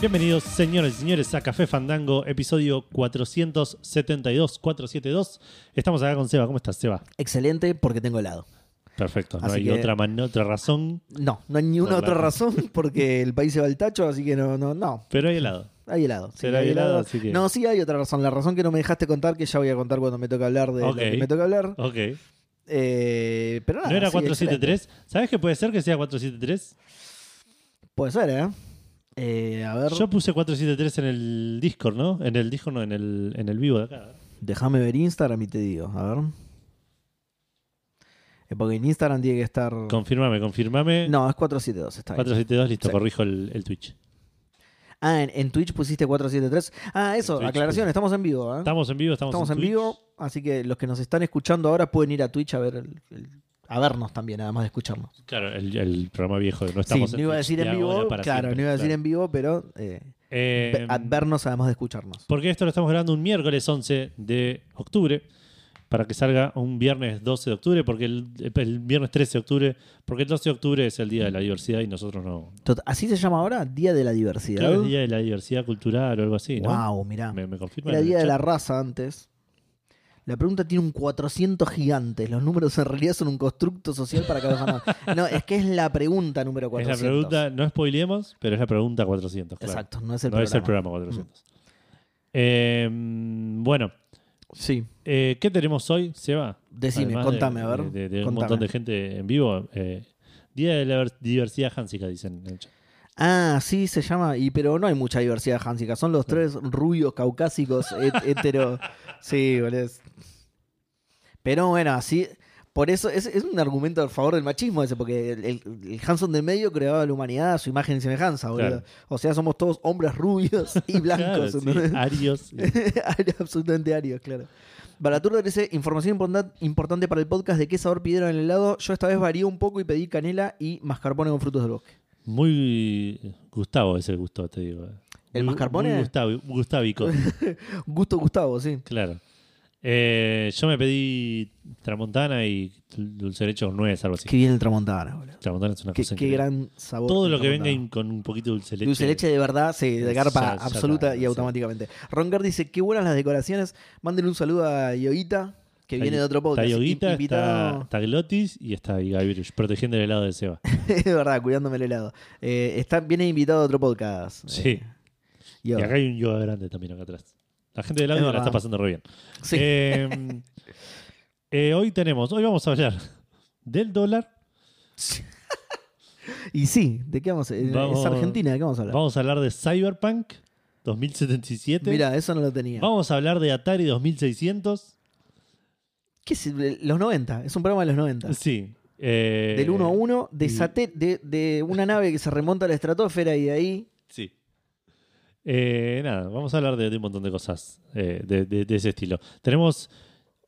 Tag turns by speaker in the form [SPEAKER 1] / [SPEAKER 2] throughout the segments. [SPEAKER 1] Bienvenidos, señores y señores, a Café Fandango, episodio 472, 472. Estamos acá con Seba. ¿Cómo estás, Seba?
[SPEAKER 2] Excelente porque tengo helado.
[SPEAKER 1] Perfecto. No
[SPEAKER 2] Así
[SPEAKER 1] hay
[SPEAKER 2] que-
[SPEAKER 1] otra, man- otra razón,
[SPEAKER 2] No, no hay ni una
[SPEAKER 1] Por la-
[SPEAKER 2] otra razón porque el país se va al tacho, así que no, no, no.
[SPEAKER 1] pero hay helado.
[SPEAKER 2] Hay helado. Sí,
[SPEAKER 1] Será
[SPEAKER 2] hay
[SPEAKER 1] helado, así que-
[SPEAKER 2] No, sí hay otra razón. La razón que no me dejaste contar, que ya voy a contar cuando me toca hablar de
[SPEAKER 1] Ok.
[SPEAKER 2] lo que me toca hablar.
[SPEAKER 1] Ok.
[SPEAKER 2] Eh, pero nada,
[SPEAKER 1] ¿No era
[SPEAKER 2] sí,
[SPEAKER 1] 473? ¿Sabes que puede ser que sea 473?
[SPEAKER 2] excelente. Puede ser, ¿eh? Eh, a ver,
[SPEAKER 1] Yo puse 473 en el Discord, ¿no? En el Discord, no, en el, en el vivo de acá.
[SPEAKER 2] déjame ver Instagram y te digo. A ver. Eh, Porque en Instagram tiene que estar...
[SPEAKER 1] Confirmame, confirmame.
[SPEAKER 2] No, es 472, está bien.
[SPEAKER 1] 472, listo,
[SPEAKER 2] Sí.
[SPEAKER 1] corrijo el, el Twitch.
[SPEAKER 2] Ah, en, en Twitch pusiste 473. Ah,
[SPEAKER 1] En
[SPEAKER 2] eso,
[SPEAKER 1] Twitch
[SPEAKER 2] aclaración,
[SPEAKER 1] puse-
[SPEAKER 2] estamos en vivo, ¿eh?
[SPEAKER 1] Estamos en vivo, estamos,
[SPEAKER 2] Estamos en
[SPEAKER 1] Twitch.
[SPEAKER 2] vivo, así que los que nos están escuchando ahora pueden ir a Twitch a ver el- el- a vernos también, además de escucharnos.
[SPEAKER 1] Claro, el, el programa viejo, no
[SPEAKER 2] Sí,
[SPEAKER 1] estamos
[SPEAKER 2] no iba a
[SPEAKER 1] Twitch
[SPEAKER 2] decir
[SPEAKER 1] de
[SPEAKER 2] en vivo,
[SPEAKER 1] ahora
[SPEAKER 2] claro,
[SPEAKER 1] para siempre,
[SPEAKER 2] no iba a decir
[SPEAKER 1] claro.
[SPEAKER 2] en vivo, pero eh,
[SPEAKER 1] Eh,
[SPEAKER 2] ve- a vernos además de escucharnos.
[SPEAKER 1] Porque esto lo estamos grabando un miércoles 11 de octubre para que salga un viernes 12 de octubre, porque el, el viernes 13 de octubre, porque el 12 de octubre es el Día de la Diversidad y nosotros no.
[SPEAKER 2] Tot- Así se llama ahora, Día de la Diversidad.
[SPEAKER 1] Creo que es el Día de la Diversidad Cultural o algo así, ¿no?
[SPEAKER 2] wow, mirá.
[SPEAKER 1] ¿Me, me confirman?
[SPEAKER 2] Era
[SPEAKER 1] en el
[SPEAKER 2] Día de la
[SPEAKER 1] chat?
[SPEAKER 2] Raza antes. La pregunta tiene un 400 gigantes. Los números en realidad son un constructo social para cada ganado. No, es que es la pregunta número
[SPEAKER 1] Es
[SPEAKER 2] 400.
[SPEAKER 1] la pregunta, no spoilemos, pero es la pregunta 400, claro.
[SPEAKER 2] Exacto, no es el
[SPEAKER 1] no es el programa 400. Eh, bueno,
[SPEAKER 2] Sí,
[SPEAKER 1] eh, ¿qué tenemos hoy, Seba?
[SPEAKER 2] decime,
[SPEAKER 1] Además de-
[SPEAKER 2] contame, a ver.
[SPEAKER 1] De, de un
[SPEAKER 2] contame.
[SPEAKER 1] montón de gente en vivo. eh, Día de la diversidad Hansica, dicen en el chat.
[SPEAKER 2] Ah, sí, se llama. Y pero no hay mucha diversidad hansica. Son los tres rubios caucásicos het- hetero. Sí, boludo. es- Pero bueno, así. Por eso es, es un argumento a favor del machismo ese, porque el, el- el Hanson del medio creaba la humanidad a su imagen y semejanza, boludo.
[SPEAKER 1] Claro.
[SPEAKER 2] O sea, somos todos hombres rubios y blancos.
[SPEAKER 1] Claro, sí,
[SPEAKER 2] ¿entendés?
[SPEAKER 1] arios.
[SPEAKER 2] Absolutamente arios, claro. Baraturda dice, información importan- importante para el podcast de qué sabor pidieron en el helado. Yo esta vez varié un poco y pedí canela y mascarpone con frutos del bosque.
[SPEAKER 1] Muy Gustavo ese gusto, te digo.
[SPEAKER 2] ¿El
[SPEAKER 1] Muy-
[SPEAKER 2] mascarpone?
[SPEAKER 1] Muy gustavi- gustavico,
[SPEAKER 2] Gusto Gustavo, sí.
[SPEAKER 1] claro. Eh, yo me pedí tramontana y dulce de leche con nuez, algo así.
[SPEAKER 2] Qué bien el tramontana, boludo.
[SPEAKER 1] Tramontana es una
[SPEAKER 2] Qué,
[SPEAKER 1] cosa
[SPEAKER 2] qué
[SPEAKER 1] increíble.
[SPEAKER 2] gran sabor.
[SPEAKER 1] Todo
[SPEAKER 2] el
[SPEAKER 1] lo que venga
[SPEAKER 2] tramontana.
[SPEAKER 1] in- con un poquito de dulce de leche.
[SPEAKER 2] Dulce de leche de verdad, sí, de
[SPEAKER 1] Es-
[SPEAKER 2] garpa
[SPEAKER 1] ya- ya
[SPEAKER 2] absoluta
[SPEAKER 1] está,
[SPEAKER 2] y
[SPEAKER 1] sí.
[SPEAKER 2] automáticamente. Rongar dice, qué buenas las decoraciones. Manden un saludo a Yoguita, que
[SPEAKER 1] Está-
[SPEAKER 2] viene de otro podcast.
[SPEAKER 1] Está Yoguita,
[SPEAKER 2] In-
[SPEAKER 1] está,
[SPEAKER 2] invitado,
[SPEAKER 1] está Glotis y está Igaibrich, protegiendo el helado de Seba.
[SPEAKER 2] de verdad, cuidándome el helado. Eh, está, viene invitado de otro podcast.
[SPEAKER 1] Sí.
[SPEAKER 2] Eh,
[SPEAKER 1] Y
[SPEAKER 2] Yoga.
[SPEAKER 1] acá hay un yoga grande también acá atrás. La gente del
[SPEAKER 2] Es
[SPEAKER 1] audio la
[SPEAKER 2] verdad.
[SPEAKER 1] está pasando re bien.
[SPEAKER 2] Sí.
[SPEAKER 1] Eh, eh, hoy tenemos, hoy vamos a hablar del dólar,
[SPEAKER 2] Y sí, ¿de qué vamos a hablar?
[SPEAKER 1] Vamos-
[SPEAKER 2] Es Argentina, ¿de qué vamos a hablar?
[SPEAKER 1] vamos a hablar de Cyberpunk 2077,
[SPEAKER 2] Mira, eso no lo tenía.
[SPEAKER 1] vamos a hablar de Atari 2600,
[SPEAKER 2] ¿Qué es? Los 90, es un programa de los 90.
[SPEAKER 1] sí. eh,
[SPEAKER 2] Del 1 a 1, de,
[SPEAKER 1] y-
[SPEAKER 2] satel- de, de una nave que se remonta a la estratosfera y de ahí
[SPEAKER 1] Sí. Eh, nada, vamos a hablar de, de un montón de cosas eh, de, de- de ese estilo. Tenemos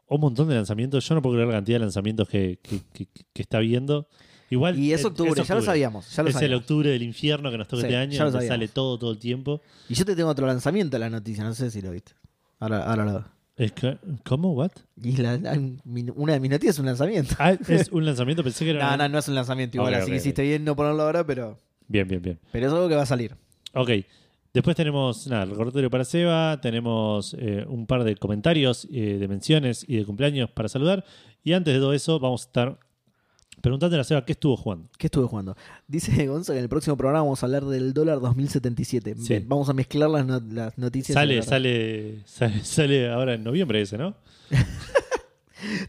[SPEAKER 1] un montón de lanzamientos, yo no puedo creer la cantidad de lanzamientos que, que- que- que está viendo. Igual,
[SPEAKER 2] Y es
[SPEAKER 1] eh,
[SPEAKER 2] octubre, ya lo
[SPEAKER 1] octubre.
[SPEAKER 2] sabíamos. Ya lo
[SPEAKER 1] es el
[SPEAKER 2] sabíamos.
[SPEAKER 1] octubre del infierno que nos toca
[SPEAKER 2] Sí,
[SPEAKER 1] este
[SPEAKER 2] ya
[SPEAKER 1] año,
[SPEAKER 2] lo
[SPEAKER 1] donde
[SPEAKER 2] sabíamos.
[SPEAKER 1] sale todo, todo el tiempo.
[SPEAKER 2] Y yo te tengo otro lanzamiento a la noticia, no sé si lo viste. Ahora, ahora lo veo.
[SPEAKER 1] Es que- ¿Cómo? ¿What?
[SPEAKER 2] Y la- la- mi- una de mis noticias es un lanzamiento.
[SPEAKER 1] Ah, es un lanzamiento, pensé que era.
[SPEAKER 2] No, no, no es un lanzamiento igual,
[SPEAKER 1] Ok,
[SPEAKER 2] así
[SPEAKER 1] ok,
[SPEAKER 2] que
[SPEAKER 1] ok.
[SPEAKER 2] hiciste bien no ponerlo ahora, pero,
[SPEAKER 1] Bien, bien, bien.
[SPEAKER 2] pero es algo que va a salir.
[SPEAKER 1] Ok. Después tenemos, nada, el recordatorio para Seba, tenemos eh, un par de comentarios, eh, de menciones y de cumpleaños para saludar. Y antes de todo eso, vamos a estar preguntándole a Seba qué estuvo jugando.
[SPEAKER 2] ¿Qué estuve jugando? Dice Gonzalo que en el próximo programa vamos a hablar del dólar 2077.
[SPEAKER 1] Sí.
[SPEAKER 2] Ve- Vamos a mezclar las, no- las noticias. en
[SPEAKER 1] sale,
[SPEAKER 2] el-
[SPEAKER 1] sale, sale, sale ahora en noviembre ese, ¿no?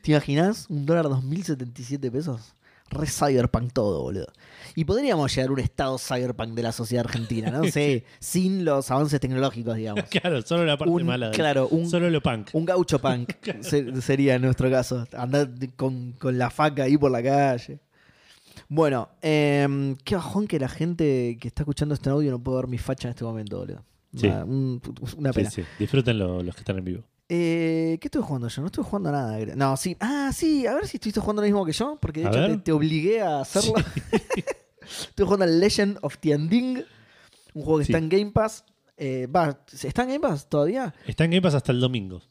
[SPEAKER 2] ¿Te imaginas un dólar 2077 pesos? Re cyberpunk todo, boludo. Y podríamos llegar a un estado cyberpunk de la sociedad argentina, ¿no? Sí, sin los avances tecnológicos, digamos.
[SPEAKER 1] Claro, solo la parte
[SPEAKER 2] Un-
[SPEAKER 1] mala. de-
[SPEAKER 2] claro, un-
[SPEAKER 1] solo lo punk.
[SPEAKER 2] Un gaucho punk se- sería nuestro caso. Andar de- con, con la faca ahí por la calle. Bueno, em, qué bajón que la gente que está escuchando este audio no puede ver mi facha en este momento, boludo.
[SPEAKER 1] Sí.
[SPEAKER 2] Una, un- una
[SPEAKER 1] Sí,
[SPEAKER 2] pena.
[SPEAKER 1] sí. Disfrútenlo los que están en vivo.
[SPEAKER 2] Eh, ¿Qué estuve jugando yo? No estuve jugando nada. creo. No, sí. Ah, sí. A ver si estuviste jugando lo mismo que yo. Porque de
[SPEAKER 1] A
[SPEAKER 2] hecho te,
[SPEAKER 1] ver.
[SPEAKER 2] te obligué a hacerlo. estuve jugando al Legend of Tianding. Un juego que
[SPEAKER 1] Sí.
[SPEAKER 2] está en Game Pass. Eh, va, ¿Está en Game Pass todavía?
[SPEAKER 1] Está en Game Pass hasta el domingo.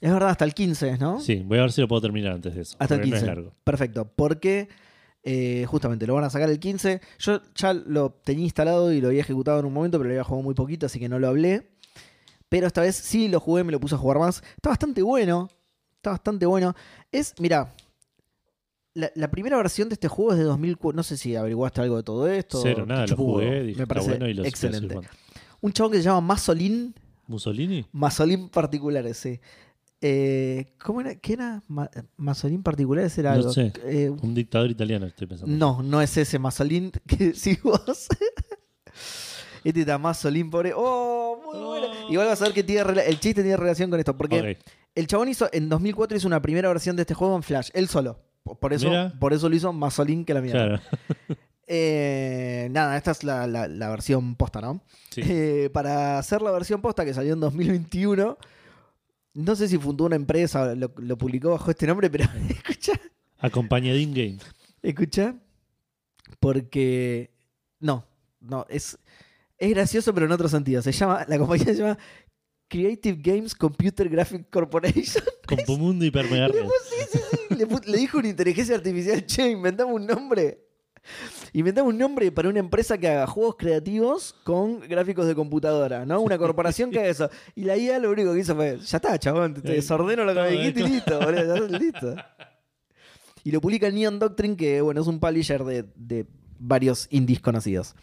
[SPEAKER 2] Es verdad, hasta el 15, ¿no?
[SPEAKER 1] Sí, voy a ver si lo puedo terminar antes de eso.
[SPEAKER 2] Hasta el
[SPEAKER 1] porque no es
[SPEAKER 2] 15.
[SPEAKER 1] largo.
[SPEAKER 2] Perfecto. Porque Eh, justamente, lo van a sacar el 15. Yo ya lo tenía instalado y lo había ejecutado en un momento, pero lo había jugado muy poquito, así que no lo hablé. Pero esta vez sí lo jugué, me lo puse a jugar más. Está bastante bueno. Está bastante bueno. Es, mira, la, la primera versión de este juego es de 2004. No sé si averiguaste algo de todo esto.
[SPEAKER 1] Cero,
[SPEAKER 2] te
[SPEAKER 1] nada, lo
[SPEAKER 2] chupo un
[SPEAKER 1] jugué,
[SPEAKER 2] huevo.
[SPEAKER 1] dije,
[SPEAKER 2] me
[SPEAKER 1] está
[SPEAKER 2] parece
[SPEAKER 1] bueno y lo seguí
[SPEAKER 2] excelente.
[SPEAKER 1] jugando.
[SPEAKER 2] Un chabón que se llama Masolín.
[SPEAKER 1] ¿Mussolini?
[SPEAKER 2] Masolín particulares, sí. Eh, ¿Cómo era? ¿Qué era? Ma- Masolín particulares era
[SPEAKER 1] No
[SPEAKER 2] algo.
[SPEAKER 1] sé.
[SPEAKER 2] Eh,
[SPEAKER 1] Un dictador italiano, estoy pensando.
[SPEAKER 2] no, no es ese Masolín que decís vos. este está Masolín, pobre. ¡Oh! Muy bueno.
[SPEAKER 1] Oh.
[SPEAKER 2] Igual vas a ver que tiene, rela- el chiste tiene relación con esto. Porque
[SPEAKER 1] Ok.
[SPEAKER 2] el chabón hizo, en 2004 hizo una primera versión de este juego en Flash, él solo. Por- Por eso,
[SPEAKER 1] Mira.
[SPEAKER 2] por eso lo hizo Masolín que la mierda.
[SPEAKER 1] Claro.
[SPEAKER 2] Eh, nada, esta es la, la- la versión posta, ¿no?
[SPEAKER 1] Sí.
[SPEAKER 2] Eh, para hacer la versión posta que salió en 2021, no sé si fundó una empresa, lo, lo publicó bajo este nombre, pero escucha,
[SPEAKER 1] Acompañadín Game.
[SPEAKER 2] escucha, porque no, no, es, es gracioso, pero en otro sentido. Se llama, la compañía se llama Creative Games Computer Graphic Corporation.
[SPEAKER 1] Compumundo y Permega
[SPEAKER 2] Le, puse- sí, sí, sí. Le pu- le dijo una inteligencia artificial, che, inventamos un nombre. Inventamos un nombre para una empresa que haga juegos creativos con gráficos de computadora, ¿no? Una corporación que haga eso. Y la IA lo único que hizo fue, ya está, chabón, te, te
[SPEAKER 1] Eh,
[SPEAKER 2] desordeno lo que me
[SPEAKER 1] todo
[SPEAKER 2] dijiste y
[SPEAKER 1] esto.
[SPEAKER 2] listo, boludo, ya está, listo. Y lo publica Neon Doctrine, que bueno, es un publisher de, de varios indies conocidos.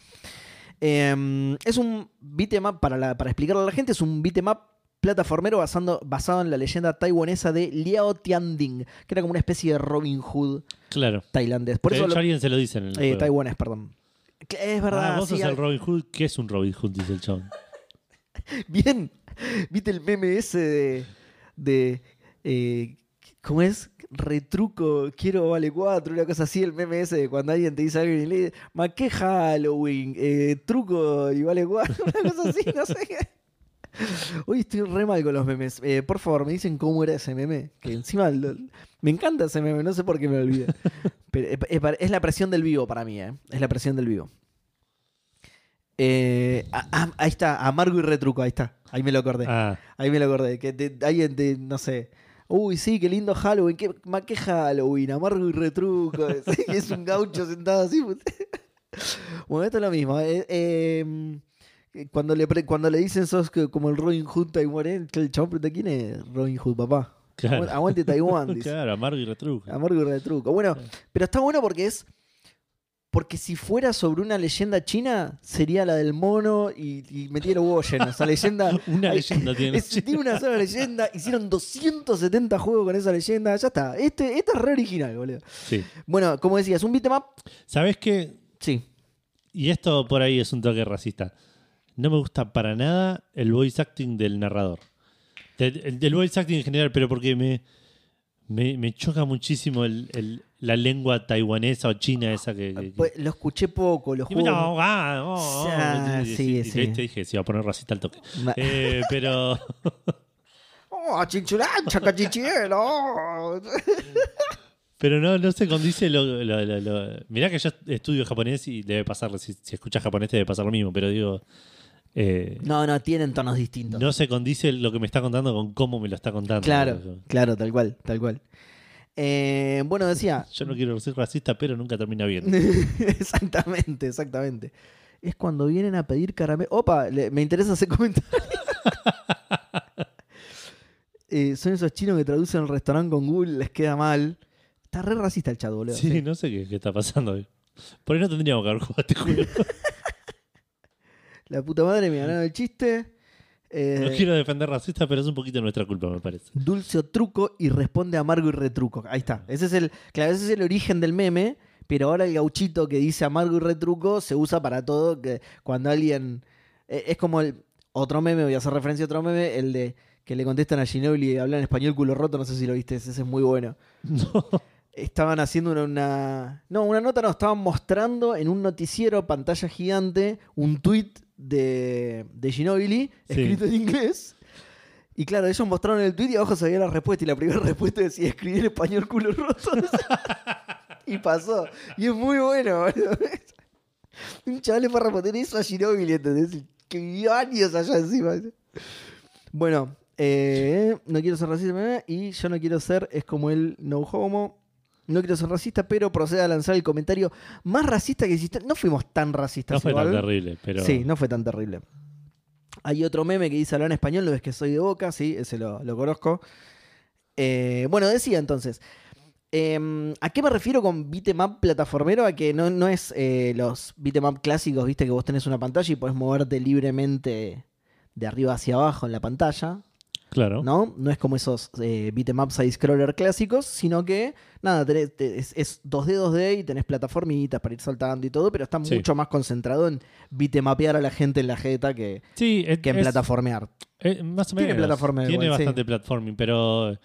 [SPEAKER 2] Eh, es un beatmap, para, la- para explicarlo a la gente, es un beatmap plataformero basando, basado en la leyenda taiwanesa de Liao Tianding, que era como una especie de Robin Hood
[SPEAKER 1] Claro.
[SPEAKER 2] tailandés. Por
[SPEAKER 1] Por
[SPEAKER 2] eso lo-
[SPEAKER 1] alguien se lo dice en el
[SPEAKER 2] eh,
[SPEAKER 1] juego.
[SPEAKER 2] taiwanés, perdón. Que Es verdad.
[SPEAKER 1] Ah, vos
[SPEAKER 2] sí,
[SPEAKER 1] sos
[SPEAKER 2] al-
[SPEAKER 1] el Robin Hood. ¿Qué es un Robin Hood? Dice el chabón.
[SPEAKER 2] Bien. ¿Viste el meme ese de. de eh, ¿Cómo es? Retruco, quiero vale 4, una cosa así, el meme ese de cuando alguien te dice algo en inglés, ma qué Halloween, eh, truco y vale 4, una cosa así, no sé qué. Hoy estoy re mal con los memes. Eh, por favor, me dicen cómo era ese meme, que encima lo- me encanta ese meme, no sé por qué me lo olvidé. Pero eh, eh, para- es la presión del vivo para mí, ¿eh? Es la presión del vivo. Eh, a- a- ahí está, amargo y retruco, ahí está. Ahí me lo acordé.
[SPEAKER 1] Ah,
[SPEAKER 2] Ahí me lo acordé. Que te- alguien te, no sé. Uy, sí, qué lindo Halloween. Qué, ma, qué Halloween, amargo y retruco. Sí, es un gaucho sentado así. pues. Bueno, esto es lo mismo. eh, eh, cuando, le, pre- cuando le dicen sos que- como el Robin Hood taiwanés, el chabón pregunta, ¿quién es Robin Hood, papá?
[SPEAKER 1] claro.
[SPEAKER 2] Aguante- Aguante Taiwán, dice. Ah.
[SPEAKER 1] Claro, amargo y retruco.
[SPEAKER 2] Amargo y retruco. Bueno, pero está bueno porque es. Porque si fuera sobre una leyenda china, sería la del mono y, y metía los huevos llenos. Esa leyenda.
[SPEAKER 1] Una
[SPEAKER 2] Ay,
[SPEAKER 1] leyenda tiene.
[SPEAKER 2] es- tiene una sola leyenda. Hicieron 270 juegos con esa leyenda. Ya está. Este, esta es re original, boludo.
[SPEAKER 1] Sí.
[SPEAKER 2] Bueno, como decías, un beatmap.
[SPEAKER 1] ¿Sabés qué?
[SPEAKER 2] Sí.
[SPEAKER 1] Y esto por ahí es un toque racista. No me gusta para nada el voice acting del narrador. Del, el- del voice acting en general, pero porque me, me, me choca muchísimo el- el- la lengua taiwanesa o china esa que... que- que-
[SPEAKER 2] Pues, lo escuché poco, los
[SPEAKER 1] Y me
[SPEAKER 2] juegos.
[SPEAKER 1] la- ah, oh, oh,
[SPEAKER 2] Ah,
[SPEAKER 1] y- y-
[SPEAKER 2] sí,
[SPEAKER 1] y-
[SPEAKER 2] sí.
[SPEAKER 1] y- Te dije, se iba a poner racista al toque.
[SPEAKER 2] Ma-
[SPEAKER 1] Eh, pero
[SPEAKER 2] Oh, chinchulancha, cachichielo.
[SPEAKER 1] pero no, no se condice lo, lo- lo- lo- Mirá que yo estudio japonés y debe pasar, si, si escuchas japonés te debe pasar lo mismo, pero digo... eh,
[SPEAKER 2] No, no, tienen tonos distintos.
[SPEAKER 1] no se condice lo que me está contando con cómo me lo está contando.
[SPEAKER 2] Claro, claro, tal cual, tal cual. Eh, bueno, decía.
[SPEAKER 1] Yo no quiero ser racista, pero nunca termina bien.
[SPEAKER 2] exactamente, exactamente. Es cuando vienen a pedir caramelo. Opa, le- me interesa ese comentario. Eh, son esos chinos que traducen el restaurante con Google, les queda mal. Está re racista el chat, boludo.
[SPEAKER 1] Sí, no sé qué, qué está pasando hoy. Por ahí no tendríamos que haber jugado este juego.
[SPEAKER 2] La puta madre me ganaron el chiste. Eh,
[SPEAKER 1] No quiero defender racista, pero es un poquito nuestra culpa, me parece.
[SPEAKER 2] Dulce o truco y responde amargo y retruco. Ahí está. Ese es el, claro, ese es el origen del meme, pero ahora el gauchito que dice amargo y retruco se usa para todo. Que cuando alguien. eh, Es como el. Otro meme, voy a hacer referencia a otro meme, el de que le contestan a Ginobili y hablan español culo roto, no sé si lo viste, ese es muy bueno. Estaban haciendo una, una- No, una nota no, estaban mostrando en un noticiero, pantalla gigante, un tweet de, de Ginobili
[SPEAKER 1] Sí.
[SPEAKER 2] escrito en inglés. Y claro, ellos mostraron el tweet y abajo se veía la respuesta. Y la primera respuesta decía: escribir español culo roto. y pasó. Y es muy bueno, boludo. Un chaval le fue a responder eso a Ginobili, ¿entendés? Que vivió años allá encima. Bueno, eh, no quiero ser racista, meh, y yo no quiero ser, es como el no homo. No quiero ser racista, pero procede a lanzar el comentario más racista que hiciste. No fuimos tan racistas.
[SPEAKER 1] No fue tan
[SPEAKER 2] igual.
[SPEAKER 1] terrible, pero.
[SPEAKER 2] Sí, no fue tan terrible. Hay otro meme que dice hablar en español, lo ves que soy de boca, sí, ese lo, lo conozco. Eh, bueno, decía entonces. em, ¿A qué me refiero con beatmap plataformero? A que no, no es eh, los beatmap clásicos, viste, que vos tenés una pantalla y podés moverte libremente de arriba hacia abajo en la pantalla.
[SPEAKER 1] Claro.
[SPEAKER 2] ¿no? No es como esos eh, beat'em up side-scroller clásicos, sino que, nada, tenés- te- es, es 2D, 2D y tenés plataformitas para ir saltando y todo, pero está
[SPEAKER 1] Sí.
[SPEAKER 2] mucho más concentrado en beatemapear a la gente en la jeta que,
[SPEAKER 1] Sí, es,
[SPEAKER 2] que en
[SPEAKER 1] es-
[SPEAKER 2] plataformear.
[SPEAKER 1] eh, más o menos.
[SPEAKER 2] Tiene plataforma
[SPEAKER 1] Tiene
[SPEAKER 2] igual, sí.
[SPEAKER 1] bastante platforming, pero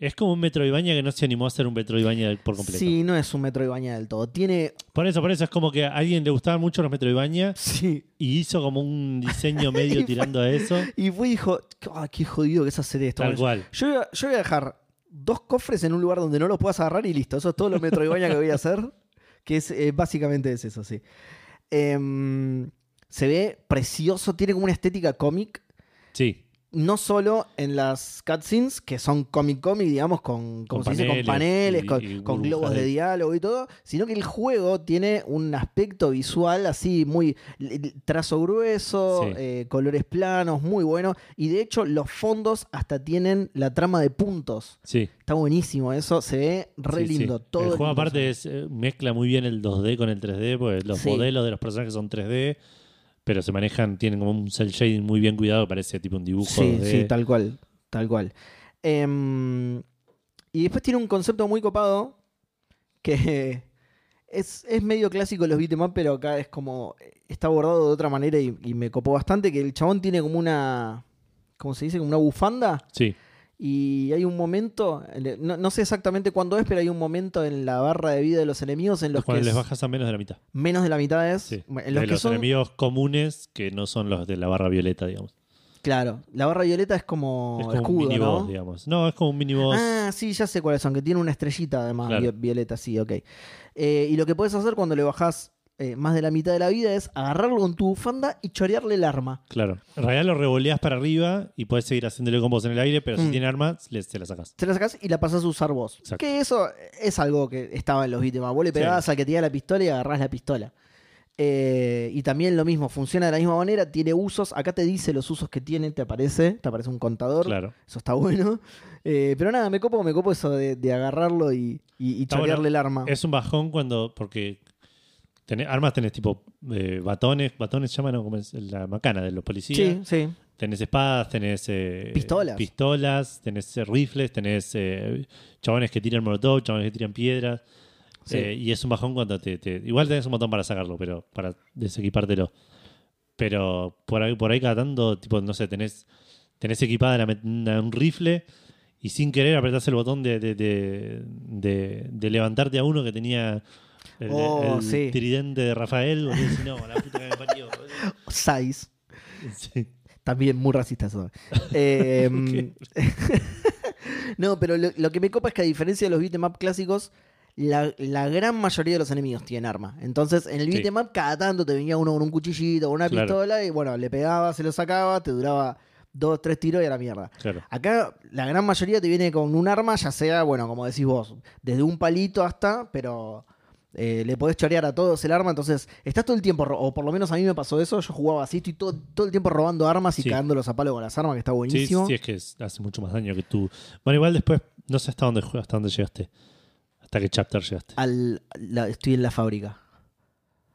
[SPEAKER 1] es como un Metroidvania que no se animó a hacer un Metroidvania por completo.
[SPEAKER 2] Sí, no es un metro y baña del todo. Tiene.
[SPEAKER 1] Por eso, por eso es como que a alguien le gustaban mucho los Metroidvania
[SPEAKER 2] Sí.
[SPEAKER 1] y hizo como un diseño
[SPEAKER 2] Y
[SPEAKER 1] medio
[SPEAKER 2] fue-
[SPEAKER 1] tirando a eso.
[SPEAKER 2] Y fue y dijo: "Ah, ¡Qué jodido que es hacer esto!
[SPEAKER 1] Tal
[SPEAKER 2] Bueno,
[SPEAKER 1] cual.
[SPEAKER 2] yo, voy a- yo voy a dejar dos cofres en un lugar donde no los puedas agarrar y listo. Eso es todo lo metro y baña que voy a hacer. Que es eh, básicamente es eso, sí. Em, se ve precioso, tiene como una estética cómic.
[SPEAKER 1] Sí.
[SPEAKER 2] No solo en las cutscenes, que son cómic cómic, digamos, con, como
[SPEAKER 1] Con
[SPEAKER 2] se dice, con
[SPEAKER 1] paneles
[SPEAKER 2] paneles,
[SPEAKER 1] y-
[SPEAKER 2] con,
[SPEAKER 1] y
[SPEAKER 2] con
[SPEAKER 1] burbujas
[SPEAKER 2] globos de
[SPEAKER 1] de-
[SPEAKER 2] diálogo y todo, sino que el juego tiene un aspecto visual así muy l- l- trazo grueso,
[SPEAKER 1] Sí.
[SPEAKER 2] eh, colores planos, muy bueno. Y de hecho, los fondos hasta tienen la trama de puntos.
[SPEAKER 1] Sí.
[SPEAKER 2] Está buenísimo eso, se ve re
[SPEAKER 1] sí, sí.
[SPEAKER 2] lindo todo.
[SPEAKER 1] el juego
[SPEAKER 2] lindo.
[SPEAKER 1] aparte es, eh, mezcla muy bien el 2D con el 3D, porque los
[SPEAKER 2] Sí.
[SPEAKER 1] modelos de los personajes son 3D, pero se manejan, tienen como un cel shading muy bien cuidado, que parece tipo un dibujo
[SPEAKER 2] Sí,
[SPEAKER 1] 2D.
[SPEAKER 2] sí, tal cual, tal cual. Em, y después tiene un concepto muy copado que es, es medio clásico los beat'em up, pero acá es como está abordado de otra manera y, y me copó bastante que el chabón tiene como una, ¿cómo se dice? Como una bufanda
[SPEAKER 1] Sí,
[SPEAKER 2] y hay un momento, no, no sé exactamente cuándo es, pero hay un momento en la barra de vida de los enemigos en los que
[SPEAKER 1] cuando les
[SPEAKER 2] es-
[SPEAKER 1] bajas a menos de la mitad.
[SPEAKER 2] menos de la mitad es,
[SPEAKER 1] Sí.
[SPEAKER 2] en los
[SPEAKER 1] de
[SPEAKER 2] que
[SPEAKER 1] los
[SPEAKER 2] son
[SPEAKER 1] enemigos comunes que no son los de la barra violeta, digamos.
[SPEAKER 2] Claro, la barra violeta es como,
[SPEAKER 1] es como
[SPEAKER 2] Oh, escudo,
[SPEAKER 1] un miniboss,
[SPEAKER 2] ¿no?
[SPEAKER 1] digamos. No, es como un miniboss.
[SPEAKER 2] Ah, sí, ya sé cuáles son, que tiene una estrellita además,
[SPEAKER 1] Claro.
[SPEAKER 2] vi- violeta, sí, ok. Eh, y lo que puedes hacer cuando le bajás eh, más de la mitad de la vida es agarrarlo con tu bufanda y chorearle el arma.
[SPEAKER 1] Claro. En realidad lo revoleas para arriba y puedes seguir haciéndole combos en el aire, pero
[SPEAKER 2] Mm.
[SPEAKER 1] si tiene armas, le, se la sacas.
[SPEAKER 2] Te la sacás y la pasás a usar vos.
[SPEAKER 1] Exacto.
[SPEAKER 2] Que eso es algo que estaba en los víctimas. Vos le pegabas al que tenía la pistola y agarrás la pistola. Eh, y también lo mismo, funciona de la misma manera, tiene usos. Acá te dice los usos que tiene, te aparece, te aparece un contador.
[SPEAKER 1] Claro.
[SPEAKER 2] Eso está bueno. Eh, pero nada, me copo, me copo eso de, de agarrarlo y, y, y
[SPEAKER 1] Está
[SPEAKER 2] chorearle
[SPEAKER 1] bueno.
[SPEAKER 2] el arma.
[SPEAKER 1] Es un bajón cuando. Porque tenés- armas tenés tipo eh, batones, batones llaman ¿no? como es la macana de los policías.
[SPEAKER 2] sí, sí.
[SPEAKER 1] Tenés espadas, tenés. eh,
[SPEAKER 2] Pistolas.
[SPEAKER 1] Pistolas, tenés eh, rifles, tenés eh, chabones que tiran molotov, chabones que tiran piedras.
[SPEAKER 2] Sí.
[SPEAKER 1] Eh, y es un bajón cuando te, te- Igual tenés un montón para sacarlo, pero para desequipártelo. Pero por ahí, por ahí cada tanto, tipo, no sé, tenés, tenés equipada la met- una- un rifle y sin querer apretás el botón de, de, de- de- de levantarte a uno que tenía el,
[SPEAKER 2] Oh,
[SPEAKER 1] el
[SPEAKER 2] sí.
[SPEAKER 1] tridente de Rafael. boludo, y decís, no, la puta que me parió, boludo.
[SPEAKER 2] Size.
[SPEAKER 1] Sí.
[SPEAKER 2] También muy racista eso. Eh, no, pero lo, lo que me copa es que a diferencia de los beat'em up clásicos, la, la gran mayoría de los enemigos tienen arma. Entonces, en el
[SPEAKER 1] Sí.
[SPEAKER 2] beat'em up cada tanto te venía uno con un cuchillito, con una
[SPEAKER 1] Claro.
[SPEAKER 2] pistola, y bueno, le pegaba, se lo sacaba, te duraba dos, tres tiros y a la mierda.
[SPEAKER 1] Claro.
[SPEAKER 2] Acá la gran mayoría te viene con un arma, ya sea, bueno, como decís vos, desde un palito hasta, pero eh, le podés chorear a todos el arma, entonces estás todo el tiempo, ro- o por lo menos a mí me pasó eso, yo jugaba así, estoy todo, todo el tiempo robando armas y
[SPEAKER 1] Sí.
[SPEAKER 2] cagándolos a palo con las armas, que está
[SPEAKER 1] Sí,
[SPEAKER 2] buenísimo.
[SPEAKER 1] sí, es que es- hace mucho más daño que tú. Bueno, igual después, no sé hasta dónde, jue- hasta dónde llegaste. Hasta qué chapter llegaste.
[SPEAKER 2] Al, la- estoy en la fábrica.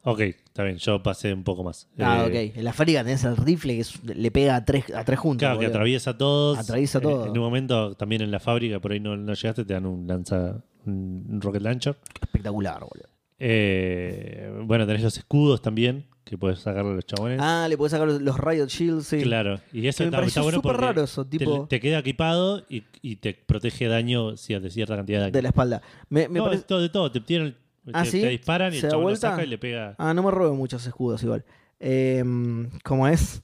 [SPEAKER 1] Ok, está bien, yo pasé un poco más.
[SPEAKER 2] Ah,
[SPEAKER 1] Eh,
[SPEAKER 2] ok. En la fábrica tenés el rifle que es- le pega a tres, a tres juntos.
[SPEAKER 1] Claro, que
[SPEAKER 2] boludo.
[SPEAKER 1] atraviesa a todos.
[SPEAKER 2] Atraviesa a
[SPEAKER 1] En-
[SPEAKER 2] todos.
[SPEAKER 1] En, un momento, también en la fábrica, por ahí no, no llegaste, te dan un lanza un rocket launcher.
[SPEAKER 2] Espectacular, boludo.
[SPEAKER 1] Eh, bueno, tenés los escudos también, que puedes sacarle a los chabones.
[SPEAKER 2] Ah, le podés sacar los, los Riot Shields, sí.
[SPEAKER 1] Claro, y eso
[SPEAKER 2] Que me
[SPEAKER 1] está, está
[SPEAKER 2] pareció
[SPEAKER 1] bueno
[SPEAKER 2] súper
[SPEAKER 1] porque
[SPEAKER 2] raro eso,
[SPEAKER 1] te-
[SPEAKER 2] tipo,
[SPEAKER 1] te, queda equipado y, y te protege daño si de cierta cantidad de daño.
[SPEAKER 2] de la espalda. Me, me
[SPEAKER 1] no,
[SPEAKER 2] parece-
[SPEAKER 1] de todo, de todo, te tiran el-
[SPEAKER 2] Ah,
[SPEAKER 1] te,
[SPEAKER 2] ¿sí?
[SPEAKER 1] te disparan y
[SPEAKER 2] ¿Se
[SPEAKER 1] el
[SPEAKER 2] da Ah,
[SPEAKER 1] chabón lo
[SPEAKER 2] vuelta?
[SPEAKER 1] saca y le pega.
[SPEAKER 2] Ah, no me robo muchos escudos igual. Eh, Em, ¿Cómo es?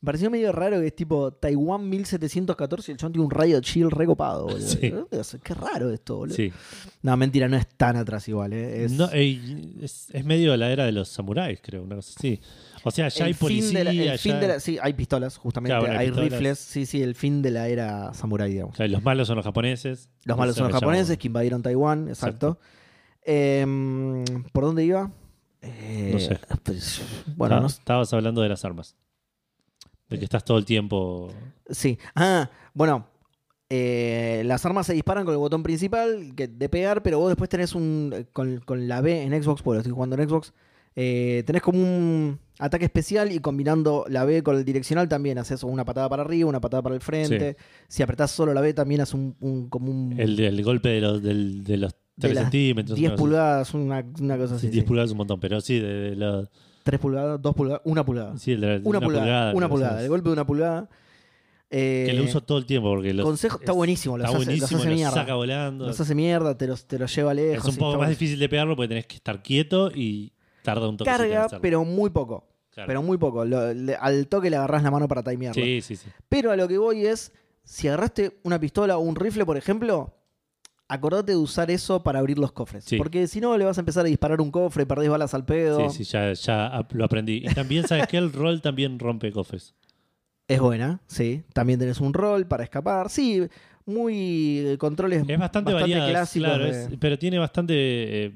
[SPEAKER 2] Me pareció medio raro que es tipo Taiwán 1714 y el chon tiene un rayo chill recopado, boludo.
[SPEAKER 1] Sí.
[SPEAKER 2] Qué raro esto, boludo.
[SPEAKER 1] Sí.
[SPEAKER 2] No, mentira, no es tan atrás igual, ¿eh? Es
[SPEAKER 1] No, ey, es, es medio la era de los samuráis, creo, una cosa así. O sea, ya hay
[SPEAKER 2] el fin
[SPEAKER 1] policía,
[SPEAKER 2] de la- el fin
[SPEAKER 1] ya-
[SPEAKER 2] de la- sí, hay pistolas, justamente,
[SPEAKER 1] Claro, bueno, hay
[SPEAKER 2] hay
[SPEAKER 1] pistolas.
[SPEAKER 2] rifles. Sí, sí, el fin de la era samurái, digamos.
[SPEAKER 1] claro, los malos son los japoneses.
[SPEAKER 2] Los malos
[SPEAKER 1] Eso
[SPEAKER 2] son los
[SPEAKER 1] me llama.
[SPEAKER 2] japoneses que invadieron Taiwán, exacto. Em, ¿Por dónde iba?
[SPEAKER 1] No sé. Ah,
[SPEAKER 2] Eh, pues, bueno,
[SPEAKER 1] Estaba-
[SPEAKER 2] no sé.
[SPEAKER 1] Estabas hablando de las armas. De que estás todo el tiempo.
[SPEAKER 2] Sí. Ah, bueno. eh, las armas se disparan con el botón principal que- de pegar, pero vos después tenés un. eh, Con, con la B en Xbox, porque lo estoy jugando en Xbox. eh, tenés como un ataque especial y combinando la B con el direccional también haces una patada para arriba, una patada para el frente. Si apretás solo la B también haces un, un- como un.
[SPEAKER 1] El, el golpe de los, del- de los 3
[SPEAKER 2] las
[SPEAKER 1] centímetros.
[SPEAKER 2] 10
[SPEAKER 1] una cosa
[SPEAKER 2] pulgadas, una, una cosa
[SPEAKER 1] así. Sí,
[SPEAKER 2] así.
[SPEAKER 1] 10
[SPEAKER 2] sí.
[SPEAKER 1] pulgadas es un montón, pero sí, de, de los-
[SPEAKER 2] 3 pulgadas, 2 pulgadas, 1 pulgada.
[SPEAKER 1] sí, de la-
[SPEAKER 2] una, pulgada, Una
[SPEAKER 1] creo, o sea,
[SPEAKER 2] pulgada, el golpe de una pulgada. Eh,
[SPEAKER 1] Que lo uso todo el tiempo porque los,
[SPEAKER 2] consejo, está
[SPEAKER 1] es-
[SPEAKER 2] buenísimo, los
[SPEAKER 1] está
[SPEAKER 2] hace, los
[SPEAKER 1] buenísimo,
[SPEAKER 2] hace
[SPEAKER 1] los
[SPEAKER 2] mierda.
[SPEAKER 1] saca volando.
[SPEAKER 2] Los hace mierda, te los, te los lleva lejos.
[SPEAKER 1] es un
[SPEAKER 2] sí,
[SPEAKER 1] poco
[SPEAKER 2] está
[SPEAKER 1] más
[SPEAKER 2] bueno.
[SPEAKER 1] difícil de pegarlo porque tenés que estar quieto y tarda un toque.
[SPEAKER 2] Carga, pero muy poco. Pero muy poco. Lo- le- al toque le agarrás la mano para timearlo.
[SPEAKER 1] Sí, sí, sí.
[SPEAKER 2] Pero a lo que voy es, si agarraste una pistola o un rifle, por ejemplo, acordate de usar eso para abrir los cofres.
[SPEAKER 1] Sí.
[SPEAKER 2] Porque si no, le vas a empezar a disparar un cofre, perdés balas al pedo.
[SPEAKER 1] Sí, sí, ya, ya ap- lo aprendí. Y también, ¿sabes que El rol también rompe cofres.
[SPEAKER 2] Es buena, sí. También tenés un rol para escapar. Sí, muy eh, controles
[SPEAKER 1] Es bastante, variado.
[SPEAKER 2] clásicos
[SPEAKER 1] claro,
[SPEAKER 2] de-
[SPEAKER 1] es- pero tiene bastante. eh,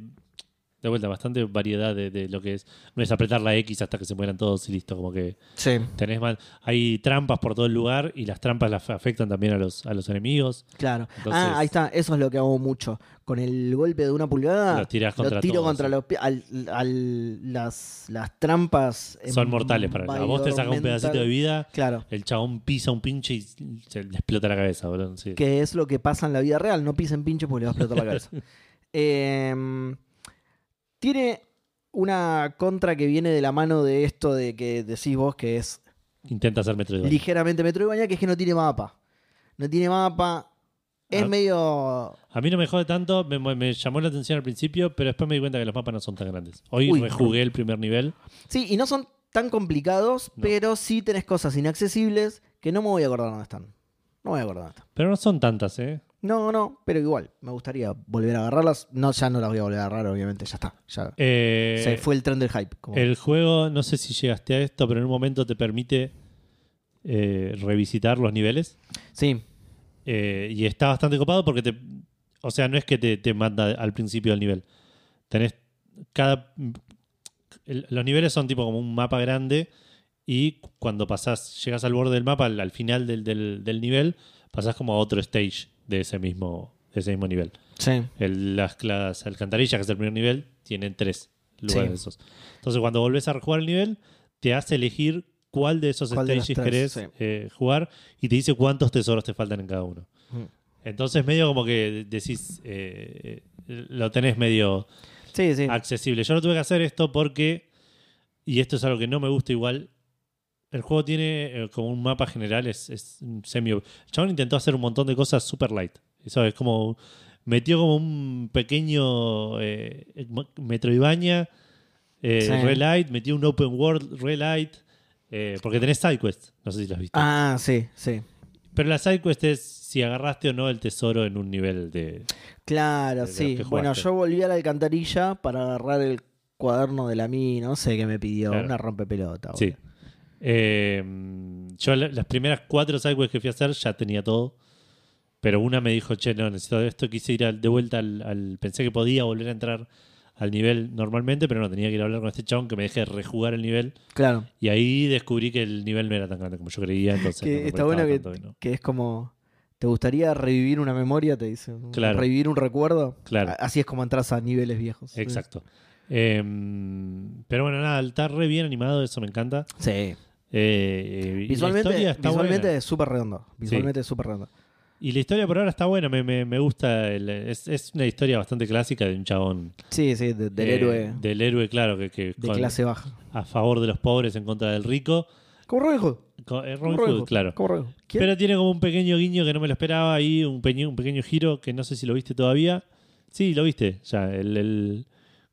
[SPEAKER 1] de vuelta, bastante variedad de, de lo que es. No es apretar la X hasta que se mueran todos y listo. Como que
[SPEAKER 2] Sí,
[SPEAKER 1] tenés más. Hay trampas por todo el lugar y las trampas las afectan también a los, a los enemigos.
[SPEAKER 2] claro.
[SPEAKER 1] Entonces-
[SPEAKER 2] ah, ahí está. Eso es lo que hago mucho. Con el golpe de una pulgada,
[SPEAKER 1] Lo tiras contra
[SPEAKER 2] tiro
[SPEAKER 1] todo,
[SPEAKER 2] contra
[SPEAKER 1] sí.
[SPEAKER 2] los pies. Al, al- las, las trampas.
[SPEAKER 1] Son mortales para A vos te saca un pedacito de
[SPEAKER 2] environmental-
[SPEAKER 1] vida,
[SPEAKER 2] Claro.
[SPEAKER 1] el chabón pisa un pinche y se le explota la cabeza, boludo. Sí.
[SPEAKER 2] Que es lo que pasa en la vida real. No pisen pinche porque le va a explotar la cabeza. Eh, tiene una contra que viene de la mano de esto de que decís vos que es
[SPEAKER 1] Intenta hacer metro de
[SPEAKER 2] ligeramente Metroidvania, que es que no tiene mapa. No tiene mapa. Es
[SPEAKER 1] Ah.
[SPEAKER 2] medio.
[SPEAKER 1] A mí no me jode tanto, me, me llamó la atención al principio, pero después me di cuenta que los mapas no son tan grandes. Hoy
[SPEAKER 2] Uy.
[SPEAKER 1] rejugué el primer nivel.
[SPEAKER 2] Sí, y no son tan complicados,
[SPEAKER 1] No.
[SPEAKER 2] pero sí tenés cosas inaccesibles que no me voy a acordar dónde están. No me voy a acordar dónde están.
[SPEAKER 1] Pero no son tantas, ¿eh?
[SPEAKER 2] No, no, pero igual, me gustaría volver a agarrarlas. No, ya no las voy a volver a agarrar, obviamente, ya está. Ya.
[SPEAKER 1] Eh,
[SPEAKER 2] Se fue el tren del hype. como-
[SPEAKER 1] El juego, no sé si llegaste a esto, pero en un momento te permite eh, revisitar los niveles.
[SPEAKER 2] Sí,
[SPEAKER 1] Eh, y está bastante copado porque te. O sea, no es que te, te manda al principio del nivel. Tenés. Cada. el- los niveles son tipo como un mapa grande. Y cuando pasás, llegas al borde del mapa, al, al final del, del- del nivel, pasás como a otro stage de ese mismo, de ese mismo nivel.
[SPEAKER 2] sí.
[SPEAKER 1] El- las, las alcantarillas, que es el primer nivel, tienen tres lugares
[SPEAKER 2] Sí.
[SPEAKER 1] de esos. Entonces, cuando volvés a jugar el nivel, te hace elegir cuál de esos
[SPEAKER 2] Cuál de los
[SPEAKER 1] stages querés
[SPEAKER 2] tres, sí.
[SPEAKER 1] eh, jugar y te dice cuántos tesoros te faltan en cada uno. Entonces, medio como que decís, eh, eh, lo tenés medio
[SPEAKER 2] Sí, sí.
[SPEAKER 1] accesible. Yo no tuve que hacer esto porque, y esto es algo que no me gusta igual, el juego tiene eh, como un mapa general, es, es un semi... El chabón intentó hacer un montón de cosas super light. Eso es como... Metió como un pequeño eh, Metroidvania eh,
[SPEAKER 2] Sí.
[SPEAKER 1] re light, metió un open world re light, eh, porque tenés sidequest, no sé si las viste.
[SPEAKER 2] Ah, sí, sí.
[SPEAKER 1] Pero la sidequest es si agarraste o no el tesoro en un nivel de...
[SPEAKER 2] Claro,
[SPEAKER 1] De los
[SPEAKER 2] sí.
[SPEAKER 1] que
[SPEAKER 2] Bueno,
[SPEAKER 1] jugaste.
[SPEAKER 2] yo volví a la alcantarilla para agarrar el cuaderno de la mí, no sé qué me pidió,
[SPEAKER 1] Claro.
[SPEAKER 2] una rompepelota.
[SPEAKER 1] Sí.
[SPEAKER 2] boludo.
[SPEAKER 1] Eh, yo la- las primeras cuatro sidequests que fui a hacer ya tenía todo. Pero una me dijo, che, no, necesito esto. Quise ir al- de vuelta al, al- Pensé que podía volver a entrar al nivel normalmente, pero no, tenía que ir a hablar con este chabón que me deje rejugar el nivel.
[SPEAKER 2] Claro.
[SPEAKER 1] Y ahí descubrí que el nivel no era tan grande como yo creía. Entonces
[SPEAKER 2] que
[SPEAKER 1] no me
[SPEAKER 2] está
[SPEAKER 1] molestaba
[SPEAKER 2] bueno que,
[SPEAKER 1] tanto y no.
[SPEAKER 2] que es como. ¿Te gustaría revivir una memoria? Te dice. ¿no?
[SPEAKER 1] Claro.
[SPEAKER 2] ¿Revivir un recuerdo?
[SPEAKER 1] Claro.
[SPEAKER 2] A- Así es como entras a niveles viejos.
[SPEAKER 1] Exacto. Eh, pero bueno, nada, está re bien animado, eso me encanta.
[SPEAKER 2] Sí.
[SPEAKER 1] Eh, eh, y la
[SPEAKER 2] Visualmente,
[SPEAKER 1] historia está
[SPEAKER 2] visualmente
[SPEAKER 1] buena.
[SPEAKER 2] es súper redondo. Visualmente es súper redondo.
[SPEAKER 1] Y la historia por ahora está buena, me, me- me gusta. el- es, es una historia bastante clásica de un chabón.
[SPEAKER 2] Sí, sí, de- del
[SPEAKER 1] eh,
[SPEAKER 2] héroe
[SPEAKER 1] Del héroe, claro, que, que
[SPEAKER 2] de
[SPEAKER 1] con-
[SPEAKER 2] clase baja.
[SPEAKER 1] a favor de los pobres, en contra del rico.
[SPEAKER 2] Como Robin Hood.
[SPEAKER 1] Co- eh, Robin
[SPEAKER 2] Como
[SPEAKER 1] Hood, claro.
[SPEAKER 2] Como Robin Hood. ¿Quién?
[SPEAKER 1] Pero tiene como un pequeño guiño que no me lo esperaba y un, peño- un pequeño giro que no sé si lo viste todavía. Sí, lo viste ya. El, el-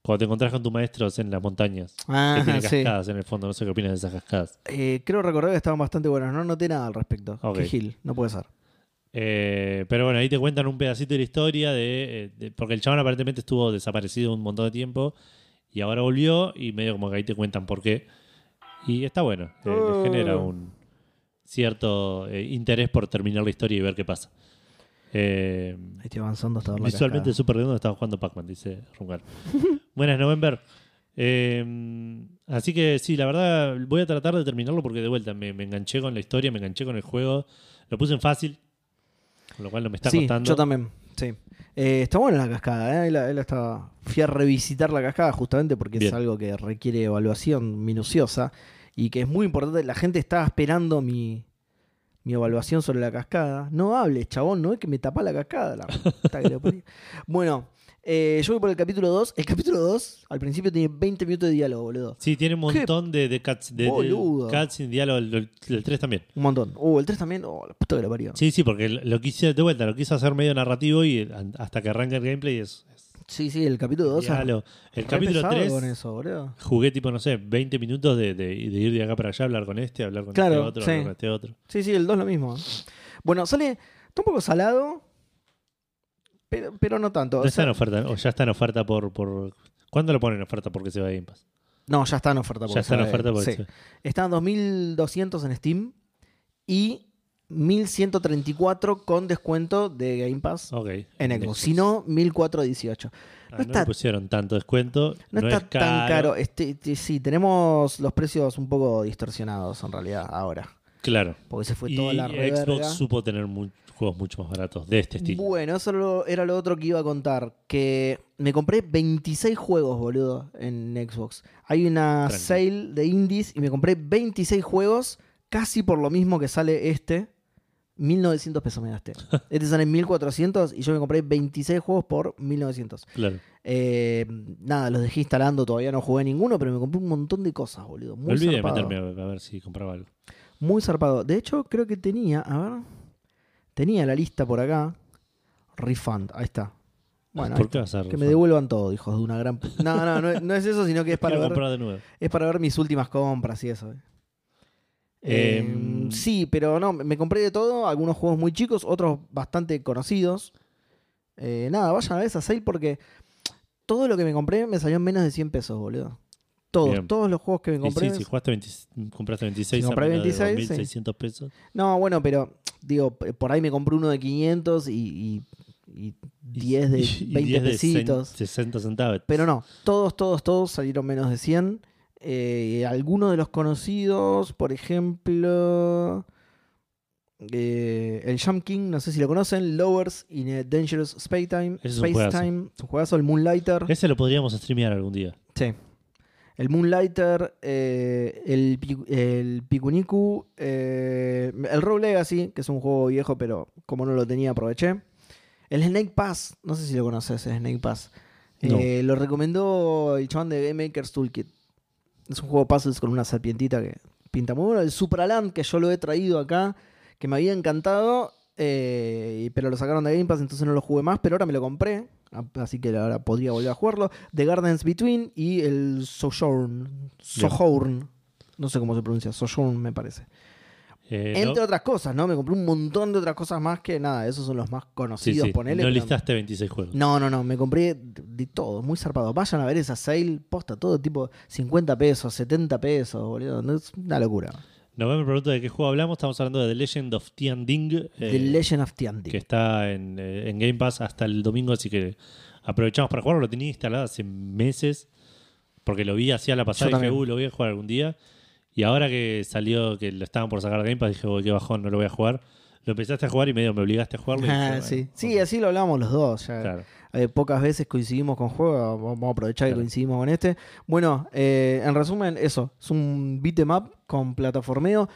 [SPEAKER 1] Cuando te encontrás con tus maestros en las montañas. que
[SPEAKER 2] Ah,
[SPEAKER 1] tiene
[SPEAKER 2] sí.
[SPEAKER 1] cascadas en el fondo. No sé qué opinas de esas cascadas.
[SPEAKER 2] Eh, creo recordar que estaban bastante buenos. No noté nada al respecto.
[SPEAKER 1] Ok.
[SPEAKER 2] Qué gil, no puede ser.
[SPEAKER 1] Eh, pero bueno, ahí te cuentan un pedacito de la historia de, eh, de- Porque el chabón aparentemente estuvo desaparecido un montón de tiempo. Y ahora volvió. Y medio como que ahí te cuentan por qué. Y está bueno. eh,
[SPEAKER 2] Ah.
[SPEAKER 1] Le genera un cierto eh, interés por terminar la historia y ver qué pasa. Eh,
[SPEAKER 2] Ahí estoy Este avanzando hasta ver la
[SPEAKER 1] Visualmente
[SPEAKER 2] cascada.
[SPEAKER 1] súper redondo estaba jugando Pac-Man, dice Rungar. Buenas, November. Eh, así que sí, la verdad voy a tratar de terminarlo porque de vuelta me, me enganché con la historia, me enganché con el juego. Lo puse en fácil, con lo cual no me está
[SPEAKER 2] sí,
[SPEAKER 1] costando.
[SPEAKER 2] yo también. Sí. Eh, está buena la cascada, ¿eh? Él, él estaba- Fui a revisitar la cascada justamente porque
[SPEAKER 1] Bien.
[SPEAKER 2] es algo que requiere evaluación minuciosa y que es muy importante. La gente estaba esperando mi, mi evaluación sobre la cascada. No hables, chabón, no es que me tapa la cascada. la puta que lo parió. bueno, eh, yo voy por el capítulo 2. El capítulo 2 al principio tiene 20 minutos de diálogo, boludo.
[SPEAKER 1] Sí, tiene un montón de, de cuts, de,
[SPEAKER 2] Boludo.
[SPEAKER 1] sin diálogo, el, 3 también.
[SPEAKER 2] Un montón. Uh, el 3 también. Oh, la puta que lo parió.
[SPEAKER 1] Sí, sí, porque lo quise, de vuelta, lo quise hacer medio narrativo y eh, hasta que arranca el gameplay es... es
[SPEAKER 2] Sí, sí, el capítulo 2.
[SPEAKER 1] diálogo. El capítulo 3...
[SPEAKER 2] con eso, boludo.
[SPEAKER 1] Jugué tipo, no sé, 20 minutos de, de- de ir de acá para allá, hablar con este, hablar con
[SPEAKER 2] Claro,
[SPEAKER 1] este otro,
[SPEAKER 2] sí.
[SPEAKER 1] hablar con este otro.
[SPEAKER 2] Sí, sí, el 2 lo mismo. Bueno, sale. Está un poco salado. Pero, pero no tanto.
[SPEAKER 1] No
[SPEAKER 2] O
[SPEAKER 1] está
[SPEAKER 2] sea,
[SPEAKER 1] en oferta, o ya está en oferta por, por. ¿Cuándo lo ponen en oferta? Porque se va a Game Pass.
[SPEAKER 2] no, ya está en oferta. porque
[SPEAKER 1] Ya está en
[SPEAKER 2] sale-
[SPEAKER 1] oferta porque
[SPEAKER 2] sí.
[SPEAKER 1] se-
[SPEAKER 2] Está en 2200 en Steam y 1134 con descuento de Game Pass
[SPEAKER 1] Ok.
[SPEAKER 2] en Xbox. Si no, 1418.
[SPEAKER 1] Oh, Ah,
[SPEAKER 2] no
[SPEAKER 1] no
[SPEAKER 2] está-
[SPEAKER 1] le pusieron tanto descuento.
[SPEAKER 2] No,
[SPEAKER 1] No,
[SPEAKER 2] está
[SPEAKER 1] es
[SPEAKER 2] tan caro. Este, este, sí, tenemos los precios un poco distorsionados en realidad ahora.
[SPEAKER 1] Claro.
[SPEAKER 2] Porque se fue
[SPEAKER 1] Y
[SPEAKER 2] toda la
[SPEAKER 1] Xbox
[SPEAKER 2] reverga.
[SPEAKER 1] supo tener mu- juegos mucho más baratos de este estilo.
[SPEAKER 2] Bueno, eso lo- era lo otro que iba a contar. Que me compré 26 juegos, boludo, en Xbox. Hay una
[SPEAKER 1] Tranqui.
[SPEAKER 2] sale de indies y me compré 26 juegos casi por lo mismo que sale este. 1900 pesos me gasté. Este sale en 1400 y yo me compré 26 juegos por 1900.
[SPEAKER 1] Claro.
[SPEAKER 2] Eh, nada, los dejé instalando, todavía no jugué ninguno, pero me compré un montón de cosas, boludo.
[SPEAKER 1] Me
[SPEAKER 2] Muy
[SPEAKER 1] olvidé de
[SPEAKER 2] zarpado.
[SPEAKER 1] meterme a ver, a ver si compraba algo.
[SPEAKER 2] Muy zarpado. De hecho, creo que tenía, a ver, tenía la lista por acá. Refund, ahí está. Bueno, ahí
[SPEAKER 1] ¿Por
[SPEAKER 2] está.
[SPEAKER 1] qué vas a
[SPEAKER 2] que me devuelvan todo, hijos de una gran... p- No, no, no, es- no es eso, sino que es para
[SPEAKER 1] Quiero
[SPEAKER 2] ver,
[SPEAKER 1] comprar de nuevo.
[SPEAKER 2] es para ver mis últimas compras y eso. eh.
[SPEAKER 1] Em,
[SPEAKER 2] Eh, sí, pero no, me compré de todo, algunos juegos muy chicos, otros bastante conocidos. Eh, nada, vayan a ver esa sale porque todo lo que me compré me salió en menos de 100 pesos, boludo. Todos,
[SPEAKER 1] Bien.
[SPEAKER 2] todos los juegos que me
[SPEAKER 1] y
[SPEAKER 2] compré.
[SPEAKER 1] sí, si jugaste 20 compraste 26
[SPEAKER 2] Si
[SPEAKER 1] a
[SPEAKER 2] compré
[SPEAKER 1] menos de
[SPEAKER 2] 26,
[SPEAKER 1] 2.600 pesos.
[SPEAKER 2] No, bueno, pero digo, p- por ahí me compré uno de 500 y, y, y
[SPEAKER 1] Y-
[SPEAKER 2] 10 de
[SPEAKER 1] y- y
[SPEAKER 2] 20
[SPEAKER 1] 10 de
[SPEAKER 2] pesitos.
[SPEAKER 1] 60 centavos.
[SPEAKER 2] Pero no, todos, todos, todos salieron menos de 100. Eh, algunos de los conocidos, por ejemplo, eh, el Jump King, no sé si lo conocen, Lowers in a Dangerous Space Time.
[SPEAKER 1] Es un
[SPEAKER 2] Space
[SPEAKER 1] juegazo.
[SPEAKER 2] Time, es un juegazo, el Moonlighter.
[SPEAKER 1] Ese lo podríamos streamear algún día.
[SPEAKER 2] Sí. El Moonlighter, eh, el, Pi- el Pikuniku, eh, el Rogue Legacy, que es un juego viejo, pero como no lo tenía, aproveché. El Snake Pass, no sé si lo conoces, el Snake Pass. Eh, lo recomendó el chabón de Game Maker's Toolkit. Es un juego de puzzles con una serpientita que pinta muy bueno. El Supraland, que yo lo he traído acá, que me había encantado, eh, y- pero lo sacaron de Game Pass, entonces no lo jugué más, pero ahora me lo compré, a- así que ahora podría volver a jugarlo. The Gardens Between y el Sojourn. Sojourn. No sé cómo se pronuncia, Sojourn me parece.
[SPEAKER 1] Eh,
[SPEAKER 2] Entre
[SPEAKER 1] no-
[SPEAKER 2] otras cosas, ¿no? Me compré un montón de otras cosas más que nada, esos son los más
[SPEAKER 1] sí,
[SPEAKER 2] conocidos,
[SPEAKER 1] sí,
[SPEAKER 2] ponele.
[SPEAKER 1] no
[SPEAKER 2] pero-
[SPEAKER 1] listaste 26 juegos.
[SPEAKER 2] no, no, no, me compré de de todo, muy zarpado. Vayan a ver esa sale, posta, todo tipo 50 pesos, 70 pesos, boludo. no, Es una locura.
[SPEAKER 1] November pregunta de qué juego hablamos. Estamos hablando de The Legend of Tian Ding. eh,
[SPEAKER 2] The Legend of Tiandi.
[SPEAKER 1] que está en, eh, en Game Pass hasta el domingo, así que aprovechamos para jugarlo. Lo tenía instalado hace meses, porque lo vi hacía la pasada
[SPEAKER 2] Yo
[SPEAKER 1] y dije,
[SPEAKER 2] también.
[SPEAKER 1] "Uh, lo voy a jugar algún día. Y ahora que salió, que lo estaban por sacar de Game Pass, dije, "Uy, qué bajón, no lo voy a jugar. Lo empezaste a jugar y medio me obligaste a jugarlo. y dije,
[SPEAKER 2] Ah,
[SPEAKER 1] "Bueno,
[SPEAKER 2] sí.
[SPEAKER 1] ok".
[SPEAKER 2] sí, así lo hablábamos los dos. ya.
[SPEAKER 1] Claro.
[SPEAKER 2] Eh, pocas veces coincidimos con juegos, vamos a aprovechar que
[SPEAKER 1] Claro.
[SPEAKER 2] coincidimos con este. Bueno, eh, en resumen, eso, es un beat'em up con plataformeo,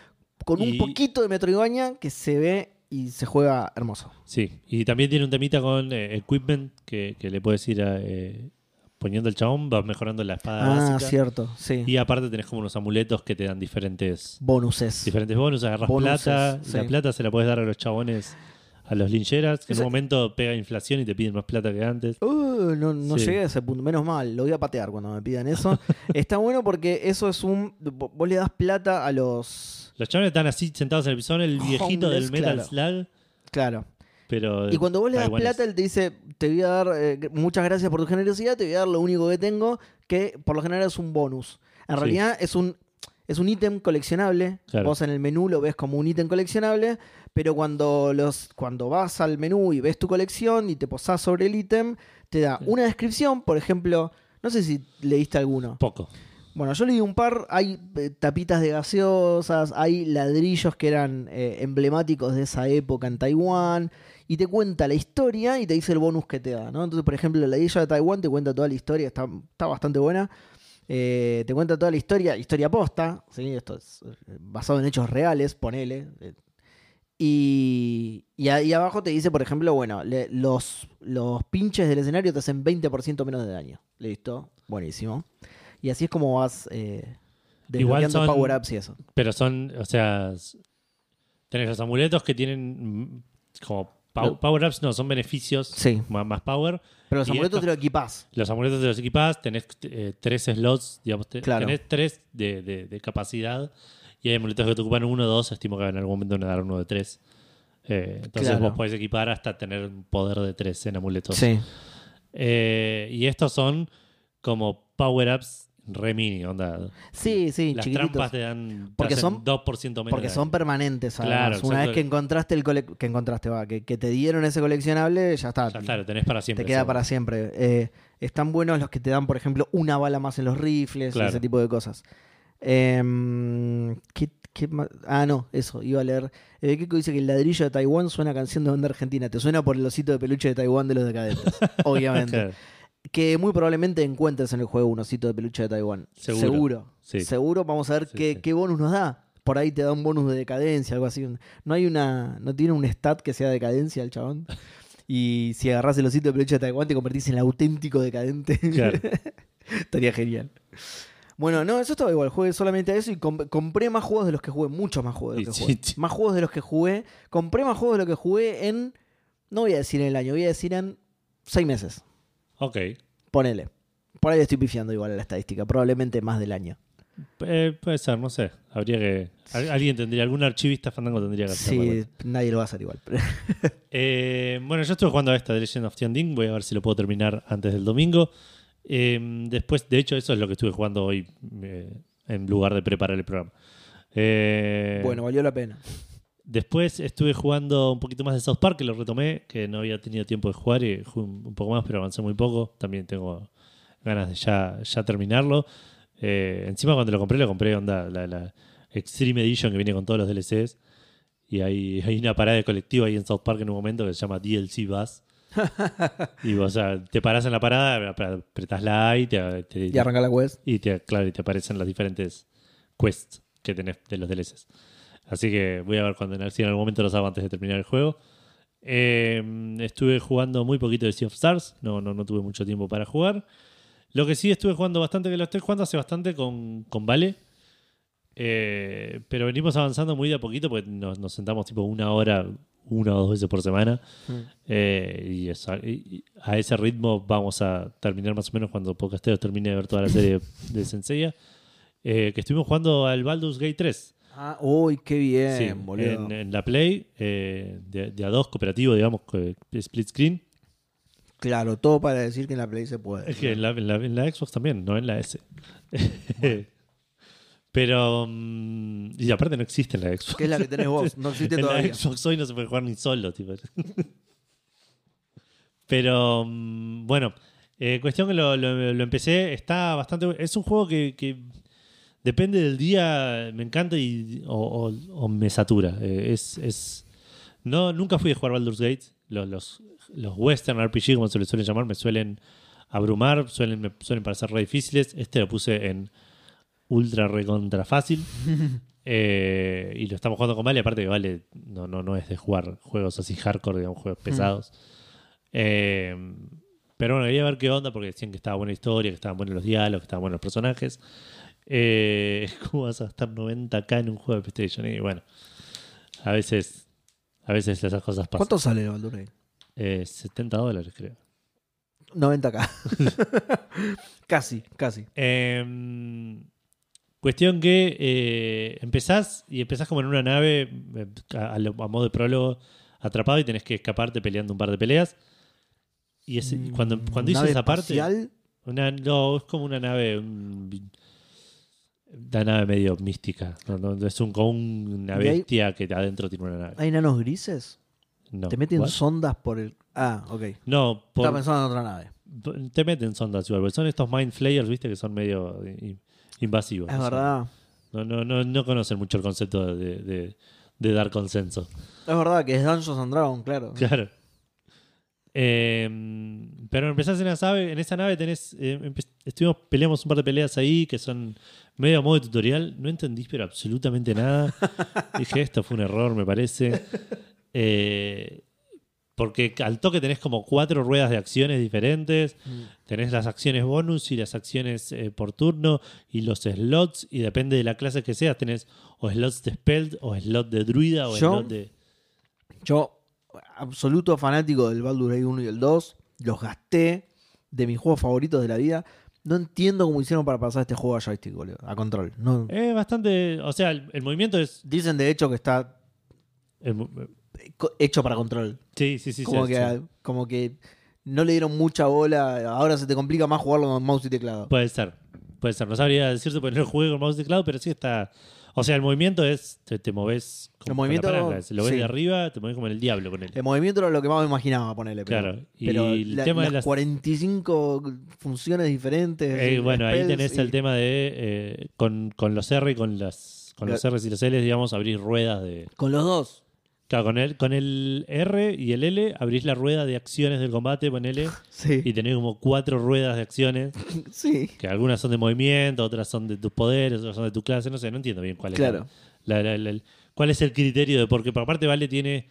[SPEAKER 2] con un
[SPEAKER 1] Y-
[SPEAKER 2] poquito de Metroidvania que se ve y se juega hermoso.
[SPEAKER 1] Sí, y también tiene un temita con eh, equipment que, que le puedes ir a, eh, poniendo el chabón, vas mejorando la espada
[SPEAKER 2] Ah,
[SPEAKER 1] básica.
[SPEAKER 2] cierto, sí.
[SPEAKER 1] Y aparte tenés como unos amuletos que te dan diferentes
[SPEAKER 2] Bonuses.
[SPEAKER 1] diferentes bonos, agarras
[SPEAKER 2] Bonuses,
[SPEAKER 1] plata, y
[SPEAKER 2] sí.
[SPEAKER 1] la plata se la puedes dar a los chabones, a a los lincheras, que en
[SPEAKER 2] Ese-
[SPEAKER 1] un momento pega inflación y te piden más plata que antes.
[SPEAKER 2] Uh, no no
[SPEAKER 1] Sí.
[SPEAKER 2] llegué a ese punto. Menos mal, lo voy a patear cuando me pidan eso. Está bueno porque eso es un. vo- Vos le das plata a los.
[SPEAKER 1] Los chavales están así sentados en el pisón, el viejito
[SPEAKER 2] Homeless,
[SPEAKER 1] del Metal
[SPEAKER 2] claro.
[SPEAKER 1] Slug,
[SPEAKER 2] Claro.
[SPEAKER 1] pero...
[SPEAKER 2] Y cuando vos le das
[SPEAKER 1] taiwanés.
[SPEAKER 2] plata, él te dice: Te voy a dar eh, gr- muchas gracias por tu generosidad, te voy a dar lo único que tengo, que por lo general es un bonus. En
[SPEAKER 1] Sí.
[SPEAKER 2] realidad es un. Es un ítem coleccionable.
[SPEAKER 1] Claro.
[SPEAKER 2] Vos en el menú lo ves como un ítem coleccionable, pero cuando los cuando vas al menú y ves tu colección y te posás sobre el ítem, te da una descripción, por ejemplo, no sé si leíste alguno.
[SPEAKER 1] Poco.
[SPEAKER 2] Bueno, yo leí un par, hay eh, tapitas de gaseosas, hay ladrillos que eran eh, emblemáticos de esa época en Taiwán, y te cuenta la historia y te dice el bonus que te da, ¿no? Entonces, por ejemplo, la ladrillo de Taiwán te cuenta toda la historia, está, está bastante buena, Eh, te cuenta toda la historia, historia posta, ¿sí? Esto es eh, basado en hechos reales, ponele. eh. Y, y ahí abajo te dice, por ejemplo, bueno, le- los, los pinches del escenario te hacen 20% menos de daño. Listo, buenísimo. Y así es como vas eh,
[SPEAKER 1] Igual
[SPEAKER 2] desbloqueando
[SPEAKER 1] son-
[SPEAKER 2] power-ups y eso.
[SPEAKER 1] Pero son, o sea, s- tenés los amuletos que tienen mm, como pow-
[SPEAKER 2] No.
[SPEAKER 1] power-ups, no, son beneficios,
[SPEAKER 2] Sí.
[SPEAKER 1] ma- más power.
[SPEAKER 2] Pero los
[SPEAKER 1] Y
[SPEAKER 2] amuletos
[SPEAKER 1] esto-
[SPEAKER 2] te lo equipás.
[SPEAKER 1] Los amuletos de los equipás, tenés eh, tres slots, digamos, te-
[SPEAKER 2] Claro.
[SPEAKER 1] tenés tres de, de- de capacidad y hay amuletos que te ocupan uno o dos, estimo que en algún momento van a dar uno de tres. Eh, entonces
[SPEAKER 2] Claro.
[SPEAKER 1] vos podés equipar hasta tener un poder de tres en amuletos. Eh, y estos son como power-ups re mini, onda.
[SPEAKER 2] Sí, sí,
[SPEAKER 1] Las
[SPEAKER 2] chiquititos.
[SPEAKER 1] trampas te dan, te
[SPEAKER 2] Porque
[SPEAKER 1] hacen
[SPEAKER 2] son-
[SPEAKER 1] 2% menos.
[SPEAKER 2] Porque son
[SPEAKER 1] daño.
[SPEAKER 2] permanentes,
[SPEAKER 1] Claro,
[SPEAKER 2] además. Una
[SPEAKER 1] exacto.
[SPEAKER 2] vez que encontraste el cole- que encontraste, va, que, que te dieron ese coleccionable, ya está.
[SPEAKER 1] Ya está, lo tenés para siempre.
[SPEAKER 2] te queda
[SPEAKER 1] seguro.
[SPEAKER 2] para siempre. Eh, están buenos los que te dan, por ejemplo, una bala más en los rifles,
[SPEAKER 1] Claro.
[SPEAKER 2] ese tipo de cosas. Em, ¿qué- qué ma- ah, no, eso, iba a leer. Eh, Keiko dice que el ladrillo de Taiwán suena a canción de banda argentina. Te suena por el osito de peluche de Taiwán de los decadentes, obviamente.
[SPEAKER 1] Claro.
[SPEAKER 2] Que muy probablemente encuentres en el juego un osito de peluche de Taiwán.
[SPEAKER 1] Seguro.
[SPEAKER 2] Seguro.
[SPEAKER 1] Sí.
[SPEAKER 2] Seguro. Vamos a ver
[SPEAKER 1] Sí,
[SPEAKER 2] qué,
[SPEAKER 1] sí.
[SPEAKER 2] qué bonus nos da. Por ahí te da un bonus de decadencia, algo así. No hay una. No tiene un stat que sea decadencia el chabón. Y si agarras el osito de peluche de Taiwán, te convertís en el auténtico decadente.
[SPEAKER 1] Claro.
[SPEAKER 2] Estaría genial. Bueno, no, eso estaba igual. Jugué solamente a eso y comp- compré más juegos de los que jugué. Muchos más juegos de los
[SPEAKER 1] Sí,
[SPEAKER 2] que jugué.
[SPEAKER 1] sí, sí.
[SPEAKER 2] Más juegos de los que jugué. Compré más juegos de los que jugué en. No voy a decir en el año, voy a decir en seis meses.
[SPEAKER 1] Ok.
[SPEAKER 2] Ponele. Por ahí le estoy pifiando igual a la estadística. Probablemente más del año.
[SPEAKER 1] Eh, puede ser, no sé. Habría que. al- Alguien tendría, algún archivista fandango tendría que hacer la
[SPEAKER 2] Sí,
[SPEAKER 1] cuenta.
[SPEAKER 2] nadie lo va a hacer igual.
[SPEAKER 1] Eh, bueno, yo estuve jugando a esta The Legend of Tian Ding. Voy a ver si lo puedo terminar antes del domingo. Eh, después, de hecho, eso es lo que estuve jugando hoy eh, en lugar de preparar el programa. Eh,
[SPEAKER 2] bueno, valió la pena.
[SPEAKER 1] Después estuve jugando un poquito más de South Park, que lo retomé, que no había tenido tiempo de jugar y jugué un un poco más, pero avancé muy poco. También tengo ganas de ya, ya terminarlo. Eh, encima cuando lo compré, lo compré onda, la, la Extreme Edition que viene con todos los DLCs. Y hay, hay una parada de colectivo ahí en South Park en un momento que se llama DLC Bus. y o sea, te parás en la parada, ap- apretás la A y te, te-
[SPEAKER 2] Y arranca la quest.
[SPEAKER 1] y te, claro, y te aparecen las diferentes quests que tenés de los DLCs. Así que voy a ver cuando en, si en algún momento los hago antes de terminar el juego. Eh, estuve jugando muy poquito de Sea of Stars. No, no, no tuve mucho tiempo para jugar. Lo que sí estuve jugando bastante, que lo estoy jugando hace bastante con, con Vale. Eh, pero venimos avanzando muy de a poquito porque nos, nos sentamos tipo una hora, una o dos veces por semana. Eh, y, eso- y- y a ese ritmo vamos a terminar más o menos cuando Podcasteros termine de ver toda la serie de Senseiya. Eh, que estuvimos jugando al Baldur's Gate 3.
[SPEAKER 2] Ah, uy, qué bien,
[SPEAKER 1] Sí,
[SPEAKER 2] boludo.
[SPEAKER 1] en, en la Play, eh, de, de a dos cooperativo, digamos, que- split screen.
[SPEAKER 2] Claro, todo para decir que en la Play se puede.
[SPEAKER 1] Es que en la, en la- en la Xbox también, no en la S. Pero. mm, y aparte no existe en la Xbox.
[SPEAKER 2] Que es la que tenés vos. No existe
[SPEAKER 1] en
[SPEAKER 2] todavía.
[SPEAKER 1] la Xbox hoy no se puede jugar ni solo, tipo. Pero mm, bueno, eh, cuestión que lo, lo- lo empecé, está bastante... bu- Es un juego que, que depende del día, me encanta y, o, o- o me satura. Eh, es, es- no, nunca fui a jugar Baldur's Gate. Los, los, los western RPG, como se les suelen llamar, me suelen abrumar, suelen, me suelen parecer re difíciles. Este lo puse en ultra recontra fácil. Eh, y lo estamos jugando con Vale, aparte que Vale no, no, no es de jugar juegos así hardcore, digamos, juegos pesados. Eh, pero bueno, quería ver qué onda, porque decían que estaba buena la historia, que estaban buenos los diálogos, que estaban buenos los personajes. Eh, ¿Cómo vas a gastar 90k en un juego de PlayStation? Y bueno, a veces A veces esas cosas pasan.
[SPEAKER 2] ¿Cuánto sale el Baldur's Gate?
[SPEAKER 1] Eh, 70 dólares, creo.
[SPEAKER 2] 90 acá. casi, casi.
[SPEAKER 1] Em, cuestión que eh, empezás y empezás como en una nave eh, a, a lo- a modo de prólogo atrapado y tenés que escaparte peleando un par de peleas. Y ese- y cuando, cuando hice
[SPEAKER 2] Mm, Nave
[SPEAKER 1] esa parte...
[SPEAKER 2] espacial,
[SPEAKER 1] Una- no, es como una nave. un- una nave medio mística. No, no, es un, como una
[SPEAKER 2] Y ahí-
[SPEAKER 1] bestia que adentro tiene una nave.
[SPEAKER 2] ¿Hay enanos grises?
[SPEAKER 1] No,
[SPEAKER 2] ¿Te meten
[SPEAKER 1] ¿What?
[SPEAKER 2] sondas por el...? Ah, ok.
[SPEAKER 1] No, por-
[SPEAKER 2] Estaba pensando en otra nave.
[SPEAKER 1] te meten sondas igual, porque son estos mind flayers, viste, que son medio i- invasivos.
[SPEAKER 2] Es
[SPEAKER 1] O sea,
[SPEAKER 2] verdad.
[SPEAKER 1] No, no, no, no conocen mucho el concepto de, de- de dar consenso.
[SPEAKER 2] Es verdad que es Dungeons and Dragons, claro.
[SPEAKER 1] Claro. Eh, pero empezás en esa nave, en esa nave tenés. eh, empe- estuvimos, peleamos un par de peleas ahí que son medio a modo de tutorial. No entendí, pero absolutamente nada. Dije, esto fue un error, me parece. Eh, porque al toque tenés como cuatro ruedas de acciones diferentes.
[SPEAKER 2] Mm.
[SPEAKER 1] Tenés las acciones bonus y las acciones eh, por turno y los slots. Y depende de la clase que seas, tenés o slots de spell, o slot de druida, o
[SPEAKER 2] Yo-
[SPEAKER 1] slot de.
[SPEAKER 2] Yo, absoluto fanático del Baldur's Gate 1 y el 2, los gasté de mis juegos favoritos de la vida. No entiendo cómo hicieron para pasar este juego a joystick, boludo, a control. No.
[SPEAKER 1] Es bastante. O sea, el, el movimiento es.
[SPEAKER 2] Dicen de hecho que está
[SPEAKER 1] el mo-
[SPEAKER 2] co- hecho para control.
[SPEAKER 1] sí, sí, sí.
[SPEAKER 2] como,
[SPEAKER 1] sí,
[SPEAKER 2] que,
[SPEAKER 1] sí.
[SPEAKER 2] como que no le dieron mucha bola. Ahora se te complica más jugarlo con mouse y teclado.
[SPEAKER 1] Puede ser. Puede ser. No sabría decirte porque no lo jugué con mouse y teclado, pero sí está. O sea, el movimiento es. Te, te moves como
[SPEAKER 2] El
[SPEAKER 1] con la
[SPEAKER 2] movimiento,
[SPEAKER 1] palanca. Si lo ves
[SPEAKER 2] sí. Eh,
[SPEAKER 1] de arriba, te mueves como en el diablo con él.
[SPEAKER 2] El movimiento era lo que más me imaginaba, ponerle. Pero,
[SPEAKER 1] Claro, y
[SPEAKER 2] pero
[SPEAKER 1] el
[SPEAKER 2] la-
[SPEAKER 1] tema de
[SPEAKER 2] las
[SPEAKER 1] las-
[SPEAKER 2] 45 funciones diferentes.
[SPEAKER 1] Eh, bueno, ahí
[SPEAKER 2] spells
[SPEAKER 1] tenés
[SPEAKER 2] y-
[SPEAKER 1] el tema de. eh, con, con los R y con las. Con los
[SPEAKER 2] Claro.
[SPEAKER 1] R's y los L's, digamos, abrís ruedas de.
[SPEAKER 2] Con los dos.
[SPEAKER 1] Claro, con el, con el R y el L abrís la rueda de acciones del combate, ponele,
[SPEAKER 2] Sí.
[SPEAKER 1] y tenés como cuatro ruedas de acciones.
[SPEAKER 2] Sí.
[SPEAKER 1] Que algunas son de movimiento, otras son de tus poderes, otras son de tu clase, no sé, no entiendo bien cuál es.
[SPEAKER 2] Claro.
[SPEAKER 1] la- la- la- la- ¿Cuál es el criterio de porque por aparte Vale tiene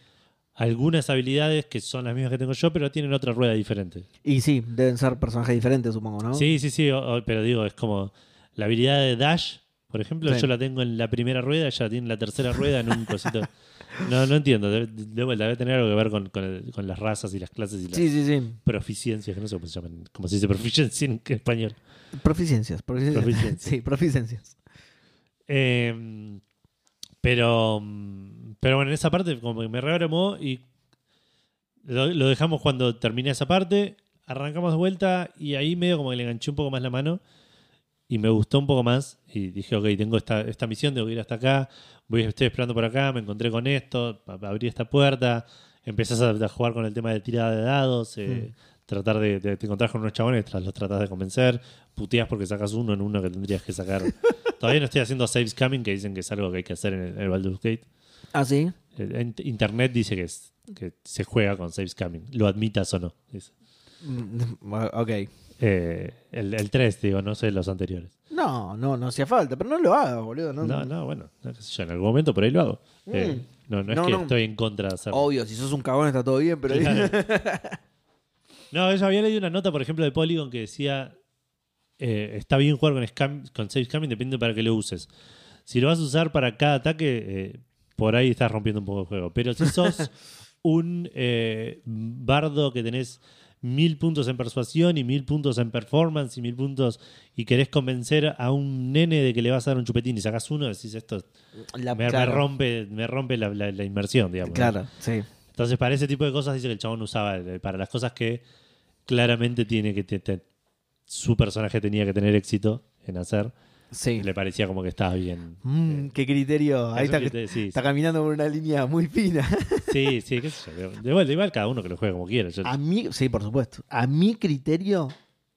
[SPEAKER 1] algunas habilidades que son las mismas que tengo yo, pero tienen otra rueda diferente?
[SPEAKER 2] Y sí, deben ser personajes diferentes, supongo, ¿no?
[SPEAKER 1] Sí, sí, sí, o- o- pero digo, es como la habilidad de Dash, por ejemplo,
[SPEAKER 2] Sí.
[SPEAKER 1] yo la tengo en la primera rueda, ella la tiene en la tercera rueda en un cosito. No, no entiendo, de, de vuelta, debe tener algo que ver con, con el- con las razas y las clases y las
[SPEAKER 2] Sí, sí, sí.
[SPEAKER 1] proficiencias, que no sé cómo se llaman, como se dice proficiencia en español.
[SPEAKER 2] Proficiencias. Proficiencias.
[SPEAKER 1] Proficiencias.
[SPEAKER 2] sí, proficiencias.
[SPEAKER 1] Eh, pero, mm, pero bueno, en esa parte como que me rearmó y lo, lo dejamos cuando terminé esa parte. Arrancamos de vuelta y ahí medio como que le enganché un poco más la mano y me gustó un poco más. Y dije, ok, tengo esta, esta misión, debo ir hasta acá, voy, estoy esperando por acá, me encontré con esto, a- abrí esta puerta, empezás a, a jugar con el tema de tirada de dados, eh,
[SPEAKER 2] Hmm.
[SPEAKER 1] tratar de, de- te encontrás con unos chabones, tras- los tratás de convencer, puteás porque sacas uno en uno que tendrías que sacar. Todavía no estoy haciendo saves coming, que dicen que es algo que hay que hacer en el, en el Baldur's Gate.
[SPEAKER 2] Ah, sí.
[SPEAKER 1] Eh, en- Internet dice que, es- que se juega con saves coming, lo admitas o no. dice.
[SPEAKER 2] Mm, Ok.
[SPEAKER 1] Eh, el, el 3, digo, no sé los anteriores.
[SPEAKER 2] No, no, no hacía falta, pero no lo hagas, boludo. No, Hmm.
[SPEAKER 1] No, no, bueno, no, qué sé yo, en algún momento por ahí lo hago. Eh, no, no es
[SPEAKER 2] No,
[SPEAKER 1] que
[SPEAKER 2] no.
[SPEAKER 1] estoy en contra de hacerlo.
[SPEAKER 2] Obvio, si sos un cagón está todo bien, pero.
[SPEAKER 1] No, yo había leído una nota, por ejemplo, de Polygon que decía: eh, Está bien jugar con, scam, con Safe Scamming, depende para qué lo uses. Si lo vas a usar para cada ataque, eh, por ahí estás rompiendo un poco el juego. Pero si sos un eh, bardo que tenés mil puntos en persuasión y mil puntos en performance y mil puntos y querés convencer a un nene de que le vas a dar un chupetín y sacás uno, decís esto
[SPEAKER 2] La,
[SPEAKER 1] me, me
[SPEAKER 2] Ah, claro,
[SPEAKER 1] rompe, me rompe la, la- la inmersión, digamos.
[SPEAKER 2] Claro, sí.
[SPEAKER 1] Entonces, para ese tipo de cosas, dice que el chabón usaba eh, para las cosas que claramente tiene que te- te- su personaje tenía que tener éxito en hacer.
[SPEAKER 2] Sí.
[SPEAKER 1] Le parecía como que estaba bien.
[SPEAKER 2] Mm, qué criterio. Ahí
[SPEAKER 1] Eso
[SPEAKER 2] está,
[SPEAKER 1] que te- sí,
[SPEAKER 2] está caminando por una línea muy fina.
[SPEAKER 1] sí, sí, qué sé yo. De vuelta, igual cada uno que lo juegue como quiera. Yo-
[SPEAKER 2] A mí, sí, por supuesto. A mi criterio,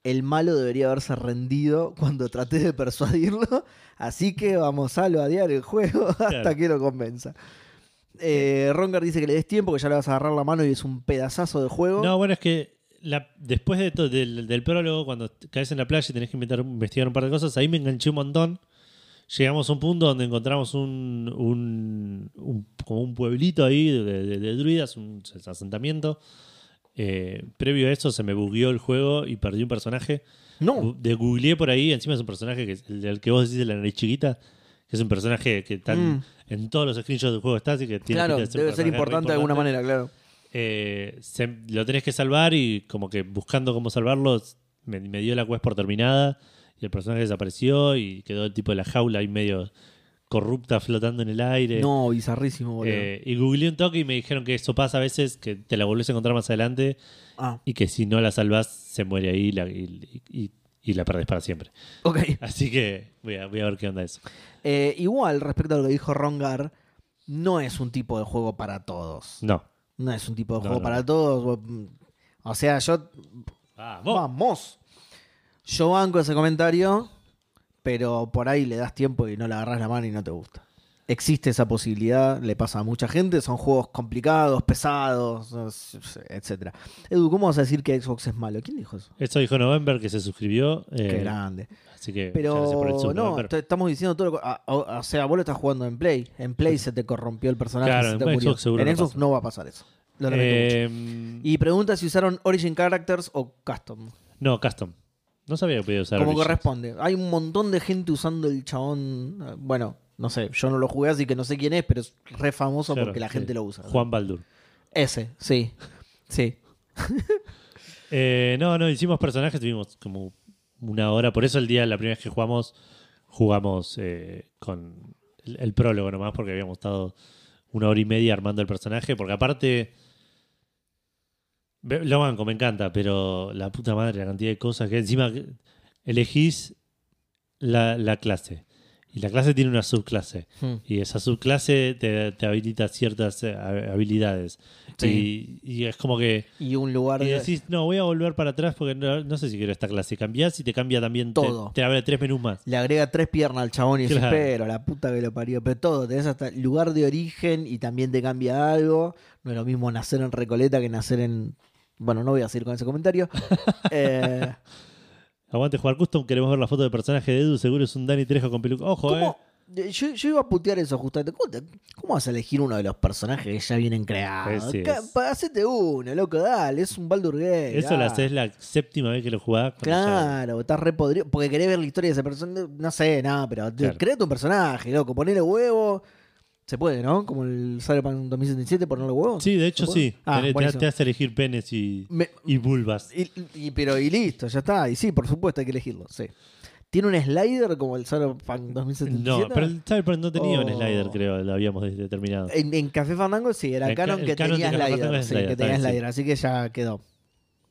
[SPEAKER 2] el malo debería haberse rendido cuando traté de persuadirlo. Así que vamos a lo adiar el juego hasta
[SPEAKER 1] Claro.
[SPEAKER 2] que lo convenza. Eh, Rongar dice que le des tiempo, que ya le vas a agarrar la mano y es un pedazazo de juego.
[SPEAKER 1] No, bueno, es que la- después de to- del, del prólogo, cuando t- caes en la playa y tenés que inventar- investigar un par de cosas, ahí me enganché un montón. Llegamos a un punto donde encontramos un, un- un- como un pueblito ahí de, de- de druidas, un asentamiento. Eh, previo a eso se me bugueó el juego y perdí un personaje.
[SPEAKER 2] No,
[SPEAKER 1] Gu- De googleé por ahí, encima es un personaje que es el, del que vos decís de la nariz chiquita, que es un personaje que tan,
[SPEAKER 2] Mm.
[SPEAKER 1] en todos los screenshots del juego está, así que tiene
[SPEAKER 2] claro,
[SPEAKER 1] pinta
[SPEAKER 2] debe
[SPEAKER 1] de un
[SPEAKER 2] ser,
[SPEAKER 1] personaje re
[SPEAKER 2] importante de alguna
[SPEAKER 1] importante.
[SPEAKER 2] manera, claro.
[SPEAKER 1] Eh, se- lo tenés que salvar y como que buscando cómo salvarlo, me, me dio la quest por terminada y el personaje desapareció y quedó el tipo de la jaula ahí medio corrupta flotando en el aire.
[SPEAKER 2] No, bizarrísimo, boludo.
[SPEAKER 1] Eh, y googleé un toque y me dijeron que eso pasa a veces, que te la volvés a encontrar más adelante
[SPEAKER 2] ah,
[SPEAKER 1] y que si no la salvás se muere ahí y la, y, y- y la perdés para siempre.
[SPEAKER 2] ok.
[SPEAKER 1] Así que voy a, voy a ver qué onda eso.
[SPEAKER 2] Eh, igual, respecto a lo que dijo Rongar, no es un tipo de juego para todos.
[SPEAKER 1] No.
[SPEAKER 2] No es un tipo de
[SPEAKER 1] No,
[SPEAKER 2] juego
[SPEAKER 1] no,
[SPEAKER 2] para
[SPEAKER 1] no.
[SPEAKER 2] todos. O sea, yo
[SPEAKER 1] Vamos.
[SPEAKER 2] Vamos. Yo banco ese comentario, pero por ahí le das tiempo y no le agarras la mano y no te gusta. Existe esa posibilidad, le pasa a mucha gente, son juegos complicados, pesados, etcétera. Edu, ¿cómo vas a decir que Xbox es malo? ¿Quién dijo eso?
[SPEAKER 1] Esto dijo November que se suscribió. eh,
[SPEAKER 2] Qué grande.
[SPEAKER 1] así que muchas gracias por el
[SPEAKER 2] Pero
[SPEAKER 1] sub,
[SPEAKER 2] no,
[SPEAKER 1] November.
[SPEAKER 2] te- estamos diciendo todo lo co- a- a- O sea, vos lo estás jugando en Play. En Play se te corrompió el personaje.
[SPEAKER 1] Claro,
[SPEAKER 2] se
[SPEAKER 1] en
[SPEAKER 2] te
[SPEAKER 1] Xbox
[SPEAKER 2] murió.
[SPEAKER 1] seguro
[SPEAKER 2] En
[SPEAKER 1] no
[SPEAKER 2] Xbox
[SPEAKER 1] pasa.
[SPEAKER 2] no va a pasar eso. Lo lamento mucho.
[SPEAKER 1] Em,
[SPEAKER 2] Y pregunta si usaron Origin Characters o Custom.
[SPEAKER 1] No, custom. No sabía que podía usar.
[SPEAKER 2] Como
[SPEAKER 1] Origins.
[SPEAKER 2] corresponde. Hay un montón de gente usando el chabón. eh, Bueno, no sé, yo no lo jugué así que no sé quién es, pero es re famoso
[SPEAKER 1] Claro,
[SPEAKER 2] porque la
[SPEAKER 1] sí.
[SPEAKER 2] gente lo usa.
[SPEAKER 1] Juan Baldur.
[SPEAKER 2] Ese, sí. Sí.
[SPEAKER 1] Eh, no, no, hicimos personajes, tuvimos como una hora. Por eso el día, la primera vez que jugamos, jugamos eh, con el, el prólogo nomás, porque habíamos estado una hora y media armando el personaje. Porque aparte, ve- lo banco, me encanta, pero la puta madre, la cantidad de cosas que encima que- elegís la, la clase. Y la clase tiene una subclase.
[SPEAKER 2] Hmm.
[SPEAKER 1] Y esa subclase te, te habilita ciertas eh, ha- habilidades.
[SPEAKER 2] Sí.
[SPEAKER 1] Y, y es como que.
[SPEAKER 2] Y un lugar
[SPEAKER 1] Y
[SPEAKER 2] de-
[SPEAKER 1] decís, no, voy a volver para atrás porque no, no sé si quiero esta clase. Cambiás y te cambia también. te-
[SPEAKER 2] Todo.
[SPEAKER 1] Te, abre tres menús más.
[SPEAKER 2] Le agrega tres piernas al chabón y dices,
[SPEAKER 1] Claro.
[SPEAKER 2] pero la puta que lo parió. Pero todo, tenés hasta lugar de origen y también te cambia algo. No es lo mismo nacer en Recoleta que nacer en. Bueno, no voy a seguir con ese comentario. Eh,
[SPEAKER 1] Aguante jugar custom, queremos ver la foto del personaje de Edu. Seguro es un Dani Trejo con peluca. Ojo, eh.
[SPEAKER 2] ¿Cómo? Yo, yo iba a putear eso justamente. ¿Cómo, te- cómo vas a elegir uno de los personajes que ya vienen creados?
[SPEAKER 1] Así es.
[SPEAKER 2] Ca- pa- Hacete uno, loco, dale. Es un Baldur Gate.
[SPEAKER 1] eh. Eso lo
[SPEAKER 2] dale.
[SPEAKER 1] haces la séptima vez que lo jugás. cuando ya-
[SPEAKER 2] Claro, estás re podrido. Porque querés ver la historia de esa persona. No sé, nada, pero te-
[SPEAKER 1] Claro.
[SPEAKER 2] créate un personaje, loco. Ponele huevo. Se puede, ¿no? Como el Cyberpunk 2077, ponerle huevo.
[SPEAKER 1] Sí, de hecho
[SPEAKER 2] ¿Se puede?
[SPEAKER 1] sí.
[SPEAKER 2] Ah,
[SPEAKER 1] Tenés- te,
[SPEAKER 2] buenísimo.
[SPEAKER 1] te hace elegir penes y,
[SPEAKER 2] Me-
[SPEAKER 1] y vulvas.
[SPEAKER 2] y, y- pero y listo, ya está. Y sí, por supuesto, hay que elegirlo. Sí. ¿Tiene un slider como el Cyberpunk 2077?
[SPEAKER 1] No, pero el Cyberpunk no tenía un
[SPEAKER 2] Oh.
[SPEAKER 1] slider, creo. Lo habíamos determinado.
[SPEAKER 2] En, en Café Fandango sí, era
[SPEAKER 1] En ca-
[SPEAKER 2] Canon
[SPEAKER 1] el
[SPEAKER 2] que
[SPEAKER 1] Canon
[SPEAKER 2] tenía
[SPEAKER 1] de Café
[SPEAKER 2] slider.
[SPEAKER 1] Fandango es
[SPEAKER 2] sí,
[SPEAKER 1] slider,
[SPEAKER 2] que
[SPEAKER 1] está
[SPEAKER 2] tenía
[SPEAKER 1] bien, sí.
[SPEAKER 2] slider, así que ya quedó.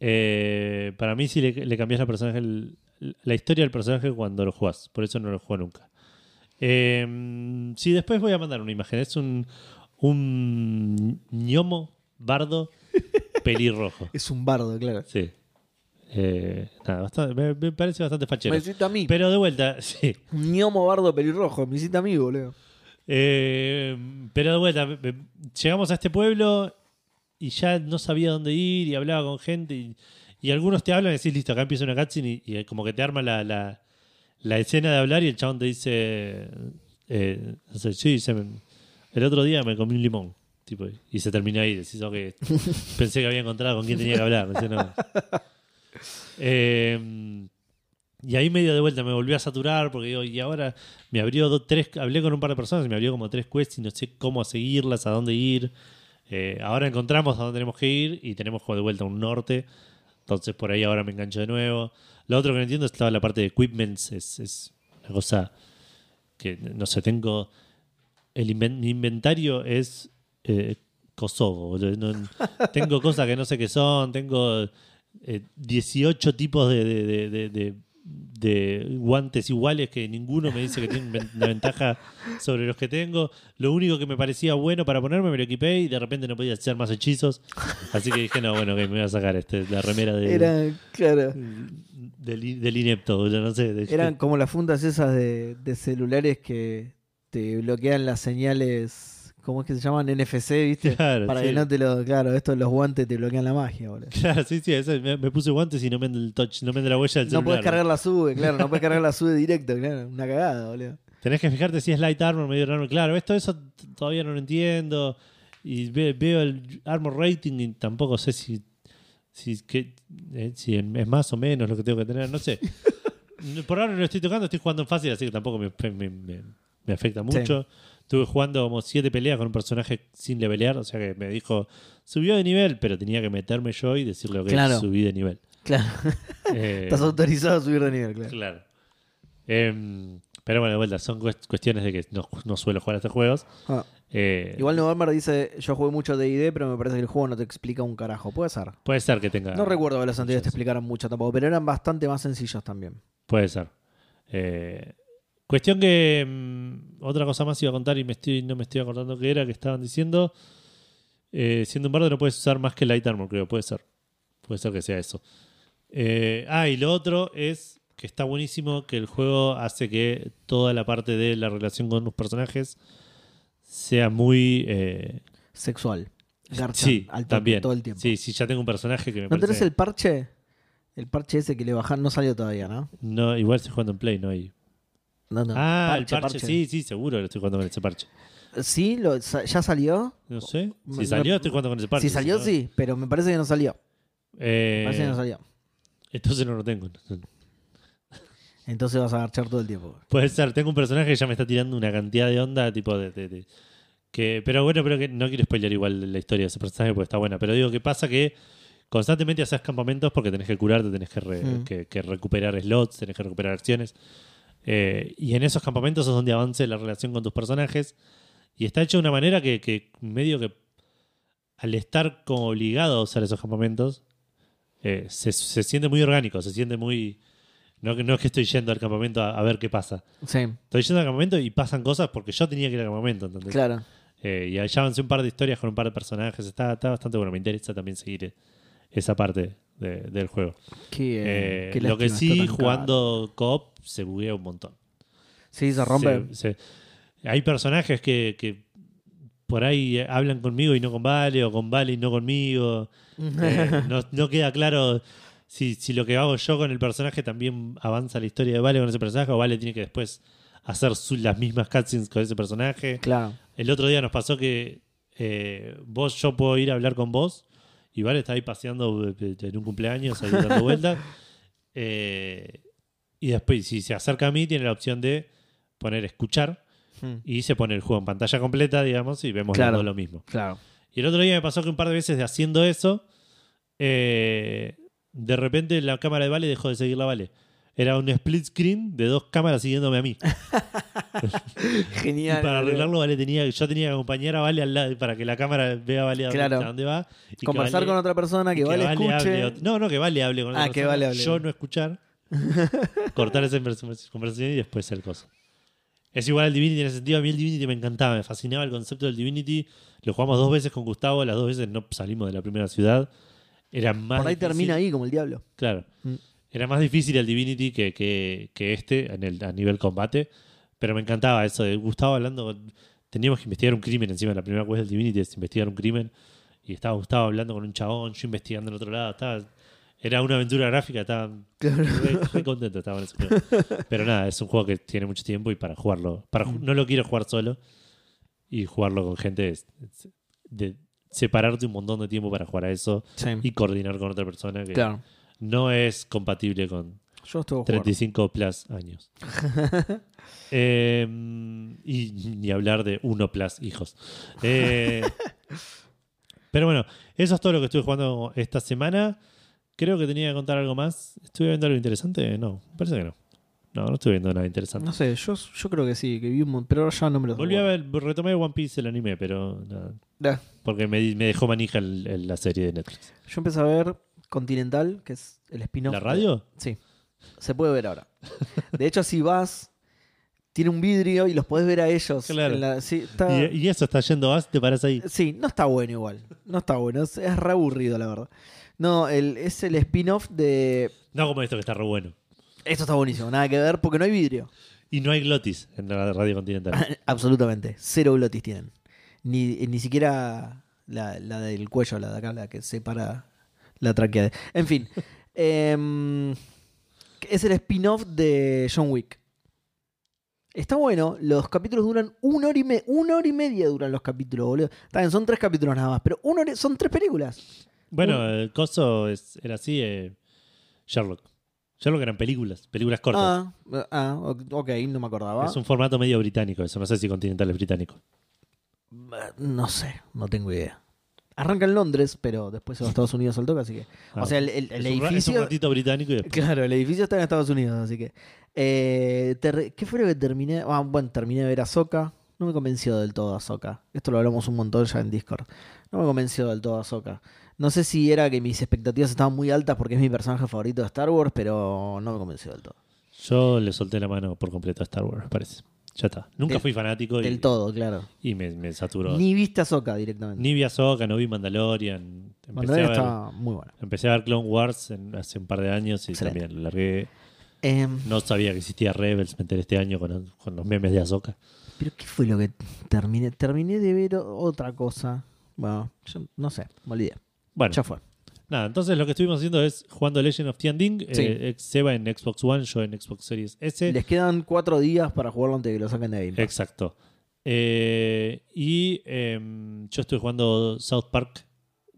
[SPEAKER 1] Eh, para mí, si le, le cambias la personaje, el- la historia del personaje cuando lo jugás. Por eso no lo juego nunca. Eh, sí, después voy a mandar una imagen. Es un, un ñomo bardo pelirrojo.
[SPEAKER 2] Es un bardo, claro.
[SPEAKER 1] Sí. Eh, nada, bastante- me, me parece bastante fachero.
[SPEAKER 2] Me hiciste a mí.
[SPEAKER 1] Pero de vuelta, sí.
[SPEAKER 2] Un ñomo bardo pelirrojo, me hiciste a mí, boludo.
[SPEAKER 1] Eh, pero de vuelta, me- me- llegamos a este pueblo y ya no sabía dónde ir y hablaba con gente y, y algunos te hablan y decís, listo, acá empieza una cutscene y, y como que te arma la, la- la escena de hablar y el chabón te dice, eh, no sé, sí, se me- el otro día me comí un limón. Tipo, y se termina ahí, decís, ok, pensé que había encontrado con quién tenía que hablar. decía, no. Eh, y ahí medio de vuelta me volví a saturar porque digo, y ahora me abrió dos, tres, hablé con un par de personas y me abrió como tres quests y no sé cómo seguirlas, a dónde ir. Eh, ahora encontramos a dónde tenemos que ir y tenemos como de vuelta un norte. Entonces por ahí ahora me engancho de nuevo. Lo otro que no entiendo es toda la parte de equipments. Es, es una cosa que, no sé, tengo... El inven- mi inventario es eh, Kosovo. boludo. No- tengo cosas que no sé qué son. Tengo eh, 18 tipos de, de- de- de- de- de guantes iguales que ninguno me dice que tiene ven- una ventaja sobre los que tengo. Lo único que me parecía bueno para ponerme me lo equipé y de repente no podía hacer más hechizos. Así que dije, no, bueno, que me voy a sacar este, la remera de,
[SPEAKER 2] Era, claro.
[SPEAKER 1] del, del inepto. boludo, No sé, de-
[SPEAKER 2] Eran como las fundas esas de, de celulares que te bloquean las señales, ¿cómo es que se llaman? NFC, ¿viste?
[SPEAKER 1] Claro,
[SPEAKER 2] Para
[SPEAKER 1] sí.
[SPEAKER 2] que no te lo. Claro, estos los guantes te bloquean la magia, boludo.
[SPEAKER 1] Claro, sí, sí, eso, me, me puse guantes y no me anda el touch, no me anda la huella del
[SPEAKER 2] No
[SPEAKER 1] celular.
[SPEAKER 2] puedes cargar la sube, claro, no puedes cargar la sube directo, claro. Una cagada, boludo.
[SPEAKER 1] Tenés que fijarte si es light armor, medio armor. Claro, esto eso t- todavía no lo entiendo. Y ve- veo el armor rating y tampoco sé si, si, que, eh, si es más o menos lo que tengo que tener. No sé. Por ahora no lo estoy tocando, estoy jugando en fácil, así que tampoco me, me- me- me afecta
[SPEAKER 2] Sí.
[SPEAKER 1] mucho. Estuve jugando como siete peleas con un personaje sin levelear, o sea que me dijo, subió de nivel, pero tenía que meterme yo y decirle que
[SPEAKER 2] Claro.
[SPEAKER 1] subí de nivel.
[SPEAKER 2] Claro.
[SPEAKER 1] Eh,
[SPEAKER 2] Estás autorizado a subir de nivel, claro.
[SPEAKER 1] Claro. Em, pero bueno, de vuelta, son cuest- cuestiones de que no, no suelo jugar a estos juegos.
[SPEAKER 2] Ah.
[SPEAKER 1] Eh,
[SPEAKER 2] Igual November dice, yo jugué mucho de ID, pero me parece que el juego no te explica un carajo. Puede ser.
[SPEAKER 1] Puede ser que tenga.
[SPEAKER 2] No recuerdo que los anteriores te
[SPEAKER 1] muchas-
[SPEAKER 2] explicaran mucho tampoco, pero eran bastante más sencillos también.
[SPEAKER 1] Puede ser. Eh, cuestión que. mm, otra cosa más iba a contar y me estoy, no me estoy acordando qué era que estaban diciendo. Eh, siendo un bardo, no puedes usar más que Light Armor, creo. Puede ser. Puede ser que sea eso. Eh, ah, y lo otro es que está buenísimo que el juego hace que toda la parte de la relación con los personajes sea muy. eh,
[SPEAKER 2] Sexual. Garcha,
[SPEAKER 1] sí,
[SPEAKER 2] al toque,
[SPEAKER 1] también.
[SPEAKER 2] todo el tiempo.
[SPEAKER 1] Sí, sí, ya tengo un personaje que me
[SPEAKER 2] ¿No tenés
[SPEAKER 1] parece.
[SPEAKER 2] el parche? El parche ese que le bajan no salió todavía, ¿no?
[SPEAKER 1] No, igual estoy jugando en Play, no hay.
[SPEAKER 2] No, no.
[SPEAKER 1] ah, el parche, sí, sí, seguro que lo estoy jugando con ese parche.
[SPEAKER 2] ¿Sí? ¿Lo- sa- ¿Ya salió?
[SPEAKER 1] No sé.
[SPEAKER 2] Oh, Me-
[SPEAKER 1] Si salió,
[SPEAKER 2] me-
[SPEAKER 1] estoy jugando con ese parche.
[SPEAKER 2] si salió,
[SPEAKER 1] no-
[SPEAKER 2] sí, pero me parece que no salió.
[SPEAKER 1] Eh,
[SPEAKER 2] Me parece que no salió.
[SPEAKER 1] entonces no lo tengo.
[SPEAKER 2] Entonces vas a garchar todo el tiempo.
[SPEAKER 1] Puede ser, tengo un personaje que ya me está tirando una cantidad de onda, tipo de. de- de- que, pero bueno, pero que no quiero spoiler igual la historia de ese personaje porque está buena. Pero digo que pasa que constantemente haces campamentos porque tenés que curarte, tenés que, re-
[SPEAKER 2] Mm.
[SPEAKER 1] que- que recuperar slots, tenés que recuperar acciones. Eh, y en esos campamentos es donde avance la relación con tus personajes. Y está hecho de una manera que, que medio que al estar como obligado a usar esos campamentos, eh, se, se siente muy orgánico, se siente muy... No, que- no es que estoy yendo al campamento a, a ver qué pasa.
[SPEAKER 2] Sí,
[SPEAKER 1] Estoy yendo al campamento y pasan cosas porque yo tenía que ir al campamento, ¿entendés?
[SPEAKER 2] claro.
[SPEAKER 1] Eh, y allá avancé un par de historias con un par de personajes. Está, está bastante bueno. Me interesa también seguir eh, esa parte de- del juego.
[SPEAKER 2] Qué,
[SPEAKER 1] Eh,
[SPEAKER 2] qué
[SPEAKER 1] lo que
[SPEAKER 2] lástima, está
[SPEAKER 1] sí,
[SPEAKER 2] tan caro.
[SPEAKER 1] jugando co-op se buguea un montón.
[SPEAKER 2] Sí, se rompe.
[SPEAKER 1] Se- se- hay personajes que, que por ahí hablan conmigo y no con Vale, o con Vale y no conmigo. Eh, no, no queda claro si, si lo que hago yo con el personaje también avanza la historia de Vale con ese personaje, o Vale tiene que después hacer su- las mismas cutscenes con ese personaje.
[SPEAKER 2] Claro.
[SPEAKER 1] El otro día nos pasó que eh, vos, yo puedo ir a hablar con vos y Vale está ahí paseando eh, en un cumpleaños, ahí dando vueltas. Eh, y después, si se acerca a mí, tiene la opción de poner escuchar
[SPEAKER 2] Mm,
[SPEAKER 1] y se pone el juego en pantalla completa, digamos, y vemos los
[SPEAKER 2] Claro.
[SPEAKER 1] dos lo mismo.
[SPEAKER 2] Claro.
[SPEAKER 1] Y el otro día me pasó que un par de veces de haciendo eso, eh, de repente la cámara de Vale dejó de seguir la Vale. Era un split screen de dos cámaras siguiéndome a mí. Y
[SPEAKER 2] Genial.
[SPEAKER 1] para
[SPEAKER 2] boludo.
[SPEAKER 1] arreglarlo, Vale tenía, yo tenía que acompañar a Vale al lado para que la cámara vea a Vale a
[SPEAKER 2] Claro.
[SPEAKER 1] dónde va. y que
[SPEAKER 2] Conversar
[SPEAKER 1] Vale-
[SPEAKER 2] con otra persona que,
[SPEAKER 1] y
[SPEAKER 2] vale, escuche.
[SPEAKER 1] hable ot- no, no, que Vale hable con otra
[SPEAKER 2] Ah, que
[SPEAKER 1] persona,
[SPEAKER 2] Vale hable.
[SPEAKER 1] Yo no escuchar. cortar esa convers- conversación y después el cosa. Es igual al Divinity en ese sentido. A mí el Divinity me encantaba, me fascinaba el concepto del Divinity. Lo jugamos dos veces con Gustavo, las dos veces no salimos de la primera ciudad. Era más.
[SPEAKER 2] Por ahí
[SPEAKER 1] difícil-
[SPEAKER 2] termina ahí como el diablo.
[SPEAKER 1] Claro.
[SPEAKER 2] Mm.
[SPEAKER 1] Era más difícil el Divinity que, que- que este en el, a nivel combate, pero me encantaba eso de Gustavo hablando. con- Teníamos que investigar un crimen encima. La primera quest del Divinity es investigar un crimen. Y estaba Gustavo hablando con un chabón, yo investigando en otro lado. Estaba, era una aventura gráfica, estaba re, re contento. Estaba en ese juego. Pero nada, es un juego que tiene mucho tiempo y para jugarlo. Para,
[SPEAKER 2] Mm.
[SPEAKER 1] ju- no lo quiero jugar solo. Y jugarlo con gente es- es- de separarte un montón de tiempo para jugar a eso
[SPEAKER 2] Sí.
[SPEAKER 1] y coordinar con otra persona que
[SPEAKER 2] Mm. claro.
[SPEAKER 1] no es compatible con
[SPEAKER 2] Yo estuve jugando.
[SPEAKER 1] 35 plus años. Eh, y ni hablar de 1 plus hijos. Eh, pero bueno, eso es todo lo que estuve jugando esta semana. Creo que tenía que contar algo más. ¿Estuve viendo algo interesante? No, me parece que no. No, no estuve viendo nada interesante.
[SPEAKER 2] No sé, yo, yo creo que sí, que vi un mon- pero ahora ya no me lo
[SPEAKER 1] Volví a ver, retomé One Piece el anime, pero nada,
[SPEAKER 2] Nah.
[SPEAKER 1] porque me, di- me dejó manija el- el- la serie de Netflix.
[SPEAKER 2] Yo empecé a ver Continental, que es el spin-off.
[SPEAKER 1] ¿La
[SPEAKER 2] de-
[SPEAKER 1] radio?
[SPEAKER 2] Sí. Se puede ver ahora. De hecho, si vas, tiene un vidrio y los podés ver a ellos.
[SPEAKER 1] Claro.
[SPEAKER 2] en la- sí, está-
[SPEAKER 1] Y, y eso está yendo a, te parás ahí.
[SPEAKER 2] sí, no está bueno igual. No está bueno. Es, es re aburrido, la verdad. No, el, es el spin-off de.
[SPEAKER 1] No como esto que está re bueno.
[SPEAKER 2] Esto está buenísimo, nada que ver porque no hay vidrio.
[SPEAKER 1] Y no hay glotis en la radio
[SPEAKER 2] Ah,
[SPEAKER 1] continental.
[SPEAKER 2] Absolutamente. Cero glotis tienen. Ni, eh, ni siquiera la, la del cuello, la de acá, la que separa la tráquea. de- En fin. em, es el spin-off de John Wick. Está bueno. Los capítulos duran una hora y, me- una hora y media. Duran los capítulos, boludo. También son tres capítulos nada más, pero una hora- son tres películas.
[SPEAKER 1] Bueno, el coso es- era así, eh, Sherlock. Yo lo que eran películas, películas cortas.
[SPEAKER 2] Ah, ah, ok, no me acordaba.
[SPEAKER 1] Es un formato medio británico, eso. No sé si Continental es británico.
[SPEAKER 2] Mm, No sé, no tengo idea. Arranca en Londres, pero después se va a Estados Unidos al toque, así que.
[SPEAKER 1] Ah,
[SPEAKER 2] o sea, el,
[SPEAKER 1] es
[SPEAKER 2] el- el
[SPEAKER 1] un ra- Es un
[SPEAKER 2] edificio.
[SPEAKER 1] ratito británico y después-
[SPEAKER 2] Claro, el edificio está en Estados Unidos, así que. Eh, ter- ¿Qué fue lo que terminé? Ah, bueno, terminé de ver Ahsoka. No me convenció del todo Ahsoka. Esto lo hablamos un montón ya en Discord. No me convenció del todo Ahsoka. No sé si era que mis expectativas estaban muy altas porque es mi personaje favorito de Star Wars, pero no me convenció del todo.
[SPEAKER 1] Yo le solté la mano por completo a Star Wars, me parece. Ya está. Nunca
[SPEAKER 2] Del-
[SPEAKER 1] fui fanático y,
[SPEAKER 2] Del todo, claro.
[SPEAKER 1] y me, me saturó. Ni,
[SPEAKER 2] Ni viste Ahsoka directamente.
[SPEAKER 1] vi Ahsoka, no vi Mandalorian. Empecé
[SPEAKER 2] Mandalorian
[SPEAKER 1] a ver,
[SPEAKER 2] estaba muy buena.
[SPEAKER 1] empecé a ver Clone Wars en- hace un par de años y
[SPEAKER 2] Excelente.
[SPEAKER 1] también lo largué.
[SPEAKER 2] Em,
[SPEAKER 1] No sabía que existía Rebels, me enteré este año con, con los memes de Ahsoka.
[SPEAKER 2] ¿Pero qué fue lo que terminé? Terminé de ver o- otra cosa. Bueno, yo no sé, me olvidé.
[SPEAKER 1] Bueno,
[SPEAKER 2] Ya fue.
[SPEAKER 1] nada, entonces lo que estuvimos haciendo es jugando Legend of Tianding.
[SPEAKER 2] Sí.
[SPEAKER 1] Eh, ex- Seba en Xbox One, yo en Xbox Series S.
[SPEAKER 2] Les quedan cuatro días para jugarlo antes de que lo saquen de Game Pass.
[SPEAKER 1] Exacto. Eh, y em, yo estoy jugando South Park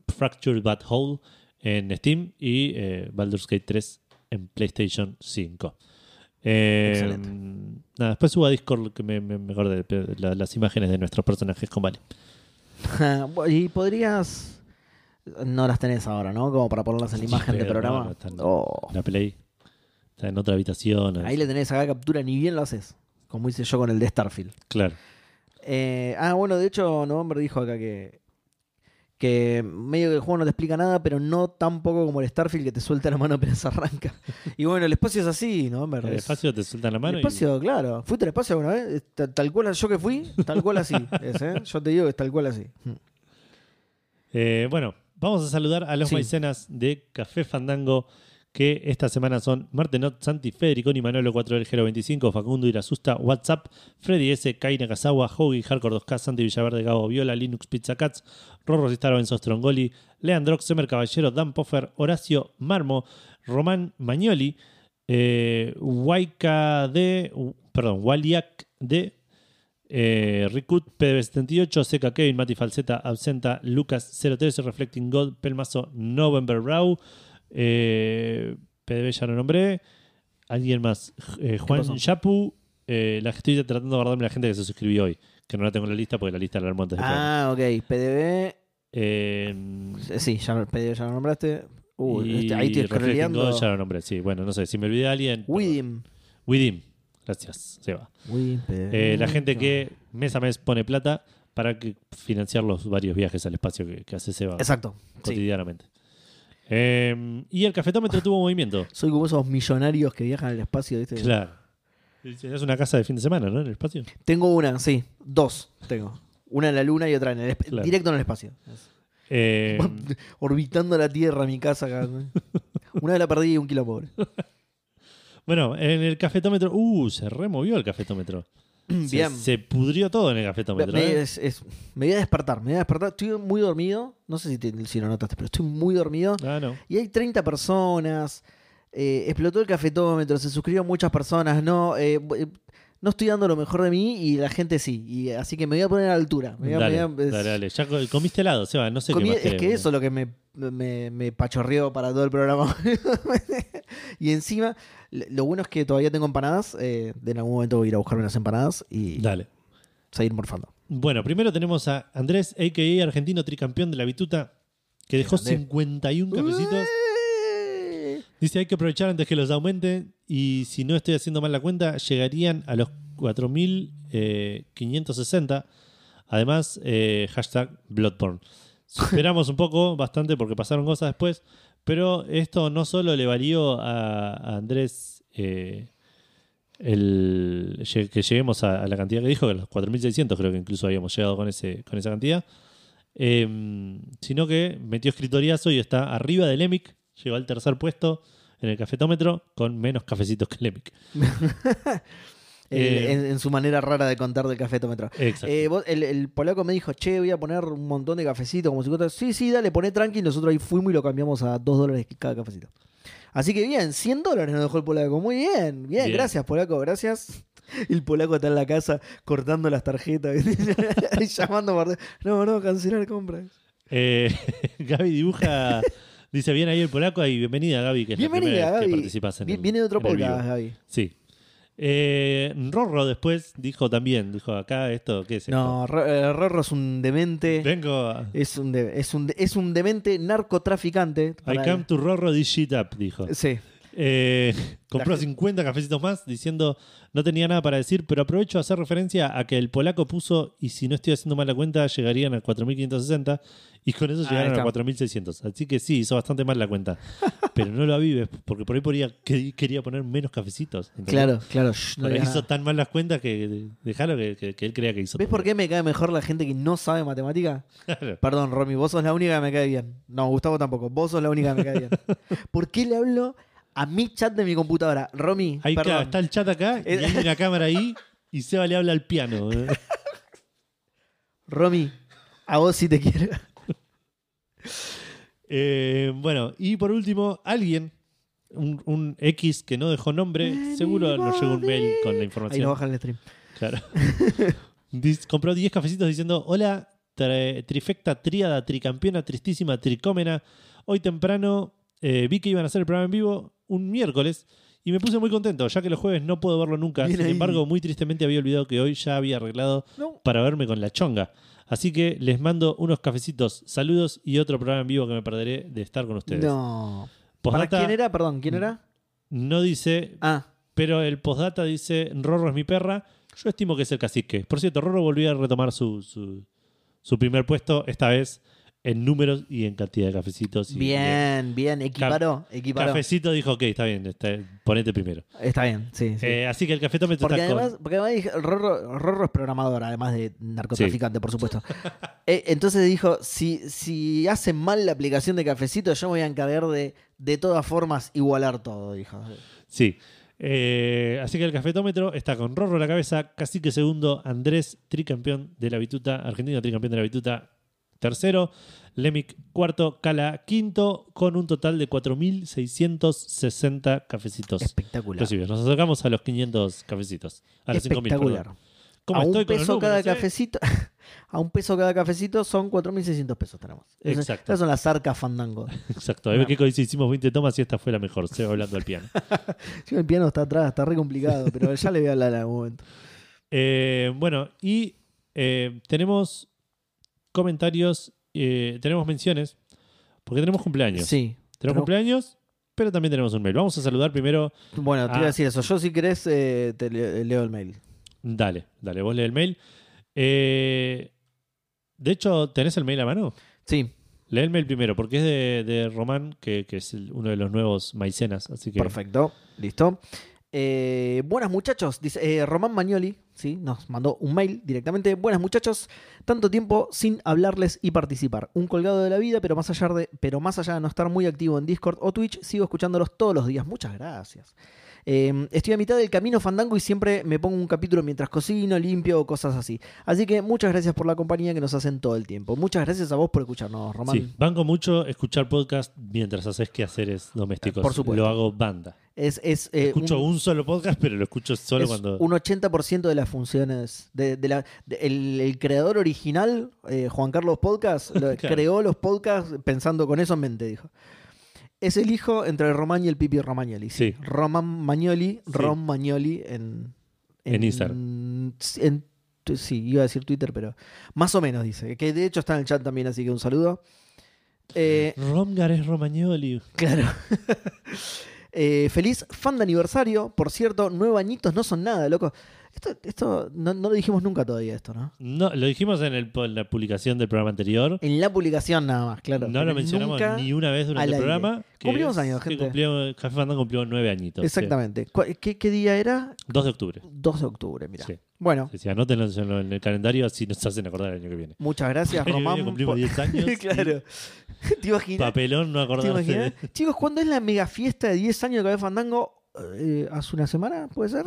[SPEAKER 1] Fractured But Whole en Steam y eh, Baldur's Gate 3 en PlayStation 5. Eh,
[SPEAKER 2] Excelente.
[SPEAKER 1] Nada, después subo a Discord que me, me, me acordé, pero la- las imágenes de nuestros personajes con Vale.
[SPEAKER 2] Bueno, y podrías. No las tenés ahora, ¿no? Como para ponerlas en la imagen de
[SPEAKER 1] Pero
[SPEAKER 2] programa.
[SPEAKER 1] no, están-
[SPEAKER 2] Oh.
[SPEAKER 1] La Play está en otra habitación.
[SPEAKER 2] Ahí le tenés a captura, ni bien lo haces. Como hice yo con el de Starfield.
[SPEAKER 1] Claro.
[SPEAKER 2] Eh, ah, bueno, de hecho, November dijo acá que. Que medio que el juego no te explica nada, pero no tan poco como el Starfield que te suelta la mano apenas arranca. Y bueno, el espacio es así, November.
[SPEAKER 1] El
[SPEAKER 2] es-
[SPEAKER 1] espacio te sueltan la
[SPEAKER 2] El
[SPEAKER 1] mano. y-
[SPEAKER 2] espacio, claro. ¿Fuiste al espacio alguna vez? Ta- Tal, cual, yo que fui, tal cual así. es, ¿eh? Yo te digo que es tal cual así.
[SPEAKER 1] Eh, bueno, vamos a saludar a los
[SPEAKER 2] Sí.
[SPEAKER 1] maicenas de Café Fandango, que esta semana son Martenot, Santi, Federico, y Manolo 4 del 25, Facundo Irasusta, WhatsApp, Freddy S, Kai Nakazawa, Hogi, Hardcore 2K, Santi Villaverde, Gabo Viola, Linux Pizza Cats, Rorro Cistaro, Benzo Strongoli, Leandrox, Semer Caballero, Dan Poffer, Horacio Marmo, Román Magnoli, eh, Waika de, u- perdón, Waliak de eh, Rikut, PDB78, Seca Kevin, Mati Falseta, Absenta, Lucas013, Reflecting God, Pelmazo, November Raw, eh, PDB ya lo nombré, alguien más, eh,
[SPEAKER 2] pasó?
[SPEAKER 1] Juan Yapu, eh, la estoy tratando de guardarme la gente que se suscribió hoy, que no la tengo en la lista porque la lista la armo antes del programa.
[SPEAKER 2] Ah, ok. PDB.
[SPEAKER 1] Eh,
[SPEAKER 2] eh, Sí, ya, lo- PDB ya lo nombraste. Uh,
[SPEAKER 1] y
[SPEAKER 2] este, ahí estoy
[SPEAKER 1] Reflecting
[SPEAKER 2] scrolleando.
[SPEAKER 1] God ya lo nombré, sí, bueno, no sé, si me olvidé de alguien. perdón.
[SPEAKER 2] Widim.
[SPEAKER 1] Widim. Gracias, Seba.
[SPEAKER 2] Widim, PDB.
[SPEAKER 1] Eh, la gente que mes a mes pone plata para que- financiar los varios viajes al espacio que, que hace Seba
[SPEAKER 2] Exacto. sí.
[SPEAKER 1] cotidianamente. Eh, y el cafetómetro tuvo movimiento.
[SPEAKER 2] Soy como esos millonarios que viajan al espacio, ¿viste?
[SPEAKER 1] Claro. Es una casa de fin de semana, ¿no? En el espacio.
[SPEAKER 2] Tengo una, sí. Dos tengo. Una en la luna y otra en el esp-
[SPEAKER 1] Claro.
[SPEAKER 2] directo en el espacio.
[SPEAKER 1] Eh,
[SPEAKER 2] Orbitando la Tierra, mi casa acá. ¿no? Una vez la perdí y un kilo pobre.
[SPEAKER 1] bueno, en el cafetómetro. Uh, se removió el cafetómetro. Se-
[SPEAKER 2] Bien.
[SPEAKER 1] Se, pudrió todo en el cafetómetro.
[SPEAKER 2] Me,
[SPEAKER 1] ¿eh?
[SPEAKER 2] es- es- me voy a despertar, me voy a despertar. Estoy muy dormido. No sé si, te- si lo notaste, pero estoy muy dormido.
[SPEAKER 1] Ah, no.
[SPEAKER 2] Y hay 30 personas. eh, explotó el cafetómetro, se suscribieron muchas personas. No, eh, bu- eh, no estoy dando lo mejor de mí y la gente sí. Y, así que me voy a poner a la altura. Me voy a-
[SPEAKER 1] Dale,
[SPEAKER 2] me voy a- es-
[SPEAKER 1] dale, dale. Ya co- comiste helado, Seba. No sé
[SPEAKER 2] comí-
[SPEAKER 1] qué más
[SPEAKER 2] es
[SPEAKER 1] querés.
[SPEAKER 2] que eso es lo que me, me, me pachorreó para todo el programa. y encima, lo lo bueno es que todavía tengo empanadas. eh, de en algún momento voy a ir a buscarme las empanadas y
[SPEAKER 1] Dale.
[SPEAKER 2] seguir morfando.
[SPEAKER 1] Bueno, primero tenemos a Andrés, a.k.a. argentino tricampeón de la bituta, que dejó
[SPEAKER 2] Grande.
[SPEAKER 1] 51 cafecitos.
[SPEAKER 2] Eh,
[SPEAKER 1] Dice, hay que aprovechar antes que los aumenten y si no estoy haciendo mal la cuenta, llegarían a los 4.560. Además, eh, hashtag Bloodborne. Superamos un poco, bastante, porque pasaron cosas después, pero esto no solo le valió a, a Andrés eh, el, lle- que lleguemos a, a la cantidad que dijo, que los 4.600 creo que incluso habíamos llegado con, ese, con esa cantidad, eh, sino que metió escritoriazo y está arriba del EMIC, llegó al tercer puesto en el cafetómetro con menos cafecitos que el EMIC.
[SPEAKER 2] Eh,
[SPEAKER 1] Eh,
[SPEAKER 2] en, en su manera rara de contar del cafetómetro.
[SPEAKER 1] Exacto.
[SPEAKER 2] Eh, vos- el, el polaco me dijo, che, voy a poner un montón de cafecitos, como 50. Sí, sí, dale, poné tranqui. Y nosotros ahí fuimos y lo cambiamos a 2 dólares cada cafecito. Así que bien, 100 dólares nos dejó el polaco. Muy bien, bien,
[SPEAKER 1] Bien.
[SPEAKER 2] gracias, polaco, gracias. El polaco está en la casa cortando las tarjetas, llamando. por- No, no, cancelar compras.
[SPEAKER 1] Eh, Gaby dibuja Dice, bien ahí el polaco y bienvenida Gaby, que es
[SPEAKER 2] Bienvenida,
[SPEAKER 1] la primera vez que
[SPEAKER 2] Gaby.
[SPEAKER 1] participas en
[SPEAKER 2] Vi-
[SPEAKER 1] el-
[SPEAKER 2] Viene de otro
[SPEAKER 1] en el vivo.
[SPEAKER 2] podcast, Gaby.
[SPEAKER 1] Sí. Eh, Rorro después dijo también, dijo acá esto, ¿qué es esto?
[SPEAKER 2] No, Eh, Ro- eh, Rorro es un demente.
[SPEAKER 1] Vengo a-
[SPEAKER 2] Es un, de- es, un de- es un demente narcotraficante.
[SPEAKER 1] I
[SPEAKER 2] para-
[SPEAKER 1] come to Rorro this shit up, dijo.
[SPEAKER 2] Sí.
[SPEAKER 1] Eh, compró
[SPEAKER 2] gente-
[SPEAKER 1] 50 cafecitos más diciendo no tenía nada para decir, pero aprovecho a hacer referencia a que el polaco puso y si no estoy haciendo mal la cuenta llegarían a 4.560 y con eso
[SPEAKER 2] Ah, Ahí
[SPEAKER 1] llegaron a
[SPEAKER 2] está.
[SPEAKER 1] 4.600. Así que sí, hizo bastante mal la cuenta. pero no lo avives porque por ahí podría- que- quería poner menos cafecitos. ¿entendés?
[SPEAKER 2] Claro, claro. shh, no
[SPEAKER 1] Pero
[SPEAKER 2] digas
[SPEAKER 1] hizo
[SPEAKER 2] nada.
[SPEAKER 1] tan mal las cuentas que dejalo que, que- que él crea que hizo.
[SPEAKER 2] ¿Ves
[SPEAKER 1] todo
[SPEAKER 2] por qué me cae mejor la gente que no sabe matemática?
[SPEAKER 1] bien. Claro.
[SPEAKER 2] Perdón, Romy, vos sos la única que me cae bien. No, Gustavo tampoco. Vos sos la única que me cae bien. ¿Por qué le hablo a mi chat de mi computadora? Romy,
[SPEAKER 1] Ahí
[SPEAKER 2] perdón. Eh.
[SPEAKER 1] claro, está el chat acá y
[SPEAKER 2] Es-
[SPEAKER 1] hay una cámara ahí y Seba le habla al piano. ¿eh?
[SPEAKER 2] Romy, a vos sí te quiero.
[SPEAKER 1] Eh, bueno, y por último, alguien, un, un X que no dejó nombre, seguro nos llegó un mail con la
[SPEAKER 2] Ahí nos
[SPEAKER 1] información.
[SPEAKER 2] bajan el stream.
[SPEAKER 1] Claro. Dis- compró 10 cafecitos diciendo, hola, tre- trifecta, tríada, tricampeona, tristísima, tricómena. Hoy temprano eh, vi que iban a hacer el programa en vivo un miércoles y me puse muy contento, ya que los jueves no puedo verlo nunca.
[SPEAKER 2] Bien
[SPEAKER 1] Sin
[SPEAKER 2] ahí.
[SPEAKER 1] embargo, muy tristemente había olvidado que hoy ya había arreglado
[SPEAKER 2] No.
[SPEAKER 1] para verme con la chonga. Así que les mando unos cafecitos, saludos y otro programa en vivo que me perderé de estar con ustedes.
[SPEAKER 2] No. ¿Para
[SPEAKER 1] Postdata
[SPEAKER 2] quién era? Perdón,
[SPEAKER 1] Mm.
[SPEAKER 2] ¿quién era?
[SPEAKER 1] no dice,
[SPEAKER 2] Ah,
[SPEAKER 1] pero el postdata dice, Rorro es mi perra. Yo estimo que es el cacique. Por cierto, Rorro volvió a retomar su, su, su primer puesto, esta vez en números y en cantidad de cafecitos. y-
[SPEAKER 2] bien, bien. Equiparó, equiparó.
[SPEAKER 1] Cafecito dijo, ok, está bien, está- ponete primero.
[SPEAKER 2] Está bien, sí. sí.
[SPEAKER 1] Eh, así que el cafetómetro
[SPEAKER 2] Porque
[SPEAKER 1] está con-
[SPEAKER 2] además, porque además dije- Rorro, Rorro es programador, además de narcotraficante, por supuesto. Eh, entonces dijo, si, si hacen mal la aplicación de cafecito, yo me voy a encargar de, de todas formas, igualar todo, dijo.
[SPEAKER 1] Sí. Eh, así que el cafetómetro está con Rorro a la cabeza, Cacique segundo, Andrés, tricampeón de la bituta, argentino tricampeón de la bituta, tercero, Lemic cuarto, Cala quinto, con un total de 4.660 cafecitos.
[SPEAKER 2] Espectacular.
[SPEAKER 1] Recibidos. Nos acercamos a los 500 cafecitos. A los 5.000,
[SPEAKER 2] Espectacular.
[SPEAKER 1] perdón. ¿Cómo
[SPEAKER 2] a un
[SPEAKER 1] estoy con los
[SPEAKER 2] peso cada
[SPEAKER 1] números, eh?
[SPEAKER 2] cafecito. A un peso cada cafecito son 4.600 pesos tenemos. Esas-
[SPEAKER 1] Exacto.
[SPEAKER 2] Esas son las arcas fandango.
[SPEAKER 1] Exacto. Ahí ve Kiko dice, hicimos 20 tomas y esta fue la mejor. Se va hablando al piano.
[SPEAKER 2] Sí, el piano está atrás, está re complicado, pero ya le voy a hablar en algún momento.
[SPEAKER 1] Eh, bueno, y eh, tenemos comentarios, eh, tenemos menciones, porque tenemos cumpleaños.
[SPEAKER 2] Sí.
[SPEAKER 1] tenemos
[SPEAKER 2] pero-
[SPEAKER 1] cumpleaños, pero también tenemos un mail. Vamos a saludar primero.
[SPEAKER 2] Bueno, te
[SPEAKER 1] Ah.
[SPEAKER 2] iba a decir eso. Yo si querés eh, te le- leo el mail.
[SPEAKER 1] Dale, dale, vos lee el mail. Eh, de hecho, ¿tenés el mail a mano?
[SPEAKER 2] Sí,
[SPEAKER 1] Lee el mail primero, porque es de, de Román, que, que es el- uno de los nuevos maicenas. Así que
[SPEAKER 2] Perfecto, listo. Eh, buenas muchachos, dice eh, Román Magnoli, ¿sí? nos mandó un mail directamente. Buenas muchachos, tanto tiempo sin hablarles y participar. Un colgado de la vida, pero más allá de, pero más allá de no estar muy activo en Discord o Twitch, sigo escuchándolos todos los días. Muchas gracias. Eh, estoy a mitad del camino fandango y siempre me pongo un capítulo mientras cocino, limpio o cosas así. Así que muchas gracias por la compañía que nos hacen todo el tiempo. Muchas gracias a vos por escucharnos, Román.
[SPEAKER 1] sí, banco mucho escuchar podcast mientras haces quehaceres domésticos.
[SPEAKER 2] Eh, Por supuesto.
[SPEAKER 1] Lo hago banda.
[SPEAKER 2] Es, es, eh,
[SPEAKER 1] Escucho
[SPEAKER 2] un-
[SPEAKER 1] un, solo podcast, pero lo escucho solo
[SPEAKER 2] Es
[SPEAKER 1] cuando.
[SPEAKER 2] Un 80% de las funciones. De, de la, de- el, el creador original, eh, Juan Carlos Podcast, lo-
[SPEAKER 1] Claro.
[SPEAKER 2] creó los podcasts pensando con eso en mente, dijo. Es el hijo entre Román y el Pipi Romagnoli. Sí.
[SPEAKER 1] Sí.
[SPEAKER 2] Román Magnoli,
[SPEAKER 1] Sí.
[SPEAKER 2] Rom Magnoli en,
[SPEAKER 1] En
[SPEAKER 2] Instagram. sí, iba a decir Twitter, pero más o menos dice. Que de hecho está en el chat también, así que un saludo. Eh,
[SPEAKER 1] Romgar es Romagnoli.
[SPEAKER 2] Claro. Eh, feliz fan de aniversario. Por cierto, nueve añitos no son nada, loco. Esto, esto no, no lo dijimos nunca todavía, esto, ¿no?
[SPEAKER 1] No, lo dijimos en, el- en la publicación del programa anterior.
[SPEAKER 2] En la publicación nada más, claro.
[SPEAKER 1] no lo
[SPEAKER 2] Pero
[SPEAKER 1] mencionamos
[SPEAKER 2] nunca-
[SPEAKER 1] ni una vez
[SPEAKER 2] al
[SPEAKER 1] durante el
[SPEAKER 2] aire.
[SPEAKER 1] programa. que
[SPEAKER 2] Cumplimos
[SPEAKER 1] es-
[SPEAKER 2] años,
[SPEAKER 1] que
[SPEAKER 2] gente.
[SPEAKER 1] cumplió- Café Fandango cumplió nueve añitos.
[SPEAKER 2] Exactamente. ¿Cuál- ¿Qué, qué día era?
[SPEAKER 1] Sí. 2 de octubre.
[SPEAKER 2] 2 de octubre, mira.
[SPEAKER 1] Sí.
[SPEAKER 2] Bueno,
[SPEAKER 1] Sí, sí, anótenlo en el- en el calendario así nos hacen acordar el año que viene.
[SPEAKER 2] muchas gracias,
[SPEAKER 1] El año que viene
[SPEAKER 2] Román.
[SPEAKER 1] cumplimos
[SPEAKER 2] por-
[SPEAKER 1] 10 años. y
[SPEAKER 2] claro. ¿Te imaginas?
[SPEAKER 1] Papelón no
[SPEAKER 2] ¿Te
[SPEAKER 1] acordarse.
[SPEAKER 2] imaginas?
[SPEAKER 1] de-
[SPEAKER 2] Chicos, ¿cuándo es la mega fiesta de 10 años de Café Fandango? Eh, ¿Hace una semana? ¿Puede ser?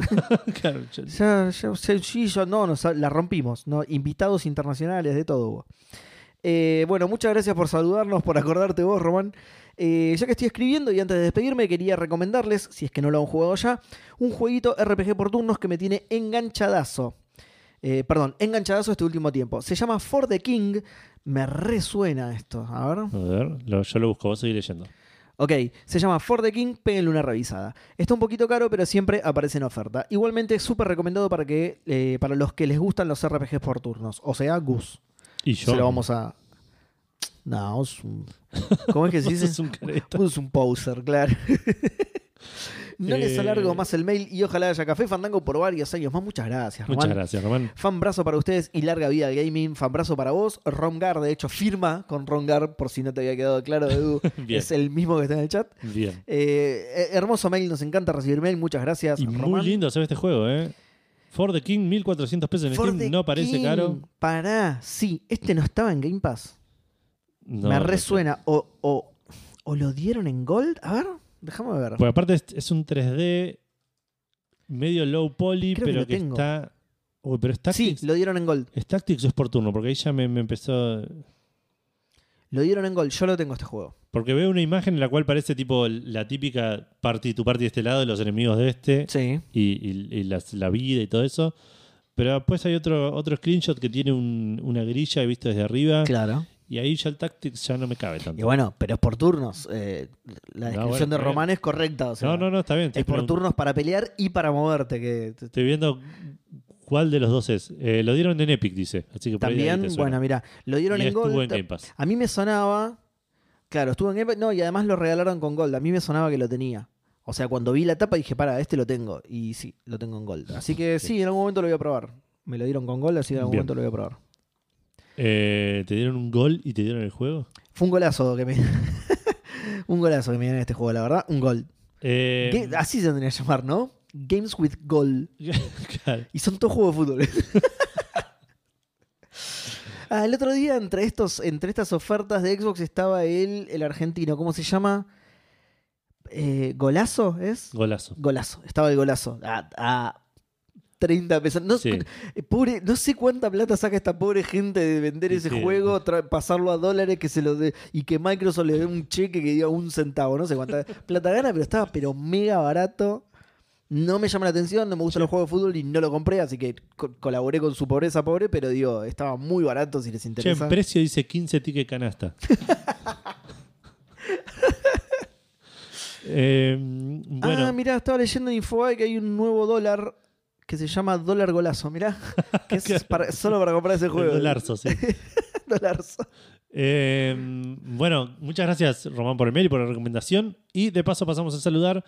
[SPEAKER 1] Claro, yo-
[SPEAKER 2] Ya, ya, ya, sí, ya, no, nos- la rompimos, ¿no? Invitados internacionales, de todo hubo. Eh, bueno, muchas gracias por saludarnos, por acordarte vos, Román. Eh, ya que estoy escribiendo y antes de despedirme, quería recomendarles, si es que no lo han jugado ya, un jueguito RPG por turnos que me tiene enganchadazo. Eh, perdón, enganchadazo este último tiempo. Se llama For the King. Me resuena esto. A ver.
[SPEAKER 1] A ver, lo- yo lo busco, vos seguís leyendo.
[SPEAKER 2] Ok, se llama For the King, péguenle una revisada. Está un poquito caro, pero siempre aparece en oferta. Igualmente, súper recomendado para, que, eh, para los que les gustan los RPGs por turnos. O sea, Gus.
[SPEAKER 1] Y yo.
[SPEAKER 2] Se lo vamos a. No, es un- ¿Cómo es que se
[SPEAKER 1] Vos
[SPEAKER 2] dice?
[SPEAKER 1] sos un careta.
[SPEAKER 2] Gus es un poser, claro. no les
[SPEAKER 1] Eh.
[SPEAKER 2] alargo más el mail y ojalá haya café fandango por varios años más. Muchas gracias,
[SPEAKER 1] Muchas
[SPEAKER 2] Román.
[SPEAKER 1] gracias, Román.
[SPEAKER 2] Fanbrazo para ustedes y larga vida al gaming. Fanbrazo para vos. Rongar, de hecho, firma con Rongar, por si no te había quedado claro, Edu.
[SPEAKER 1] Bien.
[SPEAKER 2] es el mismo que está en el chat.
[SPEAKER 1] Bien.
[SPEAKER 2] Eh, eh, hermoso mail, nos encanta recibir mail. Muchas gracias,
[SPEAKER 1] Y muy
[SPEAKER 2] Román.
[SPEAKER 1] lindo se ve este juego, ¿eh? For the King, 1400 pesos en
[SPEAKER 2] For the
[SPEAKER 1] Steam, no parece
[SPEAKER 2] King.
[SPEAKER 1] caro.
[SPEAKER 2] Pará, sí, este no estaba en Game Pass.
[SPEAKER 1] No,
[SPEAKER 2] Me
[SPEAKER 1] no sé.
[SPEAKER 2] resuena. O, o, o lo dieron en Gold. A ver, déjame ver.
[SPEAKER 1] Porque aparte es, es un 3D medio low poly,
[SPEAKER 2] Creo que
[SPEAKER 1] pero
[SPEAKER 2] lo
[SPEAKER 1] que,
[SPEAKER 2] tengo.
[SPEAKER 1] está. Uy, pero es
[SPEAKER 2] sí,
[SPEAKER 1] Tactics.
[SPEAKER 2] lo dieron en Gold.
[SPEAKER 1] Es Tactics o es por turno, porque ahí ya me, me empezó.
[SPEAKER 2] Lo dieron en Gold. Yo lo tengo este juego.
[SPEAKER 1] Porque veo una imagen en la cual parece tipo la típica party tu party de este lado, los enemigos de este,
[SPEAKER 2] Sí.
[SPEAKER 1] y, y- y las- la vida y todo eso. Pero después hay otro, otro screenshot que tiene un- una grilla visto desde arriba.
[SPEAKER 2] Claro.
[SPEAKER 1] Y ahí ya el Tactics ya no me cabe
[SPEAKER 2] Y
[SPEAKER 1] tanto.
[SPEAKER 2] bueno, pero es por turnos. Eh, la
[SPEAKER 1] No,
[SPEAKER 2] descripción
[SPEAKER 1] bueno,
[SPEAKER 2] de Román es correcta. o sea,
[SPEAKER 1] no, no, no, está bien. estoy
[SPEAKER 2] Es por
[SPEAKER 1] pregun-
[SPEAKER 2] turnos para pelear y para moverte. Que t-
[SPEAKER 1] Estoy viendo cuál de los dos es. Eh, lo dieron en Epic, dice. Así que por ahí ahí
[SPEAKER 2] también,
[SPEAKER 1] te suena.
[SPEAKER 2] bueno, mira, lo dieron
[SPEAKER 1] Y
[SPEAKER 2] en
[SPEAKER 1] estuvo
[SPEAKER 2] Gold.
[SPEAKER 1] en Game Pass.
[SPEAKER 2] A mí me sonaba. Claro, estuvo en Game Pass. No, y además lo regalaron con Gold. A mí me sonaba que lo tenía. O sea, cuando vi la tapa dije, para, este lo tengo. Y sí, lo tengo en Gold. Así que sí, en algún momento lo voy a probar. Me lo dieron con Gold, así que en algún
[SPEAKER 1] Bien.
[SPEAKER 2] momento lo voy a probar.
[SPEAKER 1] Eh, ¿Te dieron un gol y te dieron el juego?
[SPEAKER 2] Fue un golazo que me. un golazo que me dieron en este juego, la verdad. Un Gold.
[SPEAKER 1] Eh,
[SPEAKER 2] Ga- Así se tendría que llamar, ¿no? Games with Gold.
[SPEAKER 1] claro.
[SPEAKER 2] Y son todos juegos de fútbol. Ah, el otro día, entre, estos, entre estas ofertas de Xbox, estaba el, el argentino, ¿cómo se llama? Eh, ¿Golazo es?
[SPEAKER 1] Golazo.
[SPEAKER 2] Golazo, estaba el golazo. A, a 30 pesos. No,
[SPEAKER 1] Sí.
[SPEAKER 2] eh, pobre, no sé cuánta plata saca esta pobre gente de vender
[SPEAKER 1] Y
[SPEAKER 2] ese
[SPEAKER 1] que-
[SPEAKER 2] juego, tra- pasarlo a dólares que se lo dé- y que Microsoft le dé un cheque que diga un centavo. No sé cuánta plata gana, pero estaba pero mega barato. No me llama la atención, no me gustan los juegos de fútbol y no lo compré, así que co- colaboré con su pobreza pobre, pero digo, estaba muy barato si les
[SPEAKER 1] Che, en
[SPEAKER 2] interesa.
[SPEAKER 1] precio dice 15 tickets canasta. Eh, bueno,
[SPEAKER 2] Ah, mirá, estaba leyendo en Infobae que hay un nuevo dólar que se llama dólar golazo, mirá, que es para- solo para comprar ese
[SPEAKER 1] el
[SPEAKER 2] juego.
[SPEAKER 1] dolarzo, sí.
[SPEAKER 2] Dolarzo.
[SPEAKER 1] Eh, bueno, muchas gracias Román por el mail y por la recomendación. Y de paso pasamos a saludar.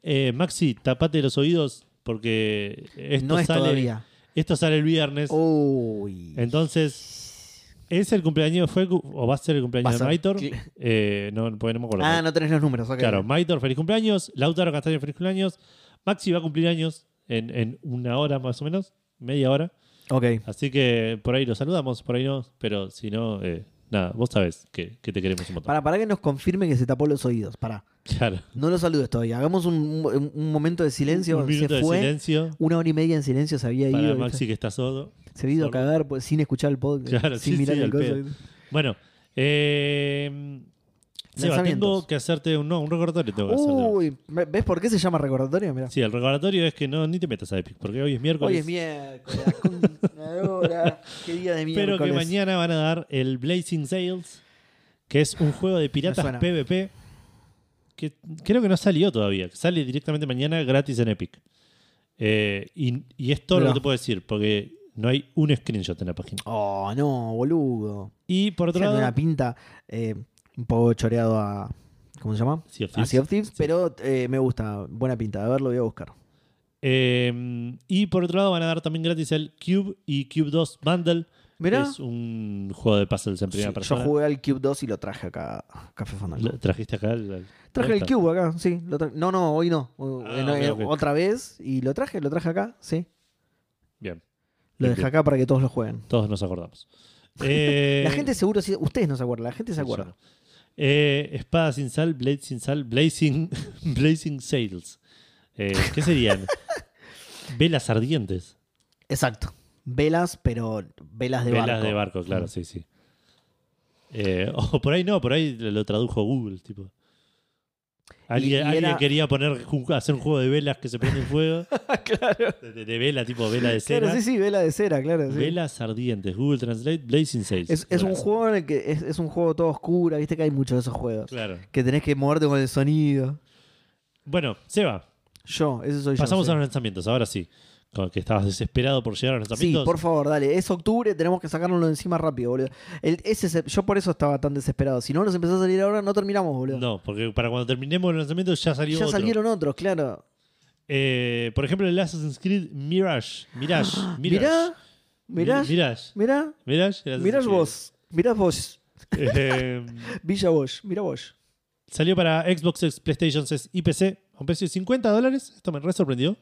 [SPEAKER 1] Eh, Maxi, tapate los oídos porque esto,
[SPEAKER 2] no es
[SPEAKER 1] sale,
[SPEAKER 2] todavía.
[SPEAKER 1] esto sale el viernes.
[SPEAKER 2] Uy.
[SPEAKER 1] Entonces, es el cumpleaños, fue cu- o va a ser el
[SPEAKER 2] Va a
[SPEAKER 1] cumpleaños de
[SPEAKER 2] ser.
[SPEAKER 1] Maitor.
[SPEAKER 2] Cl-
[SPEAKER 1] Eh, no, porque no me acuerdo.
[SPEAKER 2] Ah, no tenés los números, ok.
[SPEAKER 1] Claro, Maitor, feliz cumpleaños. Lautaro Castaño, feliz cumpleaños. Maxi va a cumplir años en, en una hora más o menos, media hora.
[SPEAKER 2] Ok.
[SPEAKER 1] Así que por ahí lo saludamos, por ahí no. Pero si no, eh, nada, vos sabés que, que te queremos un montón.
[SPEAKER 2] Para, para que nos confirmen que se tapó los oídos. Para.
[SPEAKER 1] Claro.
[SPEAKER 2] No lo saludes todavía. Hagamos un, un- un momento de silencio.
[SPEAKER 1] Un minuto
[SPEAKER 2] se
[SPEAKER 1] de
[SPEAKER 2] fue.
[SPEAKER 1] silencio
[SPEAKER 2] Una hora y media en silencio se había
[SPEAKER 1] para
[SPEAKER 2] ido.
[SPEAKER 1] Maxi que está sordo.
[SPEAKER 2] ¿viste? Se había ido a
[SPEAKER 1] sordo.
[SPEAKER 2] cagar pues, sin escuchar el podcast.
[SPEAKER 1] Claro,
[SPEAKER 2] sin
[SPEAKER 1] sí,
[SPEAKER 2] mirar
[SPEAKER 1] sí,
[SPEAKER 2] el
[SPEAKER 1] al
[SPEAKER 2] coso.
[SPEAKER 1] pedo. Bueno, eh, Seba,
[SPEAKER 2] Lanzamientos.
[SPEAKER 1] tengo que hacerte un, no, un recordatorio. Tengo que hacerte.
[SPEAKER 2] Uy, ¿me- ¿ves por qué se llama recordatorio? Mirá.
[SPEAKER 1] Sí, el recordatorio es que no ni te metas a Epic, porque hoy es miércoles.
[SPEAKER 2] Hoy es miércoles. la concha de hora. Qué día de miércoles.
[SPEAKER 1] Pero que mañana van a dar el Blazing Sales, que es un juego de
[SPEAKER 2] Me
[SPEAKER 1] piratas
[SPEAKER 2] suena.
[SPEAKER 1] PvP, que creo que no salió todavía, que sale directamente mañana gratis en Epic. Eh, y, y es todo
[SPEAKER 2] Mirá.
[SPEAKER 1] lo que te puedo decir, porque no hay un screenshot en la página.
[SPEAKER 2] Oh, no, boludo.
[SPEAKER 1] Y por otro
[SPEAKER 2] Tiene
[SPEAKER 1] lado,
[SPEAKER 2] una pinta eh, un poco choreado a. ¿Cómo se llama?
[SPEAKER 1] Sea of
[SPEAKER 2] A
[SPEAKER 1] Thieves.
[SPEAKER 2] Ah, Sea of Thieves, pero eh, me gusta. Buena pinta. A ver, lo voy a buscar.
[SPEAKER 1] Eh, y por otro lado van a dar también gratis el Cube y Cube 2 Bundle,
[SPEAKER 2] Mirá.
[SPEAKER 1] que es un juego de puzzles en primera
[SPEAKER 2] Sí, yo
[SPEAKER 1] persona.
[SPEAKER 2] jugué al Cube 2 y lo traje acá a Café Fandango.
[SPEAKER 1] Lo- ¿Trajiste acá? el- el-
[SPEAKER 2] Traje el
[SPEAKER 1] ¿Dónde está?
[SPEAKER 2] Cube acá, sí. lo tra- no, no, hoy no. O-
[SPEAKER 1] Ah,
[SPEAKER 2] eh, no,
[SPEAKER 1] ok,
[SPEAKER 2] eh,
[SPEAKER 1] ok.
[SPEAKER 2] Otra vez y lo traje, lo traje acá, sí.
[SPEAKER 1] Bien,
[SPEAKER 2] Lo
[SPEAKER 1] Bien,
[SPEAKER 2] dejé
[SPEAKER 1] bien.
[SPEAKER 2] acá para que todos lo jueguen.
[SPEAKER 1] todos nos acordamos. Eh,
[SPEAKER 2] la gente seguro, sí- ustedes no se acuerdan, la gente se acuerda.
[SPEAKER 1] Eh, espada sin sal, blade sin sal, blazing, blazing sails. Eh, ¿Qué serían? Velas ardientes.
[SPEAKER 2] Exacto. Velas, pero velas de
[SPEAKER 1] Velas
[SPEAKER 2] barco. Mm.
[SPEAKER 1] de barco, claro, sí, sí. oh, Eh, o por ahí no, por ahí lo tradujo Google, tipo. Alguien,
[SPEAKER 2] y
[SPEAKER 1] alguien
[SPEAKER 2] era-
[SPEAKER 1] quería poner, ju- hacer un juego de velas que se prende en fuego.
[SPEAKER 2] claro.
[SPEAKER 1] De, de- de vela, tipo vela de cera.
[SPEAKER 2] Claro, sí, sí, vela de cera, claro. sí.
[SPEAKER 1] Velas ardientes. Google Translate, Blazing 6.
[SPEAKER 2] Es, es un juego en el que es, es un juego todo oscuro, viste que hay muchos de esos juegos.
[SPEAKER 1] Claro.
[SPEAKER 2] Que tenés que moverte con el sonido.
[SPEAKER 1] Bueno, Seba,
[SPEAKER 2] Yo, ese soy
[SPEAKER 1] pasamos
[SPEAKER 2] yo.
[SPEAKER 1] a
[SPEAKER 2] sí.
[SPEAKER 1] los lanzamientos. Ahora sí. Con que estabas desesperado por llegar a los
[SPEAKER 2] Sí,
[SPEAKER 1] lanzamientos.
[SPEAKER 2] por favor, dale. Es octubre, tenemos que sacárnoslo de encima rápido, boludo. El- ese se- yo por eso estaba tan desesperado. Si no nos empezó a salir ahora, no terminamos, boludo.
[SPEAKER 1] No, porque para cuando terminemos los lanzamientos ya salió
[SPEAKER 2] ya
[SPEAKER 1] otro.
[SPEAKER 2] salieron otros, claro.
[SPEAKER 1] Eh, por ejemplo, el Assassin's Creed Mirage. Mirage. Mirage.
[SPEAKER 2] Mirá,
[SPEAKER 1] Mi-
[SPEAKER 2] mirá,
[SPEAKER 1] Mirage.
[SPEAKER 2] mirá,
[SPEAKER 1] Mirage. el Assassin's
[SPEAKER 2] mirá
[SPEAKER 1] Creed.
[SPEAKER 2] vos, mirá vos,
[SPEAKER 1] Eh,
[SPEAKER 2] Villa vos, mirá vos.
[SPEAKER 1] salió para Xbox, X, PlayStation 6 y PC a un precio de 50 dólares. Esto me re sorprendió.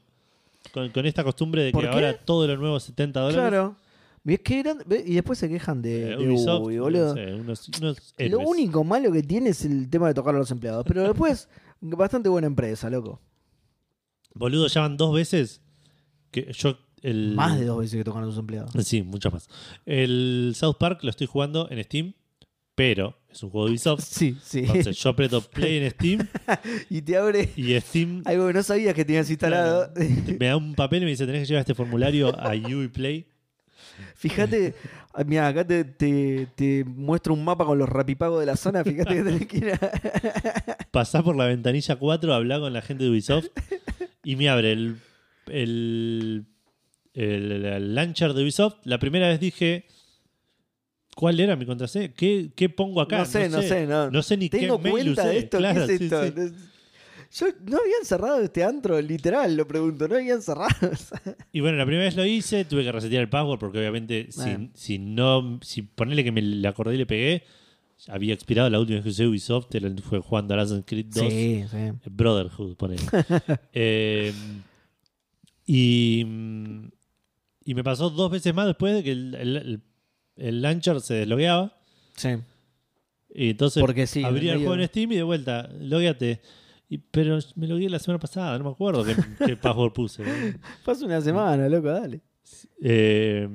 [SPEAKER 1] Con, con esta costumbre de que
[SPEAKER 2] ¿Por qué?
[SPEAKER 1] ahora todo lo nuevo es 70 dólares.
[SPEAKER 2] Claro. ¿Ves qué eran? ¿Ves? Y después se quejan de,
[SPEAKER 1] Eh,
[SPEAKER 2] de
[SPEAKER 1] Ubisoft,
[SPEAKER 2] Ubi,
[SPEAKER 1] no
[SPEAKER 2] boludo.
[SPEAKER 1] sé, unos- unos
[SPEAKER 2] Lo
[SPEAKER 1] héroes.
[SPEAKER 2] único malo que tiene es el tema de tocar a los empleados. Pero después, bastante buena empresa, loco.
[SPEAKER 1] Boludo, ya van dos veces que yo el
[SPEAKER 2] Más de dos veces que tocan a los empleados.
[SPEAKER 1] Sí, muchas más. El South Park lo estoy jugando en Steam, pero es un juego de Ubisoft.
[SPEAKER 2] Sí, sí.
[SPEAKER 1] Entonces yo aprieto play en Steam
[SPEAKER 2] y te abre
[SPEAKER 1] y Steam
[SPEAKER 2] algo que no sabías que tenías instalado.
[SPEAKER 1] me da un papel y me dice tenés que llevar este formulario a Ubiplay.
[SPEAKER 2] Fíjate, mira, acá te, te, te muestro un mapa con los rapipagos de la zona. Fíjate que tenés que ir a-
[SPEAKER 1] Pasá por la ventanilla 4, hablá con la gente de Ubisoft y me abre el, el, el- el launcher de Ubisoft. La primera vez dije, ¿cuál era mi contraseña? ¿Qué, qué pongo acá?
[SPEAKER 2] No sé, no sé, no.
[SPEAKER 1] sé ni
[SPEAKER 2] Tengo
[SPEAKER 1] qué mail
[SPEAKER 2] cuenta
[SPEAKER 1] usé.
[SPEAKER 2] de esto.
[SPEAKER 1] Claro,
[SPEAKER 2] ¿Qué es
[SPEAKER 1] sí,
[SPEAKER 2] esto?
[SPEAKER 1] sí.
[SPEAKER 2] Yo no habían cerrado este antro, literal, lo pregunto. No habían cerrado.
[SPEAKER 1] Y bueno, la primera vez lo hice, tuve que resetear el password porque obviamente si,
[SPEAKER 2] Bueno.
[SPEAKER 1] si no, si ponerle que me le acordé y le pegué, había expirado la última vez que usé Ubisoft, era el- fue jugando Assassin's Creed 2.
[SPEAKER 2] sí.
[SPEAKER 1] Brotherhood, ponele. Eh, y, mm, y me pasó dos veces más después de que el, el- el- el launcher se deslogueaba.
[SPEAKER 2] Sí.
[SPEAKER 1] Y entonces
[SPEAKER 2] Porque sí, en
[SPEAKER 1] abría el
[SPEAKER 2] medio-
[SPEAKER 1] juego en Steam y de vuelta, logueate. Y- pero me logueé la semana pasada, no me acuerdo qué, qué password puse.
[SPEAKER 2] Pasa una semana, loco, dale.
[SPEAKER 1] Eh,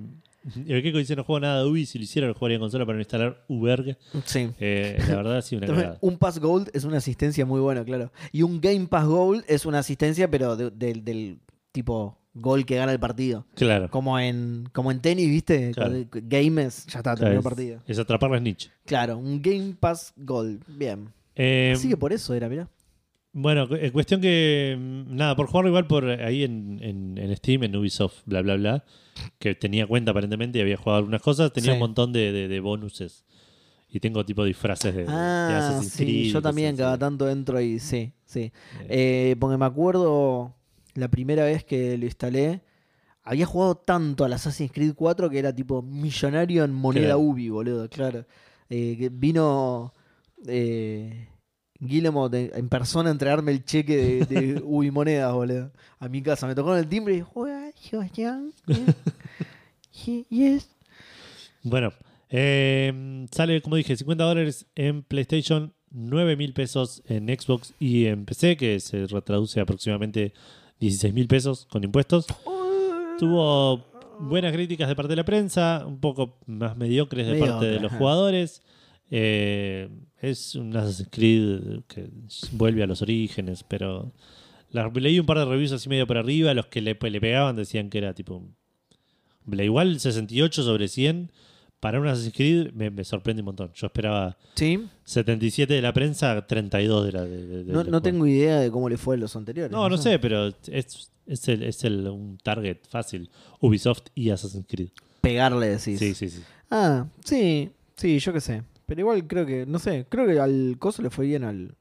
[SPEAKER 1] el Keiko dice: No juego nada de Ubi. Si lo hiciera, lo jugaría en consola para no instalar Uberg.
[SPEAKER 2] Sí.
[SPEAKER 1] Eh, la verdad, sí, una
[SPEAKER 2] También,
[SPEAKER 1] cagada.
[SPEAKER 2] Un Pass Gold es una asistencia muy buena, claro. Y un Game Pass Gold es una asistencia, pero de- del- del tipo gol que gana el partido.
[SPEAKER 1] Claro.
[SPEAKER 2] Como en, como en tenis, ¿viste?
[SPEAKER 1] Claro.
[SPEAKER 2] Con- Games, ya está, terminó el partido.
[SPEAKER 1] Es, es atrapar las niches.
[SPEAKER 2] Claro, un Game Pass Gold. Bien.
[SPEAKER 1] Eh,
[SPEAKER 2] Así que por eso era, mirá.
[SPEAKER 1] Bueno, cu- eh, cuestión que. mm, Nada, por jugarlo igual por eh, ahí en, en- en Steam, en Ubisoft, bla, bla, bla. Que tenía cuenta aparentemente y había jugado algunas cosas. Tenía
[SPEAKER 2] Sí.
[SPEAKER 1] un montón de, de, de bonuses. Y tengo tipo disfraces de. de
[SPEAKER 2] Ah,
[SPEAKER 1] Assassin's Creed y
[SPEAKER 2] sí, yo
[SPEAKER 1] cosas
[SPEAKER 2] también
[SPEAKER 1] así.
[SPEAKER 2] cada tanto entro ahí, sí, sí. Eh, porque me acuerdo la primera vez que lo instalé, había jugado tanto al Assassin's Creed 4 que era tipo millonario en moneda
[SPEAKER 1] Claro.
[SPEAKER 2] UBI, boludo, claro. Eh, que vino eh, Guillermo de- en persona a entregarme el cheque de, de UBI monedas, boludo, a mi casa. Me tocó en el timbre y dije, "Hola, Sebastián, eh, ye- yes".
[SPEAKER 1] Bueno, eh, sale, como dije, 50 dólares en PlayStation, 9 mil pesos en Xbox y en PC, que se traduce aproximadamente 16 mil pesos con impuestos.
[SPEAKER 2] "Oh".
[SPEAKER 1] Tuvo buenas críticas de parte de la prensa, un poco más mediocres de
[SPEAKER 2] Mediocre,
[SPEAKER 1] parte de los
[SPEAKER 2] ajá.
[SPEAKER 1] jugadores. Eh, es un Assassin's Creed que vuelve a los orígenes, pero la- leí un par de reviews así medio por arriba. Los que le, le pegaban decían que era tipo. un- la Igual 68 sobre 100 para un Assassin's Creed me, me sorprende un montón. Yo esperaba
[SPEAKER 2] Sí,
[SPEAKER 1] 77 de la prensa, 32 de la. de- de-
[SPEAKER 2] no,
[SPEAKER 1] del
[SPEAKER 2] no
[SPEAKER 1] juego.
[SPEAKER 2] tengo idea de cómo le fue a los anteriores.
[SPEAKER 1] No, no sé, pero es, es, el, es el, un target fácil. Ubisoft y Assassin's Creed.
[SPEAKER 2] Pegarle, decís.
[SPEAKER 1] Sí, sí, sí.
[SPEAKER 2] Ah, sí, sí, yo qué sé. Pero igual creo que, no sé, creo que al coso le fue bien al...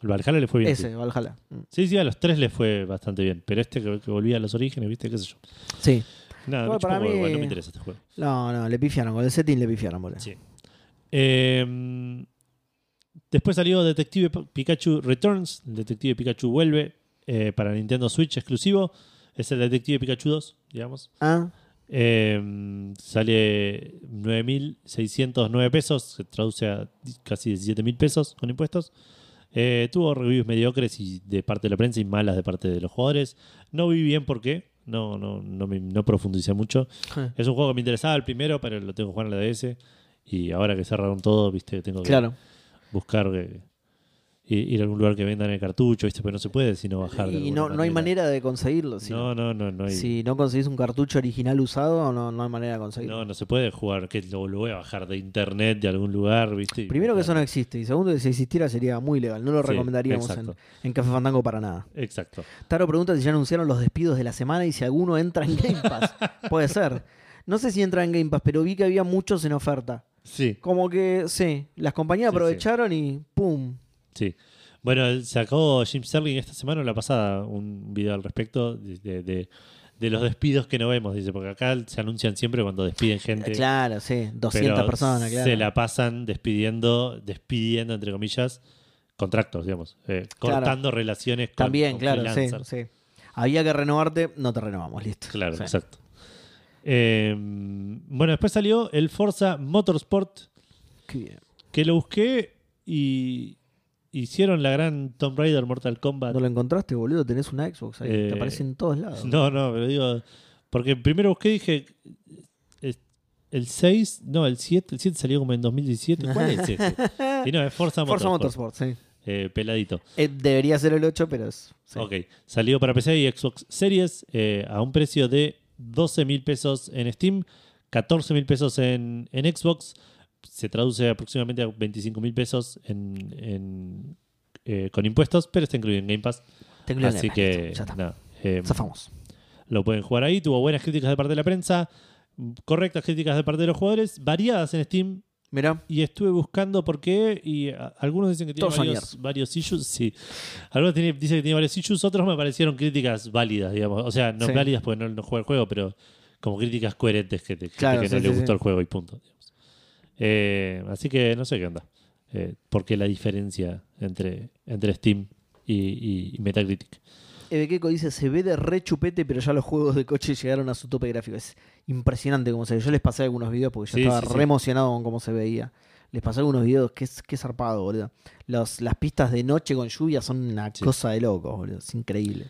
[SPEAKER 1] Al Valhalla le fue bien.
[SPEAKER 2] ese,
[SPEAKER 1] sí.
[SPEAKER 2] Valhalla. Mm.
[SPEAKER 1] Sí, sí, a los tres le fue bastante bien. Pero este que, que volvía a los orígenes, ¿viste? ¿Qué sé yo?
[SPEAKER 2] Sí.
[SPEAKER 1] Nada,
[SPEAKER 2] Igual
[SPEAKER 1] me chupa
[SPEAKER 2] para
[SPEAKER 1] un huevo,
[SPEAKER 2] mí-
[SPEAKER 1] igual no me interesa este juego.
[SPEAKER 2] No, no, le pifiaron, con el setting le pifiaron, boludo.
[SPEAKER 1] Sí. Eh, después salió Detective Pikachu Returns. Detective Pikachu vuelve eh, para Nintendo Switch exclusivo. Es el Detective Pikachu 2, digamos.
[SPEAKER 2] Ah,
[SPEAKER 1] Eh, sale 9.609 pesos, se traduce a casi 17.000 pesos con impuestos. Eh, tuvo reviews mediocres y de parte de la prensa y malas de parte de los jugadores. No vi bien por qué, no, no, no, me- no profundicé mucho. Es un juego que me interesaba el primero, pero lo tengo que jugar en la DS. Y ahora que cerraron todo, viste, tengo que
[SPEAKER 2] claro.
[SPEAKER 1] buscar eh, i- ir a algún lugar que vendan el cartucho, ¿viste? Pero no se puede sino bajar. de
[SPEAKER 2] Y
[SPEAKER 1] alguna
[SPEAKER 2] no, no hay manera de conseguirlo. Si
[SPEAKER 1] No, no, no, no hay.
[SPEAKER 2] si no conseguís un cartucho original usado, no, no hay manera de conseguirlo.
[SPEAKER 1] No, no se puede jugar, que lo, lo voy a bajar de internet de algún lugar, ¿viste? Y-
[SPEAKER 2] Primero que eso no existe. Y segundo, que si existiera sería muy legal. No lo
[SPEAKER 1] Sí,
[SPEAKER 2] recomendaríamos en,
[SPEAKER 1] exacto.
[SPEAKER 2] en Café Fandango para nada.
[SPEAKER 1] Exacto.
[SPEAKER 2] Taro pregunta si ya anunciaron los despidos de la semana y si alguno entra en Game Pass. Puede ser. No sé si entra en Game Pass, pero vi que había muchos en oferta.
[SPEAKER 1] Sí,
[SPEAKER 2] Como que, sí, las compañías
[SPEAKER 1] Sí, sí.
[SPEAKER 2] aprovecharon y ¡pum!
[SPEAKER 1] sí. Bueno, sacó Jim Sterling esta semana o la pasada un video al respecto de, de- de- de los despidos que no vemos, dice, porque acá se anuncian siempre cuando despiden gente.
[SPEAKER 2] Claro, sí, 200
[SPEAKER 1] pero
[SPEAKER 2] personas, claro.
[SPEAKER 1] Se la pasan despidiendo, despidiendo, entre comillas, contratos, digamos. eh,
[SPEAKER 2] Claro.
[SPEAKER 1] Cortando relaciones con
[SPEAKER 2] También,
[SPEAKER 1] con
[SPEAKER 2] claro, sí,
[SPEAKER 1] freelancers.
[SPEAKER 2] sí. Había que renovarte, no te renovamos, listo.
[SPEAKER 1] Claro,
[SPEAKER 2] Sí.
[SPEAKER 1] exacto. Eh, bueno, después salió el Forza Motorsport,
[SPEAKER 2] Qué bien.
[SPEAKER 1] que lo busqué y hicieron la gran Tomb Raider Mortal Kombat.
[SPEAKER 2] No lo encontraste, boludo, tenés una Xbox ahí,
[SPEAKER 1] Eh,
[SPEAKER 2] te aparece en todos lados.
[SPEAKER 1] No, no, pero digo. Porque primero busqué y dije. es- El 6, no, el 7, el 7 salió como en 2017. ¿Cuál es ese? Y no, es Forza,
[SPEAKER 2] Forza
[SPEAKER 1] Motorsport.
[SPEAKER 2] Motorsport, sí.
[SPEAKER 1] eh, peladito.
[SPEAKER 2] Eh, debería ser el 8, pero es. sí.
[SPEAKER 1] Ok. Salió para PC y Xbox Series eh, a un precio de 12 mil pesos en Steam, 14 mil pesos en, en Xbox. Se traduce aproximadamente a 25 mil pesos en, en, eh, con impuestos, pero está incluido en Game Pass.
[SPEAKER 2] Tengo la
[SPEAKER 1] Así
[SPEAKER 2] Game Pass,
[SPEAKER 1] que,
[SPEAKER 2] Ya está.
[SPEAKER 1] nada, eh,
[SPEAKER 2] Zafamos.
[SPEAKER 1] lo pueden jugar ahí. Tuvo buenas críticas de parte de la prensa, correctas críticas de parte de los jugadores, variadas en Steam.
[SPEAKER 2] Mirá,
[SPEAKER 1] Y estuve buscando por qué. Y a- algunos dicen que tiene
[SPEAKER 2] Todos
[SPEAKER 1] varios,
[SPEAKER 2] soñers.
[SPEAKER 1] varios issues. Sí. Algunos tiene- dicen que tiene varios issues. Otros me parecieron críticas válidas, digamos. O sea, no
[SPEAKER 2] Sí.
[SPEAKER 1] válidas porque no, no juega el juego, pero como críticas coherentes que, te, gente
[SPEAKER 2] Claro,
[SPEAKER 1] que no
[SPEAKER 2] sí,
[SPEAKER 1] le
[SPEAKER 2] sí,
[SPEAKER 1] gustó
[SPEAKER 2] sí.
[SPEAKER 1] el juego y punto. digamos. Eh, así que no sé qué onda. Eh, ¿Por qué la diferencia entre, entre Steam y, y- y Metacritic?
[SPEAKER 2] Ebequeco dice: se ve de re chupete, pero ya los juegos de coche llegaron a su tope gráfico. Es impresionante cómo se ve. Yo les pasé algunos videos porque yo
[SPEAKER 1] Sí,
[SPEAKER 2] estaba
[SPEAKER 1] sí,
[SPEAKER 2] re
[SPEAKER 1] sí.
[SPEAKER 2] emocionado con cómo se veía. Les pasé algunos videos, qué, qué zarpado, boludo. Los- las pistas de noche con lluvia son una
[SPEAKER 1] Sí.
[SPEAKER 2] cosa de locos, boludo. Es increíble.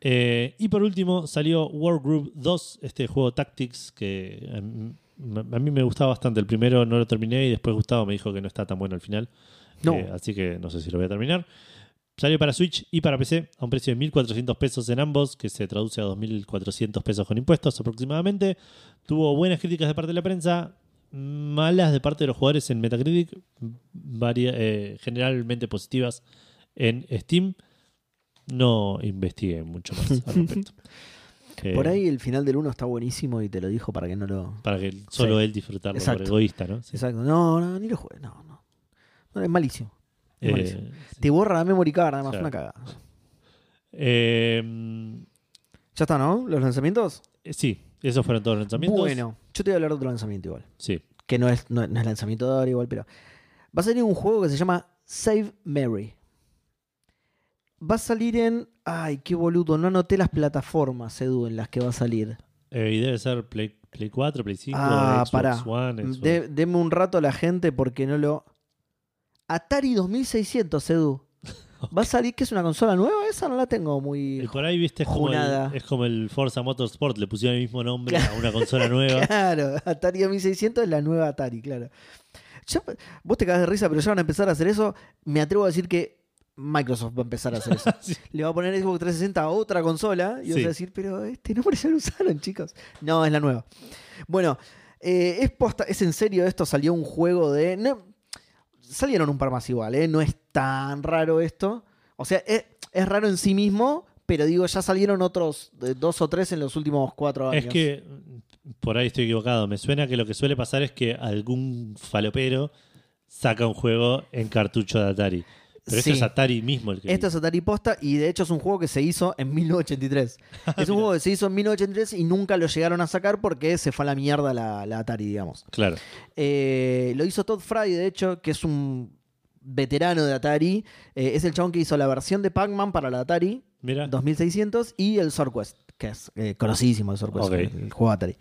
[SPEAKER 1] Eh, y por último salió Wargroup 2, este juego Tactics que a mí, a mí me gustaba bastante. El primero no lo terminé y después Gustavo me dijo que no está tan bueno al final.
[SPEAKER 2] No.
[SPEAKER 1] Eh, así que no sé si lo voy a terminar. Salió para Switch y para PC a un precio de 1.400 pesos en ambos, que se traduce a 2.400 pesos con impuestos aproximadamente. Tuvo buenas críticas de parte de la prensa, malas de parte de los jugadores en Metacritic, varia- eh, generalmente positivas en Steam. No investigué mucho más al respecto. Eh,
[SPEAKER 2] Por ahí el final del 1 está buenísimo y te lo dijo para que no lo.
[SPEAKER 1] Para que solo
[SPEAKER 2] Sí.
[SPEAKER 1] él disfrutarlo, por
[SPEAKER 2] Exacto.
[SPEAKER 1] egoísta, ¿no? Sí.
[SPEAKER 2] Exacto. No, no, ni lo juegues. No, no. No, es malísimo. Es
[SPEAKER 1] Eh,
[SPEAKER 2] malísimo.
[SPEAKER 1] sí.
[SPEAKER 2] Te borra la memory card, además,
[SPEAKER 1] Claro.
[SPEAKER 2] una cagada.
[SPEAKER 1] Eh,
[SPEAKER 2] Ya está, ¿no? Los lanzamientos.
[SPEAKER 1] sí, esos fueron todos los lanzamientos.
[SPEAKER 2] Bueno, yo te voy a hablar de otro lanzamiento igual.
[SPEAKER 1] Sí.
[SPEAKER 2] Que no es, no, no es lanzamiento de ahora igual, pero. Va a salir un juego que se llama Save Mary. Va a salir en. Ay, qué boludo. No anoté las plataformas, Edu, en las que va a salir.
[SPEAKER 1] Eh, y debe ser Play, Play 4, Play 5,
[SPEAKER 2] Ah,
[SPEAKER 1] Xbox
[SPEAKER 2] pará.
[SPEAKER 1] One. Xbox-
[SPEAKER 2] De- deme un rato a la gente porque no lo. Atari 2600, Edu. ¿Va a salir que es una consola nueva? Esa no la tengo
[SPEAKER 1] Y
[SPEAKER 2] muy.
[SPEAKER 1] por ahí, viste, es como,
[SPEAKER 2] Junada.
[SPEAKER 1] el, es como el Forza Motorsport, le pusieron el mismo nombre a una consola nueva.
[SPEAKER 2] Claro, Atari 2600 es la nueva Atari, claro. Ya- vos te cagas de risa, pero ya van a empezar a hacer eso. Me atrevo a decir que Microsoft va a empezar a hacer eso.
[SPEAKER 1] Sí.
[SPEAKER 2] Le va a poner Xbox 360 a otra consola y vas
[SPEAKER 1] Sí.
[SPEAKER 2] a decir, pero este nombre ya lo usaron, chicos. No, es la nueva. Bueno, eh, es, posta- es en serio esto, salió un juego de... no, salieron un par más igual, ¿eh? No es tan raro esto. O sea, es, es raro en sí mismo, pero digo, ya salieron otros eh, dos o tres en los últimos cuatro años.
[SPEAKER 1] es que, por ahí estoy equivocado, me suena que lo que suele pasar es que algún falopero saca un juego en cartucho de Atari. Pero esto
[SPEAKER 2] Sí.
[SPEAKER 1] es Atari mismo el que...
[SPEAKER 2] Esto es Atari Posta y de hecho es un juego que se hizo en 1983. es un juego que se hizo en 1983 y nunca lo llegaron a sacar porque se fue a la mierda la- la Atari, digamos.
[SPEAKER 1] Claro.
[SPEAKER 2] Eh, lo hizo Todd Fry, de hecho, que es un veterano de Atari. Eh, es el chabón que hizo la versión de Pac-Man para la Atari
[SPEAKER 1] Mira,
[SPEAKER 2] 2600 y el SorQuest, que es eh, conocidísimo el SorQuest,
[SPEAKER 1] Ok.
[SPEAKER 2] el juego de Atari.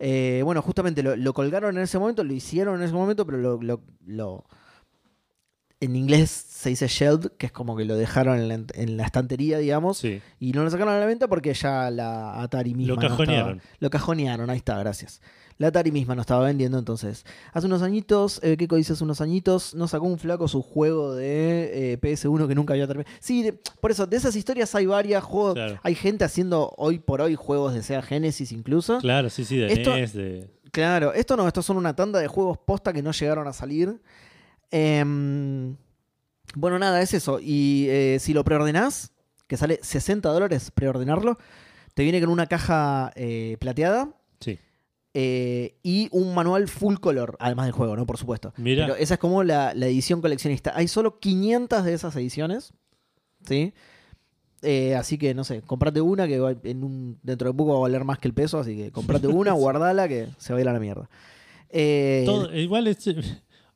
[SPEAKER 2] Eh, bueno, justamente lo, lo colgaron en ese momento, lo hicieron en ese momento, pero lo, lo- lo- en inglés se dice shelved, que es como que lo dejaron en la, en la estantería, digamos,
[SPEAKER 1] Sí.
[SPEAKER 2] y no lo sacaron a la venta porque ya la Atari misma.
[SPEAKER 1] Lo
[SPEAKER 2] no estaba-
[SPEAKER 1] cajonearon.
[SPEAKER 2] lo cajonearon, ahí está, gracias. La Atari misma no estaba vendiendo, entonces. Hace unos añitos, eh, Keiko dice hace unos añitos, nos sacó un flaco su juego de eh, PS1 que nunca había terminado. Sí, de- por eso, de esas historias hay varias juegos.
[SPEAKER 1] Claro.
[SPEAKER 2] Hay gente haciendo hoy por hoy juegos de Sega Genesis incluso.
[SPEAKER 1] Claro, sí, sí, de
[SPEAKER 2] Esto-
[SPEAKER 1] NES, de-
[SPEAKER 2] Claro, esto no, estos son una tanda de juegos posta que no llegaron a salir. Em, bueno, nada, es eso. Y eh, si lo preordenás, que sale 60 dólares preordenarlo, te viene con una caja eh, plateada
[SPEAKER 1] Sí.
[SPEAKER 2] eh, y un manual full color, además del juego, ¿no? Por supuesto.
[SPEAKER 1] Mira.
[SPEAKER 2] Pero esa es como la, la edición coleccionista. Hay solo 500 de esas ediciones, ¿sí? Eh, así que, no sé, comprate una que va- en un- dentro de poco va a valer más que el peso, así que comprate una, guardala, que se va a ir a la mierda. Eh,
[SPEAKER 1] Todo- igual es-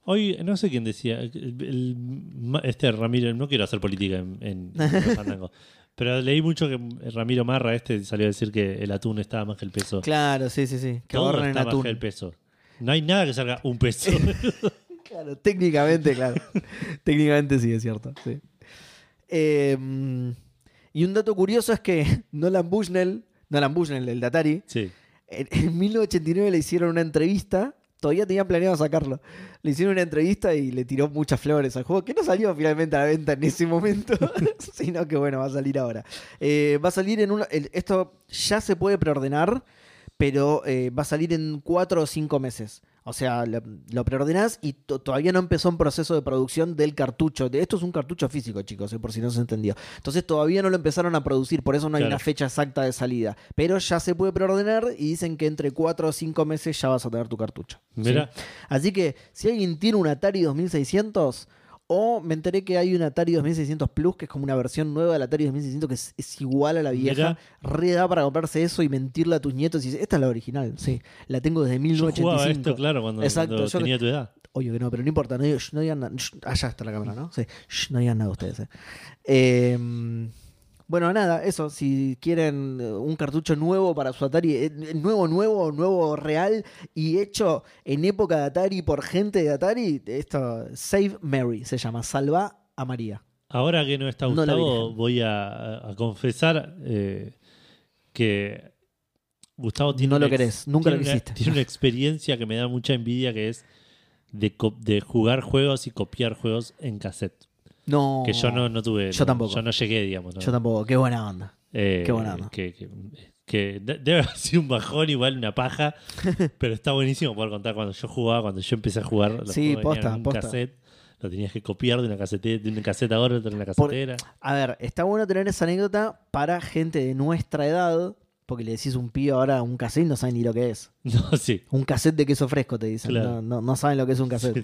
[SPEAKER 1] hoy, no sé quién decía, el- el- Ma- este Ramiro, no quiero hacer política en, en- en Fandango, pero leí mucho que Ramiro Marra este salió a decir que el atún estaba más que el peso.
[SPEAKER 2] Claro, sí, sí, sí. Que
[SPEAKER 1] Todo
[SPEAKER 2] ahorren en
[SPEAKER 1] está más
[SPEAKER 2] atún.
[SPEAKER 1] que el peso. No hay nada que salga un peso.
[SPEAKER 2] Claro, técnicamente, claro. técnicamente sí, es cierto. sí. Eh, y un dato curioso es que Nolan Bushnell, Nolan Bushnell, el de Atari,
[SPEAKER 1] sí.
[SPEAKER 2] en, en 1989 le hicieron una entrevista. Todavía tenían planeado sacarlo. Le hicieron una entrevista y le tiró muchas flores al juego, que no salió finalmente a la venta en ese momento, sino que bueno, va a salir ahora. Eh, va a salir en uno. el- esto ya se puede preordenar, pero eh, va a salir en cuatro o cinco meses. O sea, lo, lo preordenás y to- todavía no empezó un proceso de producción del cartucho. De, esto es un cartucho físico, chicos, eh, por si no se entendió. Entonces todavía no lo empezaron a producir, por eso no hay
[SPEAKER 1] Claro.
[SPEAKER 2] una fecha exacta de salida. Pero ya se puede preordenar y dicen que entre cuatro o cinco meses ya vas a tener tu cartucho. ¿sí?
[SPEAKER 1] Mira,
[SPEAKER 2] Así que si alguien tiene un Atari 2600 o me enteré que hay un Atari 2600 Plus que es como una versión nueva del Atari 2600 que es, es igual a la vieja,
[SPEAKER 1] Mirá.
[SPEAKER 2] re da para comprarse eso y mentirle a tus nietos y decir, esta es la original, sí, la tengo desde
[SPEAKER 1] yo jugaba
[SPEAKER 2] 1985.
[SPEAKER 1] esto, claro, cuando,
[SPEAKER 2] Exacto,
[SPEAKER 1] cuando
[SPEAKER 2] yo-
[SPEAKER 1] tenía tu edad.
[SPEAKER 2] Oye, que no, pero no importa, no digan no digan nada. Shh, allá está la cámara, ¿no? Sí, shh, no digan nada ustedes. eh. Eh, bueno, nada, eso. Si quieren eh, un cartucho nuevo para su Atari, eh, nuevo, nuevo, nuevo, real y hecho en época de Atari por gente de Atari, esto, Save Mary se llama, salva a María.
[SPEAKER 1] Ahora que no está
[SPEAKER 2] No la
[SPEAKER 1] Gustavo,
[SPEAKER 2] Virgen.
[SPEAKER 1] voy a, a confesar eh, que Gustavo tiene.
[SPEAKER 2] No lo
[SPEAKER 1] una ex-
[SPEAKER 2] querés, nunca lo
[SPEAKER 1] tiene una-
[SPEAKER 2] quisiste.
[SPEAKER 1] tiene una experiencia que me da mucha envidia que es de, co- de jugar juegos y copiar juegos en cassette.
[SPEAKER 2] No.
[SPEAKER 1] Que yo no, no tuve.
[SPEAKER 2] Yo
[SPEAKER 1] no,
[SPEAKER 2] tampoco.
[SPEAKER 1] Yo no llegué, digamos. ¿no?
[SPEAKER 2] Yo tampoco, qué buena onda.
[SPEAKER 1] Eh,
[SPEAKER 2] Qué buena onda.
[SPEAKER 1] Que, que- que de- debe haber sido un bajón, igual una paja, pero está buenísimo poder contar cuando yo jugaba, cuando yo empecé a jugar. Los
[SPEAKER 2] Sí,
[SPEAKER 1] juegos venían
[SPEAKER 2] posta,
[SPEAKER 1] en un
[SPEAKER 2] posta.
[SPEAKER 1] cassette. Lo tenías que copiar de una casete, de una caseta a otra, de una
[SPEAKER 2] Por-
[SPEAKER 1] casetera.
[SPEAKER 2] A ver, está bueno tener esa anécdota para gente de nuestra edad, porque le decís un pío ahora a un cassette y no saben ni lo que es.
[SPEAKER 1] No, sí.
[SPEAKER 2] Un cassette de queso fresco, te dicen.
[SPEAKER 1] Claro.
[SPEAKER 2] No, no- no saben lo que es un cassette.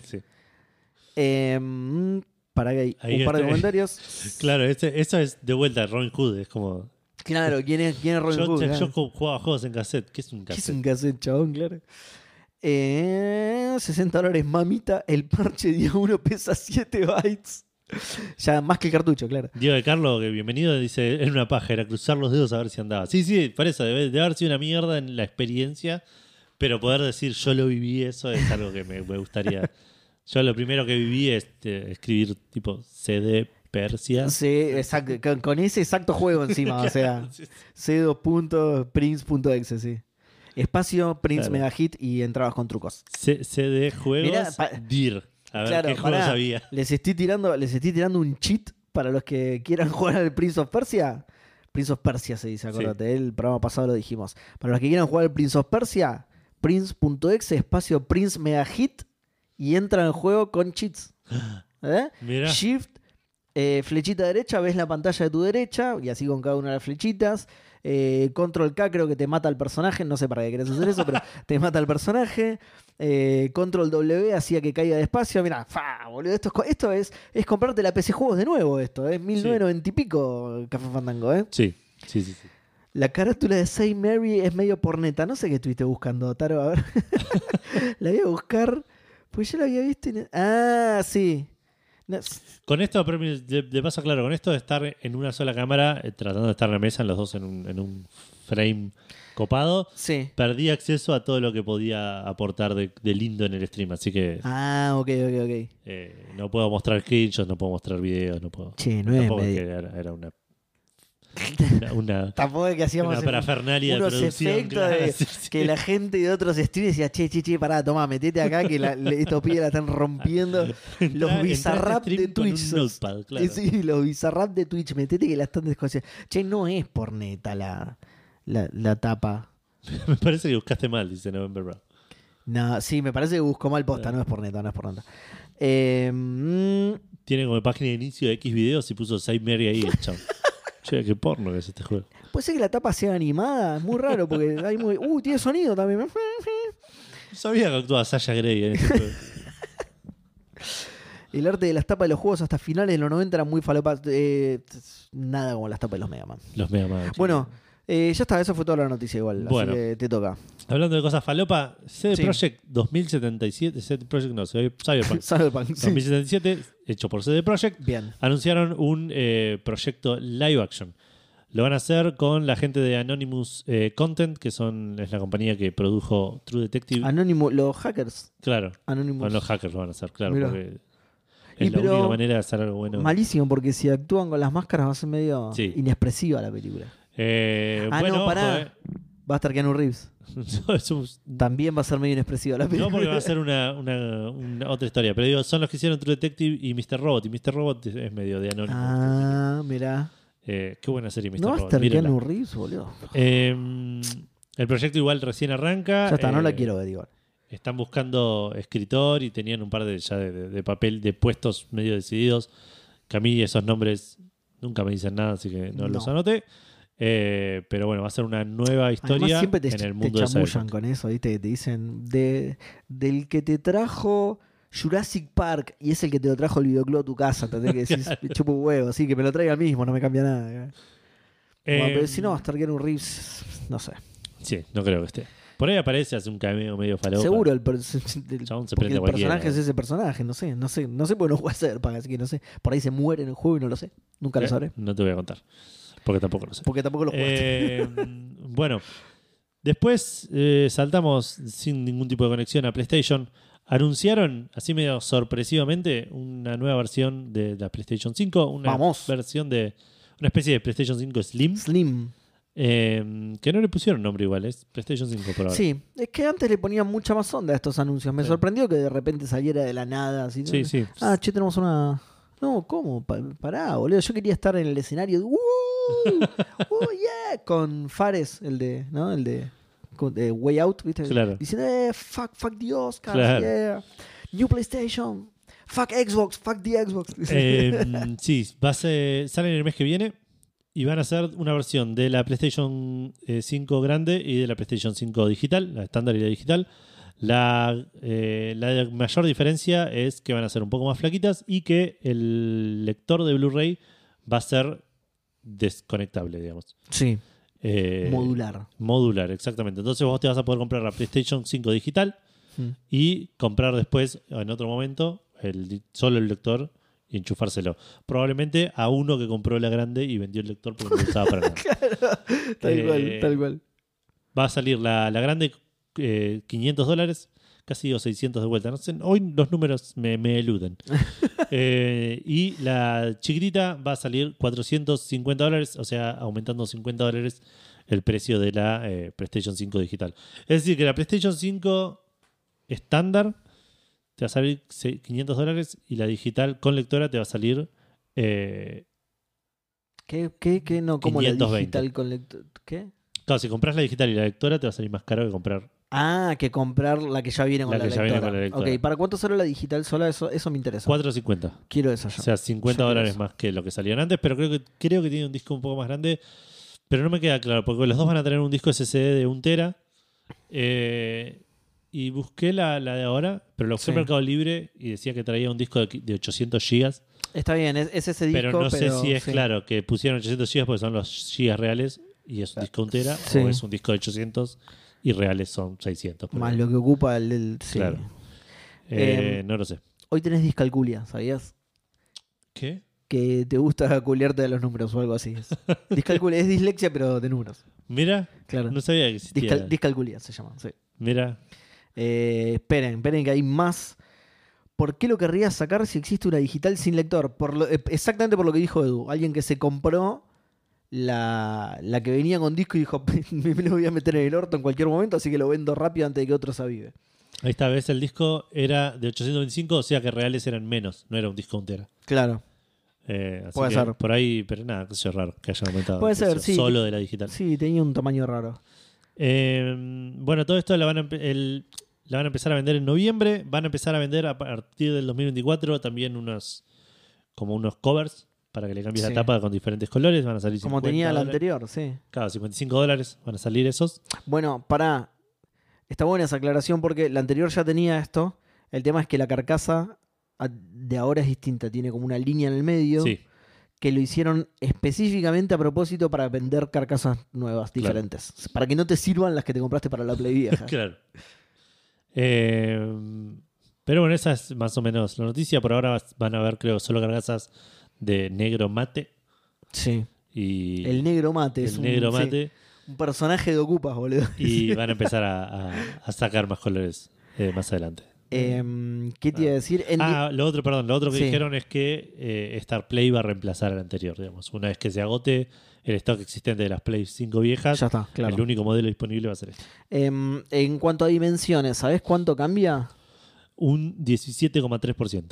[SPEAKER 2] Em,
[SPEAKER 1] Sí, sí.
[SPEAKER 2] para que hay
[SPEAKER 1] Ahí
[SPEAKER 2] un par de
[SPEAKER 1] está.
[SPEAKER 2] comentarios.
[SPEAKER 1] Claro, este- eso es de vuelta Robin Hood. Es como.
[SPEAKER 2] Claro, ¿quién es, quién es Robin
[SPEAKER 1] yo,
[SPEAKER 2] Hood?
[SPEAKER 1] yo-
[SPEAKER 2] Claro.
[SPEAKER 1] yo co- jugaba juegos en cassette. ¿Qué es un
[SPEAKER 2] ¿Qué es
[SPEAKER 1] cassette?
[SPEAKER 2] un cassette, chabón? Claro. Eh, 60 dólares, mamita. El parche día 1 pesa 7 bytes. Ya, más que el cartucho, claro.
[SPEAKER 1] Diego de Carlos, que bienvenido, dice: Era una paja, era cruzar los dedos a ver si andaba. Sí, sí, por eso, debe, debe haber sido una mierda en la experiencia, pero poder decir yo lo viví, eso es algo que me, me gustaría. Yo lo primero que viví es eh, escribir tipo CD Persia.
[SPEAKER 2] Sí, exacto, con, con ese exacto juego encima, o sea, c2.prince.exe, sí. Espacio, Prince
[SPEAKER 1] Claro.
[SPEAKER 2] Mega Hit y entrabas con trucos.
[SPEAKER 1] C- CD Juegos
[SPEAKER 2] Mirá, pa-
[SPEAKER 1] DIR. A ver
[SPEAKER 2] Claro,
[SPEAKER 1] qué juegos
[SPEAKER 2] pará.
[SPEAKER 1] había.
[SPEAKER 2] Les estoy tirando, les estoy tirando un cheat para los que quieran jugar al Prince of Persia. Prince of Persia se dice, acuérdate, el programa pasado lo dijimos. Para los que quieran jugar al Prince of Persia, prince.exe, espacio Prince Mega Hit y entra en juego con cheats. ¿Eh?
[SPEAKER 1] Mirá.
[SPEAKER 2] Shift, eh, flechita derecha, ves la pantalla de tu derecha y así con cada una de las flechitas. Eh, control K creo que te mata al personaje, no sé para qué querés hacer eso, pero te mata al personaje. Eh, control W hacía que caiga despacio. Mirá, fa, boludo, esto es, co- esto es, es comprarte la PC Juegos de nuevo, esto, es 1990 y pico, Café Fandango, ¿eh?
[SPEAKER 1] Sí, sí, sí. sí.
[SPEAKER 2] La carátula de Saint Mary es medio porneta. No sé qué estuviste buscando, Taro. A ver. la voy a buscar. Pues yo la había visto. y no- Ah, sí. No, s-
[SPEAKER 1] Con esto, pero de, de paso, claro, con esto de estar en una sola cámara, eh, tratando de estar en la mesa, en los dos en un, en un frame copado,
[SPEAKER 2] Sí.
[SPEAKER 1] perdí acceso a todo lo que podía aportar de, de lindo en el stream. Así que
[SPEAKER 2] Ah, ok, ok, ok.
[SPEAKER 1] eh, no puedo mostrar screenshots, no puedo mostrar videos, no puedo.
[SPEAKER 2] Che, no es
[SPEAKER 1] Tampoco es
[SPEAKER 2] medio.
[SPEAKER 1] que era, era una. Una, una-
[SPEAKER 2] Tampoco es que hacíamos
[SPEAKER 1] una
[SPEAKER 2] efe-
[SPEAKER 1] parafernalia de
[SPEAKER 2] unos
[SPEAKER 1] producción.
[SPEAKER 2] efectos
[SPEAKER 1] claro,
[SPEAKER 2] de-
[SPEAKER 1] sí, sí.
[SPEAKER 2] que la gente de otros streams decía, che, che, che, pará, toma, metete acá que la, le- estos pibes la están rompiendo.
[SPEAKER 1] Entrá-
[SPEAKER 2] Los
[SPEAKER 1] entrá a
[SPEAKER 2] bizarrap
[SPEAKER 1] stream
[SPEAKER 2] de
[SPEAKER 1] con un
[SPEAKER 2] Twitch.
[SPEAKER 1] notepad, claro.
[SPEAKER 2] Eh, Sí, los bizarrap de Twitch, metete que la están desconociendo. Che, no es porneta la, la, la tapa.
[SPEAKER 1] Me parece que buscaste mal, dice November Raw.
[SPEAKER 2] No, sí, me parece que buscó mal posta, no es porneta, no es porneta. Eh, mm,
[SPEAKER 1] Tiene como página de inicio de X videos y puso Side Mary ahí, el chabón. che, qué porno que es este juego.
[SPEAKER 2] puede ser que la tapa sea animada, es muy raro porque hay muy... Uh, tiene sonido también.
[SPEAKER 1] No sabía que actuaba Sasha Grey en este juego.
[SPEAKER 2] El arte de las tapas de los juegos hasta finales de los 90 era muy falopa. eh, nada como las tapas de los Mega Man.
[SPEAKER 1] Los Mega Man. chicos.
[SPEAKER 2] Bueno, eh, ya está, eso fue toda la noticia igual.
[SPEAKER 1] Bueno.
[SPEAKER 2] Así que te toca.
[SPEAKER 1] Hablando de cosas falopa, CD
[SPEAKER 2] Sí.
[SPEAKER 1] Projekt 2077, CD Projekt no, Cyberpunk
[SPEAKER 2] Cyberpunk, sí.
[SPEAKER 1] 2077, hecho por CD Projekt,
[SPEAKER 2] Bien.
[SPEAKER 1] anunciaron un eh, proyecto live action. Lo van a hacer con la gente de Anonymous eh, Content, que son es la compañía que produjo True Detective.
[SPEAKER 2] Anonymous, los hackers.
[SPEAKER 1] claro,
[SPEAKER 2] Anonymous.
[SPEAKER 1] con los hackers lo van a hacer, claro,
[SPEAKER 2] Mirá.
[SPEAKER 1] porque
[SPEAKER 2] Y
[SPEAKER 1] es la
[SPEAKER 2] pero-
[SPEAKER 1] única manera de hacer algo bueno.
[SPEAKER 2] Malísimo, porque si actúan con las máscaras va a ser medio
[SPEAKER 1] Sí.
[SPEAKER 2] inexpresiva la película.
[SPEAKER 1] Eh,
[SPEAKER 2] Ah,
[SPEAKER 1] bueno,
[SPEAKER 2] no,
[SPEAKER 1] ojo,
[SPEAKER 2] pará.
[SPEAKER 1] eh.
[SPEAKER 2] Va a estar Keanu Reeves.
[SPEAKER 1] No, es un-
[SPEAKER 2] También va a ser medio inexpresiva la película.
[SPEAKER 1] No, porque va a ser una, una- una otra historia. Pero digo, son los que hicieron True Detective y Mr. Robot. Y Mr. Robot es- es medio de anónimo.
[SPEAKER 2] Ah, mirá.
[SPEAKER 1] Eh, qué buena serie, Mr.
[SPEAKER 2] No va a
[SPEAKER 1] Robot.
[SPEAKER 2] estar
[SPEAKER 1] mírenla.
[SPEAKER 2] Keanu Reeves, boludo.
[SPEAKER 1] Eh, el proyecto igual recién arranca.
[SPEAKER 2] Ya está, no
[SPEAKER 1] Eh,
[SPEAKER 2] la quiero ver igual.
[SPEAKER 1] Están buscando escritor y tenían un par de ya de, de- de papel de puestos medio decididos. Que a mí esos nombres nunca me dicen nada, así que no,
[SPEAKER 2] No.
[SPEAKER 1] los anoté. Eh, pero bueno, va a ser una nueva historia
[SPEAKER 2] Además, siempre te,
[SPEAKER 1] en el
[SPEAKER 2] te
[SPEAKER 1] mundo de
[SPEAKER 2] chamullan
[SPEAKER 1] Cyberpunk.
[SPEAKER 2] con eso, ¿viste? Te dicen de, del que te trajo Jurassic Park y es el que te lo trajo el videoclub a tu casa. Te tenés que decir, me chupo un huevo, así que me lo traiga el mismo, no me cambia nada. Bueno,
[SPEAKER 1] Eh,
[SPEAKER 2] pero si no, va a estar Keanu Reeves, no sé.
[SPEAKER 1] Sí, no creo que esté. Por ahí aparece, hace un cameo medio falopa.
[SPEAKER 2] Seguro, el, per- el-
[SPEAKER 1] Chabón se
[SPEAKER 2] porque
[SPEAKER 1] prende
[SPEAKER 2] el
[SPEAKER 1] cualquiera.
[SPEAKER 2] personaje es ese personaje, no sé, no sé, no sé por qué no juega Cyberpunk, así que no sé. Por ahí se muere en el juego y no lo sé, nunca
[SPEAKER 1] Eh,
[SPEAKER 2] lo sabré.
[SPEAKER 1] No te voy a contar. Porque tampoco lo sé.
[SPEAKER 2] Porque tampoco lo jugaste.
[SPEAKER 1] Eh, bueno, después eh, saltamos sin ningún tipo de conexión a PlayStation. Anunciaron, así medio sorpresivamente, una nueva versión de la PlayStation 5. Una
[SPEAKER 2] Vamos.
[SPEAKER 1] versión de. Una especie de PlayStation 5 Slim.
[SPEAKER 2] Slim.
[SPEAKER 1] eh, que no le pusieron nombre igual, es PlayStation 5 por ahora.
[SPEAKER 2] Sí, es que antes le ponían mucha más onda a estos anuncios. Me
[SPEAKER 1] Sí.
[SPEAKER 2] sorprendió que de repente saliera de la nada. Así,
[SPEAKER 1] sí. sí.
[SPEAKER 2] Ah, che, tenemos una. No, ¿cómo? Pa- pará, boludo. Yo quería estar en el escenario. de, "Uh, uh, yeah", Con Fares, el de. ¿No? El de. con- de Way Out, ¿viste?
[SPEAKER 1] Claro.
[SPEAKER 2] Diciendo, eh, fuck, fuck the Oscars,
[SPEAKER 1] Claro.
[SPEAKER 2] yeah. New PlayStation. Fuck Xbox, fuck the Xbox.
[SPEAKER 1] Eh, sí, va a ser- salen el mes que viene y van a hacer una versión de la PlayStation eh, 5 grande y de la PlayStation 5 digital, la estándar y la digital. La, eh, la mayor diferencia es que van a ser un poco más flaquitas y que el lector de Blu-ray va a ser desconectable, digamos.
[SPEAKER 2] sí,
[SPEAKER 1] Eh,
[SPEAKER 2] modular.
[SPEAKER 1] Modular, exactamente. Entonces vos te vas a poder comprar la PlayStation 5 digital
[SPEAKER 2] Mm.
[SPEAKER 1] y comprar después, en otro momento, el, solo el lector y enchufárselo. Probablemente a uno que compró la grande y vendió el lector porque no lo usaba para nada.
[SPEAKER 2] Tal
[SPEAKER 1] Eh,
[SPEAKER 2] cual, tal cual.
[SPEAKER 1] Va a salir la, la grande eh, 500 dólares, casi o 600 de vuelta. No sé, hoy los números me, me eluden. Eh, y la chiquitita va a salir 450 dólares, o sea, aumentando 50 dólares el precio de la eh, PlayStation 5 digital. Es decir, que la PlayStation 5 estándar te va a salir se- 500 dólares y la digital con lectora te va a salir... eh,
[SPEAKER 2] ¿Qué, qué, qué? No, como la
[SPEAKER 1] 520.
[SPEAKER 2] digital con lector- ¿Qué?
[SPEAKER 1] claro, si compras la digital y la lectora te va a salir más caro que comprar
[SPEAKER 2] Ah, que comprar la que ya viene con
[SPEAKER 1] La
[SPEAKER 2] la,
[SPEAKER 1] que ya
[SPEAKER 2] lectora.
[SPEAKER 1] viene con la lectora.
[SPEAKER 2] Ok, ¿para cuánto sale la digital sola? Eso, eso me interesa.
[SPEAKER 1] 450.
[SPEAKER 2] Quiero eso yo.
[SPEAKER 1] O sea, 50
[SPEAKER 2] Yo creo
[SPEAKER 1] dólares
[SPEAKER 2] eso.
[SPEAKER 1] más que lo que salían antes, pero creo que, creo que tiene un disco un poco más grande. Pero no me queda claro, porque los dos van a tener un disco SSD de 1 tera. eh, y busqué la, la de ahora, pero lo busqué en
[SPEAKER 2] Sí.
[SPEAKER 1] Mercado Libre y decía que traía un disco de, qui- de 800 gigas.
[SPEAKER 2] Está bien, es, es ese disco.
[SPEAKER 1] Pero no sé si es
[SPEAKER 2] sí.
[SPEAKER 1] claro que pusieron 800 gigas porque son los gigas reales y es un disco de 1 tera,
[SPEAKER 2] Sí.
[SPEAKER 1] o es un disco de 800 y reales son 600. pero,
[SPEAKER 2] Más lo que ocupa el. el- sí.
[SPEAKER 1] Claro. eh,
[SPEAKER 2] Em,
[SPEAKER 1] no lo sé.
[SPEAKER 2] Hoy tenés discalculia, ¿sabías?
[SPEAKER 1] ¿Qué?
[SPEAKER 2] Que te gusta culiarte de los números o algo así. Es. Discalculia es dislexia, pero de números.
[SPEAKER 1] Mira,
[SPEAKER 2] Claro.
[SPEAKER 1] no sabía que existía.
[SPEAKER 2] Discal- discalculia se llama, sí.
[SPEAKER 1] Mira,
[SPEAKER 2] Eh, esperen, esperen que hay más. ¿Por qué lo querrías sacar si existe una digital sin lector? Por lo- eh, exactamente por lo que dijo Edu. Alguien que se compró la, la que venía con disco y dijo, me lo voy a meter en el orto en cualquier momento, así que lo vendo rápido antes de que otro se avive.
[SPEAKER 1] esta vez el disco era de 825, o sea que reales eran menos, no era un disco entero.
[SPEAKER 2] Claro.
[SPEAKER 1] Eh, así
[SPEAKER 2] Puede
[SPEAKER 1] que
[SPEAKER 2] ser.
[SPEAKER 1] Por ahí, pero nada, qué sé yo, raro que haya aumentado.
[SPEAKER 2] Puede
[SPEAKER 1] el precio
[SPEAKER 2] ser, sí.
[SPEAKER 1] Solo de la digital.
[SPEAKER 2] Sí, tenía un tamaño raro.
[SPEAKER 1] Eh, bueno, todo esto la van, a, empe- el- la van a empezar a vender en noviembre. Van a empezar a vender a partir del 2024 también unos, como unos covers para que le cambies
[SPEAKER 2] Sí.
[SPEAKER 1] la tapa con diferentes colores. Van a salir
[SPEAKER 2] Como
[SPEAKER 1] 50
[SPEAKER 2] tenía la
[SPEAKER 1] dólares.
[SPEAKER 2] anterior, sí.
[SPEAKER 1] Claro, 55 dólares van a salir esos.
[SPEAKER 2] Bueno, pará. Está buena esa aclaración porque la anterior ya tenía esto. El tema es que la carcasa a- de ahora es distinta. Tiene como una línea en el medio
[SPEAKER 1] Sí,
[SPEAKER 2] que lo hicieron específicamente a propósito para vender carcasas nuevas,
[SPEAKER 1] Claro.
[SPEAKER 2] diferentes. Para que no te sirvan las que te compraste para la Play vieja.
[SPEAKER 1] claro. Eh, pero bueno, esa es más o menos la noticia. Por ahora vas- van a ver, creo, solo cargazas de negro mate.
[SPEAKER 2] Sí.
[SPEAKER 1] Y
[SPEAKER 2] El negro mate es
[SPEAKER 1] el
[SPEAKER 2] un,
[SPEAKER 1] negro
[SPEAKER 2] sí,
[SPEAKER 1] mate.
[SPEAKER 2] un personaje de Ocupas, boludo.
[SPEAKER 1] Y van a empezar a, a- a sacar más colores eh, más adelante.
[SPEAKER 2] Em, ¿Qué te iba a decir? En-
[SPEAKER 1] Ah, lo otro, perdón, lo otro que
[SPEAKER 2] Sí.
[SPEAKER 1] dijeron es que eh, Star Play va a reemplazar al anterior, digamos. Una vez que se agote el stock existente de las Play 5 viejas,
[SPEAKER 2] ya está, claro.
[SPEAKER 1] el único modelo disponible va a ser este.
[SPEAKER 2] Em, en cuanto a dimensiones, ¿sabes cuánto cambia?
[SPEAKER 1] Un 17,3%.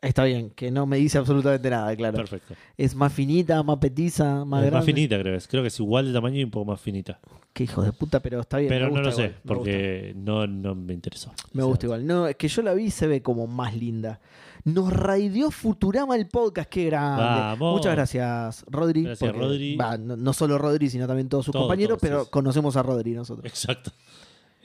[SPEAKER 2] Está bien, que no me dice absolutamente nada, claro.
[SPEAKER 1] Perfecto.
[SPEAKER 2] Es más finita, más petiza, más
[SPEAKER 1] Es
[SPEAKER 2] grande.
[SPEAKER 1] más finita, creo que es. Creo que es igual de tamaño y un poco más finita.
[SPEAKER 2] Qué hijo de puta, pero está bien.
[SPEAKER 1] Pero
[SPEAKER 2] me
[SPEAKER 1] no lo
[SPEAKER 2] gusta
[SPEAKER 1] sé,
[SPEAKER 2] igual, me gusta.
[SPEAKER 1] porque no, no me interesó.
[SPEAKER 2] Me
[SPEAKER 1] O sea,
[SPEAKER 2] gusta igual. No, es que yo la vi y se ve como más linda. Nos raideó Futurama el podcast, qué grande.
[SPEAKER 1] Vamos.
[SPEAKER 2] Muchas gracias, Rodri.
[SPEAKER 1] Gracias, Rodri.
[SPEAKER 2] va, no, no solo Rodri, sino también todos sus
[SPEAKER 1] Todos,
[SPEAKER 2] compañeros,
[SPEAKER 1] todos,
[SPEAKER 2] pero
[SPEAKER 1] sí, sí.
[SPEAKER 2] conocemos a Rodri nosotros.
[SPEAKER 1] Exacto.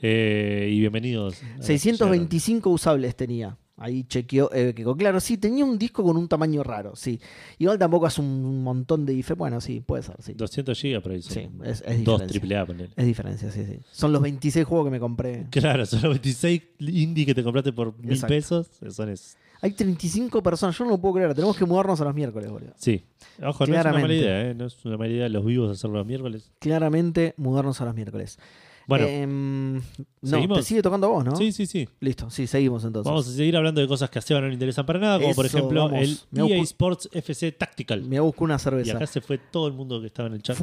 [SPEAKER 1] Eh, y bienvenidos. a los que
[SPEAKER 2] 625 usables tenía. Ahí chequeó eh, Keiko. Claro, sí, tenía un disco con un tamaño raro, sí. Igual tampoco hace un montón de dife. Bueno, sí, puede ser, sí.
[SPEAKER 1] llegaron. 200 GB por ahí. son
[SPEAKER 2] Sí, es- es
[SPEAKER 1] dos
[SPEAKER 2] diferencia.
[SPEAKER 1] AAA, ponele.
[SPEAKER 2] Es diferencia, sí, sí. Son los 26 juegos que me compré.
[SPEAKER 1] Claro, son los 26 indie que te compraste por mil
[SPEAKER 2] Exacto.
[SPEAKER 1] pesos. Son es.
[SPEAKER 2] Hay 35 personas, yo no lo puedo creer. Tenemos que mudarnos a los miércoles, boludo.
[SPEAKER 1] Sí. Ojo, no es una mala
[SPEAKER 2] Claramente.
[SPEAKER 1] idea, ¿eh? No es una mala idea los vivos hacerlo los miércoles.
[SPEAKER 2] Claramente, mudarnos a los miércoles.
[SPEAKER 1] Bueno,
[SPEAKER 2] Em, no,
[SPEAKER 1] ¿seguimos?
[SPEAKER 2] te sigue tocando a vos, ¿no?
[SPEAKER 1] sí, sí, sí.
[SPEAKER 2] Listo, sí, seguimos entonces.
[SPEAKER 1] Vamos a seguir hablando de cosas que a Seba no le interesan para nada, como por
[SPEAKER 2] Eso,
[SPEAKER 1] ejemplo
[SPEAKER 2] vamos. Me
[SPEAKER 1] el
[SPEAKER 2] hago
[SPEAKER 1] EA
[SPEAKER 2] cu-
[SPEAKER 1] Sports FC Tactical.
[SPEAKER 2] Me busco una
[SPEAKER 1] Y
[SPEAKER 2] cerveza.
[SPEAKER 1] acá se fue todo el mundo que estaba en el chat.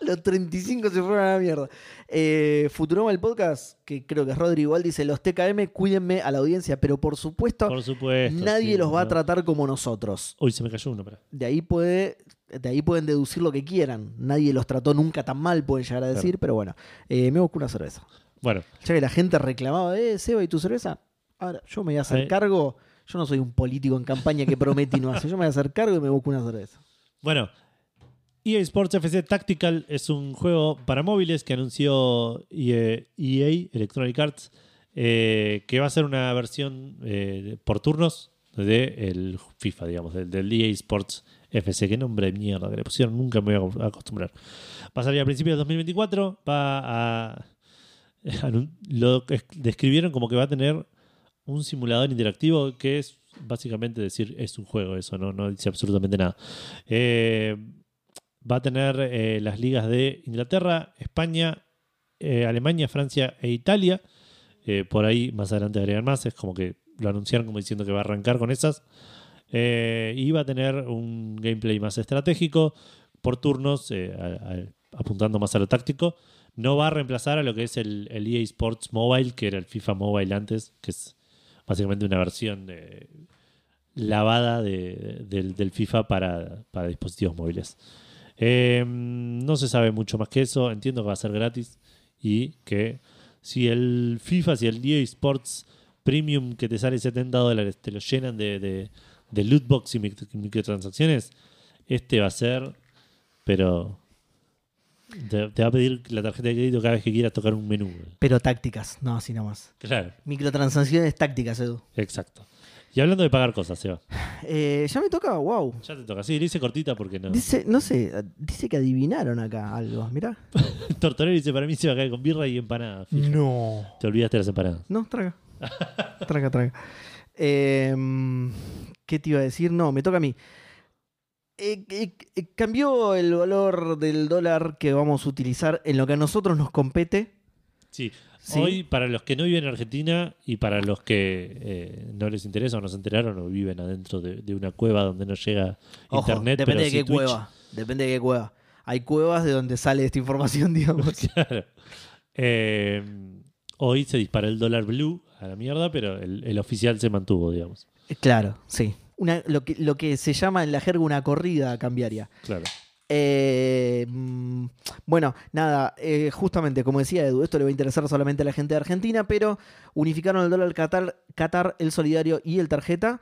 [SPEAKER 2] Los 35 se fueron a la mierda. Eh, Futurama el podcast, que creo que es Rodri igual, dice: Los TKM, cuídenme a la audiencia, pero por supuesto,
[SPEAKER 1] Por supuesto.
[SPEAKER 2] nadie
[SPEAKER 1] sí,
[SPEAKER 2] los va a
[SPEAKER 1] ¿no?
[SPEAKER 2] tratar como nosotros.
[SPEAKER 1] Uy, se me cayó uno, pará.
[SPEAKER 2] De ahí, puede, de ahí pueden deducir lo que quieran. Nadie los trató nunca tan mal, pueden llegar a decir, pero bueno, eh, me busco una cerveza.
[SPEAKER 1] Bueno,
[SPEAKER 2] Ya que la gente reclamaba, eh, Seba, ¿y tu cerveza? Ahora, yo me voy a hacer
[SPEAKER 1] Eh.
[SPEAKER 2] cargo. Yo no soy un político en campaña que promete y no hace. Yo me voy a hacer cargo y me busco una cerveza.
[SPEAKER 1] Bueno, EA Sports FC Tactical es un juego para móviles que anunció E EA, EA, Electronic Arts, eh, que va a ser una versión eh, por turnos del FIFA, digamos, del, del EA Sports FC. Qué nombre de mierda que le pusieron, nunca me voy a acostumbrar. Va a salir a principios de 2024, va a... anun- Lo que describieron como que va a tener un simulador interactivo que es básicamente decir es un juego eso, no, no dice absolutamente nada. Eh, va a tener eh, las ligas de Inglaterra, España, eh, Alemania, Francia e Italia. Eh, por ahí más adelante agregan más. Es como que lo anunciaron como diciendo que va a arrancar con esas. Eh, y va a tener un gameplay más estratégico por turnos, eh, a- a- apuntando más a lo táctico. No va a reemplazar a lo que es el, el EA Sports Mobile, que era el FIFA Mobile antes, que es básicamente una versión eh, lavada de- del, del FIFA para, para dispositivos móviles. Eh, no se sabe mucho más que eso. Entiendo que va a ser gratis y que si el FIFA, si el EA Sports Premium que te sale 70 dólares te lo llenan de, de, de loot box y mic- microtransacciones, este va a ser, pero te, te va a pedir la tarjeta de crédito cada vez que quieras tocar un menú.
[SPEAKER 2] Pero tácticas, no, así nomás.
[SPEAKER 1] Claro,
[SPEAKER 2] Microtransacciones tácticas, Edu. exacto. Y hablando de pagar cosas, Seba. Eh, ya me toca, wow.
[SPEAKER 1] Ya te toca. Sí, le hice cortita porque no.
[SPEAKER 2] Dice, no sé, dice que adivinaron acá algo, mirá.
[SPEAKER 1] Tortorelli dice: Para mí se va a caer con birra y empanada. Fija.
[SPEAKER 2] No.
[SPEAKER 1] Te olvidaste de las empanadas.
[SPEAKER 2] No, traga. Em, Traga, traga. Eh, ¿Qué te iba a decir? No, me toca a mí. eh, eh, eh, cambió el valor del dólar que vamos a utilizar en lo que a nosotros nos compete.
[SPEAKER 1] Sí.
[SPEAKER 2] Sí.
[SPEAKER 1] Hoy, para los que no viven en Argentina y para los que eh, no les interesa o no se enteraron o viven adentro de, de una cueva donde no llega
[SPEAKER 2] Ojo,
[SPEAKER 1] internet,
[SPEAKER 2] depende
[SPEAKER 1] pero
[SPEAKER 2] de
[SPEAKER 1] sí
[SPEAKER 2] qué
[SPEAKER 1] Twitch.
[SPEAKER 2] cueva. Depende de qué cueva. Hay cuevas de donde sale esta información, digamos.
[SPEAKER 1] Claro. Eh, hoy se disparó el dólar blue a la mierda, pero el, el oficial se mantuvo, digamos.
[SPEAKER 2] claro, sí. Una, lo, que, lo que se llama en la jerga una corrida cambiaria.
[SPEAKER 1] Claro.
[SPEAKER 2] Eh, mm, bueno, nada, eh, justamente como decía Edu, esto le va a interesar solamente a la gente de Argentina, pero unificaron el dólar Qatar, Qatar el solidario y el tarjeta.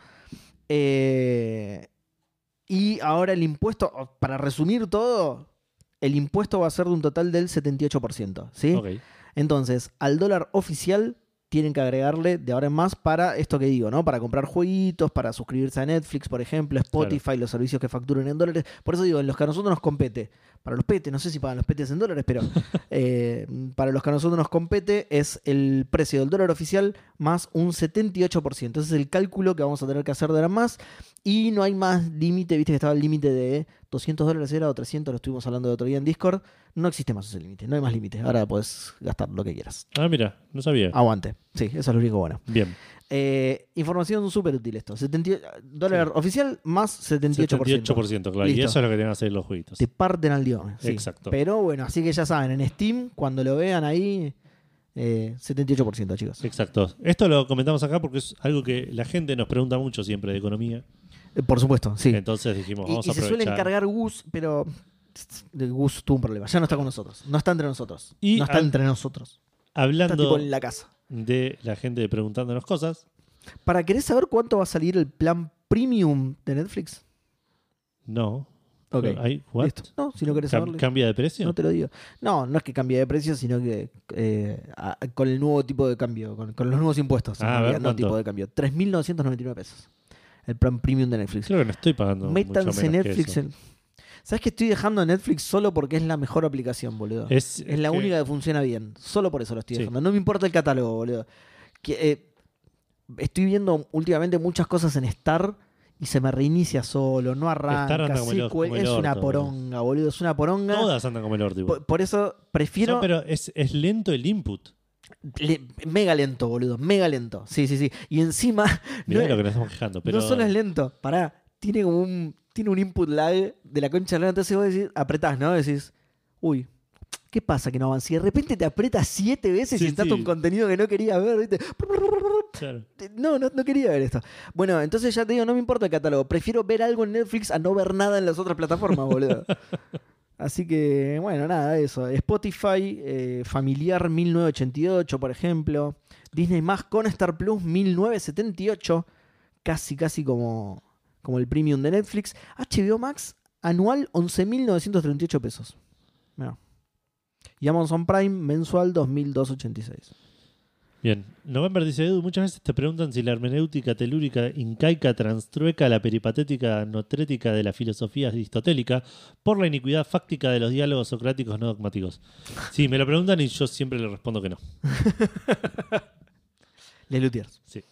[SPEAKER 2] Eh, y ahora el impuesto, para resumir todo, el impuesto va a ser de un total del 78%, ¿sí?
[SPEAKER 1] Ok.
[SPEAKER 2] Entonces, al dólar oficial tienen que agregarle de ahora en más para esto que digo, ¿no? Para comprar jueguitos, para suscribirse a Netflix, por ejemplo, Spotify, los servicios que facturen en dólares. Por eso digo, en los que a nosotros nos compete, para los petes, no sé si pagan los petes en dólares, pero eh, para los que a nosotros nos compete es el precio del dólar oficial más un 78%. Ese es el cálculo que vamos a tener que hacer de ahora en más. Y no hay más límite, viste que estaba el límite de 200 dólares era o 300, lo estuvimos hablando el otro día en Discord. No existe más ese límite, no hay más límite. Ahora puedes gastar lo que quieras.
[SPEAKER 1] Ah, mira, no sabía.
[SPEAKER 2] Aguante. Sí, eso es lo único bueno.
[SPEAKER 1] Bien.
[SPEAKER 2] Eh, información súper útil esto. 70 dólar oficial más 78%.
[SPEAKER 1] 78%, claro. Y
[SPEAKER 2] Listo.
[SPEAKER 1] eso es lo que tienen que hacer los jueguitos.
[SPEAKER 2] Te parten al diome. sí.
[SPEAKER 1] Exacto.
[SPEAKER 2] Pero bueno, así que ya saben, en Steam, cuando lo vean ahí, eh, 78%, chicos.
[SPEAKER 1] Exacto. Esto lo comentamos acá porque es algo que la gente nos pregunta mucho siempre de economía.
[SPEAKER 2] Eh, por supuesto, sí.
[SPEAKER 1] Entonces dijimos,
[SPEAKER 2] Y-
[SPEAKER 1] vamos
[SPEAKER 2] y
[SPEAKER 1] a
[SPEAKER 2] se
[SPEAKER 1] aprovechar.
[SPEAKER 2] suele encargar Gus, pero Gus tuvo un problema. Ya no está con nosotros. No está entre nosotros.
[SPEAKER 1] Y
[SPEAKER 2] no está
[SPEAKER 1] al-
[SPEAKER 2] entre nosotros. Está
[SPEAKER 1] Hablando
[SPEAKER 2] tipo en la casa.
[SPEAKER 1] de la gente preguntándonos cosas,
[SPEAKER 2] Para querer saber cuánto va a salir el plan premium de Netflix.
[SPEAKER 1] no.
[SPEAKER 2] Ok.
[SPEAKER 1] Hay- what?
[SPEAKER 2] Listo. No, si no querés
[SPEAKER 1] Cam-
[SPEAKER 2] saberlo.
[SPEAKER 1] ¿Cambia de precio?
[SPEAKER 2] No te lo digo. No, no es que cambie de precio, sino que eh, a- con el nuevo tipo de cambio, con, con los nuevos impuestos. en
[SPEAKER 1] Ah, a ver,
[SPEAKER 2] realidad, no
[SPEAKER 1] ¿cuánto?
[SPEAKER 2] tipo de cambio. 3.999 pesos. El plan premium de Netflix.
[SPEAKER 1] Creo que no estoy pagando. mucho
[SPEAKER 2] Métanse
[SPEAKER 1] menos que
[SPEAKER 2] Netflix
[SPEAKER 1] eso.
[SPEAKER 2] en... ¿Sabes que estoy dejando Netflix solo porque es la mejor aplicación, boludo?
[SPEAKER 1] Es,
[SPEAKER 2] Es la
[SPEAKER 1] que-
[SPEAKER 2] única que funciona bien. Solo por eso lo estoy
[SPEAKER 1] Sí.
[SPEAKER 2] dejando. No me importa el catálogo, boludo. Que, eh, estoy viendo últimamente muchas cosas en Star y se me reinicia solo, no
[SPEAKER 1] Star
[SPEAKER 2] arranca.
[SPEAKER 1] anda como el
[SPEAKER 2] sequel.
[SPEAKER 1] orto, como el
[SPEAKER 2] es una
[SPEAKER 1] orto,
[SPEAKER 2] poronga, boludo. Es una poronga.
[SPEAKER 1] Todas andan como el orto igual.
[SPEAKER 2] Por, por eso prefiero.
[SPEAKER 1] No, pero es, es lento el input.
[SPEAKER 2] le- mega lento, boludo. Mega lento. Sí, sí, sí. Y encima.
[SPEAKER 1] Mirá
[SPEAKER 2] no-
[SPEAKER 1] lo que nos estamos quejando. Pero
[SPEAKER 2] No solo es lento, pará, tiene como un, tiene un input lag de la concha de la lora, entonces vos decís, apretás, ¿no? Decís, uy, ¿qué pasa que no avanza? Y de repente te apretas siete veces
[SPEAKER 1] Sí,
[SPEAKER 2] y estás
[SPEAKER 1] sí.
[SPEAKER 2] un contenido que no querías ver, ¿viste?
[SPEAKER 1] Claro.
[SPEAKER 2] No, no, no quería ver esto. Bueno, entonces ya te digo, no me importa el catálogo, prefiero ver algo en Netflix a no ver nada en las otras plataformas, boludo. Así que, bueno, nada, eso. Spotify, eh, Familiar 1988, por ejemplo. Disney más con Star Plus 1978. Casi, casi como, como el premium de Netflix. HBO Max anual 11.938 pesos. Mirá. Y Amazon Prime mensual 2.286.
[SPEAKER 1] Bien. November dice Edu, muchas veces te preguntan si la hermenéutica telúrica, incaica, transtrueca, la peripatética, notrética de la filosofía aristotélica, por la iniquidad fáctica de los diálogos socráticos no dogmáticos. Sí, me lo preguntan y yo siempre le respondo que no.
[SPEAKER 2] Les Lutiers.
[SPEAKER 1] Sí.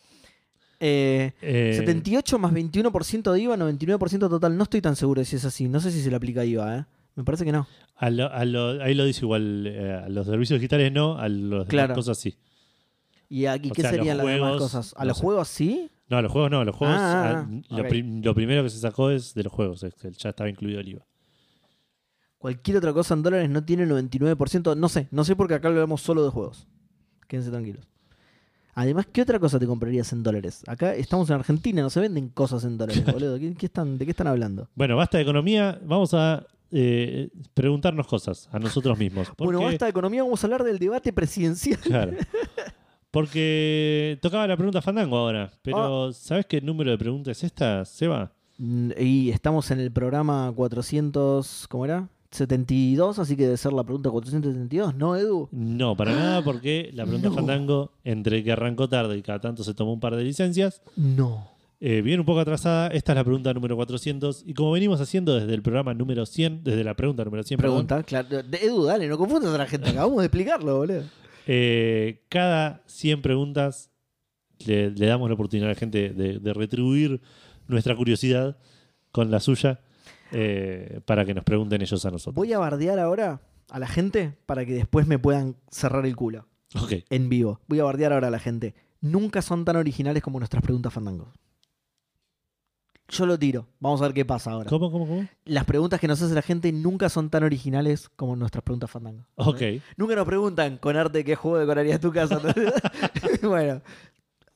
[SPEAKER 2] Eh,
[SPEAKER 1] Eh,
[SPEAKER 2] 78 más 21% de IVA, 99% total. No estoy tan seguro de si es así. No sé si se le aplica IVA, ¿eh? Me parece que no.
[SPEAKER 1] a lo- a lo- ahí lo dice igual, eh, a los servicios digitales no, a los
[SPEAKER 2] Claro.
[SPEAKER 1] demás cosas sí.
[SPEAKER 2] ¿Y aquí
[SPEAKER 1] O
[SPEAKER 2] qué
[SPEAKER 1] sea, los
[SPEAKER 2] serían las demás
[SPEAKER 1] juegos,
[SPEAKER 2] cosas? ¿A
[SPEAKER 1] no
[SPEAKER 2] los
[SPEAKER 1] sé.
[SPEAKER 2] juegos sí?
[SPEAKER 1] No, a los juegos no, a los juegos.
[SPEAKER 2] Ah,
[SPEAKER 1] a-
[SPEAKER 2] ah,
[SPEAKER 1] lo,
[SPEAKER 2] ok.
[SPEAKER 1] pri- lo primero que se sacó es de los juegos, es que ya estaba incluido el IVA.
[SPEAKER 2] Cualquier otra cosa en dólares no tiene 99%. No sé, no sé porque acá hablamos solo de juegos. Quédense tranquilos. Además, ¿qué otra cosa te comprarías en dólares? Acá estamos en Argentina, no se venden cosas en dólares, boludo. ¿Qué- qué están, ¿De qué están hablando?
[SPEAKER 1] Bueno, basta de economía, vamos a eh, preguntarnos cosas a nosotros mismos.
[SPEAKER 2] Bueno,
[SPEAKER 1] Porque-
[SPEAKER 2] basta de economía, vamos a hablar del debate presidencial.
[SPEAKER 1] Claro. Porque tocaba la pregunta Fandango ahora, pero
[SPEAKER 2] Ah.
[SPEAKER 1] ¿sabes qué número de preguntas es esta, Seba?
[SPEAKER 2] Mm, Y estamos en el programa 400, ¿cómo era? 72, así que debe ser la pregunta 472, ¿no, Edu?
[SPEAKER 1] No, para nada, porque la pregunta
[SPEAKER 2] Ah, No.
[SPEAKER 1] Fandango, entre que arrancó tarde y cada tanto se tomó un par de licencias,
[SPEAKER 2] No.
[SPEAKER 1] Eh, viene un poco atrasada. Esta es la pregunta número 400. Y como venimos haciendo desde el programa número 100, desde la pregunta número 100, perdón,
[SPEAKER 2] Pregunta, claro. De- Edu, dale, no confundas a la gente, acabamos de explicarlo, boludo.
[SPEAKER 1] eh, cada 100 preguntas le, le damos la oportunidad a la gente de, de retribuir nuestra curiosidad con la suya. eh, para que nos pregunten ellos a nosotros.
[SPEAKER 2] Voy a bardear ahora a la gente para que después me puedan cerrar el culo
[SPEAKER 1] Ok,
[SPEAKER 2] en vivo. Voy a bardear ahora a la gente. Nunca son tan originales como nuestras preguntas fandangos. Yo lo tiro. Vamos a ver qué pasa ahora.
[SPEAKER 1] ¿cómo, cómo, cómo?
[SPEAKER 2] Las preguntas que nos hace la gente nunca son tan originales como nuestras preguntas fandangos.
[SPEAKER 1] Ok,
[SPEAKER 2] Nunca nos preguntan con arte qué juego decorarías tu casa. bueno,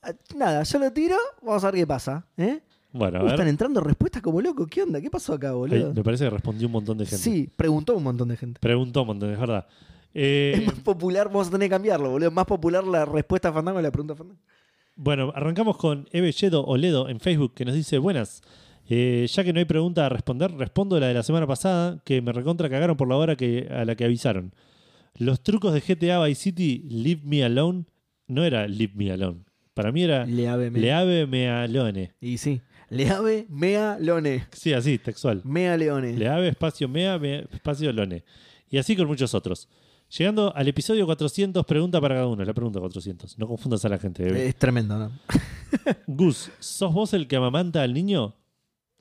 [SPEAKER 2] ah, nada, yo lo tiro, vamos a ver qué pasa. ¿eh?
[SPEAKER 1] bueno,
[SPEAKER 2] Uh,
[SPEAKER 1] a
[SPEAKER 2] están
[SPEAKER 1] ver.
[SPEAKER 2] entrando respuestas como loco, ¿qué onda? ¿Qué pasó acá,
[SPEAKER 1] Ay,
[SPEAKER 2] boludo?
[SPEAKER 1] me parece que respondió un montón de gente.
[SPEAKER 2] sí, preguntó un montón de gente.
[SPEAKER 1] Preguntó un montón, es verdad. Eh,
[SPEAKER 2] es más popular, vamos a tener que cambiarlo, boludo. Es más popular la respuesta a Fandango que la pregunta a Fandango.
[SPEAKER 1] Bueno, arrancamos con Eve Yedo Oledo en Facebook que nos dice buenas. Eh, ya que no hay pregunta a responder, respondo la de la semana pasada que me recontra cagaron por la hora que, a la que avisaron. Los trucos de GTA Vice City, Leave Me Alone, no era Leave Me Alone. Para mí era
[SPEAKER 2] Leave mea.
[SPEAKER 1] Leave Me Alone.
[SPEAKER 2] Y sí. Leave mea lone.
[SPEAKER 1] Sí, así, textual.
[SPEAKER 2] Mea leone.
[SPEAKER 1] Leave espacio Mea, mea, espacio Lone. Y así con muchos otros. Llegando al episodio 400, pregunta para cada uno. La pregunta 400. No confundas a la gente. Eve.
[SPEAKER 2] es tremendo, ¿no?
[SPEAKER 1] Gus, ¿sos vos el que amamanta al niño?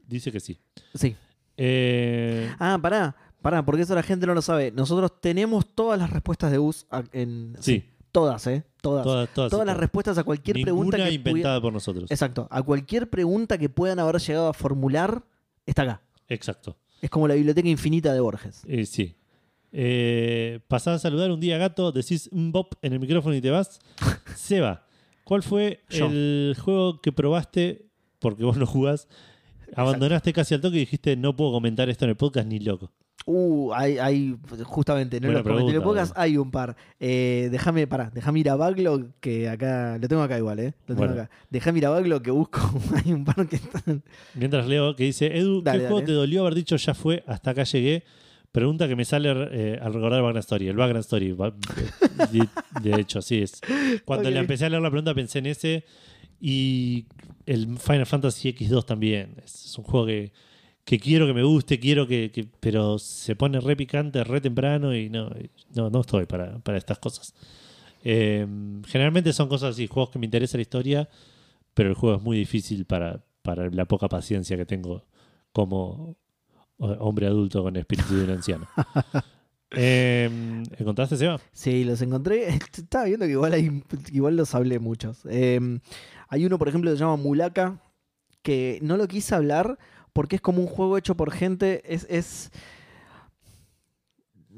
[SPEAKER 1] Dice que sí.
[SPEAKER 2] Sí.
[SPEAKER 1] Eh,
[SPEAKER 2] Ah, pará, pará, porque eso la gente no lo sabe. Nosotros tenemos todas las respuestas de Gus a- en.
[SPEAKER 1] sí,
[SPEAKER 2] Todas, ¿eh?
[SPEAKER 1] todas,
[SPEAKER 2] Todas.
[SPEAKER 1] todas.
[SPEAKER 2] todas las
[SPEAKER 1] todas.
[SPEAKER 2] respuestas a cualquier pregunta
[SPEAKER 1] Ninguna
[SPEAKER 2] que
[SPEAKER 1] inventada
[SPEAKER 2] pudi-
[SPEAKER 1] por nosotros.
[SPEAKER 2] Exacto, a cualquier pregunta que puedan haber llegado a formular está acá.
[SPEAKER 1] Exacto.
[SPEAKER 2] Es como la biblioteca infinita de Borges.
[SPEAKER 1] Eh, sí. Eh, pasás a saludar un día gato, decís un bop en el micrófono y te vas. Seba, ¿cuál fue
[SPEAKER 2] Yo.
[SPEAKER 1] el juego que probaste? Porque vos no jugás. Abandonaste casi al toque y dijiste, no puedo comentar esto en el podcast ni loco.
[SPEAKER 2] Uh, hay, hay justamente, no
[SPEAKER 1] Buena
[SPEAKER 2] los comenté en el
[SPEAKER 1] pregunta,
[SPEAKER 2] podcast, hay un par. Eh, déjame, pará, déjame ir a Backlog, que acá, lo tengo acá igual, ¿eh? Lo tengo
[SPEAKER 1] Bueno.
[SPEAKER 2] acá. Déjame ir a Backlog, que busco, hay un par que están...
[SPEAKER 1] Mientras leo que dice, Edu,
[SPEAKER 2] Dale,
[SPEAKER 1] ¿qué juego
[SPEAKER 2] dale.
[SPEAKER 1] te dolió haber dicho ya fue, hasta acá llegué? Pregunta que me sale eh, al recordar Background Story. El Background Story, va- de, de hecho, así es. Cuando
[SPEAKER 2] Ok.
[SPEAKER 1] le empecé a leer la pregunta pensé en ese y el Final Fantasy X2 también. Es, es un juego que, que quiero que me guste, quiero que, que- pero se pone re picante, re temprano y no, y no, no estoy para, para estas cosas. Eh, generalmente son cosas así, juegos que me interesa la historia, pero el juego es muy difícil para, para la poca paciencia que tengo como ho- hombre adulto con espíritu de un anciano. Eh, ¿Encontraste, Seba?
[SPEAKER 2] Sí, los encontré. Estaba viendo que igual, hay, igual los hablé muchos. Eh, hay uno, por ejemplo, que se llama Mulaka, que no lo quise hablar porque es como un juego hecho por gente. Es. es-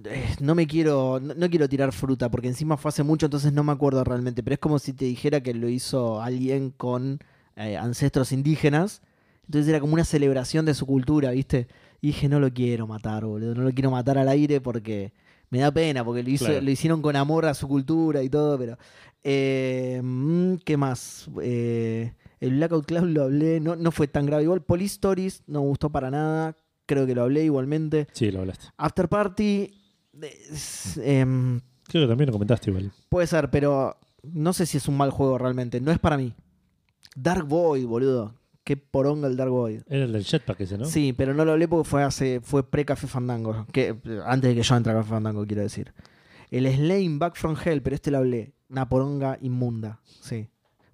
[SPEAKER 2] eh, No me quiero. No, no quiero tirar fruta, porque encima fue hace mucho, entonces no me acuerdo realmente. Pero es como si te dijera que lo hizo alguien con eh, ancestros indígenas. Entonces era como una celebración de su cultura, ¿viste? Y dije, no lo quiero matar, boludo. No lo quiero matar al aire porque me da pena, porque lo, hizo-
[SPEAKER 1] Claro.
[SPEAKER 2] lo hicieron con amor a su cultura y todo, pero. Eh, mm, ¿Qué más? Eh, el Blackout Cloud lo hablé, no, no fue tan grave. Igual Police Stories no me gustó para nada, creo que lo hablé igualmente.
[SPEAKER 1] Sí, lo hablaste.
[SPEAKER 2] After Party eh, es, em,
[SPEAKER 1] Creo que también lo comentaste igual.
[SPEAKER 2] puede ser, pero no sé si es un mal juego realmente, no es para mí. Dark Void, boludo. Qué poronga el Dark Void.
[SPEAKER 1] Era el del jetpack ese, ¿no?
[SPEAKER 2] Sí, pero no lo hablé porque fue hace fue pre Café Fandango, que antes de que yo entrara a Café Fandango quiero decir. El Slain Back from Hell, pero este lo hablé, una poronga inmunda, sí.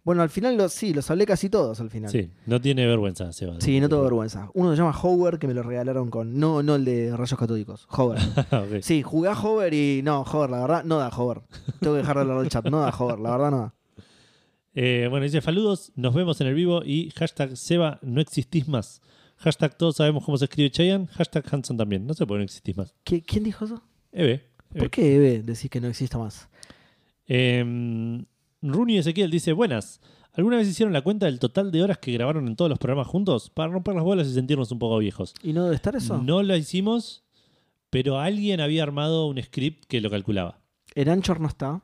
[SPEAKER 2] Bueno, al final lo, sí, los hablé casi todos al final.
[SPEAKER 1] Sí, no tiene vergüenza, Seba.
[SPEAKER 2] Sí, no tengo vergüenza. Uno se llama Howard que me lo regalaron con no no el de Rayos Catódicos, Howard.
[SPEAKER 1] Ok.
[SPEAKER 2] Sí, jugué a Hover y no, Hover, la verdad, no da Hover. Tengo que dejar de hablar del chat, no da Hover, la verdad no da.
[SPEAKER 1] Eh, bueno, dice saludos, nos vemos en el vivo y hashtag Seba, no existís más. Hashtag todos sabemos cómo se escribe Cheyenne, hashtag Hanson también. No sé por qué no existís más. Eh,
[SPEAKER 2] ¿Qui- ¿Quién dijo eso?
[SPEAKER 1] Eve.
[SPEAKER 2] ¿Por qué Eve decís que no exista más?
[SPEAKER 1] Eh, Runi Ezequiel dice, buenas. ¿Alguna vez hicieron la cuenta del total de horas que grabaron en todos los programas juntos? Para romper las bolas y sentirnos un poco viejos.
[SPEAKER 2] ¿Y no debe estar eso?
[SPEAKER 1] No lo hicimos, pero alguien había armado un script que lo calculaba.
[SPEAKER 2] El Anchor no está.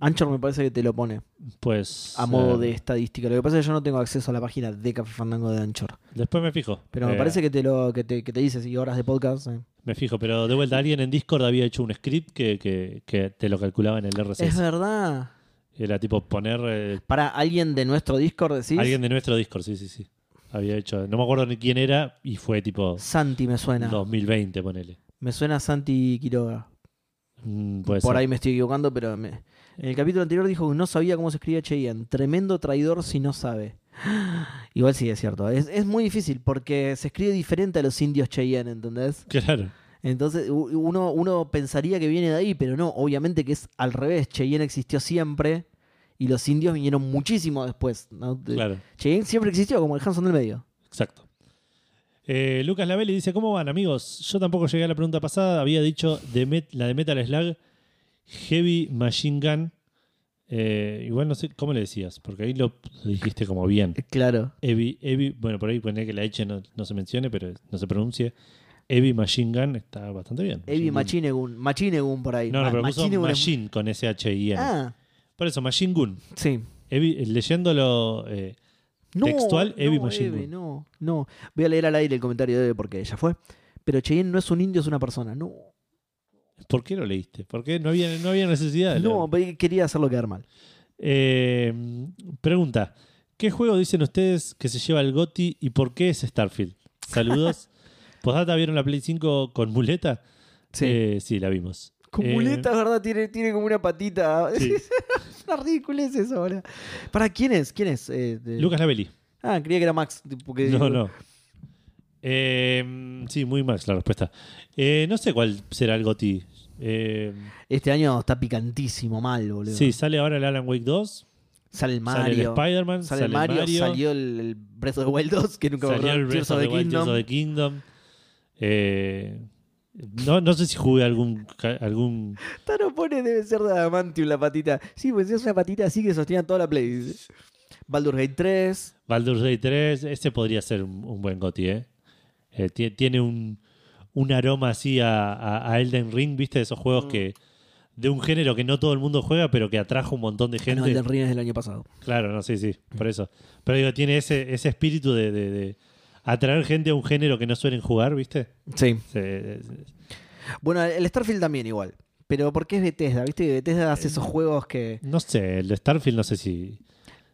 [SPEAKER 2] Anchor me parece que te lo pone
[SPEAKER 1] Pues...
[SPEAKER 2] a modo
[SPEAKER 1] eh,
[SPEAKER 2] de estadística. Lo que pasa es que yo no tengo acceso a la página de Café Fandango de Anchor.
[SPEAKER 1] Después me fijo.
[SPEAKER 2] Pero me
[SPEAKER 1] Eh,
[SPEAKER 2] parece que te lo que te, que te dice, sí, horas de podcast. eh. sí.
[SPEAKER 1] Me fijo, pero de vuelta, alguien en Discord había hecho un script que, que- que te lo calculaba en el RSS.
[SPEAKER 2] Es verdad.
[SPEAKER 1] Era tipo poner eh,
[SPEAKER 2] Para alguien de nuestro Discord decís.
[SPEAKER 1] alguien de nuestro Discord, sí, sí, sí. Había hecho, no me acuerdo ni quién era y fue tipo
[SPEAKER 2] Santi me suena.
[SPEAKER 1] 2020, ponele.
[SPEAKER 2] Me suena Santi Quiroga.
[SPEAKER 1] Mm, puede
[SPEAKER 2] Por
[SPEAKER 1] ser.
[SPEAKER 2] ahí me estoy equivocando, pero me- en el capítulo anterior dijo que no sabía cómo se escribía Cheyenne. Tremendo traidor si no sabe. Igual sí, es cierto. Es, es muy difícil porque se escribe diferente a los indios Cheyenne, ¿entendés?
[SPEAKER 1] Claro.
[SPEAKER 2] Entonces u- uno, uno pensaría que viene de ahí, pero no, obviamente que es al revés. Cheyenne existió siempre y los indios vinieron muchísimo después. ¿no? De-
[SPEAKER 1] Claro.
[SPEAKER 2] Cheyenne siempre existió, como el Hanson del medio.
[SPEAKER 1] Exacto. Eh, Lucas Lavelli dice: ¿Cómo van, amigos? Yo tampoco llegué a la pregunta pasada. Había dicho de met- la de Metal Slug Heavy Machine Gun. Eh, igual no sé cómo le decías, porque ahí lo dijiste como bien.
[SPEAKER 2] Eh, Claro.
[SPEAKER 1] Heavy, heavy, bueno, por ahí poner que la H no, no se mencione, pero no se pronuncie. Heavy Machine Gun está bastante bien.
[SPEAKER 2] Evi
[SPEAKER 1] Gun.
[SPEAKER 2] Machinegun. Machinegun por ahí.
[SPEAKER 1] No, no,
[SPEAKER 2] Ma-
[SPEAKER 1] pero puso
[SPEAKER 2] Machinegun es-
[SPEAKER 1] Machine con S-H-I-N.
[SPEAKER 2] Ah,
[SPEAKER 1] Por eso, Machine Gun.
[SPEAKER 2] sí.
[SPEAKER 1] Heavy- eh, leyéndolo. eh,
[SPEAKER 2] No,
[SPEAKER 1] Textual, Evi
[SPEAKER 2] no,
[SPEAKER 1] Machine
[SPEAKER 2] Evi,
[SPEAKER 1] Gun.
[SPEAKER 2] no, no. Voy a leer al aire el comentario de Evi porque ya fue. Pero Cheyenne no es un indio, es una persona. No,
[SPEAKER 1] ¿Por qué lo leíste? Porque no había, no había necesidad de leerlo.
[SPEAKER 2] no pe- quería hacerlo quedar mal.
[SPEAKER 1] Eh, pregunta: ¿Qué juego dicen ustedes que se lleva el GOTI y por qué es Starfield? Saludos. ¿Postdata vieron la Play 5 con muleta?
[SPEAKER 2] Sí.
[SPEAKER 1] Eh, sí, la vimos.
[SPEAKER 2] Con
[SPEAKER 1] Eh,
[SPEAKER 2] muletas, ¿verdad? Tiene, tiene como una patita.
[SPEAKER 1] Sí.
[SPEAKER 2] es una ridiculez eso ahora. ¿Para quién es? ¿Quién es? Eh, de-
[SPEAKER 1] Lucas Lavelli.
[SPEAKER 2] Ah, creía que era Max. tipo, que-
[SPEAKER 1] No, no. Eh, sí, muy Max la respuesta. Eh, no sé cuál será el GOTI. Eh,
[SPEAKER 2] Este año está picantísimo mal, boludo.
[SPEAKER 1] sí, sale ahora el Alan Wake 2.
[SPEAKER 2] Sale el
[SPEAKER 1] Sale el
[SPEAKER 2] Mario.
[SPEAKER 1] Spider-Man.
[SPEAKER 2] sale el Mario, Salió el, el Breath of the Wild 2, que nunca me
[SPEAKER 1] Salió
[SPEAKER 2] acuerdo.
[SPEAKER 1] el Breath
[SPEAKER 2] Tears
[SPEAKER 1] of
[SPEAKER 2] of
[SPEAKER 1] the
[SPEAKER 2] the
[SPEAKER 1] Wild, Tears
[SPEAKER 2] Kingdom.
[SPEAKER 1] of the Kingdom. Eh, no, no sé si jugué algún, ca- algún.
[SPEAKER 2] Tano pone debe ser de adamantium la patita. Sí, pues es una patita así que sostiene toda la play. dice. Baldur's Gate 3.
[SPEAKER 1] Baldur's Gate 3. Este podría ser un, un buen goti, ¿eh? Eh, tie- tiene un, un aroma así a, a- a Elden Ring, ¿viste? De esos juegos
[SPEAKER 2] Mm.
[SPEAKER 1] que. De un género que no todo el mundo juega, pero que atrajo un montón de
[SPEAKER 2] Ah,
[SPEAKER 1] gente.
[SPEAKER 2] No, el del Ring es del año pasado.
[SPEAKER 1] Claro, no, sí, sí, por eso. Pero digo, tiene ese, ese espíritu de, de- de atraer gente a un género que no suelen jugar, ¿viste?
[SPEAKER 2] Sí.
[SPEAKER 1] Se- se-
[SPEAKER 2] Bueno, el Starfield también igual. Pero porque es Bethesda, ¿viste? Que Bethesda hace esos juegos que
[SPEAKER 1] no sé, el de Starfield no sé si...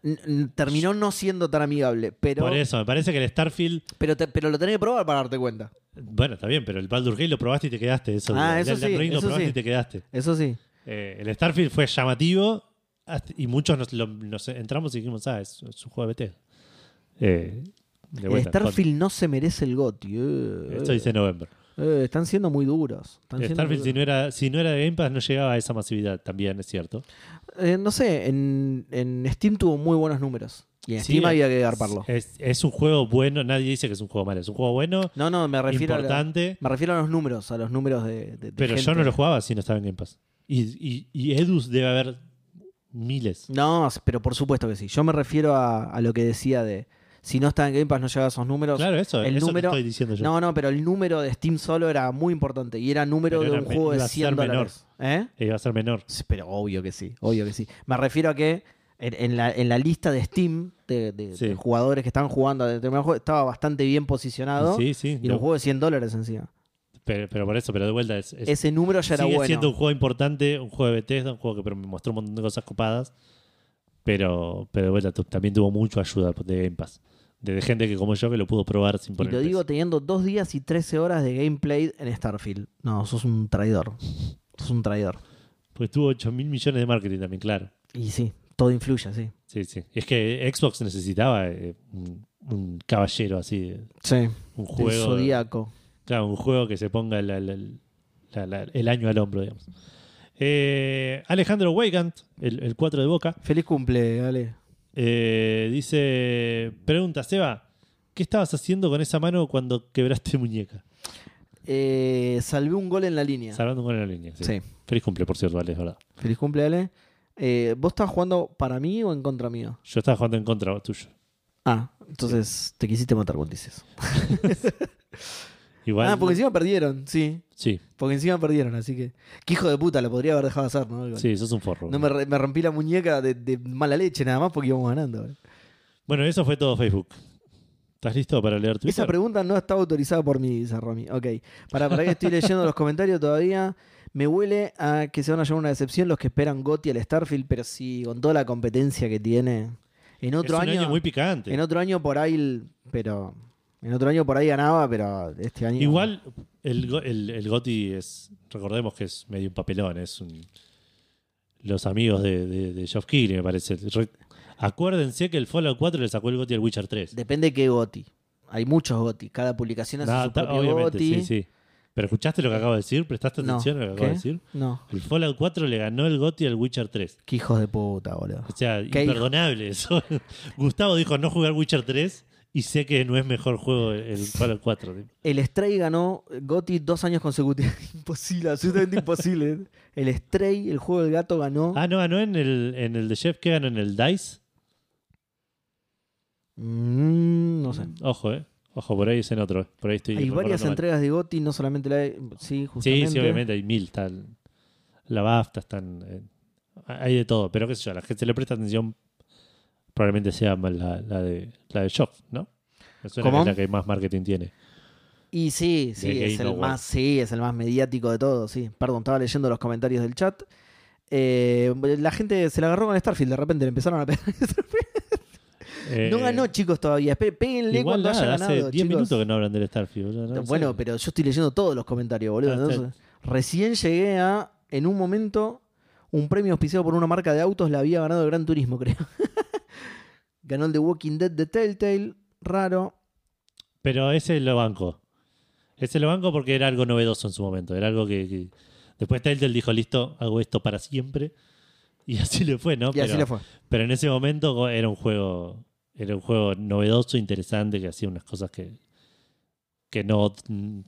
[SPEAKER 2] n- n- terminó no siendo tan amigable. Pero,
[SPEAKER 1] Por eso, me parece que el Starfield...
[SPEAKER 2] pero, te- pero lo tenés que probar para darte cuenta.
[SPEAKER 1] Bueno, está bien, pero el Baldur's Gate lo probaste y te quedaste. Eso,
[SPEAKER 2] Ah,
[SPEAKER 1] el
[SPEAKER 2] eso
[SPEAKER 1] Elden
[SPEAKER 2] sí,
[SPEAKER 1] Ring lo
[SPEAKER 2] eso
[SPEAKER 1] probaste
[SPEAKER 2] sí.
[SPEAKER 1] y te quedaste.
[SPEAKER 2] Eso sí.
[SPEAKER 1] Eh, el Starfield fue llamativo hasta- y muchos nos, lo- nos entramos y dijimos, ah, es, es un juego de BT. de
[SPEAKER 2] el
[SPEAKER 1] vuelta, con-
[SPEAKER 2] Starfield no se merece el GOTY. eh.
[SPEAKER 1] Esto dice noviembre.
[SPEAKER 2] Eh, están siendo muy duros. están
[SPEAKER 1] El
[SPEAKER 2] siendo muy
[SPEAKER 1] Starfield, si
[SPEAKER 2] duros.
[SPEAKER 1] no, era, si no era de Game Pass, no llegaba a esa masividad, también es cierto.
[SPEAKER 2] Eh, no sé, en, en Steam tuvo muy buenos números. Y en
[SPEAKER 1] Sí, eh,
[SPEAKER 2] Steam
[SPEAKER 1] es-
[SPEAKER 2] había que garparlo.
[SPEAKER 1] Es, es un juego bueno, nadie dice que es un juego malo, es un juego bueno,
[SPEAKER 2] No, no, me refiero a, la-
[SPEAKER 1] importante,
[SPEAKER 2] me refiero a los números, a los números de, de- de
[SPEAKER 1] pero yo
[SPEAKER 2] gente.
[SPEAKER 1] no lo jugaba si no estaba en Game Pass. Y, y, y Edus debe haber miles.
[SPEAKER 2] No, pero por supuesto que sí. Yo me refiero a, a lo que decía de si no está en Game Pass no llegaba a esos números.
[SPEAKER 1] Claro, eso,
[SPEAKER 2] el
[SPEAKER 1] eso
[SPEAKER 2] número-
[SPEAKER 1] que estoy diciendo yo.
[SPEAKER 2] no, no, pero el número de Steam solo era muy importante y era número
[SPEAKER 1] Pero
[SPEAKER 2] de
[SPEAKER 1] era
[SPEAKER 2] un
[SPEAKER 1] me-
[SPEAKER 2] juego de
[SPEAKER 1] iba a
[SPEAKER 2] 100
[SPEAKER 1] ser menor.
[SPEAKER 2] dólares. ¿Eh?
[SPEAKER 1] Eh, va a ser menor.
[SPEAKER 2] Sí, Pero obvio que sí, obvio que sí. Me refiero a que en, en la, en la lista de Steam de, de-
[SPEAKER 1] Sí.
[SPEAKER 2] de jugadores que estaban jugando a determinado juego estaba bastante bien posicionado
[SPEAKER 1] Sí, sí.
[SPEAKER 2] y
[SPEAKER 1] no,
[SPEAKER 2] era un juego de 100 dólares encima.
[SPEAKER 1] pero, pero por eso, pero de vuelta es, es-
[SPEAKER 2] Ese número ya era
[SPEAKER 1] sigue
[SPEAKER 2] bueno.
[SPEAKER 1] siendo un juego importante, un juego de Bethesda, un juego que pero me mostró un montón de cosas copadas. Pero, pero de vuelta tu- también tuvo mucha ayuda de Game Pass. De, de gente que como yo que lo pudo probar sin
[SPEAKER 2] Y
[SPEAKER 1] poner
[SPEAKER 2] lo
[SPEAKER 1] el
[SPEAKER 2] digo
[SPEAKER 1] precio.
[SPEAKER 2] teniendo dos días y 13 horas de gameplay en Starfield. No, sos un traidor. Sos un traidor.
[SPEAKER 1] Porque tuvo 8 mil millones de marketing también, claro.
[SPEAKER 2] Y sí, todo influye, sí.
[SPEAKER 1] Sí, sí. Y es que Xbox necesitaba eh, un, un caballero así, eh,
[SPEAKER 2] Sí.
[SPEAKER 1] un
[SPEAKER 2] El
[SPEAKER 1] juego.
[SPEAKER 2] zodíaco.
[SPEAKER 1] Claro, un juego que se ponga la- la- la- la- el año al hombro, digamos. Eh, Alejandro Weigand, el, el 4 de Boca,
[SPEAKER 2] Feliz cumple, Ale.
[SPEAKER 1] eh, dice, pregunta, Seba, ¿qué estabas haciendo con esa mano cuando quebraste muñeca?
[SPEAKER 2] Eh, salvé un gol en la línea.
[SPEAKER 1] Salvando con la línea. Sí.
[SPEAKER 2] Sí.
[SPEAKER 1] Feliz cumple, por cierto, Ale, es verdad.
[SPEAKER 2] Feliz cumple, Ale. Eh, ¿Vos estabas jugando para mí o en contra mío?
[SPEAKER 1] Yo estaba jugando en contra tuyo.
[SPEAKER 2] Ah, entonces te quisiste matar cuando dices.
[SPEAKER 1] Igual.
[SPEAKER 2] Ah, porque encima perdieron, sí.
[SPEAKER 1] sí,
[SPEAKER 2] Porque encima perdieron, así que. Qué hijo de puta, lo podría haber dejado hacer, ¿no? El gol.
[SPEAKER 1] sí, sos un forro.
[SPEAKER 2] No me, re- me rompí la muñeca de, de mala leche nada más porque íbamos ganando. eh.
[SPEAKER 1] Bueno, eso fue todo Facebook. ¿Estás listo para leer Twitter?
[SPEAKER 2] Esa pregunta no está autorizada por mí, dice Romy. Ok, para, para que estoy leyendo los comentarios todavía. Me huele a que se van a llevar una decepción los que esperan Gotti al Starfield, pero sí, con toda la competencia que tiene. En otro
[SPEAKER 1] es un año, muy picante.
[SPEAKER 2] en otro año por ahí, el- pero en otro año por ahí ganaba, pero este año
[SPEAKER 1] Igual el, go- el, el Goti es, recordemos que es medio un papelón, es un, los amigos de, de, de Geoff Keighley, me parece. Re- Acuérdense que el Fallout 4 le sacó el GOTY al Witcher 3.
[SPEAKER 2] Depende de qué Goti. Hay muchos Goti. Cada publicación hace
[SPEAKER 1] Nada,
[SPEAKER 2] su
[SPEAKER 1] ta-
[SPEAKER 2] propio Goti.
[SPEAKER 1] sí, sí. Pero escuchaste lo que acabo de decir, prestaste
[SPEAKER 2] No.
[SPEAKER 1] atención a lo que
[SPEAKER 2] ¿Qué?
[SPEAKER 1] acabo de decir.
[SPEAKER 2] No.
[SPEAKER 1] El Fallout 4 le ganó el GOTY al Witcher 3.
[SPEAKER 2] Qué hijos de puta, boludo.
[SPEAKER 1] O sea,
[SPEAKER 2] ¿Qué
[SPEAKER 1] imperdonable eso. Gustavo dijo no jugar Witcher 3 y sé que no es mejor juego el Fallout 4.
[SPEAKER 2] El Stray ganó Goti dos años consecutivos. imposible, absolutamente imposible. El Stray, el juego del gato, ganó.
[SPEAKER 1] Ah, no, ganó en el, en el de Jeff, que ganó en el DICE.
[SPEAKER 2] Mm, no sé.
[SPEAKER 1] Ojo, eh. Ojo, por ahí es en otro. Por ahí estoy
[SPEAKER 2] Hay varias
[SPEAKER 1] recordando mal.
[SPEAKER 2] entregas de Goti, no solamente la de... Sí, justamente.
[SPEAKER 1] Sí, sí, obviamente hay mil. Tal. La BAFTA están. eh, hay de todo, pero qué sé yo, a la gente le presta atención. Probablemente sea más la, la de la de Shock, ¿no? Me suena
[SPEAKER 2] ¿Cómo?
[SPEAKER 1] que es la que más marketing tiene.
[SPEAKER 2] Y sí, sí,
[SPEAKER 1] De
[SPEAKER 2] es
[SPEAKER 1] Game
[SPEAKER 2] el
[SPEAKER 1] Award.
[SPEAKER 2] más, sí, es el más mediático de todos, sí. Perdón, estaba leyendo los comentarios del chat. Eh, la gente se la agarró con Starfield, de repente le empezaron a pegar.
[SPEAKER 1] Eh,
[SPEAKER 2] no ganó, chicos, todavía. Espe- Péguenle
[SPEAKER 1] Igual
[SPEAKER 2] cuando haya
[SPEAKER 1] nada,
[SPEAKER 2] ganado.
[SPEAKER 1] hace 10
[SPEAKER 2] chicos.
[SPEAKER 1] minutos que no hablan del Starfield. boludo, no
[SPEAKER 2] bueno,
[SPEAKER 1] sé.
[SPEAKER 2] pero yo estoy leyendo todos los comentarios, boludo.
[SPEAKER 1] Ah,
[SPEAKER 2] Entonces, recién llegué a, en un momento, un premio auspiciado por una marca de autos la había ganado el Gran Turismo, creo. ganó el de Walking Dead de Telltale, raro.
[SPEAKER 1] Pero ese lo banco. Ese lo banco porque era algo novedoso en su momento. Era algo que. que- Después Telltale dijo, listo, hago esto para siempre. Y así le fue, ¿no?
[SPEAKER 2] y así
[SPEAKER 1] Pero-
[SPEAKER 2] le fue.
[SPEAKER 1] Pero en ese momento era un juego. Era un juego novedoso, interesante, que hacía unas cosas que. que no.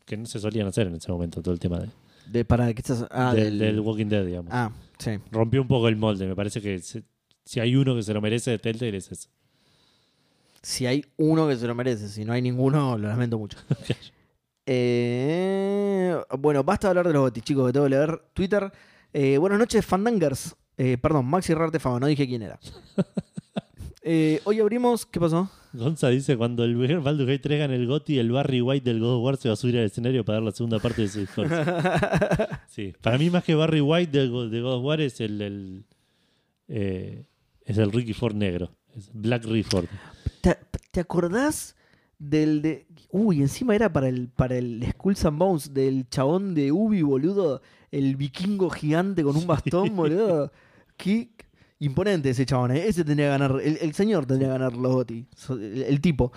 [SPEAKER 1] que no se solían hacer en ese momento, todo el tema de-
[SPEAKER 2] De, para, ¿qué estás? Ah,
[SPEAKER 1] del,
[SPEAKER 2] del,
[SPEAKER 1] del Walking Dead, digamos.
[SPEAKER 2] ah, sí.
[SPEAKER 1] Rompió un poco el molde. Me parece que se- si hay uno que se lo merece de Telltale es ese.
[SPEAKER 2] Si hay uno que se lo merece, si no hay ninguno, lo lamento mucho. Eh, bueno, basta de hablar de los botis, chicos, que tengo que leer Twitter. Eh, buenas noches, Fandangers. Eh, perdón, Maxi Rarte Fama, no dije quién era. Eh, hoy abrimos. ¿Qué pasó?
[SPEAKER 1] Gonza dice: cuando el Baldur's Gate 3 gane el Gotti, el Barry White del God of War se va a subir al escenario para dar la segunda parte de su discurso. sí. Para mí, más que Barry White del Go- de God of War, es el. el, eh, es el Ricky Ford negro. Es Black Ricky Ford.
[SPEAKER 2] ¿Te, te acordás del de. Uy, encima era para el, para el Skulls and Bones del chabón de Ubi, boludo. El vikingo gigante con un bastón, boludo. Qué imponente ese chabón, ¿eh? Ese tenía que ganar. El, el señor tenía que ganar los Goti. So- El, el tipo.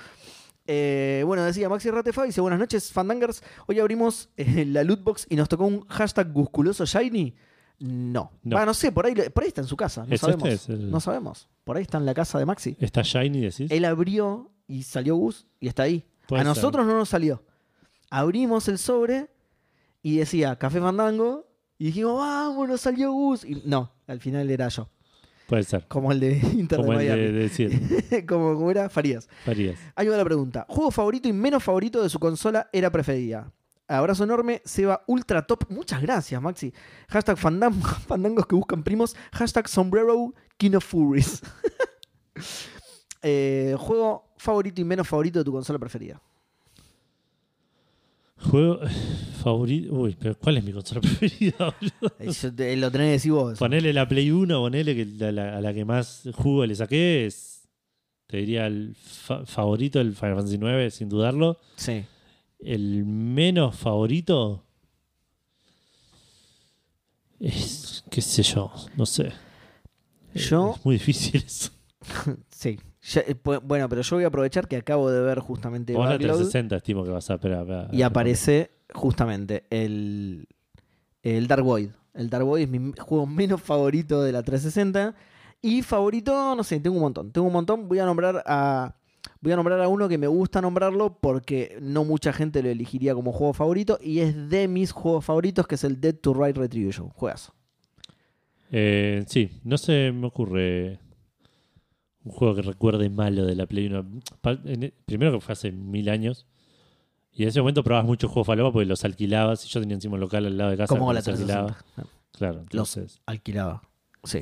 [SPEAKER 2] Eh, bueno, decía Maxi Ratefa, dice buenas noches, Fandangers. Hoy abrimos eh, la lootbox y nos tocó un hashtag gusculoso shiny. No.
[SPEAKER 1] No.
[SPEAKER 2] Ah, no sé, por ahí, lo- por ahí está en su casa. No
[SPEAKER 1] Es
[SPEAKER 2] sabemos.
[SPEAKER 1] este, es el-
[SPEAKER 2] No sabemos. Por ahí está en la casa de Maxi.
[SPEAKER 1] ¿Está Shiny, decís?
[SPEAKER 2] Él abrió y salió Gus y está ahí.
[SPEAKER 1] Puede
[SPEAKER 2] a
[SPEAKER 1] ser.
[SPEAKER 2] nosotros no nos salió. Abrimos el sobre y decía Café Fandango y dijimos, vamos, nos salió Gus. Y no, al final era yo.
[SPEAKER 1] Puede ser.
[SPEAKER 2] Como el de Inter
[SPEAKER 1] Como
[SPEAKER 2] de
[SPEAKER 1] el de,
[SPEAKER 2] Miami.
[SPEAKER 1] de decir,
[SPEAKER 2] como, como era Farías.
[SPEAKER 1] Farías.
[SPEAKER 2] Ahí va la pregunta. ¿Juego favorito y menos favorito de su consola era preferida? Abrazo enorme, Seba Ultra Top. Muchas gracias, Maxi. Hashtag fandango- fandangos que buscan primos. Hashtag sombrero King of Furies. Eh, juego favorito y menos favorito de tu consola preferida.
[SPEAKER 1] Juego favorito. Uy, pero ¿cuál es mi consola preferida? boludo?
[SPEAKER 2] Eh, yo te- lo tenés que decir vos.
[SPEAKER 1] ponele la Play 1, ponele que la- la- a la que más jugo le saqué es. Te diría el fa- favorito, el Final Fantasy 9, sin dudarlo.
[SPEAKER 2] Sí.
[SPEAKER 1] El menos favorito. Es, qué sé yo, no sé.
[SPEAKER 2] Yo-
[SPEAKER 1] Es muy difícil eso.
[SPEAKER 2] Sí. Ya, eh, pu- bueno, pero yo voy a aprovechar que acabo de ver justamente
[SPEAKER 1] Vos la
[SPEAKER 2] Backlog
[SPEAKER 1] 360 estimo que vas a esperar. esperar,
[SPEAKER 2] y
[SPEAKER 1] esperar.
[SPEAKER 2] aparece justamente el, el Dark Void. El Dark Void es mi juego menos favorito de la 360. Y favorito, no sé, tengo un montón. Tengo un montón. Voy a nombrar a. Voy a nombrar a uno que me gusta nombrarlo porque no mucha gente lo elegiría como juego favorito. Y es de mis juegos favoritos, que es el Dead to Right Retribution. Juegazo.
[SPEAKER 1] Eh, sí, no se me ocurre un juego que recuerde malo de la Play 1. Pa- en- e, Primero que fue hace mil años. Y en ese momento probabas muchos juegos falopa porque los alquilabas. Y yo tenía encima un local al lado de casa.
[SPEAKER 2] Como
[SPEAKER 1] donde
[SPEAKER 2] la
[SPEAKER 1] los alquilaba.
[SPEAKER 2] 360.
[SPEAKER 1] Claro,
[SPEAKER 2] Los
[SPEAKER 1] entonces.
[SPEAKER 2] alquilaba. Sí.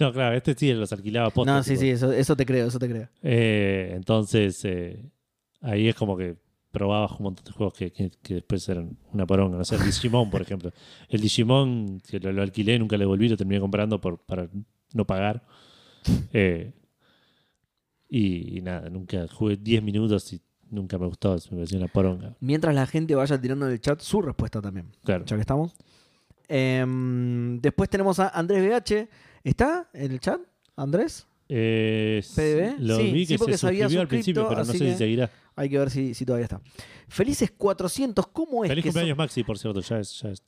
[SPEAKER 1] no, claro, este sí los alquilaba posta,
[SPEAKER 2] No, sí,
[SPEAKER 1] tipo.
[SPEAKER 2] sí, eso, eso te creo, eso te creo.
[SPEAKER 1] Eh, entonces, eh, ahí es como que probabas un montón de juegos que, que- que después eran una poronga. No sé, el Digimon, por ejemplo. El Digimon, que lo, lo alquilé, nunca lo devolví, lo terminé comprando por, para no pagar. Eh, y, y nada, nunca jugué 10 minutos y nunca me gustó, me pareció una poronga.
[SPEAKER 2] Mientras la gente vaya tirando en el chat su respuesta también.
[SPEAKER 1] Claro.
[SPEAKER 2] Ya que estamos. Em, después tenemos a Andrés BH. ¿Está en el chat, Andrés?
[SPEAKER 1] Eh,
[SPEAKER 2] ¿PDB?
[SPEAKER 1] Lo
[SPEAKER 2] Sí,
[SPEAKER 1] vi
[SPEAKER 2] sí,
[SPEAKER 1] que
[SPEAKER 2] porque
[SPEAKER 1] se
[SPEAKER 2] se había
[SPEAKER 1] suscribió al
[SPEAKER 2] suscrito,
[SPEAKER 1] principio, pero no
[SPEAKER 2] así
[SPEAKER 1] sé si
[SPEAKER 2] que-
[SPEAKER 1] seguirá.
[SPEAKER 2] Hay que ver si, si todavía está. Felices 400, ¿cómo es
[SPEAKER 1] Feliz
[SPEAKER 2] que son-
[SPEAKER 1] cumpleaños, Maxi, por cierto, ya es, ya es-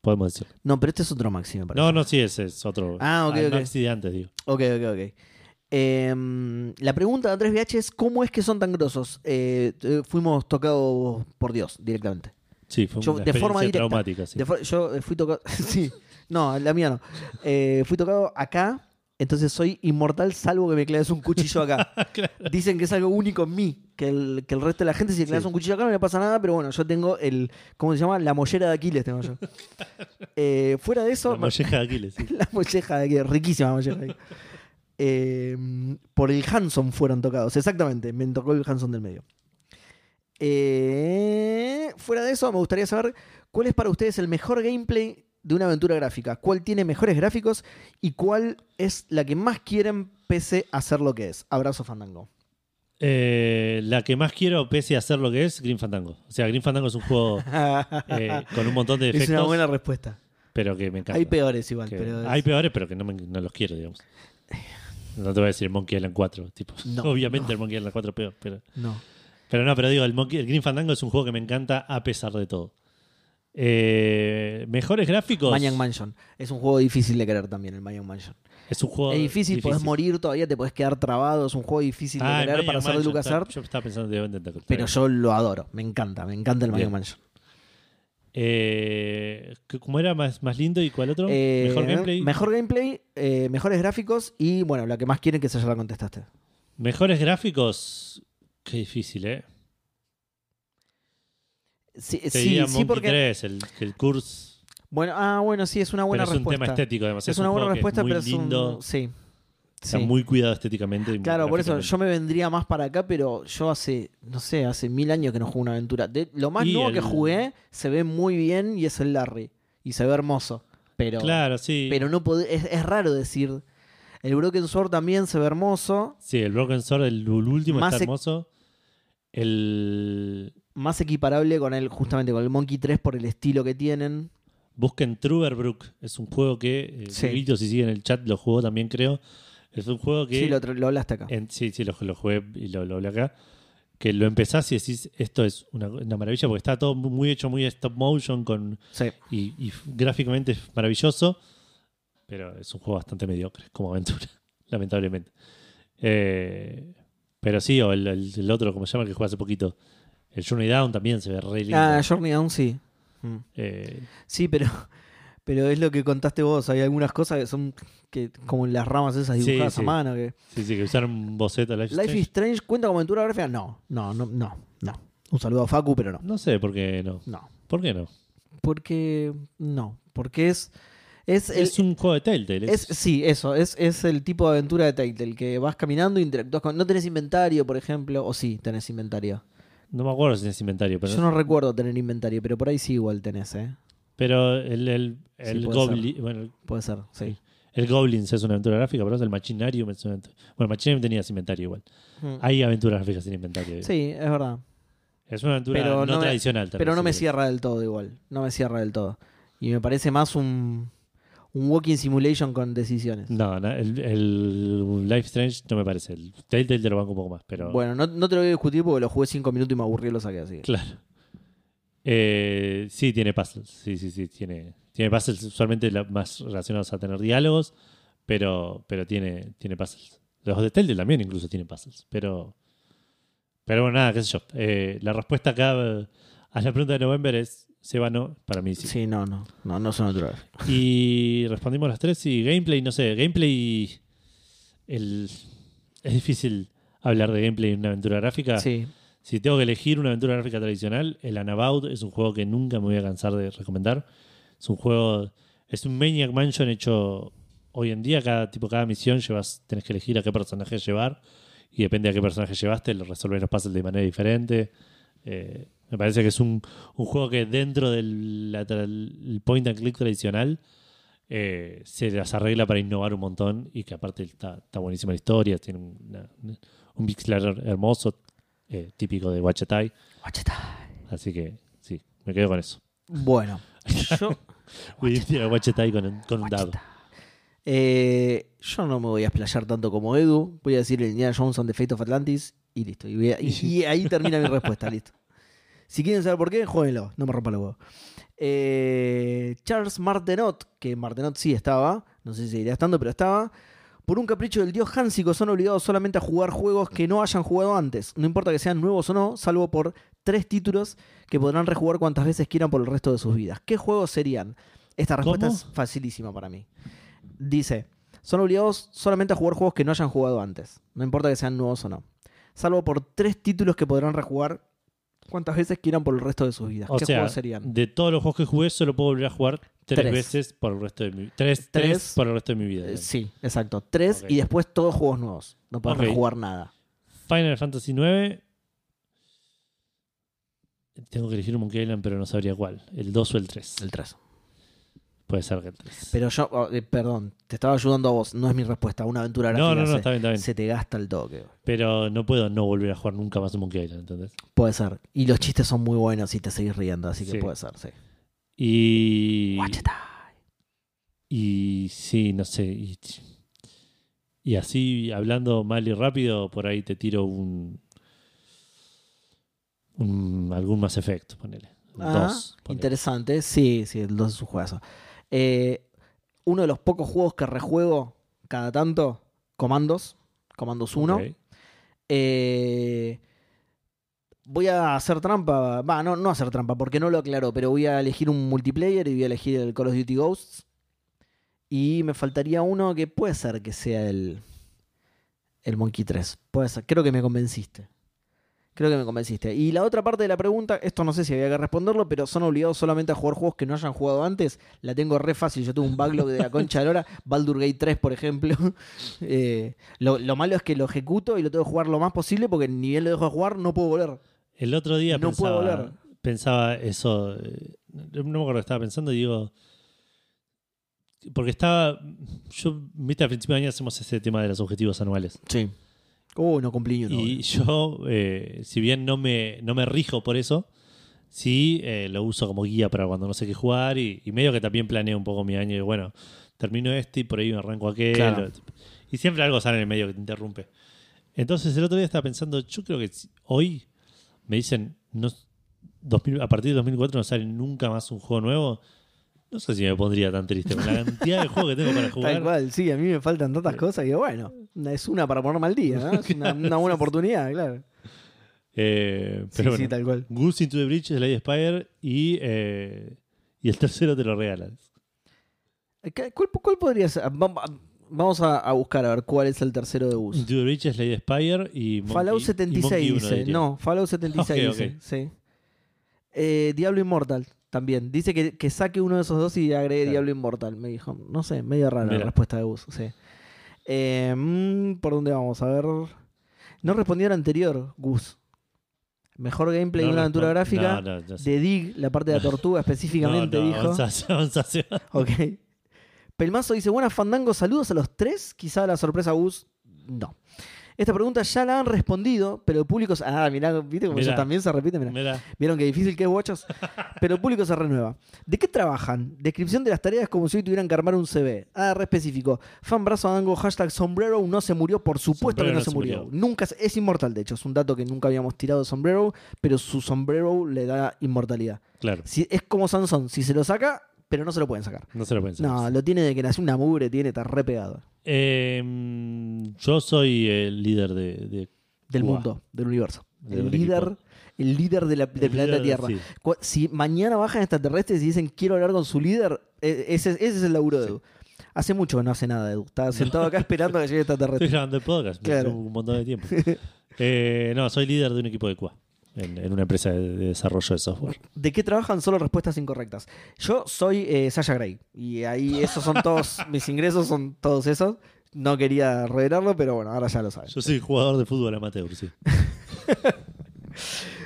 [SPEAKER 1] podemos decir.
[SPEAKER 2] No, pero este es otro máximo, parece.
[SPEAKER 1] No, no, sí, ese es otro.
[SPEAKER 2] Ah, ok,
[SPEAKER 1] al
[SPEAKER 2] ok.
[SPEAKER 1] Maxi de antes, digo.
[SPEAKER 2] Ok, ok, ok. Em, la pregunta de 3BH es: ¿cómo es que son tan grosos? Eh, eh, fuimos tocados por Dios directamente.
[SPEAKER 1] Sí, fue
[SPEAKER 2] Yo-
[SPEAKER 1] una
[SPEAKER 2] de
[SPEAKER 1] experiencia
[SPEAKER 2] forma directa.
[SPEAKER 1] traumática. sí.
[SPEAKER 2] De for- yo eh, fui tocado. sí, no, la mía no. Eh, fui tocado acá, entonces soy inmortal, salvo que me claves un cuchillo acá. Dicen que es algo único en mí, que el, que el resto de la gente, si le clavas
[SPEAKER 1] Sí.
[SPEAKER 2] un cuchillo acá, no le pasa nada, pero bueno, yo tengo el. ¿Cómo se llama? La mollera de Aquiles tengo yo. Eh, fuera de eso.
[SPEAKER 1] La molleja de Aquiles, sí.
[SPEAKER 2] La molleja de aquí, riquísima molleja de aquí. Eh, por el Hanson fueron tocados, exactamente. Me tocó el Hanson del medio. Eh, fuera de eso, me gustaría saber cuál es para ustedes el mejor gameplay de una aventura gráfica. ¿Cuál tiene mejores gráficos y cuál es la que más quieren pese a ser lo que es? Abrazo, Fandango.
[SPEAKER 1] Eh, la que más quiero, pese a hacer lo que es, Green Fandango. O sea, Green Fandango es un juego eh, con un montón de
[SPEAKER 2] es
[SPEAKER 1] efectos,
[SPEAKER 2] una buena respuesta.
[SPEAKER 1] pero que me encanta.
[SPEAKER 2] Hay peores igual,
[SPEAKER 1] Que-
[SPEAKER 2] pero. es-
[SPEAKER 1] Hay peores, pero que no, me- no los quiero, digamos. No te voy a decir Monkey Island 4. Tipo,
[SPEAKER 2] No,
[SPEAKER 1] obviamente el Monkey Island 4 es peor, pero...
[SPEAKER 2] No.
[SPEAKER 1] Pero no, pero digo, el, Monkey- el Green Fandango es un juego que me encanta a pesar de todo. Eh, Mejores gráficos.
[SPEAKER 2] Maniac Mansion. Es un juego difícil de querer también, el Maniac Mansion.
[SPEAKER 1] es un juego.
[SPEAKER 2] Es difícil, podés morir todavía, te podés quedar trabado, es un juego difícil de
[SPEAKER 1] Ah, el
[SPEAKER 2] crear
[SPEAKER 1] Maniac
[SPEAKER 2] para ser de
[SPEAKER 1] Mansion, está-
[SPEAKER 2] LucasArts,
[SPEAKER 1] Yo estaba pensando de Tentacle.
[SPEAKER 2] pero
[SPEAKER 1] está
[SPEAKER 2] yo lo adoro, me encanta, me encanta el Mario
[SPEAKER 1] Bien.
[SPEAKER 2] Mansion.
[SPEAKER 1] bien. Eh, ¿Cómo era más, más lindo y cuál otro?
[SPEAKER 2] Eh,
[SPEAKER 1] mejor gameplay.
[SPEAKER 2] mejor gameplay, eh, mejores gráficos y bueno, la que más quieren que se ya la contestaste.
[SPEAKER 1] Mejores gráficos. Qué difícil, ¿eh?
[SPEAKER 2] Sí,
[SPEAKER 1] Te
[SPEAKER 2] sí,
[SPEAKER 1] diría
[SPEAKER 2] sí,
[SPEAKER 1] Monkey
[SPEAKER 2] porque
[SPEAKER 1] 3, el, el curse.
[SPEAKER 2] bueno, ah, bueno, sí, es una buena
[SPEAKER 1] pero es
[SPEAKER 2] respuesta.
[SPEAKER 1] un tema estético, además.
[SPEAKER 2] Es una
[SPEAKER 1] un
[SPEAKER 2] buena
[SPEAKER 1] juego que
[SPEAKER 2] respuesta, pero
[SPEAKER 1] es
[SPEAKER 2] es
[SPEAKER 1] muy lindo.
[SPEAKER 2] un sí.
[SPEAKER 1] Está
[SPEAKER 2] sí.
[SPEAKER 1] muy cuidado estéticamente. y
[SPEAKER 2] Claro, por eso
[SPEAKER 1] gráficamente.
[SPEAKER 2] yo me vendría más para acá, pero yo hace, no sé, hace mil años que no juego una aventura. De- lo más
[SPEAKER 1] Y
[SPEAKER 2] nuevo que
[SPEAKER 1] el-
[SPEAKER 2] jugué se ve muy bien y es el Larry. Y se ve hermoso. Pero,
[SPEAKER 1] Claro, sí.
[SPEAKER 2] pero no pod- es, es raro decir. El Broken Sword también se ve hermoso,
[SPEAKER 1] Sí, el Broken Sword, el, el último,
[SPEAKER 2] Más e-
[SPEAKER 1] está hermoso. El.
[SPEAKER 2] más equiparable con el, justamente con el Monkey 3 por el estilo que tienen.
[SPEAKER 1] Busquen Truberbrook. Es un juego que. Eh,
[SPEAKER 2] Sí.
[SPEAKER 1] Grito, si sigue en el chat, lo jugó también, creo. Es un juego que.
[SPEAKER 2] Sí, lo, tra- lo hablaste acá.
[SPEAKER 1] en- sí, sí, lo, lo jugué y lo, lo hablé acá. Que lo empezás y decís, esto es una, una maravilla, porque está todo muy hecho, muy stop motion con,
[SPEAKER 2] Sí.
[SPEAKER 1] y, y gráficamente es maravilloso. Pero es un juego bastante mediocre como aventura, lamentablemente. Eh, pero sí, o el, el- el otro, como se llama, el que juega hace poquito. El Journey Down también se ve re lindo.
[SPEAKER 2] Ah, Journey Down sí. Mm.
[SPEAKER 1] Eh,
[SPEAKER 2] Sí, pero, pero es lo que contaste vos. Hay algunas cosas que son que, como las ramas esas
[SPEAKER 1] Sí,
[SPEAKER 2] dibujadas
[SPEAKER 1] sí.
[SPEAKER 2] a mano. Que,
[SPEAKER 1] sí, sí, que usaron un boceto de Life, is
[SPEAKER 2] Life is
[SPEAKER 1] Strange.
[SPEAKER 2] Strange cuenta como aventura gráfica. No, no, no, no, no. Un saludo a Facu, pero no.
[SPEAKER 1] No sé por qué no.
[SPEAKER 2] No.
[SPEAKER 1] ¿Por qué no?
[SPEAKER 2] Porque. No. Porque es. Es, el,
[SPEAKER 1] es un juego de Telltale.
[SPEAKER 2] es- sí, eso. Es, es el tipo de aventura de Telltale, que vas caminando, interactúas con. No tenés inventario, por ejemplo. O sí, tenés inventario.
[SPEAKER 1] No me acuerdo si es inventario, pero
[SPEAKER 2] Yo no recuerdo tener inventario, pero por ahí sí igual tenés, ¿eh?
[SPEAKER 1] Pero el, el,
[SPEAKER 2] Sí,
[SPEAKER 1] el
[SPEAKER 2] puede
[SPEAKER 1] Goblin. Bueno,
[SPEAKER 2] Puede ser, sí.
[SPEAKER 1] el Goblins es una aventura gráfica, pero el Machinarium es una aventura- Bueno, el Machinarium tenía sin inventario igual.
[SPEAKER 2] Mm.
[SPEAKER 1] Hay aventuras gráficas sin inventario.
[SPEAKER 2] Sí, es verdad.
[SPEAKER 1] Es una aventura
[SPEAKER 2] Pero
[SPEAKER 1] no,
[SPEAKER 2] no me-
[SPEAKER 1] tradicional. tal
[SPEAKER 2] Pero
[SPEAKER 1] vez,
[SPEAKER 2] no me
[SPEAKER 1] seguro.
[SPEAKER 2] cierra del todo igual. No me cierra del todo. Y me parece más un. Un walking simulation con decisiones.
[SPEAKER 1] No, no, el, el Life Strange no me parece. El Telltale te lo banco un poco más, pero.
[SPEAKER 2] Bueno, no, no te lo voy a discutir porque lo jugué 5 minutos y me aburrí y lo saqué así. que-
[SPEAKER 1] Claro. Eh, sí, tiene puzzles. Sí, sí, sí. Tiene, tiene puzzles usualmente la- más relacionados a tener diálogos, pero, pero tiene, tiene puzzles. Los de Telltale también incluso tienen puzzles, pero. Pero bueno, nada, qué sé yo. Eh, la respuesta acá eh, a la pregunta de November es Seba no, para mí sí.
[SPEAKER 2] Sí, no, no. No, no son naturales.
[SPEAKER 1] Y respondimos las tres y gameplay, no sé, gameplay el, es difícil hablar de gameplay en una aventura gráfica.
[SPEAKER 2] Sí.
[SPEAKER 1] Si tengo que elegir una aventura gráfica tradicional, el Anabout es un juego que nunca me voy a cansar de recomendar. Es un juego, es un Maniac Mansion hecho hoy en día. Cada tipo, cada misión llevas, tenés que elegir a qué personaje llevar y depende a qué personaje llevaste, lo resolver los puzzles de manera diferente. Eh, me parece que es un, un juego que dentro del la tra- el point and click tradicional eh, se las arregla para innovar un montón y que aparte está, está buenísima la historia, tiene una- un pixelar hermoso, eh, típico de Wachetai.
[SPEAKER 2] Guacheta.
[SPEAKER 1] Así que sí, me quedo con eso.
[SPEAKER 2] Bueno, yo.
[SPEAKER 1] Voy a ir a Wachetai con, un- con un dado.
[SPEAKER 2] guacheta. Eh, yo no me voy a explayar tanto como Edu. Voy a decir el Indiana Jones and the Fate of Atlantis y listo. Y, voy a- y- y ahí termina mi respuesta, listo. Si quieren saber por qué, jódenlo, no me rompa los huevos. Eh, Charles Martenot, que Martenot sí estaba, no sé si seguirá estando, pero estaba. Por un capricho del dios Hansico son obligados solamente a jugar juegos que no hayan jugado antes, no importa que sean nuevos o no, salvo por tres títulos que podrán rejugar cuantas veces quieran por el resto de sus vidas. ¿Qué juegos serían? Esta respuesta
[SPEAKER 1] ¿Cómo?
[SPEAKER 2] es facilísima para mí. Dice, son obligados solamente a jugar juegos que no hayan jugado antes, no importa que sean nuevos o no, salvo por tres títulos que podrán rejugar cuantas veces quieran por el resto de sus vidas.
[SPEAKER 1] O
[SPEAKER 2] ¿Qué
[SPEAKER 1] sea,
[SPEAKER 2] juegos serían?
[SPEAKER 1] de todos los juegos que jugué, solo puedo volver a jugar tres,
[SPEAKER 2] Tres.
[SPEAKER 1] veces por el resto de mi vida. Tres,
[SPEAKER 2] Tres.
[SPEAKER 1] tres por el resto de mi vida.
[SPEAKER 2] Eh, Sí, exacto. Tres
[SPEAKER 1] Ok.
[SPEAKER 2] y después todos juegos nuevos. No podés
[SPEAKER 1] Ok.
[SPEAKER 2] rejugar nada.
[SPEAKER 1] Final Fantasy IX. Tengo que elegir un Monkey Island, pero no sabría cuál. ¿El 2 o el 3?
[SPEAKER 2] El 3.
[SPEAKER 1] Puede ser que el 3.
[SPEAKER 2] Pero yo, oh, eh, perdón, te estaba ayudando a vos. No es mi respuesta. Una aventura
[SPEAKER 1] No,
[SPEAKER 2] gráfica
[SPEAKER 1] no, no,
[SPEAKER 2] se,
[SPEAKER 1] está bien, está bien.
[SPEAKER 2] se te gasta el toque.
[SPEAKER 1] Pero no puedo no volver a jugar nunca más un Monkey Island, ¿entendés?
[SPEAKER 2] Puede ser. Y los chistes son muy buenos y te seguís riendo, así que
[SPEAKER 1] Sí.
[SPEAKER 2] puede ser, sí.
[SPEAKER 1] Y.
[SPEAKER 2] Watch it die.
[SPEAKER 1] Y sí, no sé. Y, y así, hablando mal y rápido, por ahí te tiro un. un- algún más efecto, ponele. Un
[SPEAKER 2] Ah,
[SPEAKER 1] dos, ponele.
[SPEAKER 2] interesante. Sí, sí, el 2 es un juegazo. Eh, uno de los pocos juegos que rejuego cada tanto, Comandos. Comandos 1.
[SPEAKER 1] Ok.
[SPEAKER 2] Eh, voy a hacer trampa. Va, no, no hacer trampa, porque no lo aclaro, pero voy a elegir un multiplayer y voy a elegir el Call of Duty Ghosts. Y me faltaría uno que puede ser que sea el. El Monkey 3. Puede ser. Creo que me convenciste. Creo que me convenciste. Y la otra parte de la pregunta, esto no sé si había que responderlo, pero son obligados solamente a jugar juegos que no hayan jugado antes. La tengo re fácil. Yo tuve un backlog de la concha de la hora. Baldur Gate 3, por ejemplo. Eh, lo, lo malo es que lo ejecuto y lo tengo que jugar lo más posible porque ni bien lo dejo de jugar, no puedo volver.
[SPEAKER 1] El otro día
[SPEAKER 2] No
[SPEAKER 1] pensaba,
[SPEAKER 2] puedo hablar.
[SPEAKER 1] pensaba eso. eh, No me acuerdo, estaba pensando y digo. Porque estaba. Yo, viste, al principio de año hacemos ese tema de los objetivos anuales.
[SPEAKER 2] Sí. Uh, no cumplí ni uno.
[SPEAKER 1] Y
[SPEAKER 2] boludo.
[SPEAKER 1] yo, eh, si bien no me, no me rijo por eso, sí eh, lo uso como guía para cuando no sé qué jugar y, y medio que también planeo un poco mi año y bueno, termino este y por ahí me arranco aquel.
[SPEAKER 2] Claro.
[SPEAKER 1] o- Y siempre algo sale en el medio que te interrumpe. Entonces el otro día estaba pensando, yo creo que si- hoy me dicen, no, 2000 a partir de 2004 no sale nunca más un juego nuevo. No sé si me pondría tan triste con la cantidad de juegos que tengo para
[SPEAKER 2] Tal
[SPEAKER 1] jugar.
[SPEAKER 2] cual, sí, a mí me faltan tantas cosas que bueno, es una para ponerme al día, ¿no? Es una, una buena oportunidad, claro.
[SPEAKER 1] Eh,
[SPEAKER 2] Sí,
[SPEAKER 1] pero
[SPEAKER 2] sí,
[SPEAKER 1] bueno.
[SPEAKER 2] tal cual.
[SPEAKER 1] Goose into the Bridge, Slade Spire y, eh, y el tercero te lo regalan.
[SPEAKER 2] ¿Qué- ¿Cuál, cuál podría ser? Vam- Vamos a, a buscar a ver cuál es el tercero de bus.
[SPEAKER 1] Into the Bridge, Slade Spire y Monkey-
[SPEAKER 2] Fallout
[SPEAKER 1] y
[SPEAKER 2] 76
[SPEAKER 1] Monkey uno,
[SPEAKER 2] dice,
[SPEAKER 1] diría.
[SPEAKER 2] eh, no, Fallout 76
[SPEAKER 1] Ok,
[SPEAKER 2] dice, sí. Eh, Diablo Immortal también, dice que, que saque uno de esos dos y agregue
[SPEAKER 1] Claro.
[SPEAKER 2] Diablo Immortal, me dijo, no sé, medio rara la
[SPEAKER 1] Mira.
[SPEAKER 2] respuesta de bus, sí. Eh, mm, ¿Por dónde vamos? A ver. No respondió el anterior, Gus. Mejor gameplay de
[SPEAKER 1] No
[SPEAKER 2] una aventura
[SPEAKER 1] respon-
[SPEAKER 2] gráfica.
[SPEAKER 1] No, no, no sé.
[SPEAKER 2] De Dig, la parte de la tortuga específicamente,
[SPEAKER 1] No, no,
[SPEAKER 2] dijo.
[SPEAKER 1] avanzás, avanzás, avanzás.
[SPEAKER 2] Ok. Pelmazo dice, buenas Fandango, saludos a los tres. Quizá la sorpresa Gus, no. Esta pregunta ya la han respondido, pero el público... se- Ah, mirá, viste como
[SPEAKER 1] Mirá.
[SPEAKER 2] ya también se repite, mirá.
[SPEAKER 1] Mirá,
[SPEAKER 2] Vieron qué difícil que es, guachos. Pero el público se renueva. ¿De qué trabajan? Descripción de las tareas como si hoy tuvieran que armar un CV. Ah, re específico. Fan brazo dango, hashtag sombrero, no se murió. Por supuesto
[SPEAKER 1] Sombrero
[SPEAKER 2] que no, se murió.
[SPEAKER 1] murió.
[SPEAKER 2] Nunca se- es inmortal, de hecho. Es un dato que nunca habíamos tirado de sombrero, pero su sombrero le da inmortalidad.
[SPEAKER 1] claro,
[SPEAKER 2] Si, es como Sansón, si se lo saca, pero no se lo pueden sacar.
[SPEAKER 1] no se lo pensé.
[SPEAKER 2] No, lo tiene de que nació una mugre, tiene, está re pegado.
[SPEAKER 1] Eh, mm, yo soy el líder de, de-
[SPEAKER 2] Del
[SPEAKER 1] Guau.
[SPEAKER 2] mundo, del universo.
[SPEAKER 1] Del
[SPEAKER 2] El
[SPEAKER 1] equipo.
[SPEAKER 2] líder, el líder de la- del
[SPEAKER 1] el
[SPEAKER 2] planeta
[SPEAKER 1] líder de-
[SPEAKER 2] Tierra.
[SPEAKER 1] sí.
[SPEAKER 2] Cu- Si mañana bajan extraterrestres y dicen quiero hablar con su líder, e- ese, ese es el laburo de
[SPEAKER 1] Sí.
[SPEAKER 2] Edu. Hace mucho que no hace nada, Edu. Está sentado acá esperando a que llegue
[SPEAKER 1] Estoy
[SPEAKER 2] extraterrestre.
[SPEAKER 1] grabando el podcast, me
[SPEAKER 2] Claro.
[SPEAKER 1] llevo un montón de tiempo. Eh, no, soy líder de un equipo de QA en, en una empresa de, de desarrollo de software.
[SPEAKER 2] ¿De qué trabajan? Solo respuestas incorrectas. Yo soy eh, Sasha Gray. Y ahí esos son todos, mis ingresos son todos esos. No quería revelarlo, pero bueno, ahora ya lo saben.
[SPEAKER 1] Yo soy jugador de fútbol amateur, sí.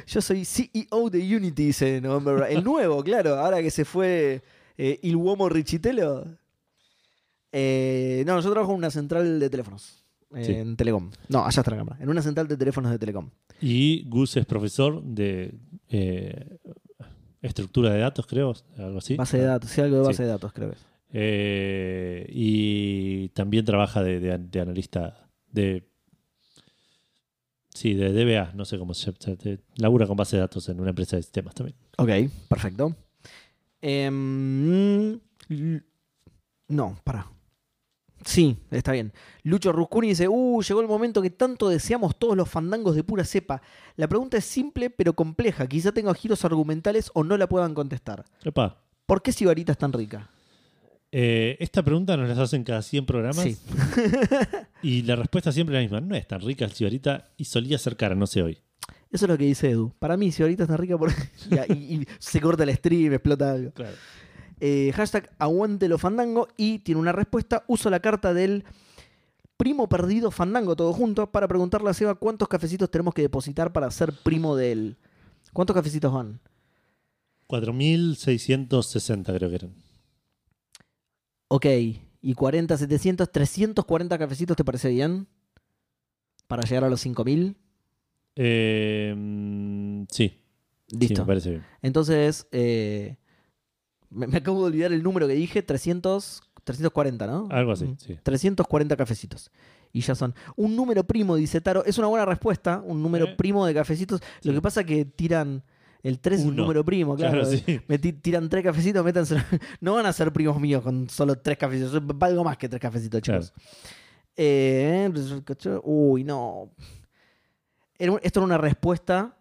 [SPEAKER 2] Yo soy CEO de Unity, dice November. Ra- El nuevo, claro, ahora que se fue eh, Il Uomo Richitello. Eh, no, yo trabajo en una central de teléfonos. eh,
[SPEAKER 1] Sí.
[SPEAKER 2] En Telecom. No, allá está la cámara. En una central de teléfonos de Telecom.
[SPEAKER 1] Y Gus es profesor de eh, estructura de datos, creo, algo así.
[SPEAKER 2] Base de datos, sí, algo de
[SPEAKER 1] Sí.
[SPEAKER 2] base de datos, creo que es.
[SPEAKER 1] Eh, y también trabaja de, de- de analista de. Sí, de DBA, no sé cómo se llama. Labura con base de datos en una empresa de sistemas también.
[SPEAKER 2] Ok, perfecto. Em, l- no, para. Sí, está bien. Lucho Ruscuni dice, uh, llegó el momento que tanto deseamos todos los fandangos de pura cepa. La pregunta es simple pero compleja. Quizá tenga giros argumentales o no la puedan contestar.
[SPEAKER 1] Epa,
[SPEAKER 2] ¿Por qué Sibarita es tan rica?
[SPEAKER 1] eh, esta pregunta nos la hacen cada 100 programas.
[SPEAKER 2] Sí.
[SPEAKER 1] Y la respuesta siempre es la misma. No es tan rica el cibarita y solía ser cara, no sé hoy.
[SPEAKER 2] Eso es lo que dice Edu. Para mí, Sibarita es tan rica porque... y, y- y se corta el stream, explota algo.
[SPEAKER 1] Claro.
[SPEAKER 2] Eh, hashtag aguante lo fandango y tiene una respuesta. Uso la carta del primo perdido fandango todo junto para preguntarle a Seba cuántos cafecitos tenemos que depositar para ser primo de él. ¿Cuántos cafecitos van?
[SPEAKER 1] 4.660 creo que eran.
[SPEAKER 2] Ok, y 40, 700, 340 cafecitos te parece bien para llegar a los 5000.
[SPEAKER 1] Eh, mm, sí, sí,
[SPEAKER 2] Listo.
[SPEAKER 1] me parece bien.
[SPEAKER 2] Entonces, eh, me, me acabo de olvidar el número que dije, 300, 340, ¿no?
[SPEAKER 1] Algo así,
[SPEAKER 2] Mm.
[SPEAKER 1] sí.
[SPEAKER 2] 340 cafecitos. Y ya son. Un número primo, dice Taro. Es una buena respuesta, un número
[SPEAKER 1] Eh.
[SPEAKER 2] primo de cafecitos. Lo
[SPEAKER 1] Sí.
[SPEAKER 2] que pasa que tiran el 3 es un
[SPEAKER 1] Uno.
[SPEAKER 2] número primo, claro.
[SPEAKER 1] Claro, sí.
[SPEAKER 2] Me ti- tiran 3 cafecitos, métanse. No van a ser primos míos con solo 3 cafecitos. Yo valgo más que 3 cafecitos, chicos. Eh, uy, no. Era un- Esto era una respuesta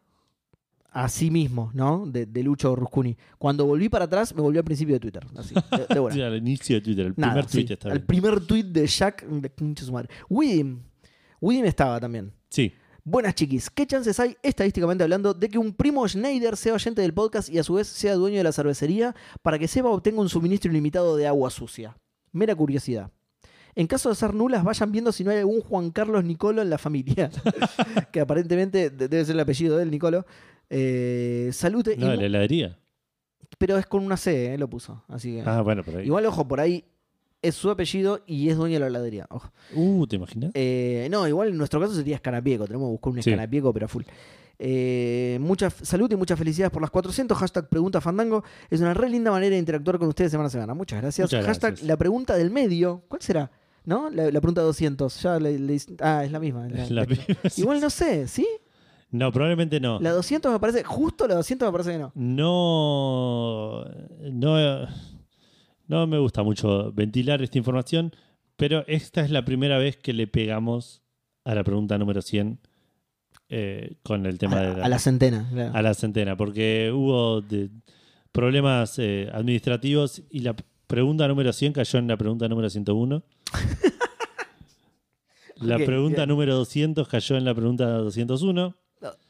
[SPEAKER 2] a sí mismo, ¿no? De, de Lucho Ruscuni. Cuando volví para atrás, me volví al principio de Twitter. Así, de- de buena.
[SPEAKER 1] Sí, al inicio de Twitter, el
[SPEAKER 2] Nada,
[SPEAKER 1] primer
[SPEAKER 2] sí.
[SPEAKER 1] tweet está
[SPEAKER 2] El
[SPEAKER 1] bien.
[SPEAKER 2] primer tweet de Jack de pinche su madre. Widim. Widim estaba también.
[SPEAKER 1] Sí,
[SPEAKER 2] Buenas chiquis, ¿qué chances hay, estadísticamente hablando, de que un primo Schneider sea oyente del podcast y a su vez sea dueño de la cervecería para que Seba obtenga un suministro ilimitado de agua sucia? Mera curiosidad. En caso de ser nulas, vayan viendo si no hay algún Juan Carlos Nicolo en la familia. que aparentemente de- debe ser el apellido del Nicolo. Eh, salute.
[SPEAKER 1] no,
[SPEAKER 2] y-
[SPEAKER 1] la heladería.
[SPEAKER 2] Pero es con una C, eh, lo puso. Así que.
[SPEAKER 1] Ah, bueno, por ahí.
[SPEAKER 2] Igual, ojo, por ahí es su apellido y es dueño de la heladería. Ojo.
[SPEAKER 1] Uh, ¿te imaginas?
[SPEAKER 2] Eh, no, igual en nuestro caso sería escanapieco. Tenemos que buscar un
[SPEAKER 1] Sí.
[SPEAKER 2] escanapieco, pero a full. Eh, mucha f- salud y muchas felicidades por las 400. Hashtag pregunta fandango. Es una re linda manera de interactuar con ustedes semana a semana. Muchas gracias.
[SPEAKER 1] Muchas
[SPEAKER 2] hashtag
[SPEAKER 1] gracias.
[SPEAKER 2] la pregunta del medio. ¿Cuál será? ¿No? La, la pregunta 200. Ya le- le hic- ah, es la misma. La-
[SPEAKER 1] La-
[SPEAKER 2] Igual no sé, ¿sí?
[SPEAKER 1] no, probablemente no.
[SPEAKER 2] La 200 me parece. Justo la 200 me parece que no.
[SPEAKER 1] No, no, no me gusta mucho ventilar esta información, pero esta es la primera vez que le pegamos a la pregunta número 100 eh, con el tema
[SPEAKER 2] A,
[SPEAKER 1] de
[SPEAKER 2] a la centena. claro.
[SPEAKER 1] a la centena, porque hubo de- problemas eh, administrativos y la pregunta número 100 cayó en la pregunta número 101. La
[SPEAKER 2] Ok,
[SPEAKER 1] pregunta
[SPEAKER 2] bien.
[SPEAKER 1] número 200 cayó en la pregunta 201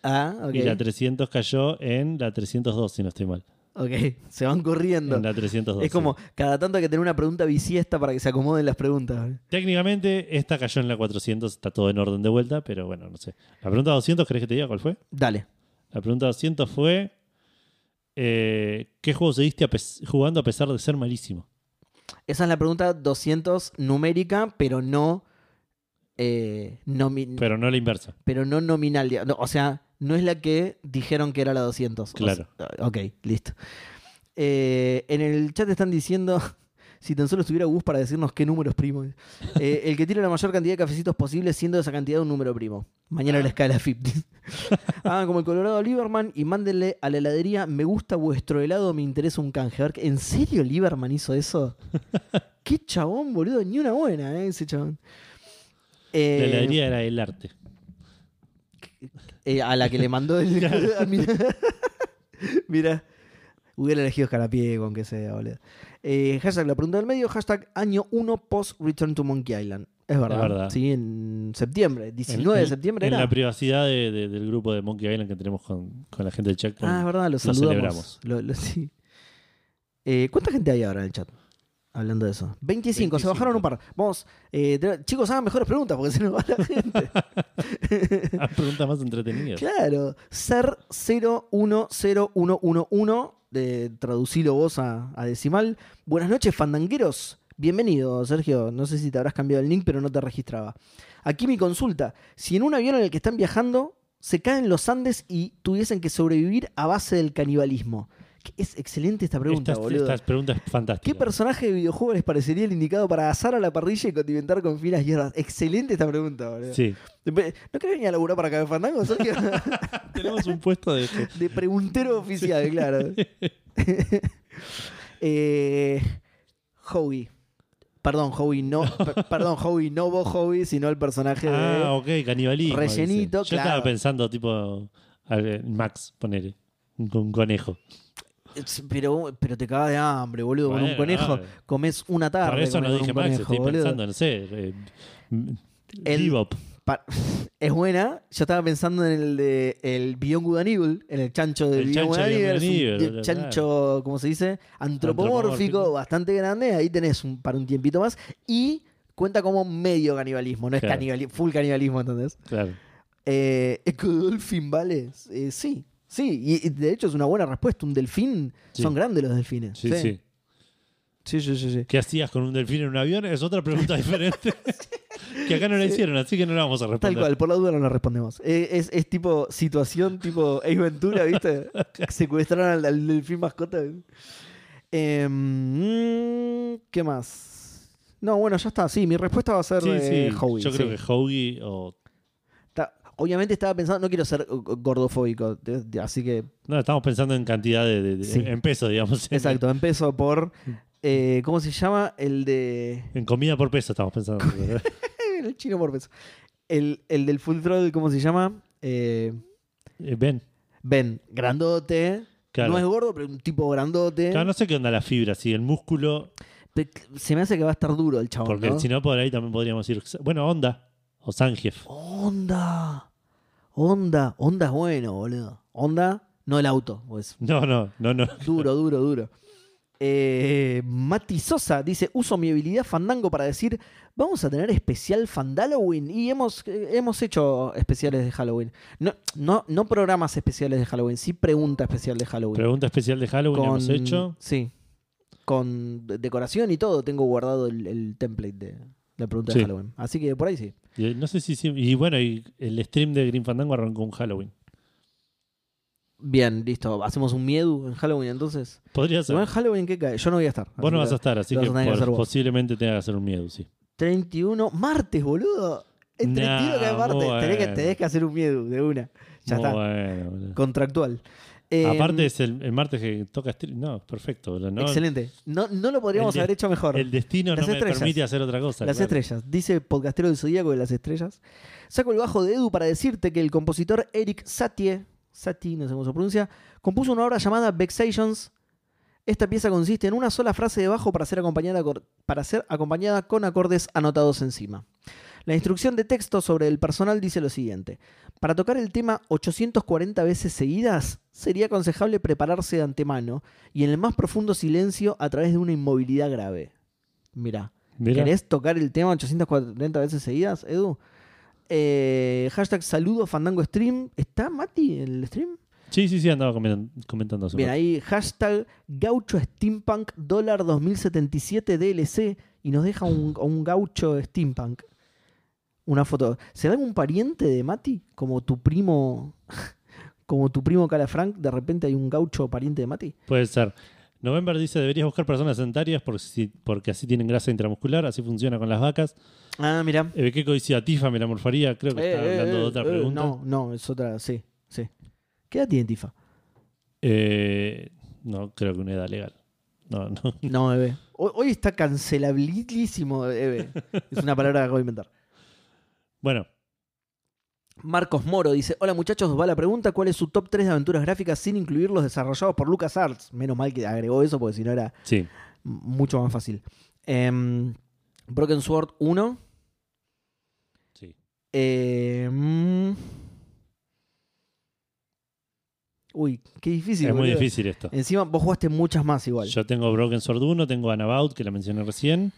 [SPEAKER 2] Ah, ok.
[SPEAKER 1] y la 300 cayó en la 302, si no estoy mal.
[SPEAKER 2] Ok. Se van corriendo.
[SPEAKER 1] En la 302.
[SPEAKER 2] Es como cada tanto hay que tener una pregunta bisiesta para que se acomoden las preguntas.
[SPEAKER 1] sí. Técnicamente, esta cayó en la 400, está todo en orden de vuelta, pero bueno, no sé. La pregunta 200, ¿querés que te diga cuál fue?
[SPEAKER 2] Dale.
[SPEAKER 1] La pregunta 200 fue: eh, ¿Qué juego seguiste a pes- jugando a pesar de ser malísimo?
[SPEAKER 2] Esa es la pregunta 200 numérica, pero no, eh, nomi- pero,
[SPEAKER 1] Pero no la inversa.
[SPEAKER 2] no nominal. diga- no, o sea, no es la que dijeron que era la 200. O
[SPEAKER 1] Claro.
[SPEAKER 2] sea, ok, listo. Eh, en el chat están diciendo, si tan solo estuviera Gus para decirnos qué número es primo. Eh, el que tiene la mayor cantidad de cafecitos posible siendo esa cantidad un número primo. Mañana
[SPEAKER 1] Ah.
[SPEAKER 2] la escala 50. Hagan como el Colorado Lieberman y mándenle a la heladería me gusta vuestro helado, me interesa un canje. A ver, ¿En serio Lieberman hizo eso? Qué chabón, boludo. Ni una buena, eh, ese chabón. Eh,
[SPEAKER 1] La heladería era el arte.
[SPEAKER 2] eh, a la que le mandó el. Ah, mira. Mira. Hubiera elegido Escarapiego, aunque sea, boludo. Eh, hashtag la pregunta del medio, hashtag año 1 post Return to Monkey Island. Es verdad.
[SPEAKER 1] verdad.
[SPEAKER 2] Sí, en septiembre, 19
[SPEAKER 1] En-
[SPEAKER 2] de septiembre
[SPEAKER 1] En
[SPEAKER 2] era.
[SPEAKER 1] la privacidad de- de- del grupo de Monkey Island que tenemos con, con la gente de Checkpoint.
[SPEAKER 2] ah, es verdad, lo saludamos.
[SPEAKER 1] celebramos.
[SPEAKER 2] Lo- lo- sí. Eh, ¿Cuánta gente hay ahora en el chat? Hablando de eso. 25, se
[SPEAKER 1] 25.
[SPEAKER 2] bajaron un par. Vamos, eh, de- chicos, hagan mejores preguntas porque se nos va la gente.
[SPEAKER 1] Ah, preguntas más entretenidas.
[SPEAKER 2] Claro, ser 010111, de traducilo vos a, a decimal. Buenas noches, fandangueros. Bienvenido, Sergio. No sé si te habrás cambiado el link, pero no te registraba. Aquí mi consulta. Si en un avión en el que están viajando se caen los Andes y tuviesen que sobrevivir a base del canibalismo, Es excelente esta pregunta,
[SPEAKER 1] Estas-
[SPEAKER 2] boludo.
[SPEAKER 1] Estas preguntas
[SPEAKER 2] ¿Qué
[SPEAKER 1] fantásticas.
[SPEAKER 2] personaje de videojuego les parecería el indicado para asar a la parrilla y condimentar con finas hierbas? Excelente esta pregunta, boludo.
[SPEAKER 1] Sí.
[SPEAKER 2] Ve- ¿No querés venir a laburar para Café Fandango, Sergio?
[SPEAKER 1] Tenemos un puesto de esto.
[SPEAKER 2] de preguntero oficial, claro. eh, Howie. Perdón, Howie, no. per- perdón, Howie, no vos, Howie, sino el personaje de.
[SPEAKER 1] Ah, ok, canibalismo. dice.
[SPEAKER 2] Rellenito,
[SPEAKER 1] Yo
[SPEAKER 2] claro.
[SPEAKER 1] estaba pensando, tipo, a ver, Max, ponele. Un, un conejo.
[SPEAKER 2] Es- Pero, pero te cagas de hambre, boludo. con un
[SPEAKER 1] Bueno,
[SPEAKER 2] conejo
[SPEAKER 1] no.
[SPEAKER 2] comés una tarde.
[SPEAKER 1] Por eso
[SPEAKER 2] con-
[SPEAKER 1] no
[SPEAKER 2] con
[SPEAKER 1] dije
[SPEAKER 2] un
[SPEAKER 1] Max,
[SPEAKER 2] Ah, conejo,
[SPEAKER 1] estoy
[SPEAKER 2] boludo.
[SPEAKER 1] pensando, no sé. eh, m-
[SPEAKER 2] El-
[SPEAKER 1] Bebop.
[SPEAKER 2] Pa- es buena. Yo estaba pensando en el de el Beyond Good and Evil, en el chancho de
[SPEAKER 1] El
[SPEAKER 2] Beyond
[SPEAKER 1] chancho
[SPEAKER 2] Good
[SPEAKER 1] de
[SPEAKER 2] and
[SPEAKER 1] Beyond
[SPEAKER 2] Evil. es un
[SPEAKER 1] Evil, boludo,
[SPEAKER 2] chancho, ¿cómo se dice? Antropomórfico,
[SPEAKER 1] Antropomórfico.
[SPEAKER 2] bastante grande. Ahí tenés un, para un tiempito más. Y cuenta como medio canibalismo, no es
[SPEAKER 1] Claro.
[SPEAKER 2] canibali- full canibalismo, ¿entendés?
[SPEAKER 1] Claro.
[SPEAKER 2] Eh, ¿Es que un delfín vale? Eh, sí, sí. Y, y de hecho es una buena respuesta. Un delfín,
[SPEAKER 1] Sí.
[SPEAKER 2] son grandes los delfines.
[SPEAKER 1] Sí, sí,
[SPEAKER 2] Sí, sí, sí, sí.
[SPEAKER 1] ¿Qué hacías con un delfín en un avión? Es otra pregunta diferente. que acá no la hicieron, así que no la vamos a
[SPEAKER 2] Tal
[SPEAKER 1] responder.
[SPEAKER 2] cual, por la duda no la respondemos. Eh, Es, es tipo situación, tipo Ace Ventura, ¿viste? Secuestraron al, al delfín mascota. Em, mm, ¿Qué más? No, bueno, ya está. Sí, mi respuesta va a ser
[SPEAKER 1] Sí,
[SPEAKER 2] eh,
[SPEAKER 1] sí.
[SPEAKER 2] Howie,
[SPEAKER 1] Yo creo
[SPEAKER 2] sí.
[SPEAKER 1] que Howie o.
[SPEAKER 2] Está- obviamente estaba pensando, no quiero ser eh, gordofóbico, de- de- así que,
[SPEAKER 1] No, estamos pensando en cantidad de. de- de-
[SPEAKER 2] Sí.
[SPEAKER 1] En peso, digamos. En-
[SPEAKER 2] exacto, empiezo por,
[SPEAKER 1] Mm.
[SPEAKER 2] eh, ¿cómo se llama? El de... eh,
[SPEAKER 1] En comida por peso estamos pensando.
[SPEAKER 2] El chino por peso. El, el del full throttle, ¿cómo se llama? Eh,
[SPEAKER 1] Eh, ben.
[SPEAKER 2] ben, grandote.
[SPEAKER 1] Claro.
[SPEAKER 2] No es gordo, pero un tipo grandote.
[SPEAKER 1] Claro, no sé qué onda la fibra, si el músculo.
[SPEAKER 2] Pe- Se me hace que va a estar duro el chabón.
[SPEAKER 1] Porque
[SPEAKER 2] ¿no?
[SPEAKER 1] si no, por ahí también podríamos ir. Bueno, Onda o Sanjef.
[SPEAKER 2] Onda. Onda. Onda es bueno, boludo. Onda, no el auto. Pues.
[SPEAKER 1] No, no, no, no.
[SPEAKER 2] Duro, duro, duro. Eh, Mati Sosa dice: Uso mi habilidad fandango para decir, vamos a tener especial Fandaloween. Y hemos, eh, hemos hecho especiales de Halloween. No, no, no programas especiales de Halloween, sí pregunta especial de Halloween.
[SPEAKER 1] Pregunta especial de Halloween hemos hecho.
[SPEAKER 2] Sí. Con de- decoración y todo, tengo guardado el, el template de la pregunta de
[SPEAKER 1] Sí.
[SPEAKER 2] Halloween. Así que por ahí sí.
[SPEAKER 1] Y eh, no sé si, si- Y bueno, y el stream de Green Fandango arrancó un Halloween.
[SPEAKER 2] Bien, listo. Hacemos un miedo en Halloween entonces.
[SPEAKER 1] Podría ser.
[SPEAKER 2] Igual Halloween, ¿qué cae? Yo no voy a estar. así
[SPEAKER 1] Vos no
[SPEAKER 2] que
[SPEAKER 1] vas a estar, así
[SPEAKER 2] lo
[SPEAKER 1] que,
[SPEAKER 2] vas a tener que
[SPEAKER 1] por-
[SPEAKER 2] hacer vos.
[SPEAKER 1] posiblemente tengas que hacer un miedo, sí.
[SPEAKER 2] 31, martes, boludo. El
[SPEAKER 1] Nah,
[SPEAKER 2] 31 que es martes.
[SPEAKER 1] muy
[SPEAKER 2] Tenés, que,
[SPEAKER 1] bueno.
[SPEAKER 2] tenés que hacer un miedo de una. Ya
[SPEAKER 1] Muy
[SPEAKER 2] está.
[SPEAKER 1] bueno, boludo.
[SPEAKER 2] Contractual. Eh,
[SPEAKER 1] Aparte es el, el martes que toca stream. No, perfecto. boludo, ¿no?
[SPEAKER 2] Excelente. No, no lo podríamos
[SPEAKER 1] El de-
[SPEAKER 2] haber hecho mejor.
[SPEAKER 1] El destino
[SPEAKER 2] Las
[SPEAKER 1] no me
[SPEAKER 2] estrellas.
[SPEAKER 1] permite hacer otra cosa.
[SPEAKER 2] Las
[SPEAKER 1] claro.
[SPEAKER 2] estrellas. Dice podcastero del Zodíaco de las estrellas. Saco el bajo de Edu para decirte que el compositor Eric Satie, Satie, no sé cómo se pronuncia, compuso una obra llamada Vexations. Esta pieza consiste en una sola frase de bajo para ser acompañada, cor- para ser acompañada con acordes anotados encima. La instrucción de texto sobre el personal dice lo siguiente. Para tocar el tema 840 veces seguidas, sería aconsejable prepararse de antemano y en el más profundo silencio a través de una inmovilidad grave. Mirá.
[SPEAKER 1] Mirá.
[SPEAKER 2] ¿Querés tocar el tema 840 veces seguidas, Edu? Eh, hashtag saludo Fandango Stream. ¿Está Mati en el stream?
[SPEAKER 1] Sí, sí, sí, andaba comentando, comentando hace un
[SPEAKER 2] Bien,
[SPEAKER 1] rato.
[SPEAKER 2] ahí hashtag gaucho steampunk dólar 2077 DLC y nos deja un, un gaucho steampunk. Una foto. ¿Será algún pariente de Mati? Como tu primo. Como tu primo Calafranc, de repente hay un gaucho pariente de Mati.
[SPEAKER 1] Puede ser. November dice, deberías buscar personas sedentarias porque, si- porque así tienen grasa intramuscular, así funciona con las vacas.
[SPEAKER 2] Ah, mira.
[SPEAKER 1] Ebekeko dice, atifa, me la morfaría. Creo
[SPEAKER 2] Eh,
[SPEAKER 1] que está hablando de otra pregunta.
[SPEAKER 2] No, no, es otra, sí, sí. ¿Qué edad tiene Tifa?
[SPEAKER 1] Eh, no, creo que una edad legal. No, no.
[SPEAKER 2] No, Eve. Hoy, hoy está cancelabilísimo, Eve. Es una palabra que acabo de inventar.
[SPEAKER 1] Bueno,
[SPEAKER 2] Marcos Moro dice: Hola muchachos, os va la pregunta: ¿Cuál es su top 3 de aventuras gráficas sin incluir los desarrollados por LucasArts? Menos mal que agregó eso porque si no era
[SPEAKER 1] sí.
[SPEAKER 2] m- mucho más fácil. Em, Broken Sword 1.
[SPEAKER 1] sí.
[SPEAKER 2] Em, uy, qué difícil.
[SPEAKER 1] es muy
[SPEAKER 2] boludo.
[SPEAKER 1] difícil esto.
[SPEAKER 2] Encima, vos jugaste muchas más igual.
[SPEAKER 1] Yo tengo Broken Sword 1, tengo Anabout, que la mencioné recién.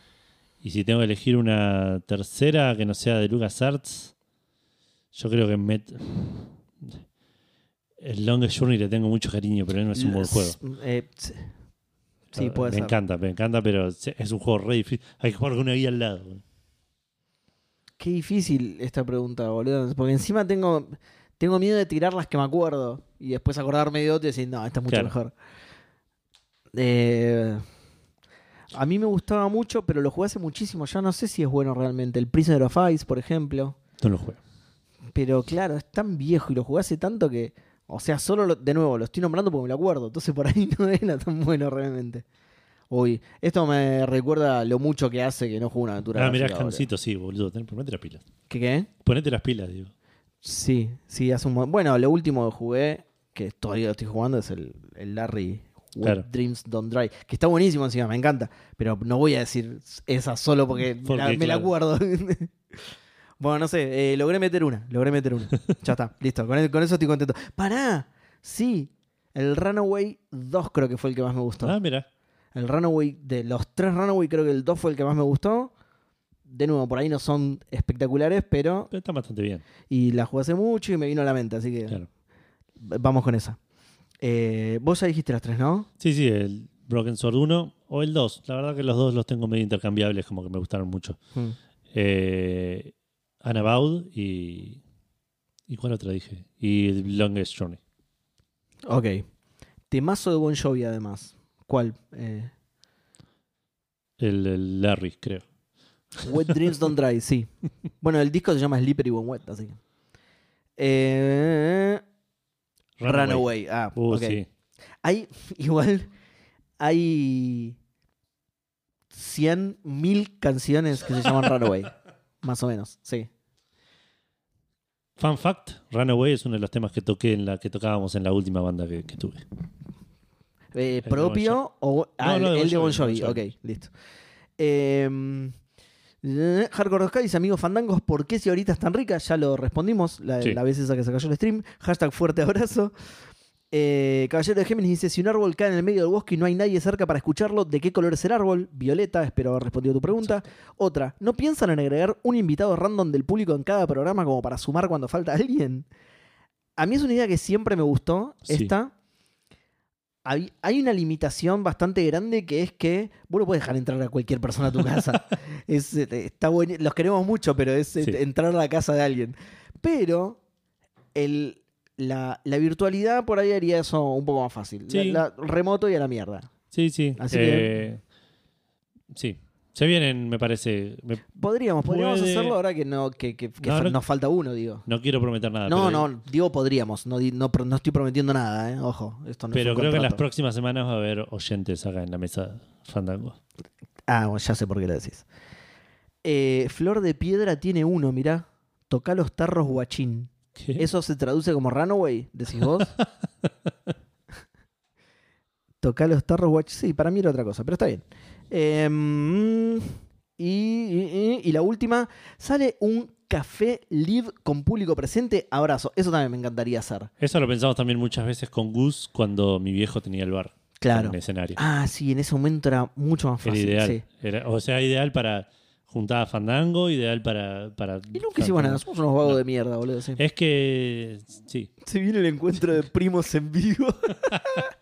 [SPEAKER 1] Y si tengo que elegir una tercera que no sea de LucasArts, yo creo que Met... El Longest Journey le tengo mucho cariño, pero no es un buen juego. Ah,
[SPEAKER 2] Eh, sí, sí, puede
[SPEAKER 1] me
[SPEAKER 2] ser.
[SPEAKER 1] encanta, me encanta, pero se- es un juego re difícil. Hay que jugar con una guía al lado.
[SPEAKER 2] Qué difícil esta pregunta, boludo. Porque encima tengo, tengo miedo de tirar las que me acuerdo y después acordarme de otra y decir, no, esta es mucho
[SPEAKER 1] Claro.
[SPEAKER 2] mejor. Eh, a mí me gustaba mucho, pero lo jugué hace muchísimo. Ya no sé si es bueno realmente. El Prisoner of Ice, por ejemplo.
[SPEAKER 1] No lo juego.
[SPEAKER 2] Pero claro, es tan viejo y lo jugué hace tanto que. O sea, solo lo- de nuevo, lo estoy nombrando porque me lo acuerdo. Entonces por ahí no era tan bueno realmente. Uy, esto me recuerda lo mucho que hace que no juego una aventura.
[SPEAKER 1] Ah, mirá,
[SPEAKER 2] gráfica ahora.
[SPEAKER 1] Jancito, sí, boludo. ten- Ponete las pilas.
[SPEAKER 2] ¿Qué qué?
[SPEAKER 1] Ponete las pilas, digo.
[SPEAKER 2] Sí, sí, hace un mo- Bueno, lo último que jugué, que todavía lo estoy jugando, es el, el Larry What
[SPEAKER 1] Claro.
[SPEAKER 2] Dreams Don't Dry. Que está buenísimo encima, me encanta. Pero no voy a decir esa solo porque, me la-
[SPEAKER 1] Porque,
[SPEAKER 2] me la
[SPEAKER 1] claro.
[SPEAKER 2] acuerdo. bueno, no sé, eh, logré meter una, logré meter una. ya está, listo, con, el- con eso estoy contento. ¡Pará! Sí, el Runaway 2 creo que fue el que más me gustó.
[SPEAKER 1] Ah, mirá.
[SPEAKER 2] El Runaway, de los tres Runaway, creo que el 2 fue el que más me gustó. De nuevo, por ahí no son espectaculares, pero
[SPEAKER 1] Pero está bastante bien.
[SPEAKER 2] y la jugué hace mucho y me vino a la mente, así que
[SPEAKER 1] Claro.
[SPEAKER 2] v- vamos con esa. Eh, vos ya dijiste las tres, ¿no?
[SPEAKER 1] Sí, sí, el Broken Sword 1 o el 2. La verdad que los dos los tengo medio intercambiables, como que me gustaron mucho. Eh, Anabaud y. ¿Y cuál otra dije? Y Longest Journey.
[SPEAKER 2] Ok. Temazo de Bon Jovi, además. ¿Cuál? Eh,
[SPEAKER 1] El, el Larry, creo.
[SPEAKER 2] Wet Dreams Don't Dry, sí. Bueno, el disco se llama Slippery When Wet, así que. Eh, Runaway. Ah,
[SPEAKER 1] Uh,
[SPEAKER 2] ok.
[SPEAKER 1] sí.
[SPEAKER 2] Hay, igual, hay 100.000 canciones que se llaman Runaway. más o menos, sí.
[SPEAKER 1] Fun fact, Runaway es uno de los temas que toqué en la que tocábamos en la última banda que, que tuve.
[SPEAKER 2] Eh,
[SPEAKER 1] de Bon
[SPEAKER 2] ¿Propio o ah,
[SPEAKER 1] No, no, de
[SPEAKER 2] el de
[SPEAKER 1] Bon
[SPEAKER 2] Bon
[SPEAKER 1] Jovi,
[SPEAKER 2] Jovi?
[SPEAKER 1] Bon
[SPEAKER 2] Ok,
[SPEAKER 1] Jovi.
[SPEAKER 2] listo. Eh, eh, Hardcore Oscar dice, amigos fandangos, ¿por qué si ahorita es tan rica? Ya lo respondimos la,
[SPEAKER 1] Sí.
[SPEAKER 2] la vez esa que se cayó el stream. Hashtag fuerte abrazo. Eh, Caballero de Géminis dice, si un árbol cae en el medio del bosque y no hay nadie cerca para escucharlo, ¿de qué color es el árbol? Violeta, espero haber respondido tu pregunta. Otra, ¿no piensan en agregar un invitado random del público en cada programa como para sumar cuando falta alguien? A mí es una idea que siempre me gustó,
[SPEAKER 1] Sí.
[SPEAKER 2] esta. Hay, hay una limitación bastante grande que es que vos no puedes dejar entrar a cualquier persona a tu casa. Es, eh, está buen- los queremos mucho, pero es eh,
[SPEAKER 1] Sí.
[SPEAKER 2] entrar a la casa de alguien. Pero el, la, la virtualidad por ahí haría eso un poco más fácil.
[SPEAKER 1] Sí.
[SPEAKER 2] La- la- remoto y a la mierda.
[SPEAKER 1] Sí, sí.
[SPEAKER 2] Así
[SPEAKER 1] Eh, Sí. Se vienen, me parece. Me-
[SPEAKER 2] Podríamos, podríamos
[SPEAKER 1] Puede-
[SPEAKER 2] hacerlo ahora que no que, que- que
[SPEAKER 1] No,
[SPEAKER 2] fa-
[SPEAKER 1] no-
[SPEAKER 2] nos falta uno, digo.
[SPEAKER 1] no quiero prometer nada.
[SPEAKER 2] No,
[SPEAKER 1] Ah, pero,
[SPEAKER 2] no, digo podríamos, no, di- no, pro- no estoy prometiendo nada, ¿eh? ojo, esto no es
[SPEAKER 1] Pero
[SPEAKER 2] un
[SPEAKER 1] creo que en las
[SPEAKER 2] contrato.
[SPEAKER 1] próximas semanas va a haber oyentes acá en la mesa Fandango.
[SPEAKER 2] Ah, bueno, ya sé por qué lo decís. Eh, Flor de Piedra tiene uno, mirá. Toca los tarros guachín.
[SPEAKER 1] ¿Qué?
[SPEAKER 2] ¿Eso se traduce como runaway? ¿Decís vos? Toca los tarros guachín. Sí, para mí era otra cosa, pero está bien. Em, y, y- y- y la última, sale un café live con público presente. Abrazo. Eso también me encantaría hacer.
[SPEAKER 1] Eso lo pensamos también muchas veces con Gus cuando mi viejo tenía el bar
[SPEAKER 2] Claro.
[SPEAKER 1] en el escenario.
[SPEAKER 2] Ah, sí, en ese momento era mucho más
[SPEAKER 1] Era
[SPEAKER 2] fácil.
[SPEAKER 1] ideal.
[SPEAKER 2] sí.
[SPEAKER 1] Era- o sea, ideal para juntar a Fandango, ideal para. para
[SPEAKER 2] Y nunca hicimos nada, somos unos vagos
[SPEAKER 1] No.
[SPEAKER 2] de mierda, boludo. sí.
[SPEAKER 1] Es que. Sí.
[SPEAKER 2] Se viene el encuentro de primos en vivo.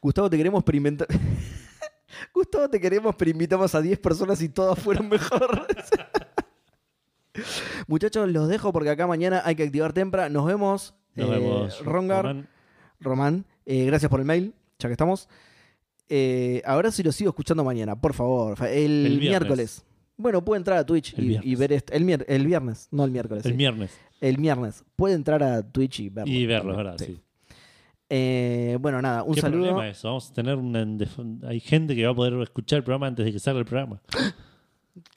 [SPEAKER 2] Gustavo, te queremos experimentar. Gustavo, te queremos, pero invitamos a 10 personas y todas fueron mejores. Muchachos, los dejo porque acá mañana hay que activar Tempra. Nos vemos.
[SPEAKER 1] Nos
[SPEAKER 2] Eh,
[SPEAKER 1] vemos.
[SPEAKER 2] Rongar, Román,
[SPEAKER 1] Román.
[SPEAKER 2] eh, gracias por el mail, ya que estamos. Eh, ahora sí lo sigo escuchando mañana, por favor. Fa- El,
[SPEAKER 1] El viernes.
[SPEAKER 2] miércoles. Bueno, puede entrar a Twitch
[SPEAKER 1] El
[SPEAKER 2] y- y,
[SPEAKER 1] viernes.
[SPEAKER 2] ver este- el, mier- el viernes, no el miércoles.
[SPEAKER 1] El
[SPEAKER 2] sí.
[SPEAKER 1] viernes.
[SPEAKER 2] El viernes. Puede entrar a Twitch y verlo.
[SPEAKER 1] Y verlo, es
[SPEAKER 2] también,
[SPEAKER 1] verdad,
[SPEAKER 2] sí.
[SPEAKER 1] sí.
[SPEAKER 2] Eh, bueno, nada, un
[SPEAKER 1] ¿Qué
[SPEAKER 2] saludo.
[SPEAKER 1] problema es eso? Vamos a tener una. en def- Hay gente que va a poder escuchar el programa antes de que salga el programa.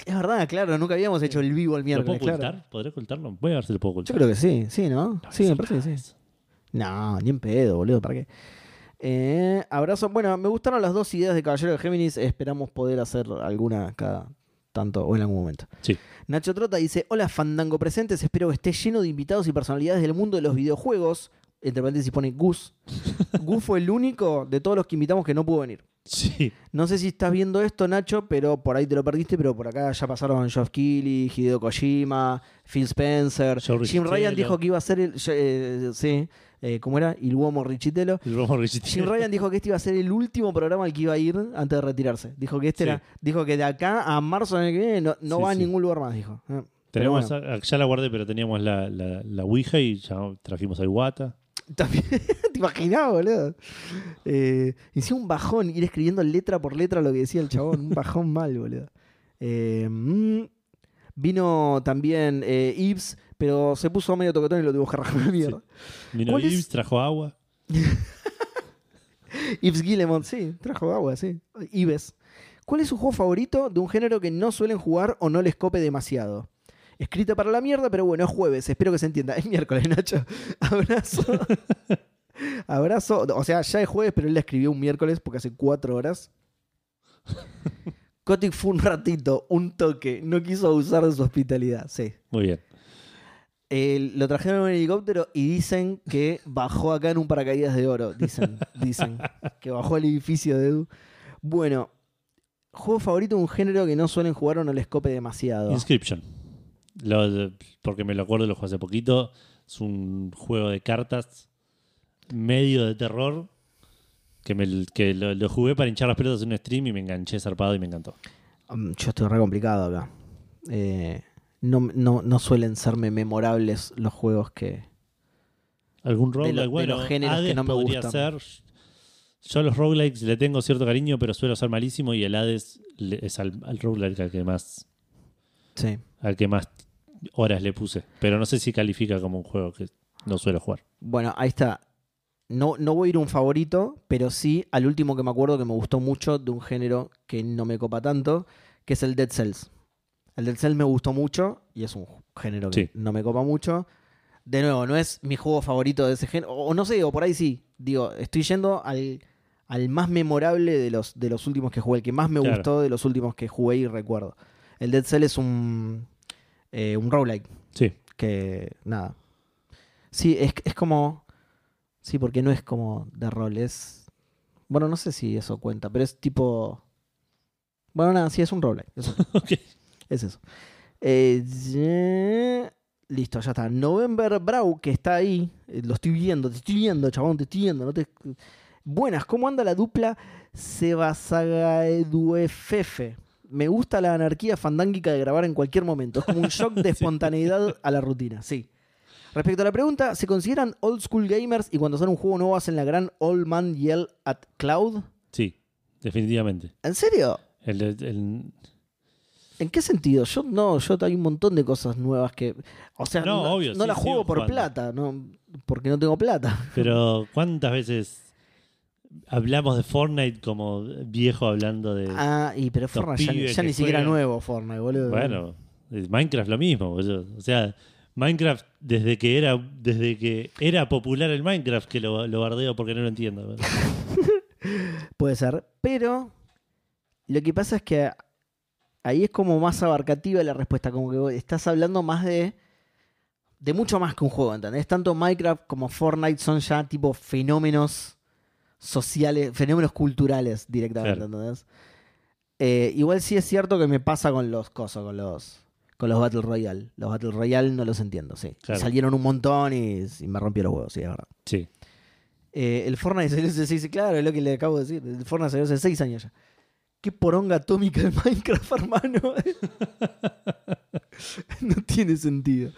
[SPEAKER 2] Es verdad, claro, nunca habíamos hecho el vivo el
[SPEAKER 1] ¿Lo puedo
[SPEAKER 2] miércoles,
[SPEAKER 1] ocultar?
[SPEAKER 2] claro.
[SPEAKER 1] ¿Podré ocultarlo? Voy a ver si lo puedo
[SPEAKER 2] Yo
[SPEAKER 1] ocultar.
[SPEAKER 2] creo que sí, sí, ¿no?
[SPEAKER 1] No voy a
[SPEAKER 2] sí, me
[SPEAKER 1] hacer
[SPEAKER 2] parece
[SPEAKER 1] nada
[SPEAKER 2] que
[SPEAKER 1] de
[SPEAKER 2] sí.
[SPEAKER 1] eso.
[SPEAKER 2] No, ni en pedo, boludo, ¿para qué? Eh, abrazo. Bueno, me gustaron las dos ideas de Caballero de Géminis. Esperamos poder hacer alguna cada tanto o en algún momento.
[SPEAKER 1] Sí.
[SPEAKER 2] Nacho Trota dice: Hola, Fandango Presentes. Espero que esté lleno de invitados y personalidades del mundo de los videojuegos. Entre paréntesis pone Gus. Gus fue el único de todos los que invitamos que no pudo venir.
[SPEAKER 1] Sí.
[SPEAKER 2] No sé si estás viendo esto, Nacho, pero por ahí te lo perdiste, pero por acá ya pasaron Geoff Keighley, Hideo Kojima, Phil Spencer.
[SPEAKER 1] Joe
[SPEAKER 2] Jim Ryan
[SPEAKER 1] Richitello.
[SPEAKER 2] dijo que iba a ser el... eh, sí, eh, ¿cómo era? Il Uomo Richitello.
[SPEAKER 1] El Romo Richitello.
[SPEAKER 2] Jim Ryan dijo que este iba a ser el último programa al que iba a ir antes de retirarse. Dijo que este
[SPEAKER 1] Sí.
[SPEAKER 2] era... Dijo que de acá a marzo del año que viene no, no
[SPEAKER 1] Sí,
[SPEAKER 2] va a
[SPEAKER 1] sí.
[SPEAKER 2] ningún lugar más, dijo. Eh, pero
[SPEAKER 1] Tenemos,
[SPEAKER 2] bueno.
[SPEAKER 1] a- ya la guardé, pero teníamos la, la, la Ouija y ya trajimos al Wata.
[SPEAKER 2] También, ¿Te imaginás, boludo? Eh, hice un bajón, ir escribiendo letra por letra lo que decía el chabón. Un bajón mal, boludo. Eh, mm, vino también eh, Ibs, pero se puso medio toquetón y lo tuvo que rajar la mierda.
[SPEAKER 1] Vino
[SPEAKER 2] ¿Cuál es?
[SPEAKER 1] Gibbs, trajo agua.
[SPEAKER 2] Yves Guillemot, sí, trajo agua, sí. Ives. ¿Cuál es su juego favorito de un género que no suelen jugar o no les cope demasiado? Escrita para la mierda, pero bueno, es jueves, espero que se entienda. Es miércoles, Nacho. Abrazo. Abrazo. O sea, ya es jueves, pero él la escribió un miércoles porque hace cuatro horas. Kotick fue un ratito, un toque. No quiso abusar de su hospitalidad, sí.
[SPEAKER 1] Muy bien.
[SPEAKER 2] Eh, lo trajeron en un helicóptero y dicen que bajó acá en un paracaídas de oro. Dicen, dicen. Que bajó al edificio de Edu. Bueno, juego favorito de un género que no suelen jugar o no les cope demasiado.
[SPEAKER 1] Inscription. Lo- lo- porque me lo acuerdo, lo jugué hace poquito. Es un juego de cartas medio de terror que, me, que lo, lo jugué para hinchar las pelotas en un stream y me enganché zarpado y me encantó.
[SPEAKER 2] Mm, Yo estoy re complicado acá. Eh, no, no, no suelen serme memorables los juegos que.
[SPEAKER 1] ¿Algún
[SPEAKER 2] lo-
[SPEAKER 1] roguelike?
[SPEAKER 2] de
[SPEAKER 1] Bueno,
[SPEAKER 2] los géneros
[SPEAKER 1] Hades
[SPEAKER 2] que no me
[SPEAKER 1] podría
[SPEAKER 2] gustan.
[SPEAKER 1] ser. Yo a los roguelikes le tengo cierto cariño, pero suelo ser malísimo y el Hades le- es al, al roguelike al que más
[SPEAKER 2] Sí.
[SPEAKER 1] al que más horas le puse. Pero no sé si califica como un juego que no suelo jugar.
[SPEAKER 2] Bueno, ahí está. No, no voy a ir a un favorito, pero sí al último que me acuerdo que me gustó mucho de un género que no me copa tanto, que es el Dead Cells. El Dead Cells me gustó mucho y es un género que
[SPEAKER 1] Sí.
[SPEAKER 2] no me copa mucho. De nuevo, no es mi juego favorito de ese género. O o no sé, o por ahí sí. Digo, estoy yendo al, al más memorable de los, de los últimos que jugué, el que más me
[SPEAKER 1] Claro.
[SPEAKER 2] gustó de los últimos que jugué y recuerdo. El Dead Cells es un, eh, un roguelike
[SPEAKER 1] Sí.
[SPEAKER 2] que nada. Sí, es, es como. Sí, porque no es como de rol, es. Bueno, no sé si eso cuenta, pero es tipo. Bueno, nada, sí, es un roguelike. Es, un-
[SPEAKER 1] Ok.
[SPEAKER 2] es eso. Eh, ye- Listo, ya está. November Brow, que está ahí. eh, Lo estoy viendo, te estoy viendo, chabón, te estoy viendo. No te... Buenas, ¿cómo anda la dupla Sebasagaeduefefe? Me gusta la anarquía fandángica de grabar en cualquier momento. Es como un shock de espontaneidad a la rutina, sí. Respecto a la pregunta, ¿se consideran old school gamers y cuando sale un juego nuevo hacen la gran old man yell at cloud?
[SPEAKER 1] Sí, definitivamente.
[SPEAKER 2] ¿En serio?
[SPEAKER 1] El- el,
[SPEAKER 2] ¿En qué sentido? Yo no, yo hay un montón de cosas nuevas que. O sea,
[SPEAKER 1] No,
[SPEAKER 2] no,
[SPEAKER 1] obvio,
[SPEAKER 2] no
[SPEAKER 1] sí,
[SPEAKER 2] las juego
[SPEAKER 1] sigo
[SPEAKER 2] por
[SPEAKER 1] jugando.
[SPEAKER 2] plata, no, porque no tengo plata.
[SPEAKER 1] Pero ¿cuántas veces hablamos de Fortnite como viejo hablando de...
[SPEAKER 2] Ah, y pero Fortnite ya, ni-
[SPEAKER 1] pibes
[SPEAKER 2] ya
[SPEAKER 1] que
[SPEAKER 2] ni siquiera
[SPEAKER 1] juegan.
[SPEAKER 2] nuevo Fortnite, boludo.
[SPEAKER 1] bueno, de Minecraft lo mismo, boludo. O sea, Minecraft desde que era desde que era popular el Minecraft que lo, lo bardeo porque no lo entiendo. boludo.
[SPEAKER 2] Puede ser. Pero lo que pasa es que ahí es como más abarcativa la respuesta. Como que vos estás hablando más de. de mucho más que un juego, ¿entendés? Tanto Minecraft como Fortnite son ya tipo fenómenos sociales, fenómenos culturales directamente,
[SPEAKER 1] Claro.
[SPEAKER 2] ¿entendés? Eh, igual sí es cierto que me pasa con los cosas, con los. Con los Battle Royale. Los Battle Royale no los entiendo, sí.
[SPEAKER 1] Claro.
[SPEAKER 2] Salieron un montón y, y me rompió los huevos, sí, es verdad.
[SPEAKER 1] Sí.
[SPEAKER 2] Eh, el Fortnite salió hace 6 claro, es lo que le acabo de decir. El Fortnite salió hace 6 años ya. Qué poronga atómica de Minecraft, hermano. no tiene sentido.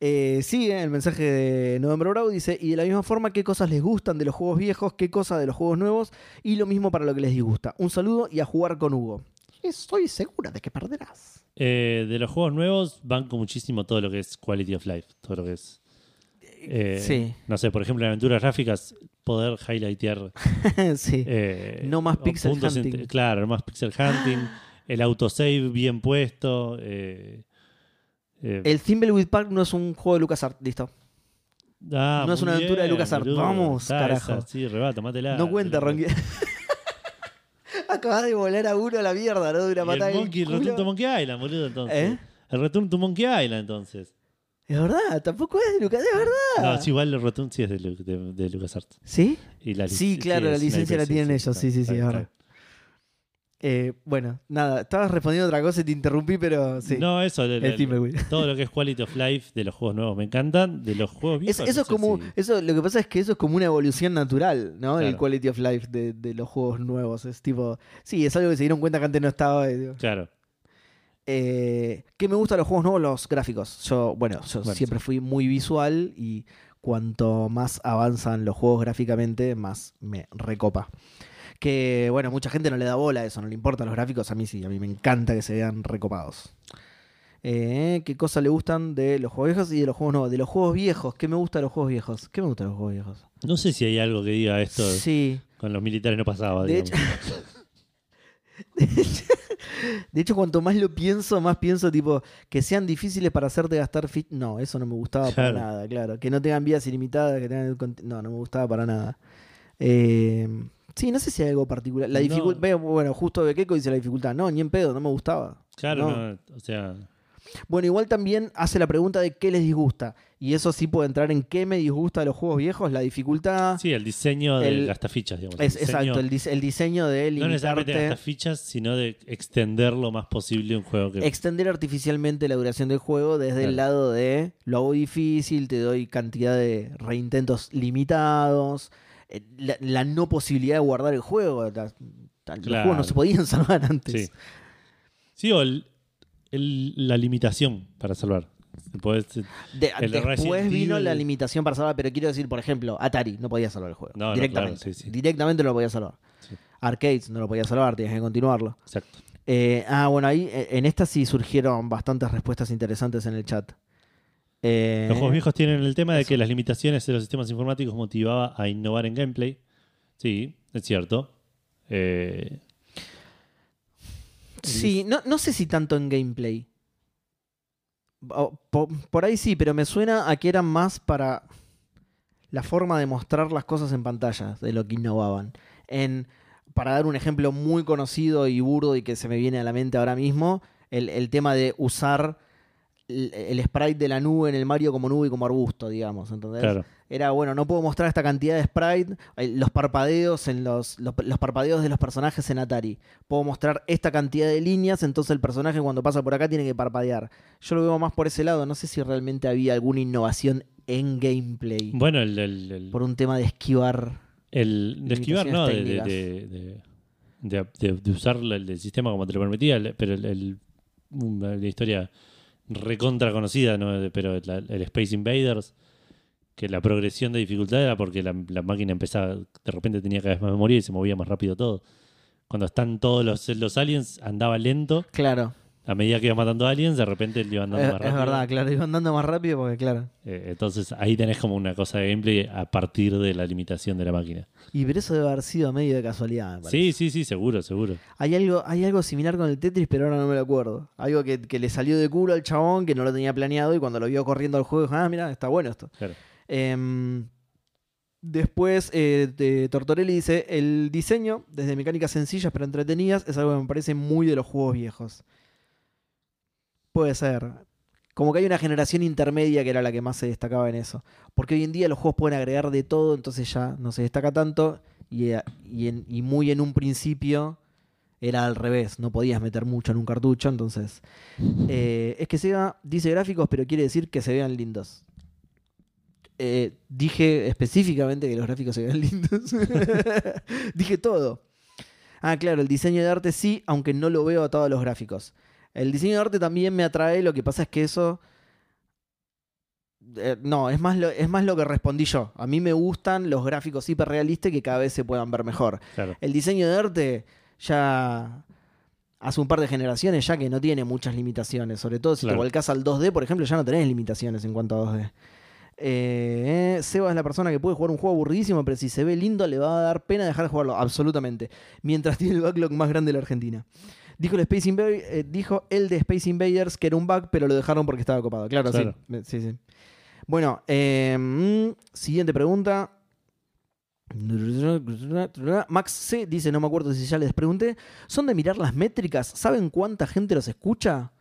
[SPEAKER 2] Eh, sigue el mensaje de November Bravo, dice, y de la misma forma, qué cosas les gustan de los juegos viejos, qué cosas de los juegos nuevos, y lo mismo para lo que les disgusta. Un saludo y a jugar con Hugo. Estoy segura de que perderás.
[SPEAKER 1] Eh, de los juegos nuevos banco muchísimo todo lo que es quality of life, todo lo que es... eh,
[SPEAKER 2] sí.
[SPEAKER 1] No sé, por ejemplo, en aventuras gráficas, poder highlightear
[SPEAKER 2] sí.
[SPEAKER 1] Eh,
[SPEAKER 2] No más
[SPEAKER 1] o
[SPEAKER 2] pixel
[SPEAKER 1] puntos
[SPEAKER 2] hunting.
[SPEAKER 1] inte- claro, no más pixel hunting. el autosave bien puesto. eh, eh,
[SPEAKER 2] El Thimbleweed Park no es un juego de LucasArts, listo.
[SPEAKER 1] ah,
[SPEAKER 2] no es
[SPEAKER 1] muy
[SPEAKER 2] una aventura de
[SPEAKER 1] bien,
[SPEAKER 2] LucasArts.
[SPEAKER 1] boludo.
[SPEAKER 2] Vamos,
[SPEAKER 1] Está
[SPEAKER 2] carajo.
[SPEAKER 1] esa, sí, rebata, mátela.
[SPEAKER 2] No cuenta,
[SPEAKER 1] Pero-
[SPEAKER 2] Ronqui. Acabas de volar a uno a la mierda, ¿no? De una
[SPEAKER 1] Y el
[SPEAKER 2] patada. en el
[SPEAKER 1] Monkey, el
[SPEAKER 2] culo.
[SPEAKER 1] Return to Monkey Island, boludo, entonces.
[SPEAKER 2] ¿Eh?
[SPEAKER 1] El Return to Monkey Island, entonces.
[SPEAKER 2] Es verdad, tampoco es de Lucas, es
[SPEAKER 1] No,
[SPEAKER 2] verdad.
[SPEAKER 1] es igual el Return sí es de, Lu- de- de LucasArts.
[SPEAKER 2] ¿Sí?
[SPEAKER 1] Y la lic-
[SPEAKER 2] Sí, claro, la
[SPEAKER 1] es una
[SPEAKER 2] licencia
[SPEAKER 1] IP,
[SPEAKER 2] la tienen ellos, sí, sí,
[SPEAKER 1] está
[SPEAKER 2] sí,
[SPEAKER 1] bien,
[SPEAKER 2] ahora.
[SPEAKER 1] está
[SPEAKER 2] Eh, bueno, nada, estabas respondiendo otra cosa y te interrumpí, pero sí.
[SPEAKER 1] bien. No, eso, el-
[SPEAKER 2] el
[SPEAKER 1] el-
[SPEAKER 2] Thimbleweed.
[SPEAKER 1] todo lo que es quality of life de los juegos nuevos me encantan. De los juegos
[SPEAKER 2] Es-
[SPEAKER 1] viejos.
[SPEAKER 2] eso
[SPEAKER 1] no
[SPEAKER 2] es
[SPEAKER 1] sé
[SPEAKER 2] como,
[SPEAKER 1] si-
[SPEAKER 2] eso, lo que pasa es que eso es como una evolución natural, ¿no? El
[SPEAKER 1] Claro.
[SPEAKER 2] quality of life de, de los juegos nuevos. Es tipo, sí, es algo que se dieron cuenta que antes no estaba. y digo,
[SPEAKER 1] Claro.
[SPEAKER 2] Eh, ¿Qué me gustan los juegos nuevos? Los gráficos. Yo, bueno, yo
[SPEAKER 1] Bueno,
[SPEAKER 2] siempre fui muy visual y cuanto más avanzan los juegos gráficamente, más me recopa. Que bueno, mucha gente no le da bola a eso, no le importan los gráficos, a mí sí, a mí me encanta que se vean recopados. Eh, ¿Qué cosas le gustan de los juegos viejos y de los juegos nuevos? De los juegos viejos, ¿qué me gusta de los juegos viejos? ¿Qué me gusta de los juegos viejos?
[SPEAKER 1] No sé si hay algo que diga esto.
[SPEAKER 2] Sí.
[SPEAKER 1] Con los militares no pasaba.
[SPEAKER 2] De
[SPEAKER 1] digamos.
[SPEAKER 2] hecho, de hecho, cuanto más lo pienso, más pienso, tipo, que sean difíciles para hacerte gastar fit. No, eso no me gustaba
[SPEAKER 1] Claro.
[SPEAKER 2] para nada, claro. Que no tengan vidas ilimitadas, que tengan. conti- No, no me gustaba para nada. Eh, sí, no sé si hay algo particular. La
[SPEAKER 1] No.
[SPEAKER 2] dificultad. Bueno, justo Bequeco dice la dificultad. No, ni en pedo, no me gustaba.
[SPEAKER 1] Claro,
[SPEAKER 2] No.
[SPEAKER 1] no, o sea,
[SPEAKER 2] Bueno, igual también hace la pregunta de qué les disgusta. Y eso sí puede entrar en qué me disgusta de los juegos viejos, la dificultad.
[SPEAKER 1] sí, el diseño de
[SPEAKER 2] Ah. el-
[SPEAKER 1] gastafichas, digamos.
[SPEAKER 2] Es-
[SPEAKER 1] El diseño-
[SPEAKER 2] exacto, el, dise- el diseño de
[SPEAKER 1] no necesariamente de
[SPEAKER 2] limitarte.
[SPEAKER 1] gastafichas, sino de extender lo más posible un juego que.
[SPEAKER 2] extender artificialmente la duración del juego desde
[SPEAKER 1] Claro.
[SPEAKER 2] el lado de lo hago difícil, te doy cantidad de reintentos limitados, eh, la, la no posibilidad de guardar el juego. la- la- Los
[SPEAKER 1] Claro.
[SPEAKER 2] juegos no se podían salvar antes.
[SPEAKER 1] sí. Sí, o el- el- la limitación para salvar. Podés-
[SPEAKER 2] De-
[SPEAKER 1] El de
[SPEAKER 2] después
[SPEAKER 1] Resident
[SPEAKER 2] vino
[SPEAKER 1] Evil.
[SPEAKER 2] la limitación para salvar, pero quiero decir, por ejemplo, Atari no podía salvar el juego.
[SPEAKER 1] No, no,
[SPEAKER 2] directamente.
[SPEAKER 1] claro, sí, sí.
[SPEAKER 2] Directamente no lo podía salvar.
[SPEAKER 1] Sí.
[SPEAKER 2] Arcades no lo podía salvar, tenías que continuarlo.
[SPEAKER 1] Exacto.
[SPEAKER 2] Eh, ah, bueno, ahí eh, en esta sí surgieron bastantes respuestas interesantes en el chat. Eh,
[SPEAKER 1] Los juegos viejos tienen el tema de
[SPEAKER 2] eso.
[SPEAKER 1] que las limitaciones de los sistemas informáticos motivaba a innovar en gameplay. Sí, es cierto. Eh,
[SPEAKER 2] Sí, no, no sé si tanto en gameplay. O- po- Por, ahí sí, pero me suena a que eran más para la forma de mostrar las cosas en pantalla, de lo que innovaban. En, para dar un ejemplo muy conocido y burdo y que se me viene a la mente ahora mismo, el, el tema de usar el, el sprite de la nube en el Mario como nube y como arbusto, digamos, ¿entendés?
[SPEAKER 1] claro.
[SPEAKER 2] Era, bueno, no puedo mostrar esta cantidad de sprite, eh, los parpadeos en los, los, los parpadeos de los personajes en Atari. Puedo mostrar esta cantidad de líneas, entonces el personaje cuando pasa por acá tiene que parpadear. Yo lo veo más por ese lado, no sé si realmente había alguna innovación en gameplay
[SPEAKER 1] Bueno, el, el- el-
[SPEAKER 2] por un tema de esquivar.
[SPEAKER 1] el de esquivar, ¿no? De, de,
[SPEAKER 2] limitaciones
[SPEAKER 1] de- de- de- de- de usar el, el sistema como te lo permitía, el- pero el- el- una- la historia recontra conocida, ¿no? De- Pero la- el Space Invaders, que la progresión de dificultad era porque la, la máquina empezaba, de repente tenía cada vez más memoria y se movía más rápido todo. Cuando están todos los, los aliens, andaba lento.
[SPEAKER 2] Claro,
[SPEAKER 1] A medida que iba matando aliens, de repente le iba
[SPEAKER 2] es,
[SPEAKER 1] andando más
[SPEAKER 2] es
[SPEAKER 1] rápido.
[SPEAKER 2] verdad, claro, iba andando más rápido porque, claro.
[SPEAKER 1] Eh, entonces ahí tenés como una cosa de gameplay a partir de la limitación de la máquina.
[SPEAKER 2] Y pero eso debe haber sido medio de casualidad. me parece.
[SPEAKER 1] Sí, sí, sí, seguro, seguro.
[SPEAKER 2] Hay algo, hay algo similar con el Tetris, pero ahora no me lo acuerdo. Algo que, que le salió de culo al chabón, que no lo tenía planeado, y cuando lo vio corriendo al juego, dijo, ah, mira, está bueno esto.
[SPEAKER 1] Claro.
[SPEAKER 2] Em, después, eh, de- Tortorelli dice, el diseño, desde mecánicas sencillas pero entretenidas, es algo que me parece muy de los juegos viejos. Puede ser. Como que hay una generación intermedia que era la que más se destacaba en eso. Porque hoy en día los juegos pueden agregar de todo, entonces ya no se destaca tanto. Y, eh, y en- y muy en un principio era al revés, no podías meter mucho en un cartucho, entonces... eh, es que Sega dice gráficos, pero quiere decir que se vean lindos. Eh, dije específicamente que los gráficos se vean lindos. dije todo. Ah, claro, el diseño de arte sí, aunque no lo veo atado a los gráficos. El diseño de arte también me atrae, lo que pasa es que eso... eh, no, es más, lo, es más lo que respondí yo. A mí me gustan los gráficos hiperrealistas que cada vez se puedan ver mejor.
[SPEAKER 1] Claro.
[SPEAKER 2] El diseño de arte ya hace un par de generaciones ya que no tiene muchas limitaciones. Sobre todo si
[SPEAKER 1] Claro.
[SPEAKER 2] te volcás al 2D, por ejemplo, ya no tenés limitaciones en cuanto a 2D. Eh, Seba es la persona que puede jugar un juego aburridísimo, pero si se ve lindo le va a dar pena dejar de jugarlo, absolutamente. Mientras tiene el backlog más grande de la Argentina. Dijo el, Space Inva- eh, dijo el de Space Invaders que era un bug, pero lo dejaron porque estaba copado. Claro, sí.
[SPEAKER 1] Claro.
[SPEAKER 2] Me- sí, sí. Bueno, eh, mm, siguiente pregunta. Max C dice, no me acuerdo si ya les pregunté, ¿son de mirar las métricas? ¿Saben cuánta gente los escucha?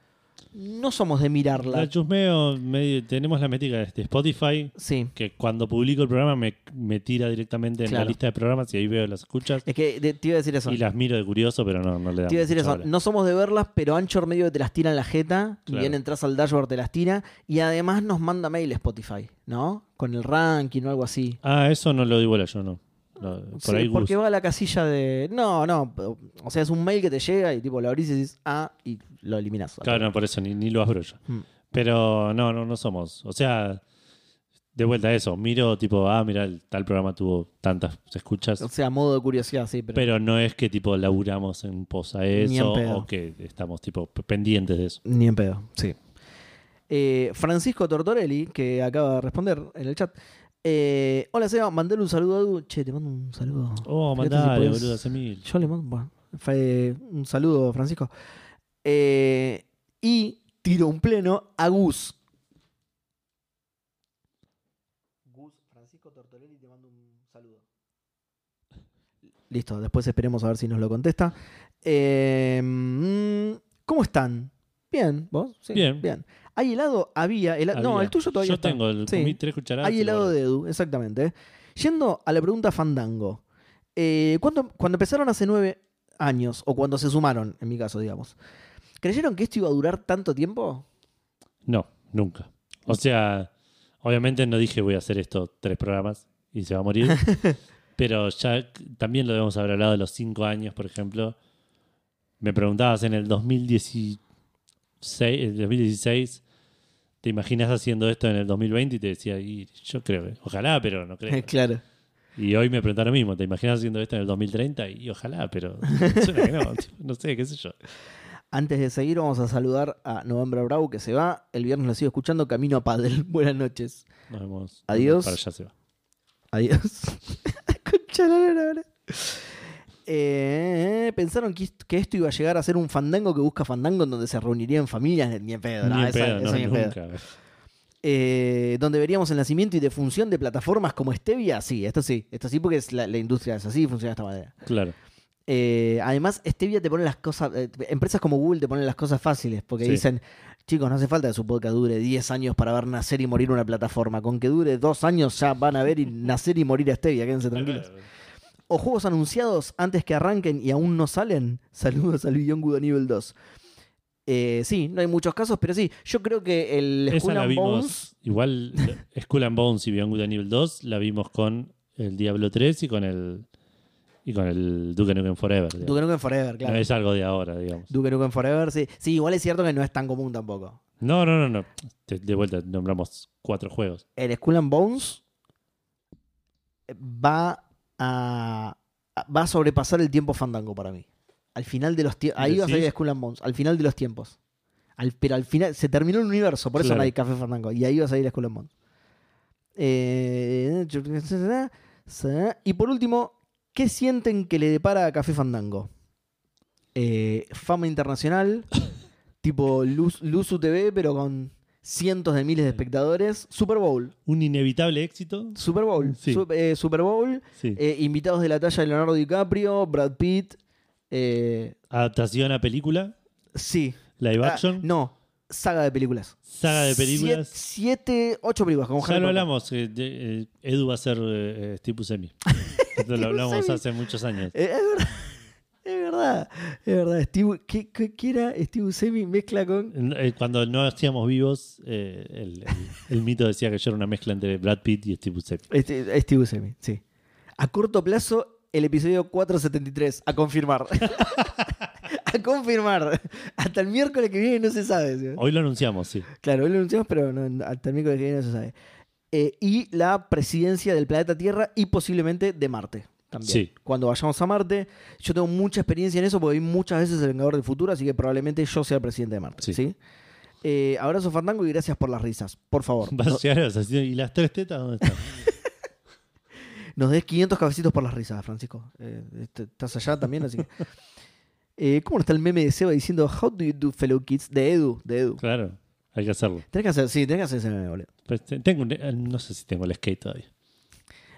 [SPEAKER 2] No somos de
[SPEAKER 1] La
[SPEAKER 2] mirarla.
[SPEAKER 1] chusmeo, medio- tenemos la métrica de este, Spotify,
[SPEAKER 2] Sí.
[SPEAKER 1] que cuando publico el programa me, me tira directamente en la
[SPEAKER 2] Claro.
[SPEAKER 1] lista de programas y ahí veo las escuchas.
[SPEAKER 2] Es que de- te iba a decir eso.
[SPEAKER 1] Y las miro de curioso, pero no, no le da.
[SPEAKER 2] Te iba a decir
[SPEAKER 1] mucha
[SPEAKER 2] eso.
[SPEAKER 1] bola.
[SPEAKER 2] No somos de verlas, pero Anchor medio que te las tira en la jeta.
[SPEAKER 1] Claro.
[SPEAKER 2] Y bien entras al dashboard, te las tira. Y además nos manda mail Spotify, ¿no? Con el ranking o algo así.
[SPEAKER 1] Ah, eso no lo digo bola yo, no. No, por
[SPEAKER 2] Sí,
[SPEAKER 1] ahí Gus.
[SPEAKER 2] porque va a la casilla de. No, no. O sea, es un mail que te llega y tipo lo abrís y dices, ah, y lo Mm. eliminas.
[SPEAKER 1] Claro, no, por eso ni, ni lo abro yo.
[SPEAKER 2] Mm.
[SPEAKER 1] Pero no, no, no somos. O sea, de vuelta a eso, miro tipo, ah, mira, el tal programa tuvo tantas escuchas.
[SPEAKER 2] O sea, modo de curiosidad, sí, pero.
[SPEAKER 1] Pero no es que tipo laburamos en posa eso
[SPEAKER 2] pedo.
[SPEAKER 1] o que estamos tipo p- pendientes de eso.
[SPEAKER 2] Ni en pedo, sí. Eh, Francisco Tortorelli, que acaba de responder en el chat. Eh, Hola, Seba, mandale un saludo a Du. Che, te mando un saludo.
[SPEAKER 1] Oh,
[SPEAKER 2] Fíjate si
[SPEAKER 1] mandale,
[SPEAKER 2] podés-
[SPEAKER 1] boludo, hace mil.
[SPEAKER 2] Yo le mando bueno, fue un saludo, Francisco. Eh, y tiro un pleno a Gus. Gus, Francisco Tortorelli, te mando un saludo. Listo, después esperemos a ver si nos lo contesta. Eh, mm, ¿Cómo están? Bien, ¿vos? Sí,
[SPEAKER 1] Bien.
[SPEAKER 2] ¿Hay helado? Había. hela- No,
[SPEAKER 1] Había.
[SPEAKER 2] el tuyo todavía
[SPEAKER 1] Ah, Yo
[SPEAKER 2] está.
[SPEAKER 1] tengo, el,
[SPEAKER 2] Sí.
[SPEAKER 1] comí tres cucharadas.
[SPEAKER 2] Hay
[SPEAKER 1] y
[SPEAKER 2] helado
[SPEAKER 1] guardo.
[SPEAKER 2] de Edu, exactamente. Yendo a la pregunta Fandango. eh, ¿cuándo- cuando empezaron hace nueve años, o cuando se sumaron, en mi caso, digamos, ¿creyeron que esto iba a durar tanto tiempo?
[SPEAKER 1] No, nunca. O sea, obviamente no dije voy a hacer estos tres programas y se va a morir. pero ya c- también lo debemos haber hablado de los cinco años, por ejemplo. Me preguntabas en el 2016, el 2016 ¿te imaginas haciendo esto en el 2020? Y te decía, y yo creo, que- ojalá, pero no creo.
[SPEAKER 2] claro.
[SPEAKER 1] Y hoy me preguntan lo mismo, ¿te imaginas haciendo esto en el 2030? Y ojalá, pero suena que no, tipo, no sé, qué sé yo.
[SPEAKER 2] Antes de seguir, vamos a saludar a Novembro Bravo, que se va. El viernes lo sigo escuchando Camino a Padel. Buenas noches.
[SPEAKER 1] Nos vemos.
[SPEAKER 2] Adiós.
[SPEAKER 1] Para allá se va.
[SPEAKER 2] Adiós. Concha la lora, bro. Eh, pensaron que, est- que esto iba a llegar a ser un fandango que busca fandango en donde se reunirían familias. Ni en pedo, no,
[SPEAKER 1] Ni en
[SPEAKER 2] esa-
[SPEAKER 1] pedo,
[SPEAKER 2] esa
[SPEAKER 1] no,
[SPEAKER 2] ni en pedo.
[SPEAKER 1] nunca.
[SPEAKER 2] Eh, donde veríamos el nacimiento y defunción de plataformas como Stevia, sí, esto sí, esto sí, porque es la, la industria es así y funciona de esta manera.
[SPEAKER 1] Claro.
[SPEAKER 2] Eh, además, Stevia te pone las cosas, eh, empresas como Google te ponen las cosas fáciles, porque
[SPEAKER 1] Sí.
[SPEAKER 2] dicen, chicos, no hace falta que su podcast dure 10 años para ver nacer y morir una plataforma, con que dure 2 años ya van a ver y nacer y morir a Stevia, quédense tranquilos. O juegos anunciados antes que arranquen y aún no salen, saludos al Beyond Good a nivel 2. Eh, sí, no hay muchos casos, pero sí, yo creo que el
[SPEAKER 1] Esa
[SPEAKER 2] Skull
[SPEAKER 1] la
[SPEAKER 2] and
[SPEAKER 1] vimos.
[SPEAKER 2] Bones-
[SPEAKER 1] Igual la- Skull and Bones y Beyond Good and Evil 2 la vimos con el Diablo 3 y con el y con el Duke Nukem Forever. digamos.
[SPEAKER 2] Duke Nukem Forever, claro.
[SPEAKER 1] No es algo de ahora, digamos.
[SPEAKER 2] Duke Nukem Forever, sí. Sí, igual es cierto que no es tan común tampoco.
[SPEAKER 1] No, no, no, no. De, de vuelta nombramos cuatro juegos.
[SPEAKER 2] El Skull and Bones eh, va a va a sobrepasar el tiempo fandango para mí. Al final de los tiempos. Ahí va a salir
[SPEAKER 1] ¿Decís?
[SPEAKER 2] Skull and Bones, al final de los tiempos. Al- pero al final se terminó el universo, por eso
[SPEAKER 1] Claro.
[SPEAKER 2] no hay Café Fandango. Y ahí va a salir Skull and Bones. Eh, y por último, ¿qué sienten que le depara a Café Fandango? Eh, fama internacional, tipo Luz, Luz UTV, pero con cientos de miles de espectadores. Super Bowl,
[SPEAKER 1] Un inevitable éxito.
[SPEAKER 2] Super Bowl,
[SPEAKER 1] Sí.
[SPEAKER 2] Sup- eh, Super Bowl,
[SPEAKER 1] Sí.
[SPEAKER 2] eh, invitados de la talla de Leonardo DiCaprio, Brad Pitt, eh,
[SPEAKER 1] Adaptación a película.
[SPEAKER 2] sí,
[SPEAKER 1] Live
[SPEAKER 2] Ah,
[SPEAKER 1] action.
[SPEAKER 2] no, saga de películas.
[SPEAKER 1] Saga de películas.
[SPEAKER 2] Siete, siete, ocho películas con
[SPEAKER 1] ya
[SPEAKER 2] Harry
[SPEAKER 1] lo
[SPEAKER 2] Potter.
[SPEAKER 1] hablamos. eh, de- eh, Edu va a ser eh, eh, Steve Buscemi. Esto
[SPEAKER 2] Steve
[SPEAKER 1] lo hablamos
[SPEAKER 2] Buscemi.
[SPEAKER 1] hace muchos años.
[SPEAKER 2] Eh, es verdad, es verdad, es verdad. Steve, ¿qué, qué, qué era Steve Buscemi mezcla con
[SPEAKER 1] Eh, Cuando no hacíamos vivos, eh, el, el- el mito decía que yo era una mezcla entre Brad Pitt y Steve Buscemi.
[SPEAKER 2] Este, Steve Buscemi, sí. A corto plazo, el episodio 473, a confirmar. a confirmar. Hasta el miércoles que viene no se sabe. ¿sí?
[SPEAKER 1] Hoy lo anunciamos, sí.
[SPEAKER 2] Claro, hoy lo anunciamos, pero no, hasta el miércoles que viene no se sabe. Eh, y la presidencia del planeta Tierra y posiblemente de Marte. También.
[SPEAKER 1] Sí.
[SPEAKER 2] Cuando vayamos a Marte, yo tengo mucha experiencia en eso porque vi muchas veces El Vengador del Futuro, así que probablemente yo sea el presidente de Marte. Sí.
[SPEAKER 1] Sí.
[SPEAKER 2] Eh, abrazo, Fandango, y gracias por las risas. Por favor.
[SPEAKER 1] Vas a llegar y vas a decir, ¿y las tres tetas dónde están?
[SPEAKER 2] Nos des 500 cabecitos por las risas, Francisco. Eh, este, estás allá también, así que. Eh, ¿Cómo no está el meme de Seba diciendo How do you do, fellow kids? De Edu, de Edu.
[SPEAKER 1] Claro, hay que hacerlo.
[SPEAKER 2] Tenés que hacer, sí, tenés que hacer ese meme, boludo.
[SPEAKER 1] Pues te- tengo un- eh, no sé si tengo el skate todavía.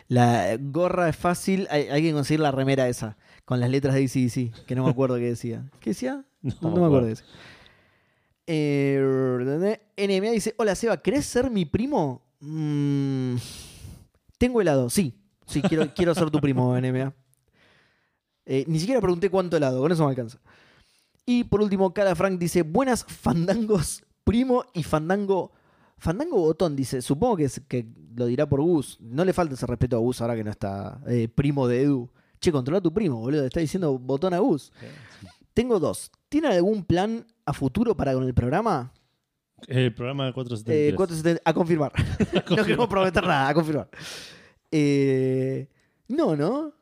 [SPEAKER 2] La gorra es fácil, hay, hay que conseguir la remera esa, con las letras de ACDC, que no me acuerdo qué decía. ¿Qué decía?
[SPEAKER 1] No,
[SPEAKER 2] No, me acuerdo de eso. Eh, NMA dice: Hola Seba, ¿querés ser mi primo? Mm, tengo helado, sí. Sí, quiero, quiero ser tu primo, NMA. Eh, ni siquiera pregunté cuánto helado, con eso me alcanza. Y por último, Cara Frank dice: Buenas fandangos, primo y fandango. Fandango Botón dice: Supongo que, es- que lo dirá por Gus. No le falta ese respeto a Gus ahora que no está eh, primo de Edu. Che, controla a tu primo, boludo. Está diciendo botón
[SPEAKER 1] Eh,
[SPEAKER 2] a Gus. Tengo dos. ¿Tienen algún plan a futuro para con el programa?
[SPEAKER 1] El programa 473.
[SPEAKER 2] Eh, 470, a confirmar. no queremos prometer nada, a confirmar. Eh, no, ¿no?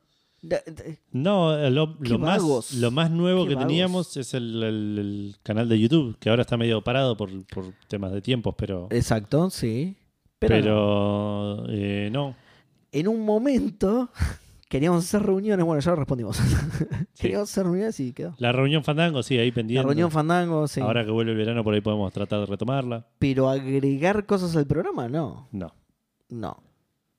[SPEAKER 2] Da- da-
[SPEAKER 1] No, eh, lo,
[SPEAKER 2] Qué
[SPEAKER 1] lo más,
[SPEAKER 2] vagos.
[SPEAKER 1] lo más nuevo
[SPEAKER 2] Qué
[SPEAKER 1] que
[SPEAKER 2] vagos.
[SPEAKER 1] teníamos es el, el- el canal de YouTube, que ahora está medio parado por, por temas de tiempos, pero.
[SPEAKER 2] Exacto, sí. Pero,
[SPEAKER 1] Pero, eh, no.
[SPEAKER 2] en un momento queríamos hacer reuniones, bueno, ya lo respondimos. queríamos hacer reuniones y quedó.
[SPEAKER 1] La reunión Fandango, sí, ahí pendiente.
[SPEAKER 2] La reunión Fandango, sí.
[SPEAKER 1] Ahora que vuelve el verano, por ahí podemos tratar de retomarla.
[SPEAKER 2] Pero agregar cosas al programa, no.
[SPEAKER 1] No.
[SPEAKER 2] No.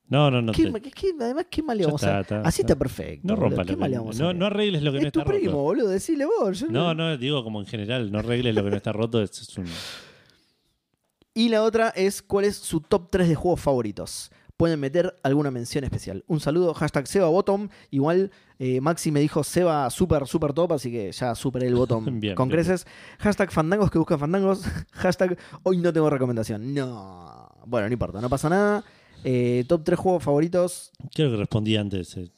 [SPEAKER 1] No, no, no.
[SPEAKER 2] ¿Qué
[SPEAKER 1] te-
[SPEAKER 2] ma- qué- qué- además, qué mal le
[SPEAKER 1] Ya
[SPEAKER 2] vamos a
[SPEAKER 1] está,
[SPEAKER 2] hacer?
[SPEAKER 1] está,
[SPEAKER 2] Así
[SPEAKER 1] está.
[SPEAKER 2] está perfecto.
[SPEAKER 1] no
[SPEAKER 2] boludo.
[SPEAKER 1] rompas
[SPEAKER 2] ¿Qué
[SPEAKER 1] lo
[SPEAKER 2] mal
[SPEAKER 1] que-
[SPEAKER 2] le vamos a
[SPEAKER 1] no,
[SPEAKER 2] hacer?
[SPEAKER 1] no arregles lo que no
[SPEAKER 2] es
[SPEAKER 1] está
[SPEAKER 2] tu primo,
[SPEAKER 1] roto.
[SPEAKER 2] boludo, decile vos. yo
[SPEAKER 1] No, no, digo como en general, no arregles lo que no está roto. Es, es un-
[SPEAKER 2] Y la otra es cuál es su top 3 de juegos favoritos. Pueden meter alguna mención especial. Un saludo, hashtag Seba Bottom. Igual eh, Maxi me dijo Seba super, super top, así que ya superé el bottom
[SPEAKER 1] Bien,
[SPEAKER 2] con
[SPEAKER 1] bien,
[SPEAKER 2] creces. Hashtag fandangos que buscan fandangos. hashtag hoy no tengo recomendación. No. Bueno, no importa, no pasa nada. Eh, top 3 juegos favoritos.
[SPEAKER 1] Creo que respondí antes. eh.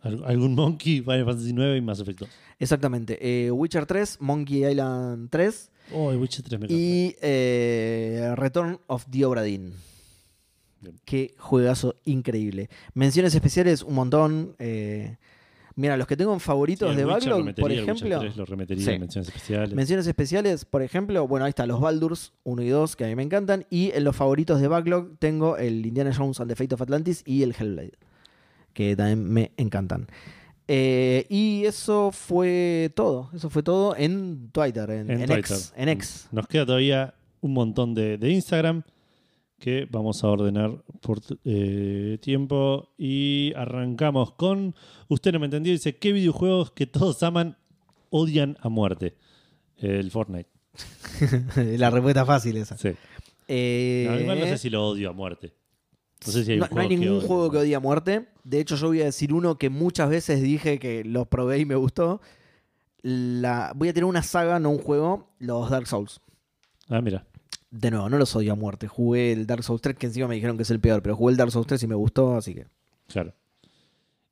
[SPEAKER 1] Al- Algún Monkey, Final Fantasy 9 y Mass Effect 2.
[SPEAKER 2] Exactamente. eh, Witcher 3, Monkey Island 3
[SPEAKER 1] Oh, el Witcher 3 me encanta.
[SPEAKER 2] y eh, Return of the Obra Dinn.
[SPEAKER 1] Bien.
[SPEAKER 2] Qué juegazo increíble. Menciones especiales, un montón. eh, mira, los que tengo en
[SPEAKER 1] Sí, el
[SPEAKER 2] favoritos de
[SPEAKER 1] Witcher
[SPEAKER 2] Backlog,
[SPEAKER 1] remetería,
[SPEAKER 2] por
[SPEAKER 1] el Witcher
[SPEAKER 2] ejemplo.
[SPEAKER 1] 3 lo remetería
[SPEAKER 2] Sí.
[SPEAKER 1] en menciones especiales.
[SPEAKER 2] Menciones especiales, por ejemplo, bueno, ahí está los Baldurs 1 y 2, que a mí me encantan. Y en los favoritos de Backlog tengo el Indiana Jones and the Fate of Atlantis y el Hellblade, que también me encantan. Eh, y eso fue todo. Eso fue todo en Twitter, en, en X.
[SPEAKER 1] Twitter.
[SPEAKER 2] En X.
[SPEAKER 1] Nos queda todavía un montón de, de Instagram que vamos a ordenar por eh, tiempo y arrancamos con, usted no me entendió, dice, ¿qué videojuegos que todos aman odian a muerte? El Fortnite.
[SPEAKER 2] La respuesta fácil esa.
[SPEAKER 1] Sí.
[SPEAKER 2] Eh,
[SPEAKER 1] Mm. No, igual no sé si lo odio a muerte. No sé si hay,
[SPEAKER 2] no-
[SPEAKER 1] un
[SPEAKER 2] no
[SPEAKER 1] juego
[SPEAKER 2] hay
[SPEAKER 1] que
[SPEAKER 2] ningún
[SPEAKER 1] odie.
[SPEAKER 2] juego que odie a muerte. De hecho, yo voy a decir uno que muchas veces dije que los probé y me gustó. La, voy a tener una saga, no un juego, los Dark Souls.
[SPEAKER 1] Ah, mira.
[SPEAKER 2] De nuevo, no los odio a muerte. Jugué el Dark Souls 3, que encima me dijeron que es el peor, pero jugué el Dark Souls 3 y me gustó, así que.
[SPEAKER 1] Claro.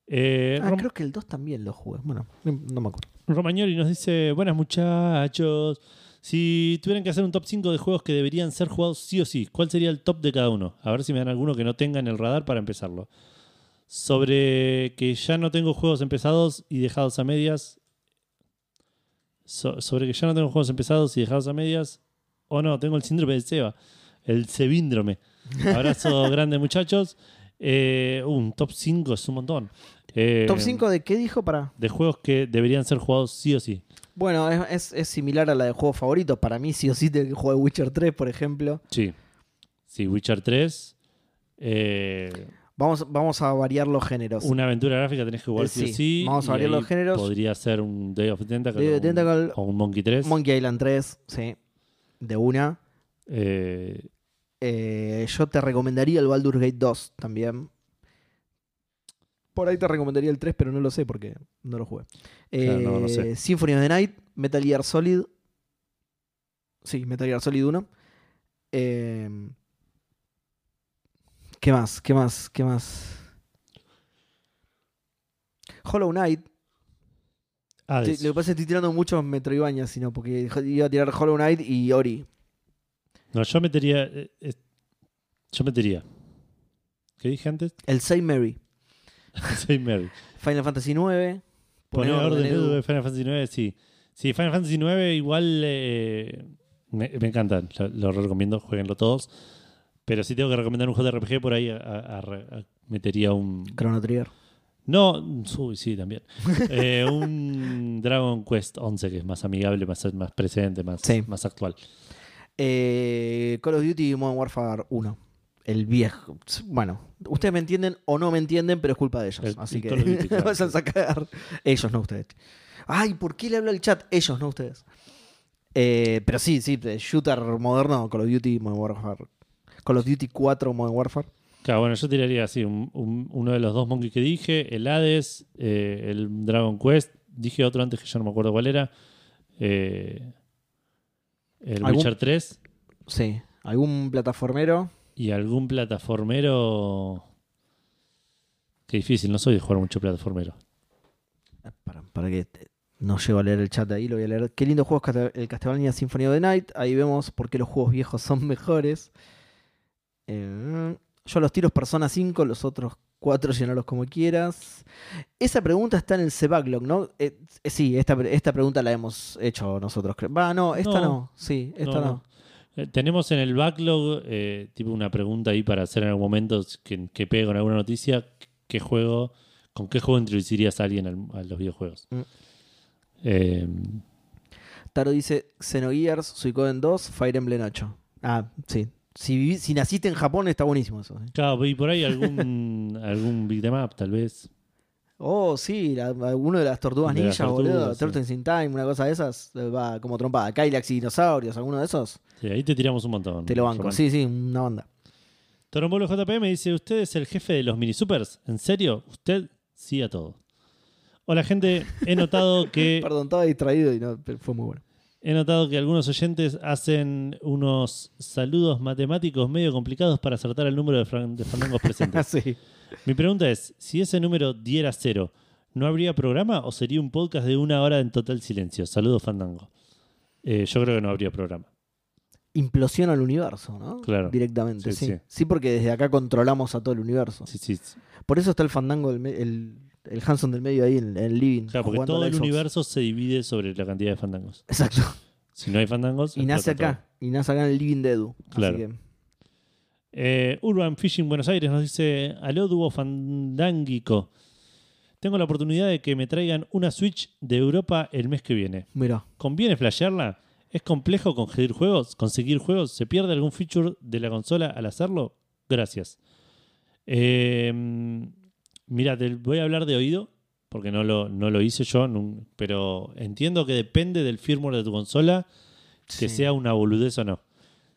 [SPEAKER 1] Eh,
[SPEAKER 2] Ah,
[SPEAKER 1] Rom-
[SPEAKER 2] creo que el 2 también lo jugué. Bueno, no, no me acuerdo.
[SPEAKER 1] Romagnoli nos dice, buenas muchachos. Si tuvieran que hacer un top 5 de juegos que deberían ser jugados sí o sí, ¿cuál sería el top de cada uno? A ver si me dan alguno que no tenga en el radar para empezarlo. Sobre que ya no tengo juegos empezados y dejados a medias. So- sobre que ya no tengo juegos empezados y dejados a medias. O no, tengo el síndrome de Seba. El sebíndrome. Abrazo grande muchachos. Eh, uh, un top 5 es un montón. Eh,
[SPEAKER 2] ¿Top 5 de qué dijo para.?
[SPEAKER 1] de juegos que deberían ser jugados sí o sí.
[SPEAKER 2] Bueno, es, es- es similar a la de juegos favoritos. Para mí, sí o sí, tengo que jugar Witcher 3, por ejemplo.
[SPEAKER 1] Sí. Sí, Witcher 3. eh,
[SPEAKER 2] Vamos, vamos a variar los géneros.
[SPEAKER 1] una aventura gráfica tenés que jugar
[SPEAKER 2] Eh,
[SPEAKER 1] sí, o
[SPEAKER 2] sí.
[SPEAKER 1] sí.
[SPEAKER 2] Vamos a
[SPEAKER 1] y
[SPEAKER 2] abrir
[SPEAKER 1] ahí
[SPEAKER 2] los géneros.
[SPEAKER 1] Podría ser un Day of Tentacle,
[SPEAKER 2] Day of
[SPEAKER 1] o, un-
[SPEAKER 2] Tentacle,
[SPEAKER 1] o un Monkey 3.
[SPEAKER 2] Monkey Island 3, sí, de una.
[SPEAKER 1] Eh,
[SPEAKER 2] Eh, yo te recomendaría el Baldur's Gate 2 también. Por ahí te recomendaría el 3, pero no lo sé porque no lo jugué.
[SPEAKER 1] Claro, no, no sé.
[SPEAKER 2] Eh, Symphony of the Night, Metal Gear Solid. Sí, Metal Gear Solid 1. Eh, ¿Qué más? ¿Qué más? ¿Qué más? Hollow Knight.
[SPEAKER 1] Hades.
[SPEAKER 2] Sí, lo que pasa Ah, es que estoy tirando muchos Metroidvania, sino porque iba a tirar Hollow Knight y Ori.
[SPEAKER 1] No, yo metería. eh, eh, yo metería. ¿Qué dije antes?
[SPEAKER 2] El Saint Mary.
[SPEAKER 1] Saint Mary.
[SPEAKER 2] Final Fantasy IX.
[SPEAKER 1] Poner
[SPEAKER 2] Poné
[SPEAKER 1] orden,
[SPEAKER 2] Edu.
[SPEAKER 1] Edu, de Final Fantasy 9, sí. Sí, Final Fantasy 9 igual eh, me, me encantan, lo, lo recomiendo, jueguenlo todos. Pero si tengo que recomendar un JRPG, por ahí a- a- a- metería un...
[SPEAKER 2] Chrono Trigger.
[SPEAKER 1] No, uy, sí, también. Eh, un Dragon Quest 11 que es más amigable, más, más presente, más,
[SPEAKER 2] Sí.
[SPEAKER 1] más actual.
[SPEAKER 2] Eh, Call of Duty Modern Warfare 1. El viejo. Bueno, ustedes me entienden o no me entienden, pero es culpa de ellos.
[SPEAKER 1] El-
[SPEAKER 2] así
[SPEAKER 1] el
[SPEAKER 2] que
[SPEAKER 1] Call of Duty, claro.
[SPEAKER 2] vas a sacar. Ellos, no ustedes. Ay, ¿por qué le habla el chat? Ellos, no ustedes. Eh, pero sí, sí, shooter moderno, Call of Duty Modern Warfare. Call of Duty 4 Modern Warfare.
[SPEAKER 1] Claro, bueno, yo tiraría así, un- un- uno de los dos Monkey que dije, el Hades, eh, el Dragon Quest, dije otro antes que yo no me acuerdo cuál era, eh, el
[SPEAKER 2] ¿Algún?
[SPEAKER 1] Witcher 3
[SPEAKER 2] Sí. ¿Algún plataformero?
[SPEAKER 1] y algún plataformero... Qué difícil, no soy de jugar mucho plataformero.
[SPEAKER 2] Para, para que. te- No llego a leer el chat ahí, lo voy a leer. Qué lindo juego es Castel- el Castlevania Symphony of the Night. Ahí vemos por qué los juegos viejos son mejores. Eh, yo los tiros Persona 5, los otros 4 llenalos como quieras. Esa pregunta está en el C-Backlog, ¿no? Eh, eh, sí, esta, pre- esta pregunta la hemos hecho nosotros. creo. Va, no, esta no.
[SPEAKER 1] No.
[SPEAKER 2] Sí,
[SPEAKER 1] No,
[SPEAKER 2] esta no.
[SPEAKER 1] no. Eh, Tenemos en el backlog eh, tipo una pregunta ahí para hacer en algún momento que, que pegue con alguna noticia. ¿Qué juego, con qué juego introducirías a alguien al- a los videojuegos?
[SPEAKER 2] Mm.
[SPEAKER 1] Eh,
[SPEAKER 2] Taro dice Xenogears, Suicoden 2, Fire Emblem 8. Ah, sí. Si, vivi- si naciste en Japón está buenísimo eso. ¿eh?
[SPEAKER 1] claro, y por ahí algún, algún beat 'em up, tal vez.
[SPEAKER 2] Oh, sí, la, alguno de las tortugas
[SPEAKER 1] De
[SPEAKER 2] ninja,
[SPEAKER 1] las tortugas,
[SPEAKER 2] boludo.
[SPEAKER 1] sí.
[SPEAKER 2] Turtles in Time, una cosa de esas. eh, Va como trompada. Kylax y dinosaurios, alguno de esos.
[SPEAKER 1] Sí, ahí te tiramos un montón.
[SPEAKER 2] Te lo banco.
[SPEAKER 1] Román.
[SPEAKER 2] Sí, sí, una onda.
[SPEAKER 1] Torombolo JP me dice: ¿Usted es el jefe de los mini supers? ¿En serio? Usted sí a todo. Hola, gente. He notado que.
[SPEAKER 2] Perdón, estaba distraído y no, pero fue muy bueno.
[SPEAKER 1] He notado que algunos oyentes hacen unos saludos matemáticos medio complicados para acertar el número de, fran- de fandangos presentes.
[SPEAKER 2] sí.
[SPEAKER 1] Mi pregunta es, si ese número diera cero, ¿no habría programa o sería un podcast de una hora en total silencio? Saludos, fandango. Eh, yo creo que no habría programa.
[SPEAKER 2] Implosión al universo, ¿no?
[SPEAKER 1] Claro.
[SPEAKER 2] Directamente, sí,
[SPEAKER 1] Sí,
[SPEAKER 2] sí.
[SPEAKER 1] sí.
[SPEAKER 2] porque desde acá controlamos a todo el universo.
[SPEAKER 1] Sí, sí. sí.
[SPEAKER 2] Por eso está el fandango, del me- el, el Hanson del medio ahí en en el living.
[SPEAKER 1] Claro, porque
[SPEAKER 2] jugando
[SPEAKER 1] todo
[SPEAKER 2] al
[SPEAKER 1] el
[SPEAKER 2] Xbox.
[SPEAKER 1] universo se divide sobre la cantidad de fandangos.
[SPEAKER 2] Exacto.
[SPEAKER 1] Si no hay fandangos...
[SPEAKER 2] Y nace
[SPEAKER 1] explota todo.
[SPEAKER 2] acá. Y nace acá en el living de Edu.
[SPEAKER 1] Claro.
[SPEAKER 2] Así que,
[SPEAKER 1] Eh, Urban Fishing Buenos Aires nos dice: Aló, dúo fandánguico. Tengo la oportunidad de que me traigan una Switch de Europa el mes que viene.
[SPEAKER 2] mira.
[SPEAKER 1] ¿Conviene flashearla? ¿Es complejo conseguir juegos? ¿Conseguir juegos? ¿Se pierde algún feature de la consola al hacerlo? Gracias. Eh, mira, te voy a hablar de oído, porque no lo, no lo hice yo, nun- pero entiendo que depende del firmware de tu consola que
[SPEAKER 2] Sí.
[SPEAKER 1] sea una boludez o no.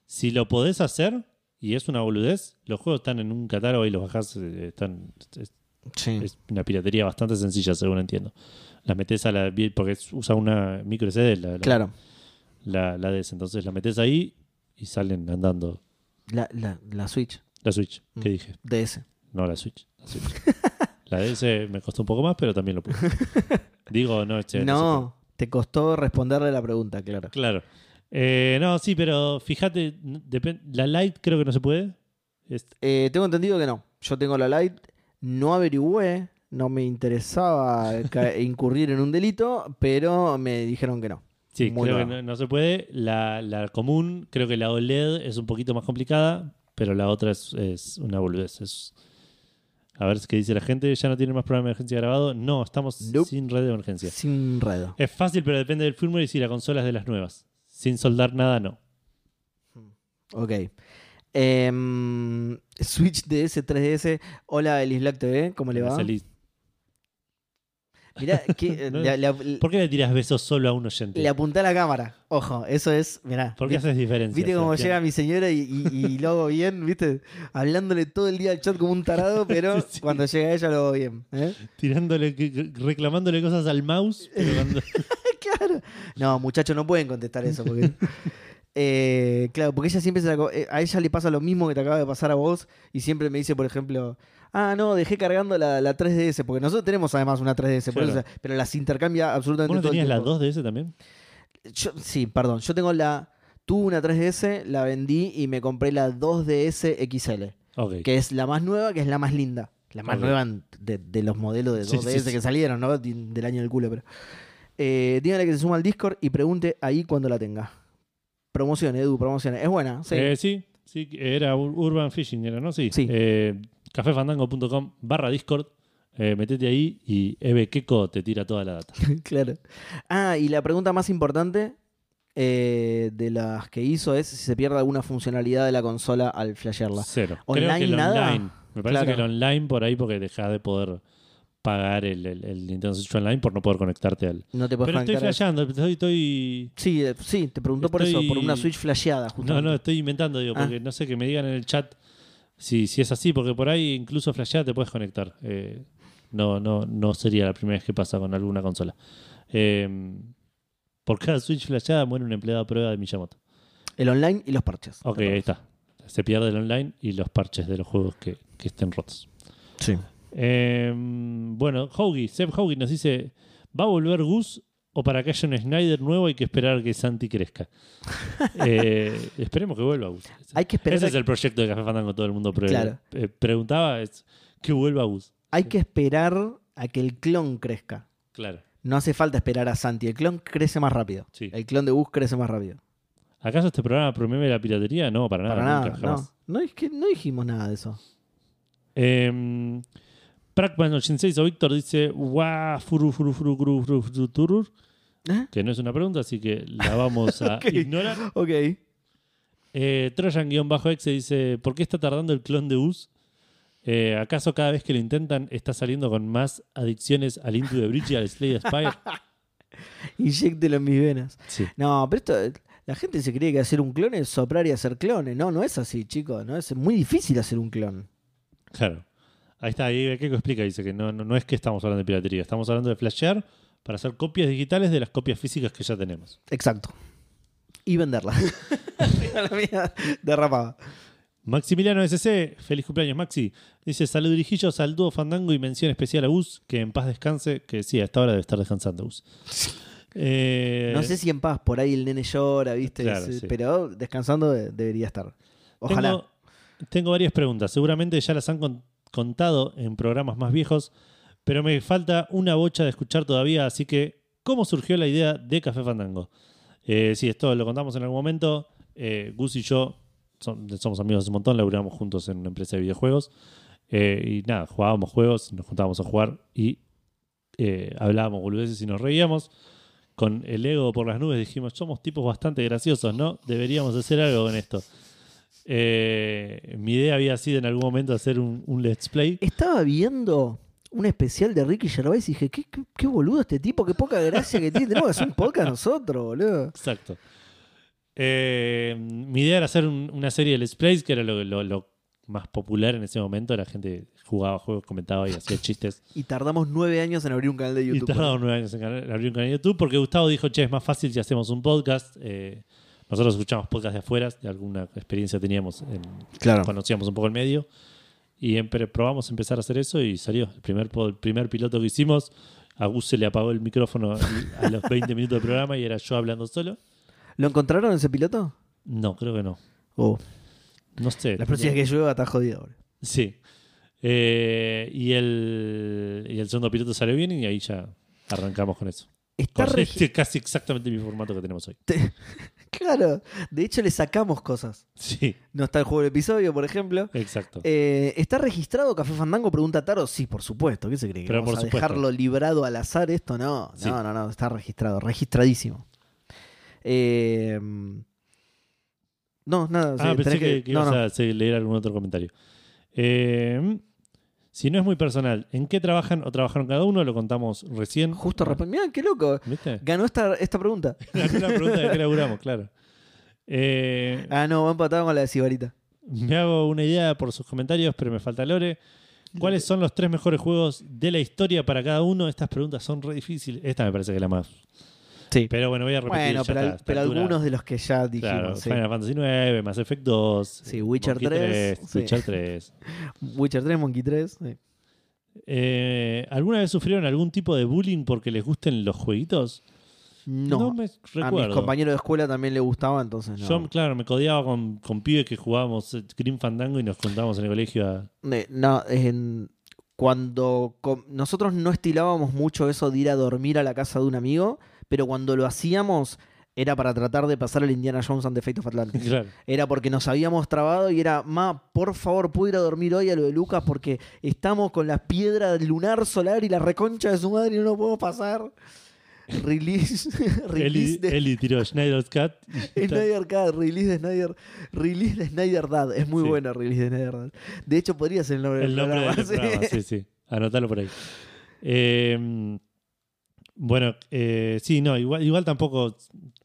[SPEAKER 1] Si lo podés hacer y es una boludez, los juegos están en un catálogo y los bajás, eh, están, es,
[SPEAKER 2] Sí.
[SPEAKER 1] es una piratería bastante sencilla, según entiendo. Las metés a la. porque es- usa una micro SD, la, la-
[SPEAKER 2] Claro.
[SPEAKER 1] la, la DS. Entonces la metes ahí y salen andando
[SPEAKER 2] La, la, la Switch.
[SPEAKER 1] la Switch. ¿Qué
[SPEAKER 2] Mm.
[SPEAKER 1] dije?
[SPEAKER 2] DS.
[SPEAKER 1] No, la Switch. La, Switch. La DS me costó un poco más, pero también lo pude. Digo, no, che, se
[SPEAKER 2] no, te costó responderle la pregunta, claro.
[SPEAKER 1] puede. Claro. Eh, no, sí, pero fíjate, n- depen- la Lite creo que no se puede. Es-
[SPEAKER 2] Eh, tengo entendido que no. Yo tengo la Lite, no averigüé, no me interesaba ca- incurrir en un delito, pero me dijeron que no.
[SPEAKER 1] sí,
[SPEAKER 2] Muy
[SPEAKER 1] creo que
[SPEAKER 2] raro.
[SPEAKER 1] no, no se puede. La, la común, creo que la OLED es un poquito más complicada, pero la otra es, es una boludez. Es- A ver qué dice la gente. ¿Ya no tiene más programa de emergencia grabado? No, estamos
[SPEAKER 2] Nope.
[SPEAKER 1] sin red de emergencia.
[SPEAKER 2] Sin redo.
[SPEAKER 1] Es fácil, pero depende del firmware y si la consola es de las nuevas. Sin soldar nada, no.
[SPEAKER 2] Ok. Em, Switch DS, 3DS. Hola, Elislac TV, ¿cómo le va?
[SPEAKER 1] Salí-
[SPEAKER 2] Mirá, que, eh,
[SPEAKER 1] No.
[SPEAKER 2] le, le-
[SPEAKER 1] ¿Por qué le tiras besos solo a un oyente?
[SPEAKER 2] le apunté a la cámara. Ojo, eso es, mirá.
[SPEAKER 1] ¿Por qué haces diferencia?
[SPEAKER 2] ¿Viste cómo llega mi señora y, y- y lo hago bien? ¿Viste? Hablándole todo el día al chat como un tarado, pero
[SPEAKER 1] Sí, sí.
[SPEAKER 2] cuando llega ella lo hago bien. ¿eh?
[SPEAKER 1] Tirándole, reclamándole cosas al mouse. pero cuando-
[SPEAKER 2] Claro. No, muchachos, no pueden contestar eso. Porque, Eh, claro, porque ella siempre se la co- eh, a ella le pasa lo mismo que te acaba de pasar a vos y siempre me dice, por ejemplo, ah, no, dejé cargando la, la 3DS, porque nosotros tenemos además una 3DS, por
[SPEAKER 1] Claro.
[SPEAKER 2] eso, pero las intercambia
[SPEAKER 1] ¿Vos
[SPEAKER 2] absolutamente
[SPEAKER 1] no
[SPEAKER 2] todo el
[SPEAKER 1] tenías las
[SPEAKER 2] tiempo.
[SPEAKER 1] dos de ese también?
[SPEAKER 2] Yo- sí, perdón. Yo tengo la. Tuve una 3DS, la vendí y me compré la 2DS XL,
[SPEAKER 1] Ok.
[SPEAKER 2] que es la más nueva, que es la más linda. La más
[SPEAKER 1] Ok.
[SPEAKER 2] nueva en- de, de los modelos de
[SPEAKER 1] Sí,
[SPEAKER 2] 2DS
[SPEAKER 1] sí, sí.
[SPEAKER 2] que salieron, ¿no? Di- Del año del culo, pero. Eh, dígale que se suma al Discord y pregunte ahí cuando la tenga. Promociones, Edu, promociones. Es buena, sí.
[SPEAKER 1] Eh, sí, sí, era Ur- Urban Fishing, era, ¿no? Sí.
[SPEAKER 2] Sí.
[SPEAKER 1] Eh, cafefandango.com barra Discord. Eh, metete ahí y Eve Keko te tira toda la data.
[SPEAKER 2] claro. Ah, y la pregunta más importante eh, de las que hizo es si se pierde alguna funcionalidad de la consola al flashearla.
[SPEAKER 1] Cero. Creo
[SPEAKER 2] Online,
[SPEAKER 1] que el
[SPEAKER 2] nada.
[SPEAKER 1] online. Me parece
[SPEAKER 2] Claro.
[SPEAKER 1] que el online por ahí porque dejás de poder pagar el, el- el Nintendo Switch Online por no poder conectarte al.
[SPEAKER 2] No te puedes
[SPEAKER 1] Pero estoy
[SPEAKER 2] conectar a-
[SPEAKER 1] flasheando, estoy, estoy-
[SPEAKER 2] Sí, eh, sí, te preguntó por eso,
[SPEAKER 1] Estoy-
[SPEAKER 2] por una Switch flasheada,
[SPEAKER 1] No,
[SPEAKER 2] justamente.
[SPEAKER 1] no, estoy inventando, digo,
[SPEAKER 2] Ah.
[SPEAKER 1] porque no sé que me digan en el chat si, si es así, porque por ahí incluso flasheada te puedes conectar. Eh, no, no, no sería la primera vez que pasa con alguna consola. Eh, por cada Switch flasheada muere un empleado a prueba de Miyamoto.
[SPEAKER 2] El online y los parches.
[SPEAKER 1] Ok, ahí está. Se pierde el online y los parches de los juegos que- que estén rotos.
[SPEAKER 2] Sí.
[SPEAKER 1] Em, Eh, bueno, Hoagy, Seb Hoagy nos dice: ¿Va a volver Gus o para que haya un Snyder nuevo hay que esperar que Santi crezca. Eh, esperemos que vuelva Gus.
[SPEAKER 2] Hay que esperar
[SPEAKER 1] Ese
[SPEAKER 2] a
[SPEAKER 1] es el proyecto de Café Fandango, todo el mundo pre-
[SPEAKER 2] Claro.
[SPEAKER 1] eh, preguntaba, es que vuelva Gus.
[SPEAKER 2] Hay que esperar a que el clon crezca.
[SPEAKER 1] Claro.
[SPEAKER 2] No hace falta esperar a Santi. El clon crece más rápido.
[SPEAKER 1] Sí.
[SPEAKER 2] El clon de Gus crece más rápido.
[SPEAKER 1] ¿Acaso este programa promueve la piratería? No, para nada.
[SPEAKER 2] Para
[SPEAKER 1] nunca,
[SPEAKER 2] nada.
[SPEAKER 1] jamás.
[SPEAKER 2] No. No, es que no dijimos nada de eso.
[SPEAKER 1] Eh, Pracman86 o Víctor dice "Guau, furu, furu, furu, furu, furu, furu, turur",
[SPEAKER 2] ¿Eh?
[SPEAKER 1] que no es una pregunta, así que la vamos a
[SPEAKER 2] Ok.
[SPEAKER 1] ignorar.
[SPEAKER 2] Ok.
[SPEAKER 1] Eh, Trojan-exe dice: ¿Por qué está tardando el clon de Us? Eh, ¿Acaso cada vez que lo intentan está saliendo con más adicciones al Into the Bridge y al Slade Spire?
[SPEAKER 2] Inyéctelo en mis venas.
[SPEAKER 1] Sí.
[SPEAKER 2] No, pero esto. La gente se cree que hacer un clon es soplar y hacer clones. No, no es así, chicos. No es muy difícil hacer un clon.
[SPEAKER 1] Claro. Ahí está, ahí Keiko explica, dice que no, no, no es que estamos hablando de piratería, estamos hablando de flashear para hacer copias digitales de las copias físicas que ya tenemos.
[SPEAKER 2] Exacto. Y venderla. la mía derrapada.
[SPEAKER 1] Maximiliano SC, feliz cumpleaños Maxi. Dice, salud dirijillos al dúo Fandango y mención especial a Gus, que en paz descanse, que sí, a esta hora debe estar descansando Gus. Eh,
[SPEAKER 2] No sé si en paz, por ahí el nene llora, ¿viste?
[SPEAKER 1] Claro,
[SPEAKER 2] Sí,
[SPEAKER 1] sí.
[SPEAKER 2] Pero descansando de- debería estar. Ojalá.
[SPEAKER 1] Tengo, tengo varias preguntas. Seguramente ya las han con- contado en programas más viejos, pero me falta una bocha de escuchar todavía, así que, ¿cómo surgió la idea de Café Fandango? Eh, sí, esto lo contamos en algún momento. Eh, Gus y yo son- somos amigos hace un montón, laburamos juntos en una empresa de videojuegos. Eh, y nada, jugábamos juegos, nos juntábamos a jugar y eh, hablábamos boludeces y nos reíamos. Con el ego por las nubes dijimos, somos tipos bastante graciosos, ¿no? Deberíamos hacer algo con esto. Eh, mi idea había sido en algún momento hacer un, un let's play.
[SPEAKER 2] Estaba viendo un especial de Ricky Gervais y dije, ¿qué, qué, qué boludo este tipo, qué poca gracia que tiene. Tenemos que hacer un podcast nosotros, boludo.
[SPEAKER 1] Exacto. Eh, mi idea era hacer un- una serie de let's plays, que era lo, lo- lo más popular en ese momento. La gente jugaba juegos, comentaba y hacía chistes.
[SPEAKER 2] Y tardamos nueve años en abrir un canal de
[SPEAKER 1] Y
[SPEAKER 2] YouTube.
[SPEAKER 1] tardaron nueve años en canal- abrir un canal de YouTube porque Gustavo dijo, che, es más fácil si hacemos un podcast. Eh, nosotros escuchamos podcast de afuera, de alguna experiencia teníamos, en-
[SPEAKER 2] Claro.
[SPEAKER 1] conocíamos un poco el medio. Y empe- probamos a empezar a hacer eso y salió. El primer, po- el primer piloto que hicimos, a Gus se le apagó el micrófono a los 20 minutos del programa y era yo hablando solo.
[SPEAKER 2] ¿Lo encontraron ese piloto?
[SPEAKER 1] No, creo que no.
[SPEAKER 2] Oh,
[SPEAKER 1] No sé.
[SPEAKER 2] la próxima que llueva está jodido, boludo.
[SPEAKER 1] Sí. Eh, y, el, y el segundo piloto salió bien y ahí ya arrancamos con eso.
[SPEAKER 2] Está
[SPEAKER 1] Con
[SPEAKER 2] regi-
[SPEAKER 1] este casi exactamente el mismo formato que tenemos hoy.
[SPEAKER 2] Claro. De hecho, le sacamos cosas.
[SPEAKER 1] Sí,
[SPEAKER 2] No está el juego del episodio, por ejemplo.
[SPEAKER 1] exacto.
[SPEAKER 2] Eh, ¿Está registrado Café Fandango? Pregunta Taro. Sí, por supuesto. ¿Qué se cree? ¿Que
[SPEAKER 1] Pero
[SPEAKER 2] vamos
[SPEAKER 1] por
[SPEAKER 2] a
[SPEAKER 1] supuesto.
[SPEAKER 2] dejarlo librado al azar esto? No,
[SPEAKER 1] Sí.
[SPEAKER 2] no, no, no. Está registrado, registradísimo. Eh, no, nada.
[SPEAKER 1] ah,
[SPEAKER 2] sí,
[SPEAKER 1] pensé
[SPEAKER 2] tenés
[SPEAKER 1] que, que
[SPEAKER 2] no,
[SPEAKER 1] ibas
[SPEAKER 2] no.
[SPEAKER 1] a hacer- leer algún otro comentario. Eh, si no es muy personal, ¿en qué trabajan o trabajaron cada uno? Lo contamos recién.
[SPEAKER 2] Justo respondió. Mirá, qué loco.
[SPEAKER 1] ¿Viste?
[SPEAKER 2] Ganó esta, esta pregunta.
[SPEAKER 1] Era una pregunta de qué laburamos, claro. Eh,
[SPEAKER 2] Ah, no, va empatado con la de Sibarita.
[SPEAKER 1] me hago una idea por sus comentarios, pero me falta Lore. ¿Cuáles son los tres mejores juegos de la historia para cada uno? Estas preguntas son re difíciles. Esta me parece que es la más.
[SPEAKER 2] Sí.
[SPEAKER 1] Pero bueno, voy a repetir.
[SPEAKER 2] bueno,
[SPEAKER 1] ya está,
[SPEAKER 2] pero, al-
[SPEAKER 1] a esta
[SPEAKER 2] pero
[SPEAKER 1] altura.
[SPEAKER 2] algunos de los que ya dijimos.
[SPEAKER 1] Claro,
[SPEAKER 2] sí.
[SPEAKER 1] Final Fantasy IX, Mass Effect 2,
[SPEAKER 2] Sí, Witcher
[SPEAKER 1] Monkey
[SPEAKER 2] 3, sí.
[SPEAKER 1] Witcher 3.
[SPEAKER 2] Witcher 3, Monkey 3. sí.
[SPEAKER 1] Eh, ¿Alguna vez sufrieron algún tipo de bullying porque les gusten los jueguitos?
[SPEAKER 2] No.
[SPEAKER 1] me
[SPEAKER 2] a mis
[SPEAKER 1] recuerdo.
[SPEAKER 2] compañeros de escuela también le gustaba, entonces no.
[SPEAKER 1] Yo, claro, me codeaba con, con pibes que jugábamos eh, Grim Fandango y nos juntábamos en el colegio a...
[SPEAKER 2] Ne- No, en- cuando com- nosotros no estilábamos mucho eso de ir a dormir a la casa de un amigo, pero cuando lo hacíamos era para tratar de pasar el Indiana Jones and the Fate of Atlantis.
[SPEAKER 1] Claro.
[SPEAKER 2] Era porque nos habíamos trabado y era, ma, por favor, puedo ir a dormir hoy a lo de Lucas porque estamos con la piedra del lunar solar y la reconcha de su madre y no lo podemos pasar. Release,
[SPEAKER 1] Eli,
[SPEAKER 2] release de
[SPEAKER 1] Eli tiró Schneider's Cat. y-
[SPEAKER 2] Snyder Cut, release de Snyder, release de Snyder Dad. Es muy
[SPEAKER 1] Sí.
[SPEAKER 2] bueno release de Snyder Dad. De hecho, podría ser el nombre
[SPEAKER 1] el
[SPEAKER 2] del
[SPEAKER 1] nombre
[SPEAKER 2] programa.
[SPEAKER 1] del
[SPEAKER 2] sí.
[SPEAKER 1] programa, sí, sí. Anotalo por ahí. Eh, bueno, eh, sí, no, igual, igual tampoco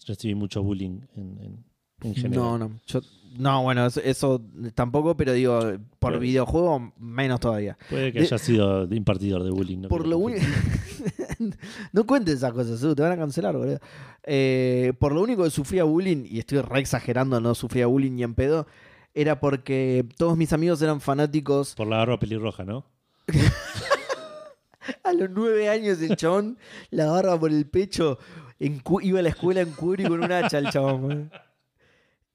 [SPEAKER 1] recibí mucho bullying en, en- en general.
[SPEAKER 2] No, no. yo- no, bueno, eso, eso tampoco, pero digo, por
[SPEAKER 1] Pero-
[SPEAKER 2] videojuego, menos todavía.
[SPEAKER 1] Puede que
[SPEAKER 2] De-
[SPEAKER 1] haya sido de impartidor de bullying. no
[SPEAKER 2] por
[SPEAKER 1] creo
[SPEAKER 2] lo
[SPEAKER 1] que-
[SPEAKER 2] único. no cuentes esas cosas, Edu, te van a cancelar, boludo. Eh, por lo único que sufría bullying, y estoy re exagerando, no sufría bullying ni en pedo, era porque todos mis amigos eran fanáticos
[SPEAKER 1] Por la barba pelirroja, ¿no?
[SPEAKER 2] A los nueve años el chabón, la barba por el pecho, en cu- iba a la escuela en cuero y con un hacha el chabón. boludo.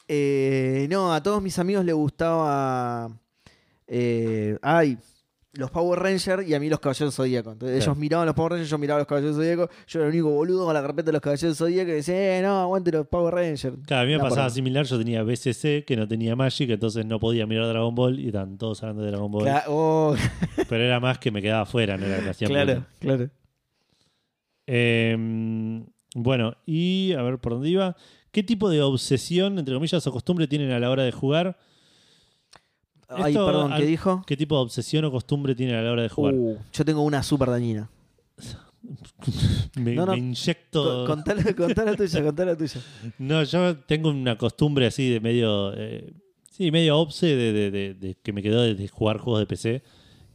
[SPEAKER 2] Eh, no, a todos mis amigos les gustaba... eh, ay, los Power Rangers y a mí los Caballeros Zodíacos. Entonces,
[SPEAKER 1] Claro.
[SPEAKER 2] Ellos miraban los Power Rangers, yo miraba los Caballeros Zodíacos. Yo era el único boludo con la carpeta de los Caballeros Zodíacos y decía, eh, no, aguante los Power Rangers.
[SPEAKER 1] Claro, a mí me
[SPEAKER 2] No,
[SPEAKER 1] pasaba
[SPEAKER 2] perdón.
[SPEAKER 1] similar. Yo tenía BCC, que no tenía Magic, entonces no podía mirar Dragon Ball y estaban todos hablando de Dragon Ball.
[SPEAKER 2] Cla- oh,
[SPEAKER 1] Pero era más que me quedaba afuera, no era que hacía
[SPEAKER 2] claro,
[SPEAKER 1] problema.
[SPEAKER 2] claro.
[SPEAKER 1] Eh, bueno, y a ver por dónde iba. ¿Qué tipo de obsesión, entre comillas, o costumbre tienen a la hora de jugar?
[SPEAKER 2] Ay,
[SPEAKER 1] Esto
[SPEAKER 2] perdón, ¿qué
[SPEAKER 1] al-
[SPEAKER 2] dijo?
[SPEAKER 1] ¿Qué tipo de obsesión o costumbre tienen a la hora de jugar?
[SPEAKER 2] Uh, yo tengo una súper dañina.
[SPEAKER 1] me,
[SPEAKER 2] no, no.
[SPEAKER 1] me inyecto.
[SPEAKER 2] Con- Contá la, contá la tuya, contá la tuya.
[SPEAKER 1] No, yo tengo una costumbre así de medio. eh, sí, medio obse de, de- de- de- que me quedó desde jugar juegos de PC.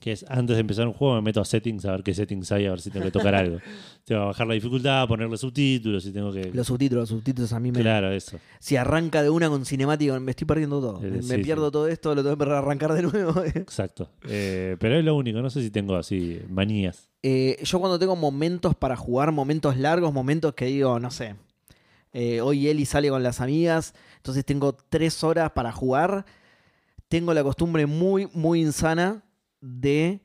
[SPEAKER 1] Que es antes de empezar un juego me meto a settings a ver qué settings hay, a ver si tengo que tocar algo. Tengo que bajar la dificultad, ponerle subtítulos, si tengo que.
[SPEAKER 2] Los subtítulos, los subtítulos a mí me...
[SPEAKER 1] Claro, eso.
[SPEAKER 2] Si arranca de una con cinemática, me estoy perdiendo todo.
[SPEAKER 1] Eh,
[SPEAKER 2] me
[SPEAKER 1] sí,
[SPEAKER 2] pierdo
[SPEAKER 1] sí.
[SPEAKER 2] todo esto, lo tengo que arrancar de nuevo.
[SPEAKER 1] Exacto. Eh, pero es lo único, no sé si tengo así manías.
[SPEAKER 2] Eh, yo cuando tengo momentos para jugar, momentos largos, momentos que digo, no sé, eh, hoy Eli sale con las amigas, entonces tengo tres horas para jugar, tengo la costumbre muy, muy insana de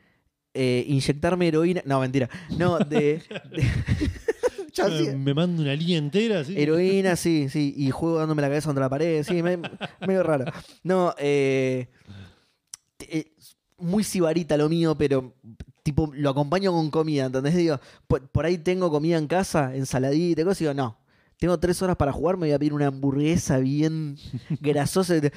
[SPEAKER 2] eh, inyectarme heroína, no, mentira, no, de... de- Ya
[SPEAKER 1] Eh,
[SPEAKER 2] sí,
[SPEAKER 1] Me mando una línea entera, así.
[SPEAKER 2] heroína, sí, sí, y juego dándome la cabeza contra la pared, sí, me- medio raro. No, eh, te- eh, muy sibarita lo mío, pero tipo lo acompaño con comida, ¿entendés? Digo, por, por ahí tengo comida en casa, ensaladita, y cosas, y digo, no. Tengo tres horas para jugar, me voy a pedir una hamburguesa bien grasosa, este,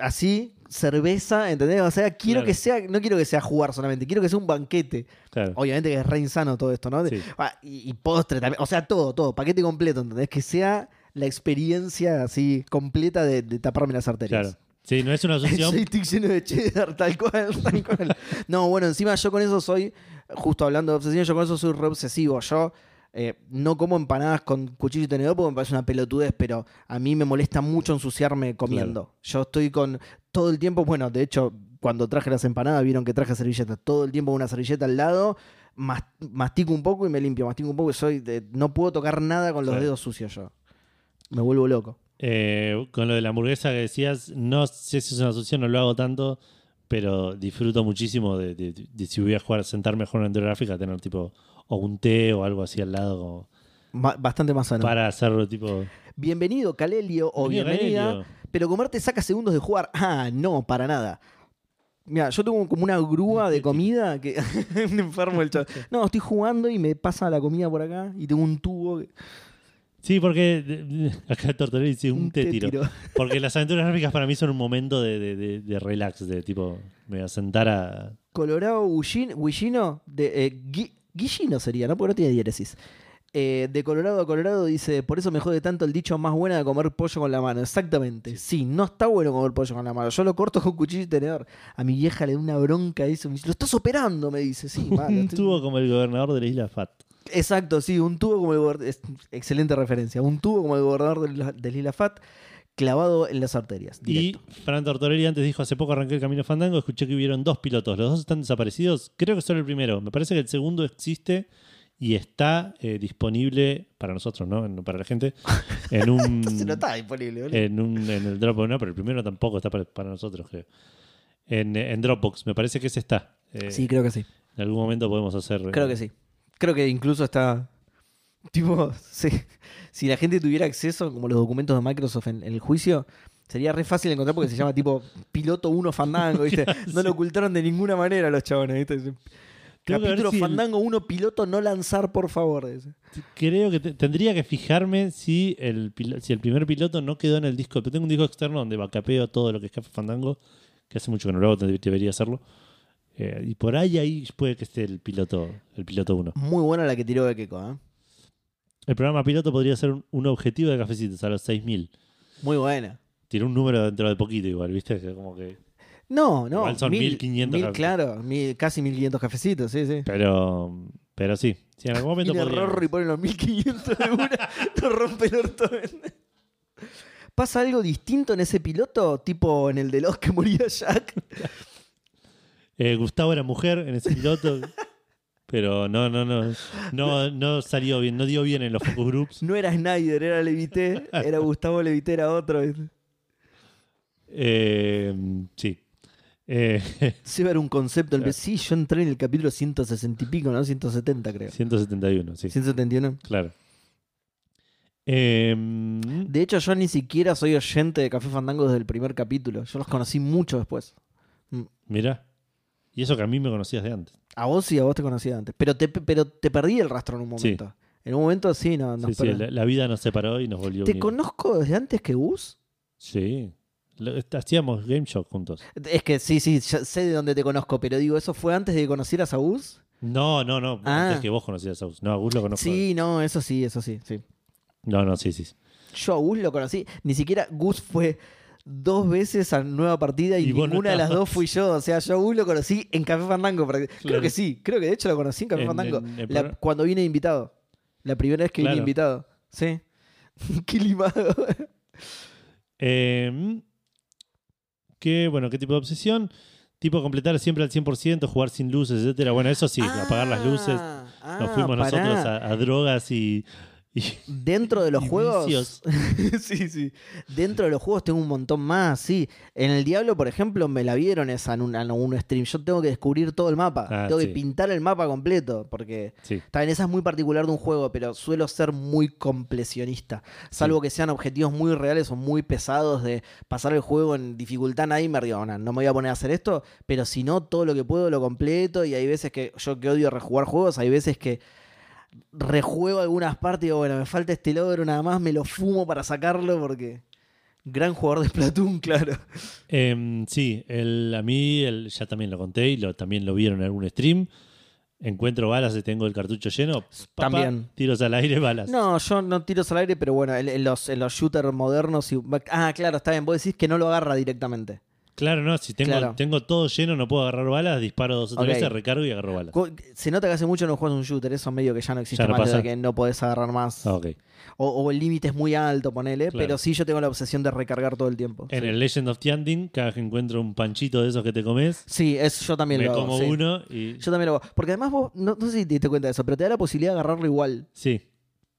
[SPEAKER 2] así, cerveza, ¿entendés? O sea, quiero
[SPEAKER 1] Claro.
[SPEAKER 2] que sea, no quiero que sea jugar solamente, quiero que sea un banquete.
[SPEAKER 1] Claro.
[SPEAKER 2] Obviamente que es re insano todo esto, ¿no?
[SPEAKER 1] Sí.
[SPEAKER 2] Ah, y, y postre también. O sea, todo, todo. Paquete completo, ¿entendés? Que sea la experiencia así completa de, de taparme las arterias.
[SPEAKER 1] Claro. Sí, no es una obsesión.
[SPEAKER 2] Soy tic lleno de cheddar, tal cual, tal cual. No, bueno, encima yo con eso soy, justo hablando de obsesión, yo con eso soy re obsesivo. Yo eh, no como empanadas con cuchillo y tenedor porque me parece una pelotudez, pero a mí me molesta mucho ensuciarme comiendo. Yo estoy con todo el tiempo, bueno, de hecho, cuando traje las empanadas vieron que traje servilletas, todo el tiempo una servilleta al lado. mas- Mastico un poco y me limpio, mastico un poco y soy de- no puedo tocar nada con los
[SPEAKER 1] Claro.
[SPEAKER 2] dedos sucios yo. Me vuelvo loco.
[SPEAKER 1] Eh, con lo de la hamburguesa que decías, no sé si es una obsesión, no lo hago tanto, pero disfruto muchísimo de, de- de si voy a jugar, sentarme a jugar una gráfica, tener tipo o un té o algo así al lado como
[SPEAKER 2] Ma- bastante más sano.
[SPEAKER 1] para hacerlo tipo.
[SPEAKER 2] bienvenido Calelio o
[SPEAKER 1] Bienvenido,
[SPEAKER 2] bienvenida,
[SPEAKER 1] Calelio.
[SPEAKER 2] pero comer te saca segundos de jugar. Ah, no, para nada. Mira, yo tengo como una grúa de comida que me enfermo el chaval. No, estoy jugando y me pasa la comida por acá y tengo un tubo. que-
[SPEAKER 1] Sí, porque de- de- acá Tortorelli dice un, té tiro. Porque las aventuras gráficas para mí son un momento de, de- de- de relax, de tipo, me voy a sentar a.
[SPEAKER 2] Colorado Guillino, de, eh, Gui- Guillino sería, ¿no? Porque no tiene diéresis. Eh, de Colorado a Colorado dice, por eso me jode tanto el dicho más buena de comer pollo con la mano. Exactamente. Sí, no está bueno comer pollo con la mano. Yo lo corto con cuchillo y tenedor. A mi vieja le da una bronca y dice, lo estás operando, me dice. Sí, malo,
[SPEAKER 1] un
[SPEAKER 2] Ah, estoy-
[SPEAKER 1] tubo Mm, como el gobernador de la isla Fat.
[SPEAKER 2] Exacto, sí, un tubo como el gobernador. es- Excelente referencia. Un tubo como el gobernador del, del Isla Fat clavado en las arterias. Directo.
[SPEAKER 1] Y Fran Tortorelli antes dijo, hace poco arranqué el Camino Fandango, escuché que hubieron dos pilotos, los dos están desaparecidos, creo que solo el primero, me parece que el segundo existe y está eh, disponible para nosotros, ¿no? En- para la gente, en un,
[SPEAKER 2] Entonces no está disponible, boludo.
[SPEAKER 1] en, un en el Dropbox, no, pero el primero tampoco está para, para nosotros, creo. En, en Dropbox, me parece que ese está. Eh,
[SPEAKER 2] sí, creo que sí.
[SPEAKER 1] En algún momento podemos hacer... eh,
[SPEAKER 2] Creo que sí. Creo que incluso está. Tipo, sí, si la gente tuviera acceso, como los documentos de Microsoft en, en el juicio, sería re fácil encontrar porque se llama tipo Piloto 1 Fandango, ¿viste? No lo ocultaron de ninguna manera los chabones, ¿viste?
[SPEAKER 1] Tengo eh, que ver
[SPEAKER 2] Capítulo
[SPEAKER 1] si el-
[SPEAKER 2] Fandango 1 Piloto no lanzar, por favor. dice.
[SPEAKER 1] Creo que te- tendría que fijarme si el, pil- si el primer piloto no quedó en el disco. Pero tengo un disco externo donde bacapeo todo lo que es Café Fandango, que hace mucho que no lo hago, deb- debería hacerlo. Eh, y por ahí, ahí puede que esté el piloto el piloto 1.
[SPEAKER 2] Muy buena la que tiró Bequeco, ¿eh?
[SPEAKER 1] El programa piloto podría ser un, un objetivo de cafecitos a los 6.000.
[SPEAKER 2] Muy buena.
[SPEAKER 1] Tiene un número dentro de poquito igual, ¿viste? Que como que...
[SPEAKER 2] No, no.
[SPEAKER 1] Igual son
[SPEAKER 2] mil-
[SPEAKER 1] 1500
[SPEAKER 2] mil,
[SPEAKER 1] cafecitos.
[SPEAKER 2] Claro, mil- casi 1500 cafecitos, sí, sí.
[SPEAKER 1] Pero, pero sí, sí, en algún momento
[SPEAKER 2] Viene
[SPEAKER 1] podría.
[SPEAKER 2] Rorro y pone los 1500 de una, nos rompe el orto. ¿Pasa algo distinto en ese piloto? Tipo en el de los que moría Jack.
[SPEAKER 1] Eh, Gustavo era mujer en ese piloto. Pero no, no, no, no, no salió bien, no dio bien en los focus groups.
[SPEAKER 2] No era Snyder, era Levité, era Gustavo Levité, era otro.
[SPEAKER 1] Eh, sí. Eh,
[SPEAKER 2] Se ver un concepto. el- Sí, yo entré en el capítulo 160 y pico, ¿no? 170 creo.
[SPEAKER 1] 171, sí,
[SPEAKER 2] 171.
[SPEAKER 1] claro. Em,
[SPEAKER 2] De hecho, yo ni siquiera soy oyente de Café Fandango desde el primer capítulo. Yo los conocí mucho después.
[SPEAKER 1] mirá. Y eso que a mí me conocías de antes.
[SPEAKER 2] A vos sí, a vos te conocía antes. Pero te, pero te perdí el rastro en un
[SPEAKER 1] Sí.
[SPEAKER 2] momento. En un momento sí, no, nos
[SPEAKER 1] Sí, sí,
[SPEAKER 2] perdí.
[SPEAKER 1] la, la vida nos separó y nos volvió a
[SPEAKER 2] ¿Te
[SPEAKER 1] unir.
[SPEAKER 2] conozco desde antes que vos?
[SPEAKER 1] Sí. Lo- Hacíamos game show juntos.
[SPEAKER 2] Es que sí, sí, ya sé de dónde te conozco, pero digo, ¿eso fue antes de que conocieras a Gus?
[SPEAKER 1] No, no, no.
[SPEAKER 2] Ah.
[SPEAKER 1] Antes que vos conocías a Gus. No, a Gus lo conozco.
[SPEAKER 2] sí, no, eso sí, eso sí, sí.
[SPEAKER 1] No, no, sí, sí.
[SPEAKER 2] Yo a Gus lo conocí. Ni siquiera Gus fue dos veces a nueva partida y,
[SPEAKER 1] Y vos no
[SPEAKER 2] ninguna de las dos
[SPEAKER 1] estabas.
[SPEAKER 2] fui yo. O sea, yo a Gus lo conocí en Café Fandango. prácti- Creo
[SPEAKER 1] Claro.
[SPEAKER 2] que sí, creo que de hecho lo conocí en Café
[SPEAKER 1] En-
[SPEAKER 2] Fandango.
[SPEAKER 1] en el
[SPEAKER 2] La-
[SPEAKER 1] programa.
[SPEAKER 2] cuando vine invitado. La primera vez que vine
[SPEAKER 1] Claro.
[SPEAKER 2] invitado. Sí. Qué limado.
[SPEAKER 1] Eh, ¿Qué, bueno, qué tipo de obsesión? Tipo completar siempre al 100%, jugar sin luces, etcétera. Bueno, eso sí, apagar las luces.
[SPEAKER 2] Ah,
[SPEAKER 1] Nos fuimos nosotros a, a drogas y, y-
[SPEAKER 2] Dentro de los
[SPEAKER 1] y
[SPEAKER 2] juegos.
[SPEAKER 1] vicios.
[SPEAKER 2] sí, sí. Dentro de los juegos tengo un montón más, sí. En el Diablo, por ejemplo, me la vieron esa en un, en un stream. Yo tengo que descubrir todo el mapa.
[SPEAKER 1] Ah,
[SPEAKER 2] tengo que
[SPEAKER 1] sí.
[SPEAKER 2] pintar el mapa completo. Porque
[SPEAKER 1] Sí,
[SPEAKER 2] Está bien, esa es muy particular de un juego, pero suelo ser muy completionista. Salvo
[SPEAKER 1] Sí.
[SPEAKER 2] que sean objetivos muy reales o muy pesados de pasar el juego en dificultad me digo, no, no me voy a poner a hacer esto, pero si no, todo lo que puedo lo completo. Y hay veces que yo que odio rejugar juegos, hay veces que rejuego algunas partes y digo, bueno, me falta este logro nada más, me lo fumo para sacarlo porque... Gran jugador de Splatoon, claro.
[SPEAKER 1] Em, sí el, a mí el- ya también lo conté y lo, también lo vieron en algún stream. Encuentro balas y tengo el cartucho lleno. papá,
[SPEAKER 2] También.
[SPEAKER 1] Tiros al aire, balas.
[SPEAKER 2] No, yo no tiros al aire, pero bueno, en, en los, en los shooters modernos... y- ah, claro, está bien, vos decís que no lo agarra directamente.
[SPEAKER 1] Claro, no, si tengo,
[SPEAKER 2] Claro.
[SPEAKER 1] tengo todo lleno, no puedo agarrar balas, disparo dos o tres
[SPEAKER 2] Ok.
[SPEAKER 1] veces, recargo y agarro balas.
[SPEAKER 2] Co- Se nota que hace mucho no juegas un shooter, eso medio que ya no existe
[SPEAKER 1] Ya no
[SPEAKER 2] más,
[SPEAKER 1] pasa.
[SPEAKER 2] de que no podés agarrar más.
[SPEAKER 1] Ah, ok.
[SPEAKER 2] O, o el límite es muy alto, ponele,
[SPEAKER 1] Claro.
[SPEAKER 2] pero sí yo tengo la obsesión de recargar todo el tiempo.
[SPEAKER 1] En
[SPEAKER 2] sí.
[SPEAKER 1] el Legend of Tiandin, cada vez que encuentro un panchito de esos que te comes,
[SPEAKER 2] Sí, es, yo también
[SPEAKER 1] me
[SPEAKER 2] lo hago.
[SPEAKER 1] como
[SPEAKER 2] sí.
[SPEAKER 1] uno y.
[SPEAKER 2] Yo también lo hago. Porque además vos, no, no sé si te diste cuenta de eso, pero te da la posibilidad de agarrarlo igual.
[SPEAKER 1] Sí.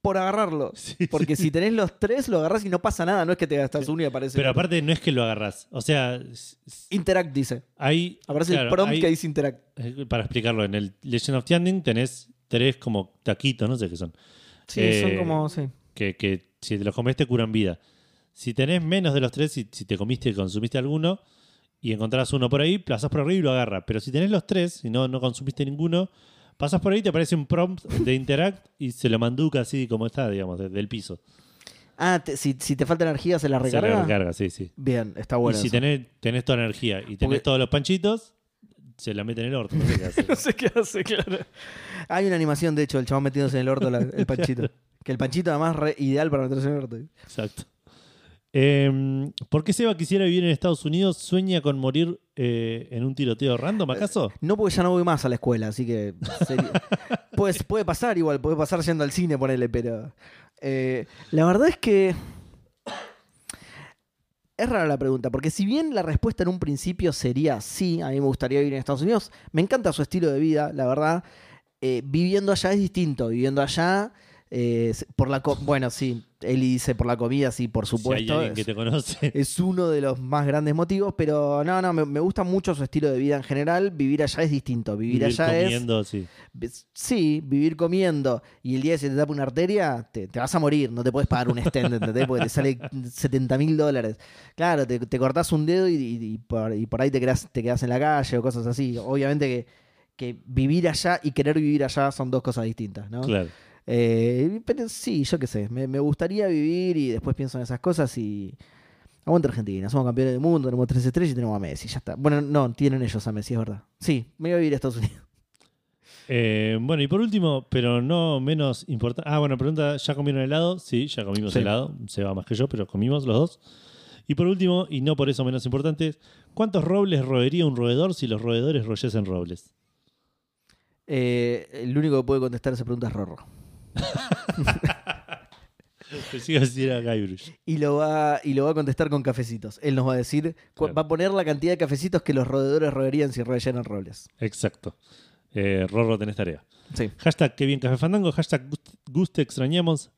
[SPEAKER 2] Por agarrarlo.
[SPEAKER 1] Sí,
[SPEAKER 2] Porque si tenés los tres, lo agarrás y no pasa nada. No es que te gastas uno y aparece.
[SPEAKER 1] Pero
[SPEAKER 2] el otro.
[SPEAKER 1] aparte no es que lo agarras. O sea, s- s-
[SPEAKER 2] Interact dice.
[SPEAKER 1] hay.
[SPEAKER 2] Aparece el
[SPEAKER 1] claro,
[SPEAKER 2] prompt
[SPEAKER 1] hay-
[SPEAKER 2] que dice Interact.
[SPEAKER 1] eh, Para explicarlo, en el Legend of Tiandin tenés tres como taquitos, no sé qué son.
[SPEAKER 2] Sí,
[SPEAKER 1] Eh,
[SPEAKER 2] son como. Sí.
[SPEAKER 1] Que, que si te los comes te curan vida. Si tenés menos de los tres, si, si te comiste y consumiste alguno, y encontrás uno por ahí, pasás por arriba y lo agarra. Pero si tenés los tres, y no, no consumiste ninguno, pasás por ahí, te aparece un prompt de Interact y se lo manduca así como está, digamos, desde el piso.
[SPEAKER 2] Ah, te- si, si te falta energía, se la
[SPEAKER 1] Se
[SPEAKER 2] recarga.
[SPEAKER 1] lo recarga, sí, sí.
[SPEAKER 2] Bien, está bueno.
[SPEAKER 1] y si
[SPEAKER 2] eso.
[SPEAKER 1] tenés, tenés toda la energía y tenés
[SPEAKER 2] Porque-
[SPEAKER 1] todos los panchitos, se la mete en el orto. No sé qué hace.
[SPEAKER 2] No sé qué hace, claro. Hay una animación, de hecho, del chabón metiéndose en el orto la- el panchito. Que el panchito además re ideal para meterse en el orto.
[SPEAKER 1] Exacto. Em, ¿Por qué Seba quisiera vivir en Estados Unidos? ¿Sueña con morir eh, en un tiroteo
[SPEAKER 2] Eh,
[SPEAKER 1] random, acaso?
[SPEAKER 2] No porque ya no voy más a la escuela, así que sería- pues puede pasar igual, puede pasar yendo al cine, ponerle, pero eh, la verdad es que es rara la pregunta, porque si bien la respuesta en un principio sería sí, a mí me gustaría vivir en Estados Unidos, me encanta su estilo de vida, la verdad, eh, viviendo allá es distinto, viviendo allá eh, por la co- bueno sí, Eli dice por la comida sí, por supuesto.
[SPEAKER 1] Si hay alguien que
[SPEAKER 2] es-
[SPEAKER 1] te conoce.
[SPEAKER 2] es uno de los más grandes motivos, pero no, no, me, me gusta mucho su estilo de vida en general. Vivir allá es distinto. Vivir, allá
[SPEAKER 1] comiendo, sí.
[SPEAKER 2] es. Sí, vivir comiendo. Y el día que se te tapa una arteria, te, te vas a morir. No te puedes pagar un estén, ¿entendés? Porque te sale 70 mil dólares. Claro, te, te cortás un dedo y, y- y por, y por ahí te quedás, te quedás en la calle o cosas así. Obviamente que, que vivir allá y querer vivir allá son dos cosas distintas, ¿no?
[SPEAKER 1] Claro.
[SPEAKER 2] Eh, pero sí, yo qué sé, me, me gustaría vivir y después pienso en esas cosas y... Aguanta Argentina, somos campeones del mundo, tenemos tres estrellas y tenemos a Messi, ya está. Bueno, no, tienen ellos a Messi, es verdad. Sí, me iba a vivir a Estados Unidos.
[SPEAKER 1] Eh, bueno, y por último, pero no menos importante. Ah, bueno, pregunta: ¿ya comieron helado? Sí, ya comimos
[SPEAKER 2] Sí.
[SPEAKER 1] helado. Se va más que yo, pero comimos los dos. Y por último, y no por eso menos importante, ¿cuántos robles roería un roedor si los roedores royesen robles?
[SPEAKER 2] Eh, el único que puede contestar esa pregunta es Rorro.
[SPEAKER 1] Pensé que iba a decir a Guybrush.
[SPEAKER 2] Y lo, va, y lo va a contestar con cafecitos. Él nos va a decir, cu-
[SPEAKER 1] Claro.
[SPEAKER 2] va a poner la cantidad de cafecitos que los roedores roerían si rellenan robles.
[SPEAKER 1] Exacto. Eh, Rorro, tenés tarea.
[SPEAKER 2] Sí.
[SPEAKER 1] Hashtag que bien Café Fandango, hashtag gust- Guste extrañamos,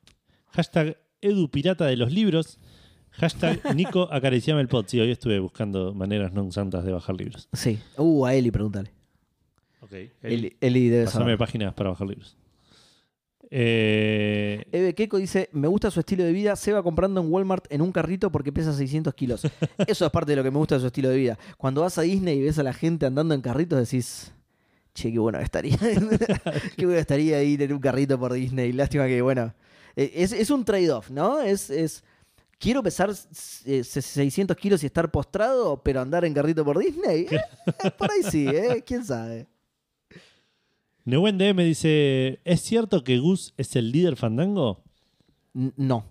[SPEAKER 1] hashtag Edu Pirata de los libros, hashtag Nico acariciame el pod. Sí, hoy estuve buscando maneras no santas de bajar libros.
[SPEAKER 2] Sí. Uh, a Eli, pregúntale.
[SPEAKER 1] Ok.
[SPEAKER 2] Eli, Eli debe
[SPEAKER 1] Pasame
[SPEAKER 2] saber.
[SPEAKER 1] páginas para bajar libros. Eh,
[SPEAKER 2] Eve Keiko dice, me gusta su estilo de vida, se va comprando en Walmart en un carrito porque pesa 600 kilos. Eso es parte de lo que me gusta de su estilo de vida. Cuando vas a Disney y ves a la gente andando en carritos, decís, che, qué bueno que estaría. qué bueno que estaría ir en un carrito por Disney. Lástima que, bueno, eh, es, es un trade-off, ¿no? Es, es, quiero pesar eh, 600 kilos y estar postrado, pero andar en carrito por Disney. eh, por ahí sí, ¿eh? ¿Quién sabe?
[SPEAKER 1] Nehuen D me dice: ¿Es cierto que Gus es el líder fandango?
[SPEAKER 2] N- no,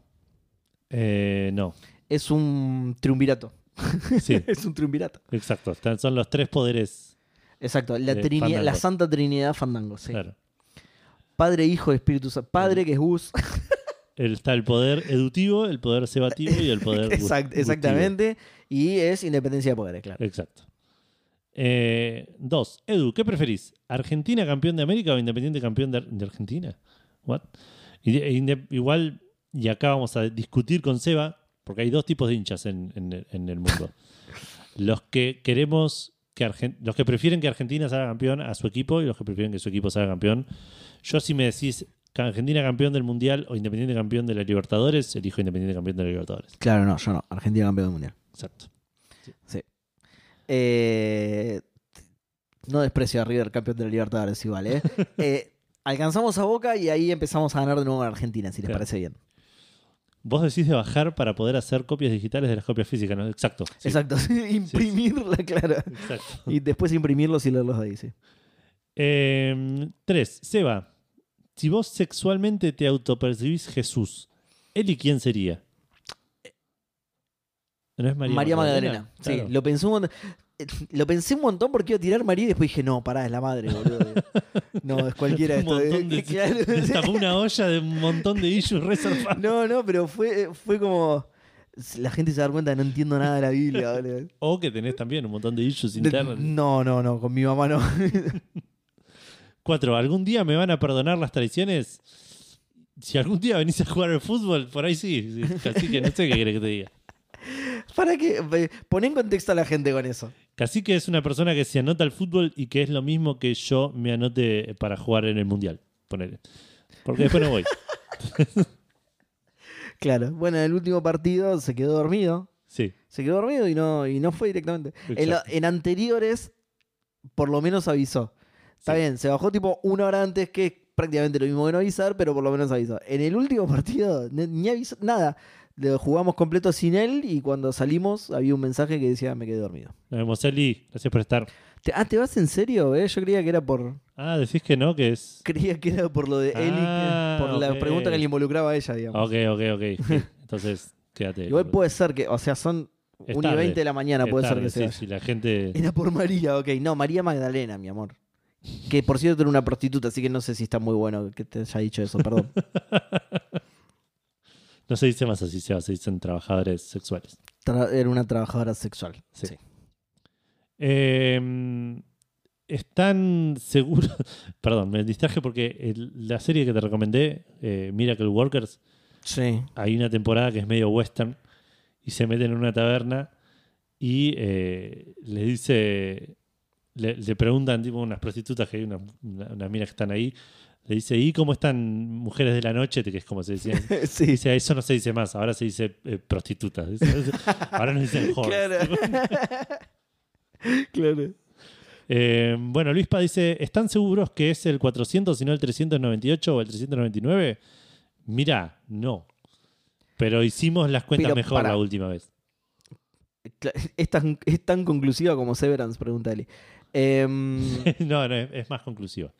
[SPEAKER 1] Eh, no.
[SPEAKER 2] es un triunvirato.
[SPEAKER 1] Sí,
[SPEAKER 2] es un triunvirato.
[SPEAKER 1] exacto. Están- Son los tres poderes.
[SPEAKER 2] Exacto, la,
[SPEAKER 1] De
[SPEAKER 2] trini-
[SPEAKER 1] Eh, Fandango.
[SPEAKER 2] la Santa Trinidad Fandango, sí.
[SPEAKER 1] Claro. Mm.
[SPEAKER 2] Padre, Hijo, Espíritu Santo. Padre, que es Gus.
[SPEAKER 1] El- Está el poder edutivo, el poder sebativo y el poder. gus-
[SPEAKER 2] Exact-
[SPEAKER 1] gustivo.
[SPEAKER 2] exactamente. Y es independencia de poderes, claro.
[SPEAKER 1] Exacto. Eh, dos, Edu, ¿qué preferís? ¿Argentina campeón de América o Independiente campeón de, Ar- de Argentina? What? Y- e inde- igual, y acá vamos a discutir con Seba, porque hay dos tipos de hinchas en, en el- en el mundo. los que queremos que Argen- los que prefieren que Argentina salga campeón a su equipo y los que prefieren que su equipo salga campeón. Yo si me decís que Argentina campeón del Mundial o Independiente campeón de la Libertadores, elijo Independiente campeón de la Libertadores.
[SPEAKER 2] Claro, no, yo no. Argentina campeón mundial.
[SPEAKER 1] Exacto.
[SPEAKER 2] Eh, no desprecio a River, campeón de la Libertadores, igual, ¿eh? Eh, alcanzamos a Boca y ahí empezamos a ganar de nuevo a Argentina, si les
[SPEAKER 1] Claro.
[SPEAKER 2] parece bien.
[SPEAKER 1] Vos decís de bajar para poder hacer copias digitales de las copias físicas, ¿no? Exacto. sí.
[SPEAKER 2] Exacto, imprimirla, claro.
[SPEAKER 1] Exacto.
[SPEAKER 2] Y después imprimirlos y leerlos ahí, sí.
[SPEAKER 1] Eh, tres, Seba, si vos sexualmente te autopercibís Jesús, ¿él y quién sería? ¿No es María,
[SPEAKER 2] María, Magdalena. Sí,
[SPEAKER 1] Claro.
[SPEAKER 2] lo pensé un montón. eh, Lo pensé un montón porque iba a tirar María y después dije, no, pará, es la madre, boludo. No, es cualquiera
[SPEAKER 1] Un
[SPEAKER 2] esto.
[SPEAKER 1] montón de-
[SPEAKER 2] eh, claro.
[SPEAKER 1] destapó una olla de un montón de issues reservados.
[SPEAKER 2] No, no, pero fue, fue como. La gente se da cuenta, no entiendo nada de la Biblia, boludo.
[SPEAKER 1] O que tenés también un montón de issues internos.
[SPEAKER 2] No, no, no, con mi mamá no.
[SPEAKER 1] Cuatro, ¿algún día me van a perdonar las traiciones? Si algún día venís a jugar al fútbol, por ahí sí. sí, Así que no sé qué querés que te diga.
[SPEAKER 2] ¿Para qué? Eh, Poné en contexto a la gente con eso.
[SPEAKER 1] Cacique es una persona que se anota al fútbol y que es lo mismo que yo me anote para jugar en el mundial. Ponele. Porque después no voy.
[SPEAKER 2] Claro. Bueno, en el último partido se quedó dormido.
[SPEAKER 1] Sí.
[SPEAKER 2] Se quedó dormido y no, y no fue directamente. En, la-
[SPEAKER 1] Exacto.
[SPEAKER 2] en anteriores, por lo menos avisó. Está
[SPEAKER 1] Sí.
[SPEAKER 2] bien, se bajó tipo una hora antes, que es prácticamente lo mismo que no avisar, pero por lo menos avisó. En el último partido, ni, ni avisó nada. Lo jugamos completo sin él y cuando salimos había un mensaje que decía me quedé dormido.
[SPEAKER 1] Nos vemos, Eli. Gracias por estar.
[SPEAKER 2] Te- ah, ¿te vas en serio? eh? Yo creía que era por.
[SPEAKER 1] Ah, decís que no, que es.
[SPEAKER 2] Creía que era por lo de Eli, que-
[SPEAKER 1] Ah,
[SPEAKER 2] por la
[SPEAKER 1] ok.
[SPEAKER 2] pregunta que le involucraba a ella, digamos.
[SPEAKER 1] Ok, ok, ok. Sí. Entonces, quédate.
[SPEAKER 2] Igual puede ser que, o sea, son
[SPEAKER 1] Es
[SPEAKER 2] 1 y
[SPEAKER 1] tarde.
[SPEAKER 2] 20 de la mañana,
[SPEAKER 1] Es
[SPEAKER 2] puede
[SPEAKER 1] tarde,
[SPEAKER 2] ser que
[SPEAKER 1] sí,
[SPEAKER 2] sea.
[SPEAKER 1] sí, la gente.
[SPEAKER 2] Era por María, ok. No, María Magdalena, mi amor. Que por cierto era una prostituta, así que no sé si está muy bueno que te haya dicho eso, perdón.
[SPEAKER 1] No se dice más así, se, se dicen trabajadores sexuales.
[SPEAKER 2] Tra- era una trabajadora sexual.
[SPEAKER 1] Sí.
[SPEAKER 2] Sí.
[SPEAKER 1] Eh, ¿Están seguros? Perdón, me distraje porque el- la serie que te recomendé, eh, Miracle Workers,
[SPEAKER 2] Sí.
[SPEAKER 1] hay una temporada que es medio western y se meten en una taberna y eh, le dice, le, le preguntan tipo unas prostitutas que hay unas una, unas minas que están ahí, le dice, ¿y cómo están mujeres de la noche? Que es como se decía.
[SPEAKER 2] Sí.
[SPEAKER 1] Dice, eso no se dice más, ahora se dice eh, prostitutas. Dice, Ahora no dicen whores.
[SPEAKER 2] Claro. claro.
[SPEAKER 1] Eh, bueno, Luispa dice, ¿están seguros que es el 400 y no el 398 o el 399? Mirá, no. Pero hicimos las cuentas
[SPEAKER 2] Pero
[SPEAKER 1] mejor
[SPEAKER 2] pará.
[SPEAKER 1] la última vez.
[SPEAKER 2] Cla- Es tan, es tan conclusiva como Severance, pregúntale. Em,
[SPEAKER 1] no, no, es, es más conclusiva.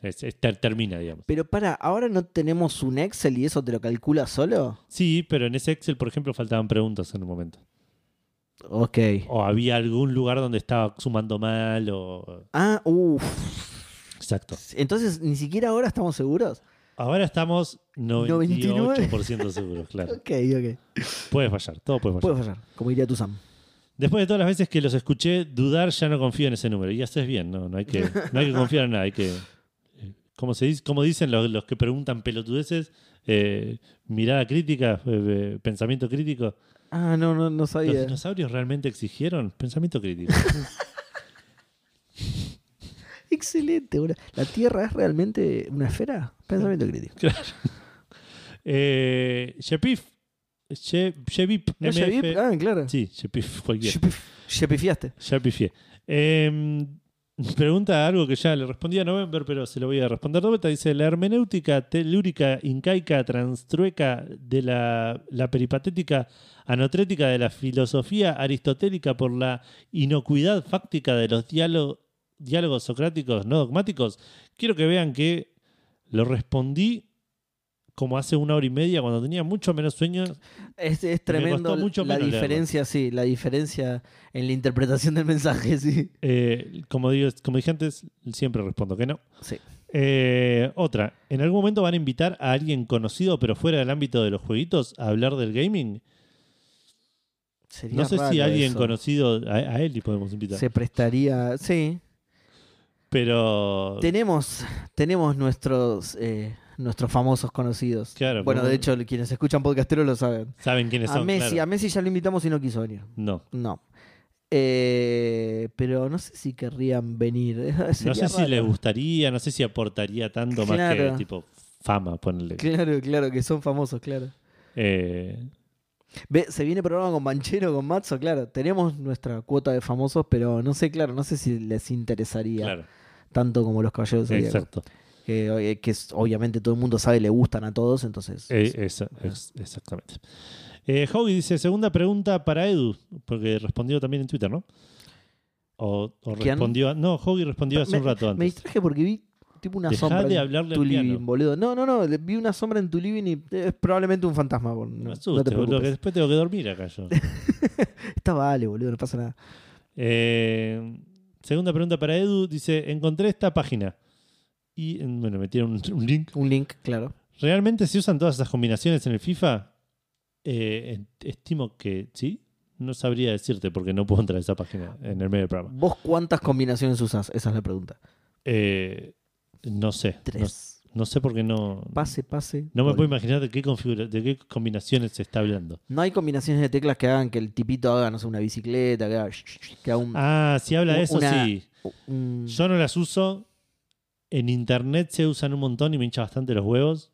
[SPEAKER 1] Es- es- ter- termina, digamos.
[SPEAKER 2] pero para, ¿ahora no tenemos un Excel y eso te lo calcula solo?
[SPEAKER 1] Sí, pero en ese Excel, por ejemplo, faltaban preguntas en un momento.
[SPEAKER 2] Ok.
[SPEAKER 1] O había algún lugar donde estaba sumando mal o...
[SPEAKER 2] Ah, uff.
[SPEAKER 1] Exacto.
[SPEAKER 2] Entonces, ni siquiera ahora estamos seguros.
[SPEAKER 1] Ahora estamos 98% seguros, claro.
[SPEAKER 2] Ok, ok.
[SPEAKER 1] Puedes fallar, todo puede fallar.
[SPEAKER 2] Puede fallar, como diría Tuzam.
[SPEAKER 1] Después de todas las veces que los escuché dudar, ya no confío en ese número. Y haces bien, no, no, hay, que, no hay que confiar en nada. Hay que, eh, como, se dice, como dicen los, los que preguntan pelotudeces, eh, mirada crítica, eh, eh, pensamiento crítico.
[SPEAKER 2] Ah, no, no, no sabía.
[SPEAKER 1] ¿Los dinosaurios realmente exigieron pensamiento crítico?
[SPEAKER 2] Excelente, boludo. ¿La Tierra es realmente una esfera? Pensamiento crítico.
[SPEAKER 1] claro. Eh, Shepif. She- Shepif,
[SPEAKER 2] ¿No
[SPEAKER 1] MF.
[SPEAKER 2] Shepif? Ah, claro.
[SPEAKER 1] Sí, Shepif, cualquiera.
[SPEAKER 2] Shepif- Shepifiaste.
[SPEAKER 1] Ya pifié. Eh, pregunta algo que ya le respondí a November, pero se lo voy a responder de vuelta. Dice: La hermenéutica telúrica, incaica, transtrueca de la, la peripatética anotrética de la filosofía aristotélica por la inocuidad fáctica de los diálo- diálogos socráticos no dogmáticos. Quiero que vean que lo respondí como hace una hora y media cuando tenía mucho menos sueño.
[SPEAKER 2] Este Es, es
[SPEAKER 1] costó
[SPEAKER 2] tremendo
[SPEAKER 1] mucho
[SPEAKER 2] la
[SPEAKER 1] menos leerlo.
[SPEAKER 2] diferencia, sí, la diferencia en la interpretación del mensaje, sí.
[SPEAKER 1] Eh, como, digo, como dije antes, siempre respondo que no.
[SPEAKER 2] Sí.
[SPEAKER 1] Eh, otra. ¿En algún momento van a invitar a alguien conocido pero fuera del ámbito de los jueguitos a hablar del gaming?
[SPEAKER 2] Sería
[SPEAKER 1] No sé si
[SPEAKER 2] raro
[SPEAKER 1] alguien
[SPEAKER 2] eso.
[SPEAKER 1] conocido a, a él y podemos invitar.
[SPEAKER 2] se prestaría. Sí.
[SPEAKER 1] Pero.
[SPEAKER 2] Tenemos, tenemos nuestros, eh, nuestros famosos conocidos.
[SPEAKER 1] Claro,
[SPEAKER 2] bueno,
[SPEAKER 1] pero-
[SPEAKER 2] de hecho, quienes escuchan podcastero lo saben.
[SPEAKER 1] Saben quiénes
[SPEAKER 2] A
[SPEAKER 1] son.
[SPEAKER 2] Messi,
[SPEAKER 1] claro.
[SPEAKER 2] a Messi ya lo invitamos y no quiso venir.
[SPEAKER 1] No.
[SPEAKER 2] No. Eh, pero no sé si querrían venir.
[SPEAKER 1] No
[SPEAKER 2] Sería
[SPEAKER 1] sé si
[SPEAKER 2] raro.
[SPEAKER 1] les gustaría, no sé si aportaría tanto más
[SPEAKER 2] Claro.
[SPEAKER 1] que tipo fama, ponele.
[SPEAKER 2] Claro, claro, que son famosos, claro.
[SPEAKER 1] Eh,
[SPEAKER 2] Ve, se viene programa con Banchero, con Matzo, claro. Tenemos nuestra cuota de famosos, pero no sé, claro, no sé si les interesaría
[SPEAKER 1] claro,
[SPEAKER 2] tanto como los caballeros del Zodíaco.
[SPEAKER 1] exacto.
[SPEAKER 2] Que, eh, que es- obviamente todo el mundo sabe, le gustan a todos, entonces.
[SPEAKER 1] Eh, esa- ex- exactamente. Eh, Howie dice: segunda pregunta para Edu, porque respondió también en Twitter, ¿no? O, o
[SPEAKER 2] ¿Quién?
[SPEAKER 1] respondió. a- no, Howie respondió hace un rato antes.
[SPEAKER 2] Me distraje porque vi tipo una
[SPEAKER 1] Dejá
[SPEAKER 2] sombra
[SPEAKER 1] de
[SPEAKER 2] en
[SPEAKER 1] hablarle
[SPEAKER 2] tu
[SPEAKER 1] al piano.
[SPEAKER 2] living, boludo. No, no, no, le- vi una sombra en tu living y eh, es probablemente un fantasma, boludo.
[SPEAKER 1] No
[SPEAKER 2] No,
[SPEAKER 1] me
[SPEAKER 2] no te
[SPEAKER 1] asustes, boludo, que
[SPEAKER 2] preocupes.
[SPEAKER 1] después tengo que dormir acá yo.
[SPEAKER 2] Está vale, boludo, no pasa nada.
[SPEAKER 1] Eh, segunda pregunta para Edu. Dice, encontré esta página. Y, eh, bueno, me tiene un, un link.
[SPEAKER 2] Un link, claro.
[SPEAKER 1] ¿Realmente se usan todas esas combinaciones en el FIFA? Eh, en- estimo que sí. No sabría decirte porque no puedo entrar a esa página en el medio del programa.
[SPEAKER 2] ¿Vos cuántas combinaciones usás? Esa es la pregunta.
[SPEAKER 1] Eh, no sé. No,
[SPEAKER 2] Tres.
[SPEAKER 1] no sé porque no...
[SPEAKER 2] Pase, pase.
[SPEAKER 1] No me
[SPEAKER 2] gol.
[SPEAKER 1] puedo imaginar de qué, configura- de qué combinaciones se está hablando.
[SPEAKER 2] No hay combinaciones de teclas que hagan que el tipito haga, no sé, una bicicleta, que haga, sh- sh- sh- que haga un,
[SPEAKER 1] Ah, si habla de eso,
[SPEAKER 2] Una-
[SPEAKER 1] sí.
[SPEAKER 2] un-
[SPEAKER 1] Mm. Yo no las uso. En internet se usan un montón y me hincha bastante los huevos.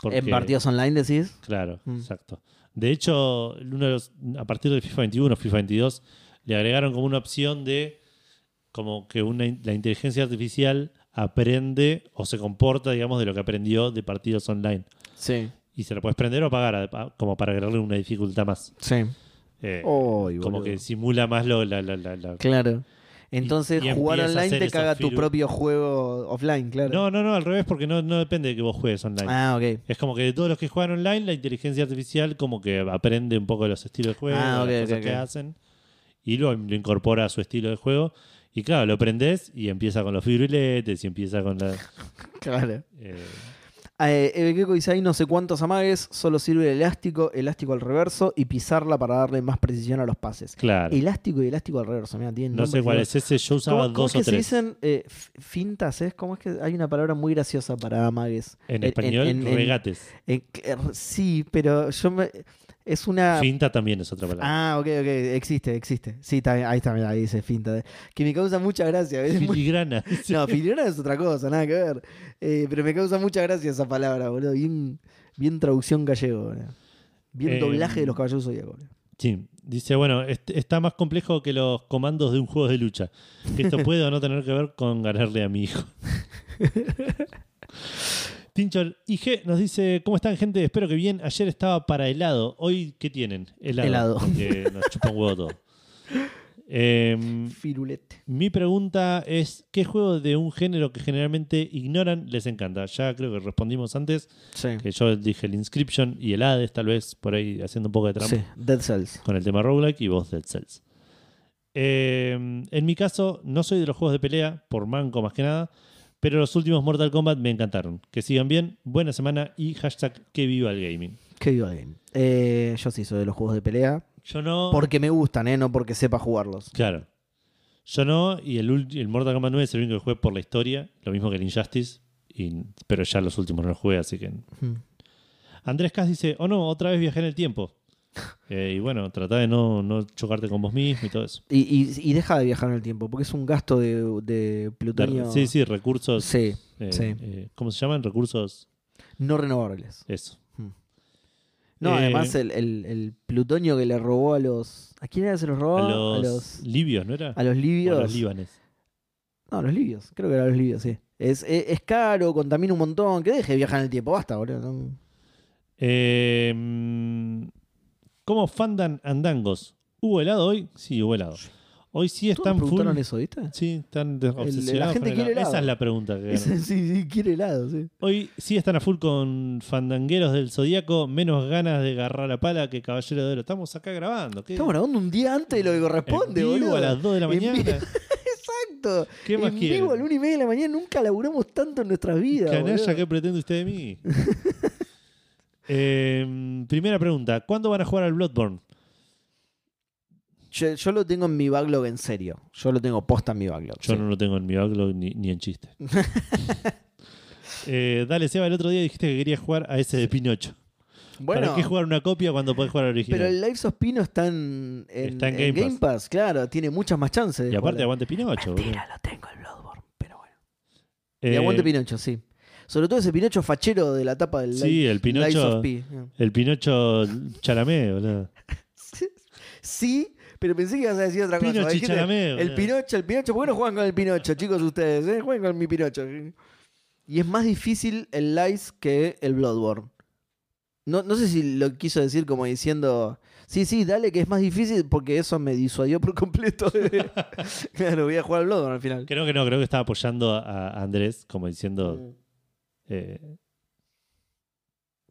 [SPEAKER 1] porque-
[SPEAKER 2] En partidos online decís.
[SPEAKER 1] Claro,
[SPEAKER 2] Mm.
[SPEAKER 1] exacto. De hecho, uno de los- a partir del FIFA 21, FIFA 22, le agregaron como una opción de como que una, in- la inteligencia artificial aprende o se comporta, digamos, de lo que aprendió de partidos online.
[SPEAKER 2] Sí,
[SPEAKER 1] Y se la puedes prender o apagar a- como para agregarle una dificultad más.
[SPEAKER 2] sí.
[SPEAKER 1] Eh,
[SPEAKER 2] Ay,
[SPEAKER 1] como
[SPEAKER 2] boludo.
[SPEAKER 1] que simula más lo, la, la- la- la-
[SPEAKER 2] Claro. Entonces,
[SPEAKER 1] y
[SPEAKER 2] jugar
[SPEAKER 1] empieza a
[SPEAKER 2] online
[SPEAKER 1] hacer
[SPEAKER 2] te
[SPEAKER 1] esos
[SPEAKER 2] caga tu
[SPEAKER 1] firu-
[SPEAKER 2] propio juego offline, claro.
[SPEAKER 1] No, no, no, al revés, porque no, no depende de que vos juegues online.
[SPEAKER 2] Ah, ok.
[SPEAKER 1] Es como que de todos los que juegan online, la inteligencia artificial como que aprende un poco de los estilos de juego, de
[SPEAKER 2] Ah, ok,
[SPEAKER 1] las cosas
[SPEAKER 2] ok,
[SPEAKER 1] que
[SPEAKER 2] ok.
[SPEAKER 1] hacen, y lo, lo incorpora a su estilo de juego. Y claro, lo aprendes y empieza con los fibriletes y empieza con la...
[SPEAKER 2] Claro.
[SPEAKER 1] eh,
[SPEAKER 2] Eh, Ebekeko dice ahí no sé cuántos amagues, solo sirve el elástico, elástico al reverso y pisarla para darle más precisión a los pases.
[SPEAKER 1] claro.
[SPEAKER 2] Elástico y elástico al reverso, mira, tienen
[SPEAKER 1] no sé
[SPEAKER 2] nombres
[SPEAKER 1] cuál
[SPEAKER 2] de-
[SPEAKER 1] es ese, yo
[SPEAKER 2] ¿Cómo,
[SPEAKER 1] usaba
[SPEAKER 2] cómo
[SPEAKER 1] dos
[SPEAKER 2] es que
[SPEAKER 1] o
[SPEAKER 2] se
[SPEAKER 1] tres.
[SPEAKER 2] dicen eh, f- fintas? ¿Es? ¿Cómo es que hay una palabra muy graciosa para amagues? Eh,
[SPEAKER 1] en español,
[SPEAKER 2] en- en-
[SPEAKER 1] regates.
[SPEAKER 2] Eh, que- r- sí, pero yo me. Es una.
[SPEAKER 1] Finta también es otra palabra.
[SPEAKER 2] Ah, ok, ok, existe, existe. Sí, está bien, ahí está, mirá, ahí dice finta. de- Que me causa mucha gracia. es muy-
[SPEAKER 1] Filigrana.
[SPEAKER 2] No, filigrana es otra cosa, nada que ver. Eh, pero me causa mucha gracia esa palabra, boludo. Bien, bien traducción gallego, boludo. Bien
[SPEAKER 1] Eh,
[SPEAKER 2] doblaje de los caballeros zodíacos, boludo.
[SPEAKER 1] Sí, dice, bueno, est- está más complejo que los comandos de un juego de lucha. Esto puede o no tener que ver con ganarle a mi hijo. Tincho IG nos dice, ¿cómo están gente? Espero que bien. Ayer estaba para helado. Hoy, ¿qué tienen? Helado.
[SPEAKER 2] Helado.
[SPEAKER 1] Porque nos chupa un huevo todo. Em,
[SPEAKER 2] Firulete.
[SPEAKER 1] mi pregunta es, ¿qué juego de un género que generalmente ignoran les encanta? Ya creo que respondimos antes,
[SPEAKER 2] Sí.
[SPEAKER 1] que yo dije el Inscription y el Hades, tal vez, por ahí haciendo un poco de trampa
[SPEAKER 2] Sí, Dead Cells.
[SPEAKER 1] con el tema roguelike y voz Dead Cells. Eh, en mi caso, no soy de los juegos de pelea, por manco más que nada, pero los últimos Mortal Kombat me encantaron. Que sigan bien, buena semana y hashtag que viva el gaming.
[SPEAKER 2] Que que vivo game. Eh, yo sí soy de los juegos de pelea.
[SPEAKER 1] Yo no.
[SPEAKER 2] Porque me gustan, ¿eh? No porque sepa jugarlos.
[SPEAKER 1] Claro. Yo no, y el, ulti- el Mortal Kombat 9 es el único que jugué por la historia, lo mismo que el Injustice, y- pero ya los últimos no los jugué, así que. Andrés Cas dice: Oh no, otra vez viajé en el tiempo. Eh, y bueno, trata de no, no chocarte con vos mismo y todo eso.
[SPEAKER 2] Y, y- y deja de viajar en el tiempo, porque es un gasto de, de
[SPEAKER 1] De-
[SPEAKER 2] plutonio.
[SPEAKER 1] sí, sí, recursos.
[SPEAKER 2] Sí,
[SPEAKER 1] eh,
[SPEAKER 2] sí.
[SPEAKER 1] eh, ¿Cómo se llaman? Recursos.
[SPEAKER 2] No renovables.
[SPEAKER 1] Eso.
[SPEAKER 2] No,
[SPEAKER 1] Eh,
[SPEAKER 2] además el, el- el plutonio que le robó a los. ¿A quién era que se los robó?
[SPEAKER 1] a, los libios, ¿no era?
[SPEAKER 2] a los
[SPEAKER 1] O
[SPEAKER 2] libios.
[SPEAKER 1] a los libanes.
[SPEAKER 2] No, los libios. Creo que eran los libios, sí. Es, es, es caro, contamina un montón. Que deje de viajar en el tiempo. Basta, boludo. No-
[SPEAKER 1] Eh, mm, ¿Cómo fandan andangos? ¿Hubo helado hoy? Sí, hubo helado. Hoy sí
[SPEAKER 2] Todos
[SPEAKER 1] están
[SPEAKER 2] me
[SPEAKER 1] full.
[SPEAKER 2] preguntaron eso, ¿viste?
[SPEAKER 1] Sí, están de- obsesionados.
[SPEAKER 2] la gente
[SPEAKER 1] con el
[SPEAKER 2] quiere helado.
[SPEAKER 1] Esa es la pregunta. que
[SPEAKER 2] Ese-
[SPEAKER 1] gana.
[SPEAKER 2] sí, sí, quiere helado, sí.
[SPEAKER 1] Hoy sí están a full con fandangueros del Zodíaco, menos ganas de agarrar la pala que caballero de oro. Estamos acá grabando. ¿qué?
[SPEAKER 2] Estamos grabando un día antes de lo que corresponde,
[SPEAKER 1] En vivo
[SPEAKER 2] boludo.
[SPEAKER 1] a las 2 de la
[SPEAKER 2] En vivo.
[SPEAKER 1] mañana.
[SPEAKER 2] Exacto.
[SPEAKER 1] ¿Qué más
[SPEAKER 2] en
[SPEAKER 1] quieren?
[SPEAKER 2] vivo a la una y media de la mañana nunca laburamos tanto en nuestras vidas.
[SPEAKER 1] Canalla,
[SPEAKER 2] boludo.
[SPEAKER 1] ¿qué pretende usted de mí? Eh, primera pregunta: ¿Cuándo van a jugar al Bloodborne?
[SPEAKER 2] Yo, yo lo tengo en mi backlog en serio. Yo lo tengo posta en mi backlog.
[SPEAKER 1] Yo
[SPEAKER 2] sí.
[SPEAKER 1] no lo tengo en mi backlog ni, ni en chiste. Eh, dale, Seba, el otro día dijiste que querías jugar a ese de Pinocho.
[SPEAKER 2] Bueno,
[SPEAKER 1] ¿Para qué jugar una copia cuando podés jugar al original?
[SPEAKER 2] pero el Lives of Pino está en, en-
[SPEAKER 1] Está en
[SPEAKER 2] en
[SPEAKER 1] Game
[SPEAKER 2] Game Pass. claro. Tiene muchas más chances. de
[SPEAKER 1] y aparte,
[SPEAKER 2] jugar.
[SPEAKER 1] aguante Pinocho. boludo.
[SPEAKER 2] Mentira, lo tengo el Bloodborne, pero bueno.
[SPEAKER 1] Eh,
[SPEAKER 2] Y aguante Pinocho, sí. Sobre todo ese Pinocho fachero de la tapa del
[SPEAKER 1] Sí, el
[SPEAKER 2] Lives
[SPEAKER 1] Pinocho.
[SPEAKER 2] of Pi. eh.
[SPEAKER 1] El Pinocho Charamé, boludo.
[SPEAKER 2] Sí, pero pensé que ibas a decir otra cosa.
[SPEAKER 1] Pinocho y
[SPEAKER 2] Dijiste,
[SPEAKER 1] Chalamet, eh.
[SPEAKER 2] El
[SPEAKER 1] boludo.
[SPEAKER 2] Pinocho, el Pinocho. ¿Por qué no juegan con el Pinocho, chicos, ustedes? eh? Jueguen con mi Pinocho. Y es más difícil el Lies que el Bloodborne. No, no sé si lo quiso decir como diciendo. Sí, sí, dale que es más difícil porque eso me disuadió por completo. de- claro, voy a jugar al Bloodborne al final.
[SPEAKER 1] Creo que no, creo que estaba apoyando a a Andrés, como diciendo
[SPEAKER 2] Mm.
[SPEAKER 1] eh,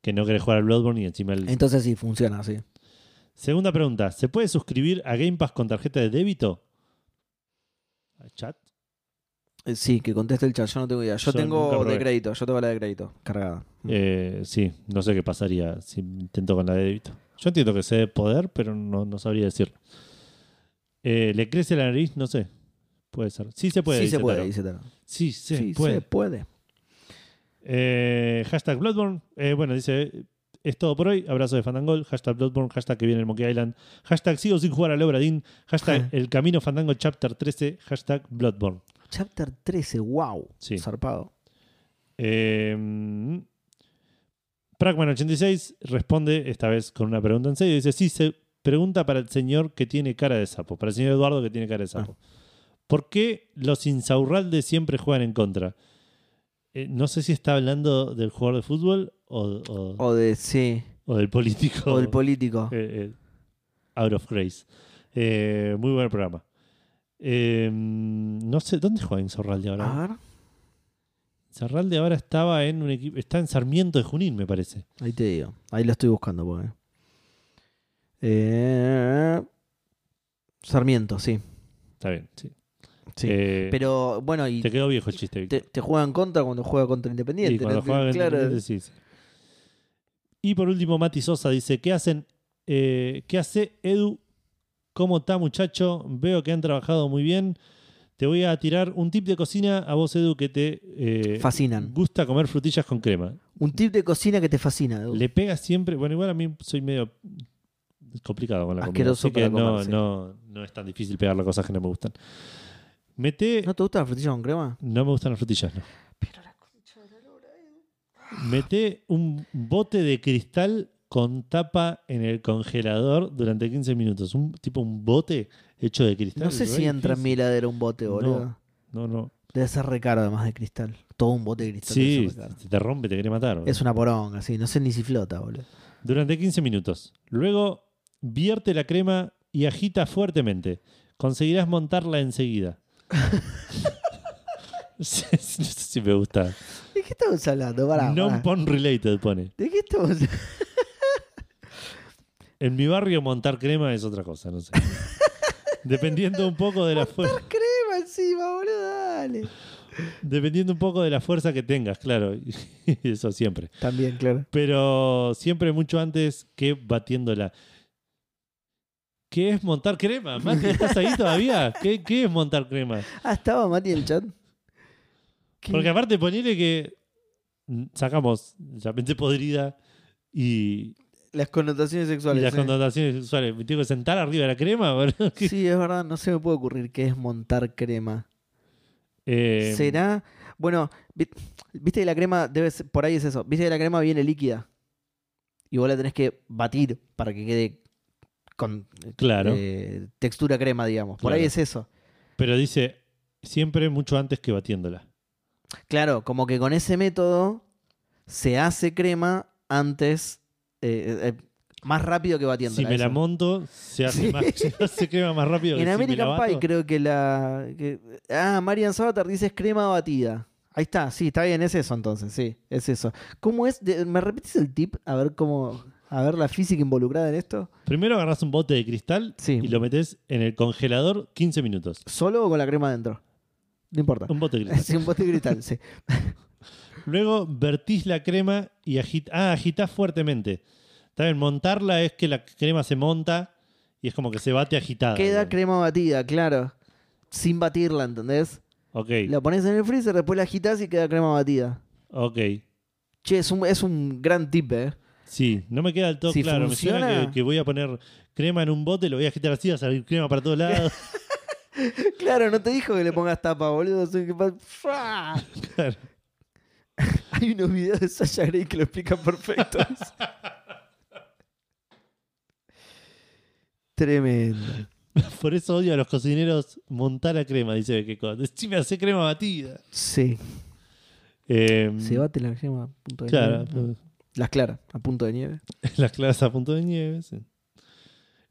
[SPEAKER 1] que no querés jugar al Bloodborne y encima el.
[SPEAKER 2] Entonces sí, funciona, sí.
[SPEAKER 1] Segunda pregunta: ¿se puede suscribir a Game Pass con tarjeta de débito? ¿A ¿Chat?
[SPEAKER 2] Eh, Sí, que conteste el chat, yo no tengo idea. Yo
[SPEAKER 1] Yo nunca
[SPEAKER 2] tengo
[SPEAKER 1] probé.
[SPEAKER 2] de crédito, yo tengo la de crédito cargada.
[SPEAKER 1] Eh, sí, no sé qué pasaría si intento con la de débito. Yo entiendo que sé de poder, pero no, no sabría decirlo. Eh, ¿Le crece la nariz? No sé. Puede ser. Sí se puede.
[SPEAKER 2] sí
[SPEAKER 1] dice
[SPEAKER 2] se puede,
[SPEAKER 1] Taro.
[SPEAKER 2] dice Taro.
[SPEAKER 1] Sí, se
[SPEAKER 2] sí,
[SPEAKER 1] puede.
[SPEAKER 2] se puede.
[SPEAKER 1] Eh, hashtag Bloodborne. Eh, bueno, dice, es todo por hoy. Abrazo de Fandangol. Hashtag Bloodborne. Hashtag que viene el Monkey Island. Hashtag sigo sin jugar al Obradín. Hashtag el camino Fandango Chapter 13. Hashtag Bloodborne.
[SPEAKER 2] Chapter 13, wow.
[SPEAKER 1] Sí.
[SPEAKER 2] Zarpado.
[SPEAKER 1] Eh, Pragman86 responde esta vez con una pregunta en serio. Dice, sí, se pregunta para el señor que tiene cara de sapo. Para el señor Eduardo que tiene cara de sapo.
[SPEAKER 2] Ah.
[SPEAKER 1] ¿Por qué los insaurraldes siempre juegan en contra? Eh, no sé si está hablando del jugador de fútbol o- o
[SPEAKER 2] O de sí.
[SPEAKER 1] O del político.
[SPEAKER 2] O del político.
[SPEAKER 1] eh, eh, out of Grace. Eh, muy buen programa. Eh, no sé, ¿dónde juega Insorralde ahora?
[SPEAKER 2] A ver.
[SPEAKER 1] Insorralde ahora estaba en un equipo. Está en Sarmiento de Junín, me parece.
[SPEAKER 2] Ahí te digo. Ahí lo estoy buscando, porque. Eh, Sarmiento, sí.
[SPEAKER 1] Está bien, sí.
[SPEAKER 2] sí.
[SPEAKER 1] Eh,
[SPEAKER 2] Pero bueno, y
[SPEAKER 1] te
[SPEAKER 2] te,
[SPEAKER 1] quedó viejo el chiste, Víctor.
[SPEAKER 2] te juegan contra cuando juega contra Independiente.
[SPEAKER 1] Y cuando
[SPEAKER 2] ¿no?
[SPEAKER 1] juega
[SPEAKER 2] claro.
[SPEAKER 1] Independiente, sí, sí. Y por último, Mati Sosa dice: ¿Qué hacen? eh, ¿Qué hace Edu? ¿Cómo está, muchacho? Veo que han trabajado muy bien. Te voy a tirar un tip de cocina a vos, Edu, que te eh,
[SPEAKER 2] Fascinan.
[SPEAKER 1] gusta comer frutillas con crema.
[SPEAKER 2] Un tip de cocina que te fascina. Edu.
[SPEAKER 1] Le pega siempre. Bueno, igual a mí soy medio complicado con la comida.
[SPEAKER 2] Asqueroso
[SPEAKER 1] Así que
[SPEAKER 2] para
[SPEAKER 1] no,
[SPEAKER 2] comer, sí.
[SPEAKER 1] no, no es tan difícil pegarle cosas que no me gustan. Mete.
[SPEAKER 2] ¿No te gusta la frutilla con crema?
[SPEAKER 1] No me gustan las frutillas, no.
[SPEAKER 2] eh.
[SPEAKER 1] Mete un bote de cristal con tapa en el congelador durante 15 minutos. Un tipo un bote hecho de cristal.
[SPEAKER 2] No sé si
[SPEAKER 1] Re
[SPEAKER 2] entra en mi
[SPEAKER 1] difícil.
[SPEAKER 2] heladera un bote,
[SPEAKER 1] No.
[SPEAKER 2] boludo.
[SPEAKER 1] No, no.
[SPEAKER 2] Debe ser recaro además de cristal. Todo un bote de cristal.
[SPEAKER 1] Sí,
[SPEAKER 2] debe ser re caro.
[SPEAKER 1] se te rompe, te quiere matar. boludo.
[SPEAKER 2] Es una poronga, sí. No sé ni si flota, boludo.
[SPEAKER 1] Durante 15 minutos. Luego vierte la crema y agita fuertemente. Conseguirás montarla enseguida. Sí, sí, sí me gusta.
[SPEAKER 2] ¿De qué estamos hablando? Pará, pará.
[SPEAKER 1] Non-pon related pone.
[SPEAKER 2] ¿De qué estamos
[SPEAKER 1] En mi barrio montar crema es otra cosa, no sé. Dependiendo un poco de la fuerza.
[SPEAKER 2] crema encima, boludo? Dale.
[SPEAKER 1] Dependiendo un poco de la fuerza que tengas, claro. Eso siempre.
[SPEAKER 2] También, claro.
[SPEAKER 1] Pero siempre mucho antes que batiéndola. ¿Qué es montar crema? Mati, ¿estás ahí todavía? ¿Qué, qué es montar crema?
[SPEAKER 2] Ah, estaba Mati en el chat. ¿Qué?
[SPEAKER 1] Porque aparte ponele que sacamos la mente podrida y,
[SPEAKER 2] Las connotaciones
[SPEAKER 1] y
[SPEAKER 2] sexuales. eh.
[SPEAKER 1] las
[SPEAKER 2] sí.
[SPEAKER 1] connotaciones sexuales. ¿Me tengo que sentar arriba de la crema? boludo?
[SPEAKER 2] sí. es verdad, no se me puede ocurrir qué es montar crema.
[SPEAKER 1] Eh,
[SPEAKER 2] ¿Será? Bueno, vi- viste que la crema, debe ser- por ahí es eso. Viste que la crema viene líquida. Y vos la tenés que batir para que quede con
[SPEAKER 1] Claro.
[SPEAKER 2] eh, textura crema, digamos. Por
[SPEAKER 1] Claro.
[SPEAKER 2] ahí es eso.
[SPEAKER 1] Pero dice, siempre mucho antes que batiéndola.
[SPEAKER 2] Claro, como que con ese método se hace crema antes, eh, eh, más rápido que batiendo.
[SPEAKER 1] si me la monto, se hace,
[SPEAKER 2] Sí.
[SPEAKER 1] más, se hace crema más rápido que
[SPEAKER 2] En
[SPEAKER 1] si me la
[SPEAKER 2] American
[SPEAKER 1] bato.
[SPEAKER 2] Pie creo que la... que- ah, Marian Sabater dice es crema batida. Ahí está, sí, está bien, es eso entonces, sí, es eso. ¿Cómo es? De- ¿Me repites el tip? A ver cómo... A ver la física involucrada en esto.
[SPEAKER 1] Primero agarras un bote de cristal
[SPEAKER 2] Sí.
[SPEAKER 1] y lo metes en el congelador 15 minutos.
[SPEAKER 2] ¿Solo o con la crema adentro? No importa.
[SPEAKER 1] Un bote de cristal.
[SPEAKER 2] Sí, un bote de cristal, sí.
[SPEAKER 1] Luego vertís la crema y agit ah, agitás fuertemente. También montarla es que la crema se monta y es como que se bate agitada.
[SPEAKER 2] Queda
[SPEAKER 1] digamos.
[SPEAKER 2] crema batida, claro. Sin batirla, ¿entendés?
[SPEAKER 1] Ok,
[SPEAKER 2] La pones en el freezer, después la agitas y queda crema batida.
[SPEAKER 1] ok.
[SPEAKER 2] Che, es un, es un gran tip, ¿eh?
[SPEAKER 1] Sí, no me queda del todo
[SPEAKER 2] Si
[SPEAKER 1] claro. Me suena
[SPEAKER 2] funciona-
[SPEAKER 1] que, que voy a poner crema en un bote, lo voy a agitar así, va a salir crema para todos lados.
[SPEAKER 2] Claro, no te dijo que le pongas tapa, boludo. Soy que pa- ¡Fua!
[SPEAKER 1] Claro.
[SPEAKER 2] Hay unos videos de Sasha Grey que lo explican perfecto. Tremendo.
[SPEAKER 1] Por eso odio a los cocineros montar la crema, dice Bequeco. Si me hace crema batida.
[SPEAKER 2] Sí.
[SPEAKER 1] Eh,
[SPEAKER 2] Se bate la crema a punto de
[SPEAKER 1] Claro,
[SPEAKER 2] nieve. Las claras, a punto de nieve.
[SPEAKER 1] las claras a punto de nieve. sí.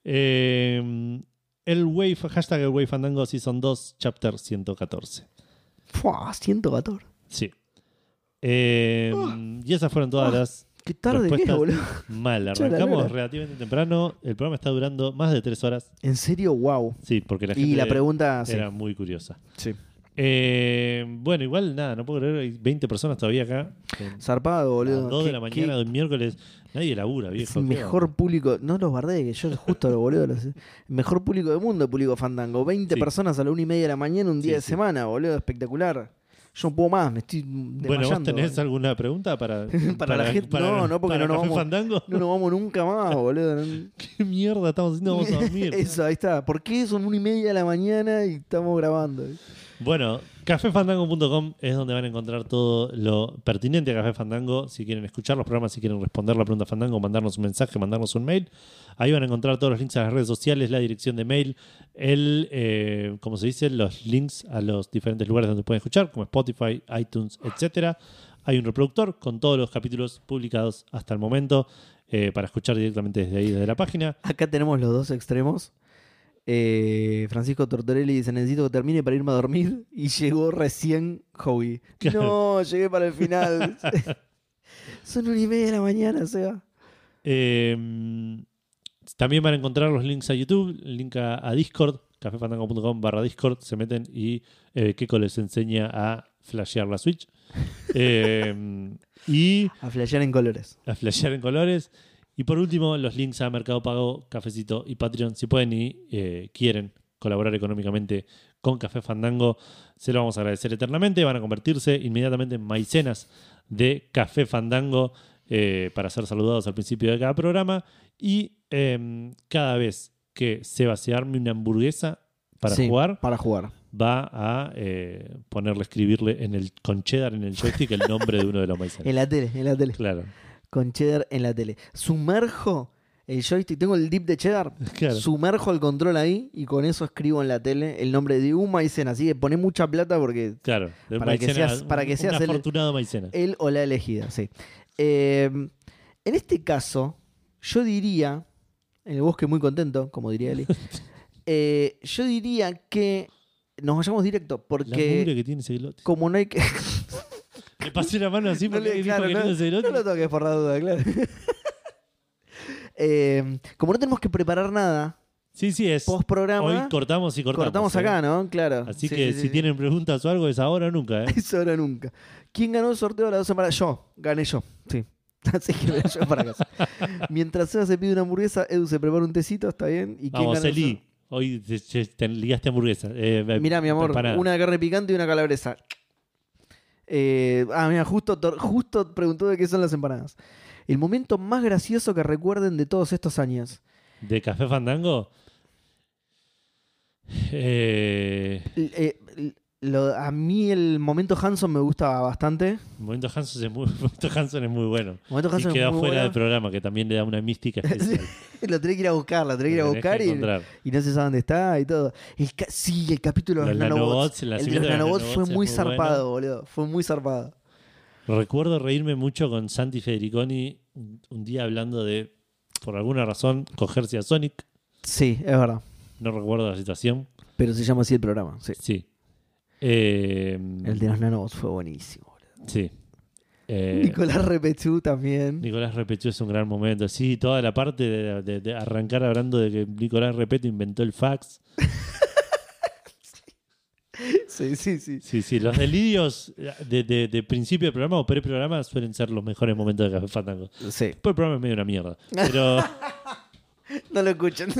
[SPEAKER 1] Eh, el wave, hashtag el wave fandango season 2, chapter 114.
[SPEAKER 2] ¡Fua! 114.
[SPEAKER 1] Sí. Eh, y esas fueron todas
[SPEAKER 2] Ah.
[SPEAKER 1] las
[SPEAKER 2] Qué tarde que es,
[SPEAKER 1] Respuestas.
[SPEAKER 2] boludo.
[SPEAKER 1] mal.
[SPEAKER 2] Chau, la
[SPEAKER 1] Arrancamos
[SPEAKER 2] lora.
[SPEAKER 1] relativamente temprano. El programa está durando más de tres horas.
[SPEAKER 2] En serio, wow.
[SPEAKER 1] Sí, porque la gente
[SPEAKER 2] Y la pregunta. sí.
[SPEAKER 1] era muy curiosa.
[SPEAKER 2] Sí.
[SPEAKER 1] Eh, bueno, igual nada, no puedo creer. Hay 20 personas todavía acá. En-
[SPEAKER 2] Zarpado,
[SPEAKER 1] a
[SPEAKER 2] boludo.
[SPEAKER 1] las 2
[SPEAKER 2] Qué-
[SPEAKER 1] de la
[SPEAKER 2] qué-
[SPEAKER 1] mañana del miércoles. Nadie labura,
[SPEAKER 2] Es
[SPEAKER 1] viejo.
[SPEAKER 2] el
[SPEAKER 1] ¿Qué
[SPEAKER 2] mejor
[SPEAKER 1] onda?
[SPEAKER 2] público, no los bardé, que yo justo lo boludo. Los, el mejor público del mundo, público Fandango. 20
[SPEAKER 1] Sí.
[SPEAKER 2] personas a la una y media de la mañana, un día
[SPEAKER 1] Sí,
[SPEAKER 2] de
[SPEAKER 1] sí.
[SPEAKER 2] semana, boludo, espectacular. Yo no puedo más, me estoy
[SPEAKER 1] Bueno,
[SPEAKER 2] desmayando. eh.
[SPEAKER 1] ¿vos tenés alguna pregunta para,
[SPEAKER 2] Para la gente- no, no, porque
[SPEAKER 1] para
[SPEAKER 2] no nos
[SPEAKER 1] Café
[SPEAKER 2] vamos-
[SPEAKER 1] Fandango?
[SPEAKER 2] No nos vamos nunca más, boludo. no-
[SPEAKER 1] ¿Qué mierda estamos haciendo? Vamos a dormir.
[SPEAKER 2] Eso, ahí está. ¿Por qué son una y media de la mañana y estamos grabando?
[SPEAKER 1] Bueno, cafefandango.com es donde van a encontrar todo lo pertinente a Café Fandango. Si quieren escuchar los programas, si quieren responder la pregunta Fandango, mandarnos un mensaje, mandarnos un mail. Ahí van a encontrar todos los links a las redes sociales, la dirección de mail, el, eh, como se dice, los links a los diferentes lugares donde pueden escuchar, como Spotify, iTunes, etcétera. Hay un reproductor con todos los capítulos publicados hasta el momento eh, para escuchar directamente desde ahí, desde la página.
[SPEAKER 2] Acá tenemos los dos extremos. Eh, Francisco Tortorelli dice: Necesito que termine para irme a dormir. Y llegó recién Howie. No, llegué para el final. son una y media de la mañana, Seba.
[SPEAKER 1] Eh, también van a encontrar los links a YouTube, link a, a Discord, cafefandango.com barra Discord, se meten y eh, Keiko les enseña a flashear la Switch. Eh, y
[SPEAKER 2] A flashear en colores.
[SPEAKER 1] a flashear en colores. Y por último, los links a Mercado Pago, Cafecito y Patreon. Si pueden y eh, quieren colaborar económicamente con Café Fandango, se lo vamos a agradecer eternamente. Van a convertirse inmediatamente en maicenas de Café Fandango eh, para ser saludados al principio de cada programa. Y eh, cada vez que Seba se arme una hamburguesa para
[SPEAKER 2] Sí,
[SPEAKER 1] jugar,
[SPEAKER 2] Para jugar.
[SPEAKER 1] va a eh, ponerle, escribirle en el, con cheddar en el joystick el nombre de uno de los maicenas.
[SPEAKER 2] En la tele, en la tele.
[SPEAKER 1] Claro,
[SPEAKER 2] Con cheddar en la tele. Sumerjo el joystick. Tengo el dip de cheddar.
[SPEAKER 1] claro.
[SPEAKER 2] Sumerjo el control ahí y con eso escribo en la tele el nombre de un maicena. Así que poné mucha plata porque
[SPEAKER 1] Claro, de
[SPEAKER 2] Para que
[SPEAKER 1] maicena,
[SPEAKER 2] seas- para que
[SPEAKER 1] un-
[SPEAKER 2] seas
[SPEAKER 1] un
[SPEAKER 2] el-
[SPEAKER 1] afortunado maicena.
[SPEAKER 2] él o la elegida, sí. Eh, en este caso, yo diría, en el bosque muy contento, como diría Eli, eh, yo diría que nos vayamos directo
[SPEAKER 1] La
[SPEAKER 2] porque
[SPEAKER 1] mugre que tiene ese glote.
[SPEAKER 2] como no hay que...
[SPEAKER 1] Le pasé la mano así
[SPEAKER 2] No
[SPEAKER 1] porque
[SPEAKER 2] le-
[SPEAKER 1] dijo
[SPEAKER 2] claro,
[SPEAKER 1] que
[SPEAKER 2] no-
[SPEAKER 1] tiene ese
[SPEAKER 2] No lo
[SPEAKER 1] glote.
[SPEAKER 2] toques por Em, la duda, claro. Eh, como no tenemos que preparar nada,
[SPEAKER 1] Sí, sí, es.
[SPEAKER 2] Post programa.
[SPEAKER 1] Hoy cortamos y cortamos.
[SPEAKER 2] cortamos
[SPEAKER 1] ¿eh?
[SPEAKER 2] acá, ¿no? Claro.
[SPEAKER 1] Así
[SPEAKER 2] Sí,
[SPEAKER 1] que
[SPEAKER 2] sí,
[SPEAKER 1] si
[SPEAKER 2] sí, sí.
[SPEAKER 1] tienen preguntas o algo, es ahora o nunca, ¿eh?
[SPEAKER 2] Eso ahora nunca. ¿Quién ganó el sorteo de las dos semanas? Yo, gané yo, sí. Así que me la llevo para casa. Mientras Seba se pide una hamburguesa, Edu se prepara un tecito, ¿está bien? ¿Y quién
[SPEAKER 1] Vamos,
[SPEAKER 2] ganó el
[SPEAKER 1] Eli. Hoy te, te- te ligaste hamburguesa. Eh,
[SPEAKER 2] sorteo? Mirá, mi amor,
[SPEAKER 1] empanada.
[SPEAKER 2] una de carne picante y una calabresa. Eh, ah, mira, justo, tor- justo preguntó de qué son las empanadas. El momento más gracioso que recuerden de todos estos años.
[SPEAKER 1] ¿De Café Fandango? Eh,
[SPEAKER 2] L- eh, l- lo- a mí el momento Hanson me gustaba bastante.
[SPEAKER 1] Momento Hanson es muy, Momento Hanson es muy bueno.
[SPEAKER 2] El momento
[SPEAKER 1] Y
[SPEAKER 2] Hanson es
[SPEAKER 1] queda
[SPEAKER 2] muy
[SPEAKER 1] fuera del
[SPEAKER 2] bueno.
[SPEAKER 1] programa, que también le da una mística especial.
[SPEAKER 2] Lo tenés que ir a buscar, lo tenés que ir a
[SPEAKER 1] Lo tenés que
[SPEAKER 2] buscar y,
[SPEAKER 1] encontrar.
[SPEAKER 2] y no se sabe dónde está y todo. El ca- sí, el capítulo de los,
[SPEAKER 1] Los
[SPEAKER 2] nanobots.
[SPEAKER 1] nanobots, el
[SPEAKER 2] el de
[SPEAKER 1] nacimiento de
[SPEAKER 2] los
[SPEAKER 1] los
[SPEAKER 2] nanobots,
[SPEAKER 1] nanobots
[SPEAKER 2] fue
[SPEAKER 1] es
[SPEAKER 2] muy
[SPEAKER 1] muy
[SPEAKER 2] zarpado, boludo. Fue muy zarpado.
[SPEAKER 1] Recuerdo reírme mucho con Santi Federiconi un un día hablando de, por alguna razón, cogerse a Sonic.
[SPEAKER 2] Sí, es verdad.
[SPEAKER 1] No recuerdo la situación.
[SPEAKER 2] Pero se llama así el programa, sí.
[SPEAKER 1] Sí. Eh,
[SPEAKER 2] El de los nanobots fue buenísimo, boludo.
[SPEAKER 1] Sí. Eh,
[SPEAKER 2] Nicolás Repetú también.
[SPEAKER 1] Nicolás Repetú es un gran momento. Sí, toda la parte de, de- de arrancar hablando de que Nicolás Repetú inventó el fax.
[SPEAKER 2] Sí, sí, sí.
[SPEAKER 1] Sí, sí, los delirios de, de- de principio del programa o pre-programa suelen ser los mejores momentos de Café Fandango.
[SPEAKER 2] Sí.
[SPEAKER 1] Después el programa es medio una mierda. Pero,
[SPEAKER 2] No lo escuchan.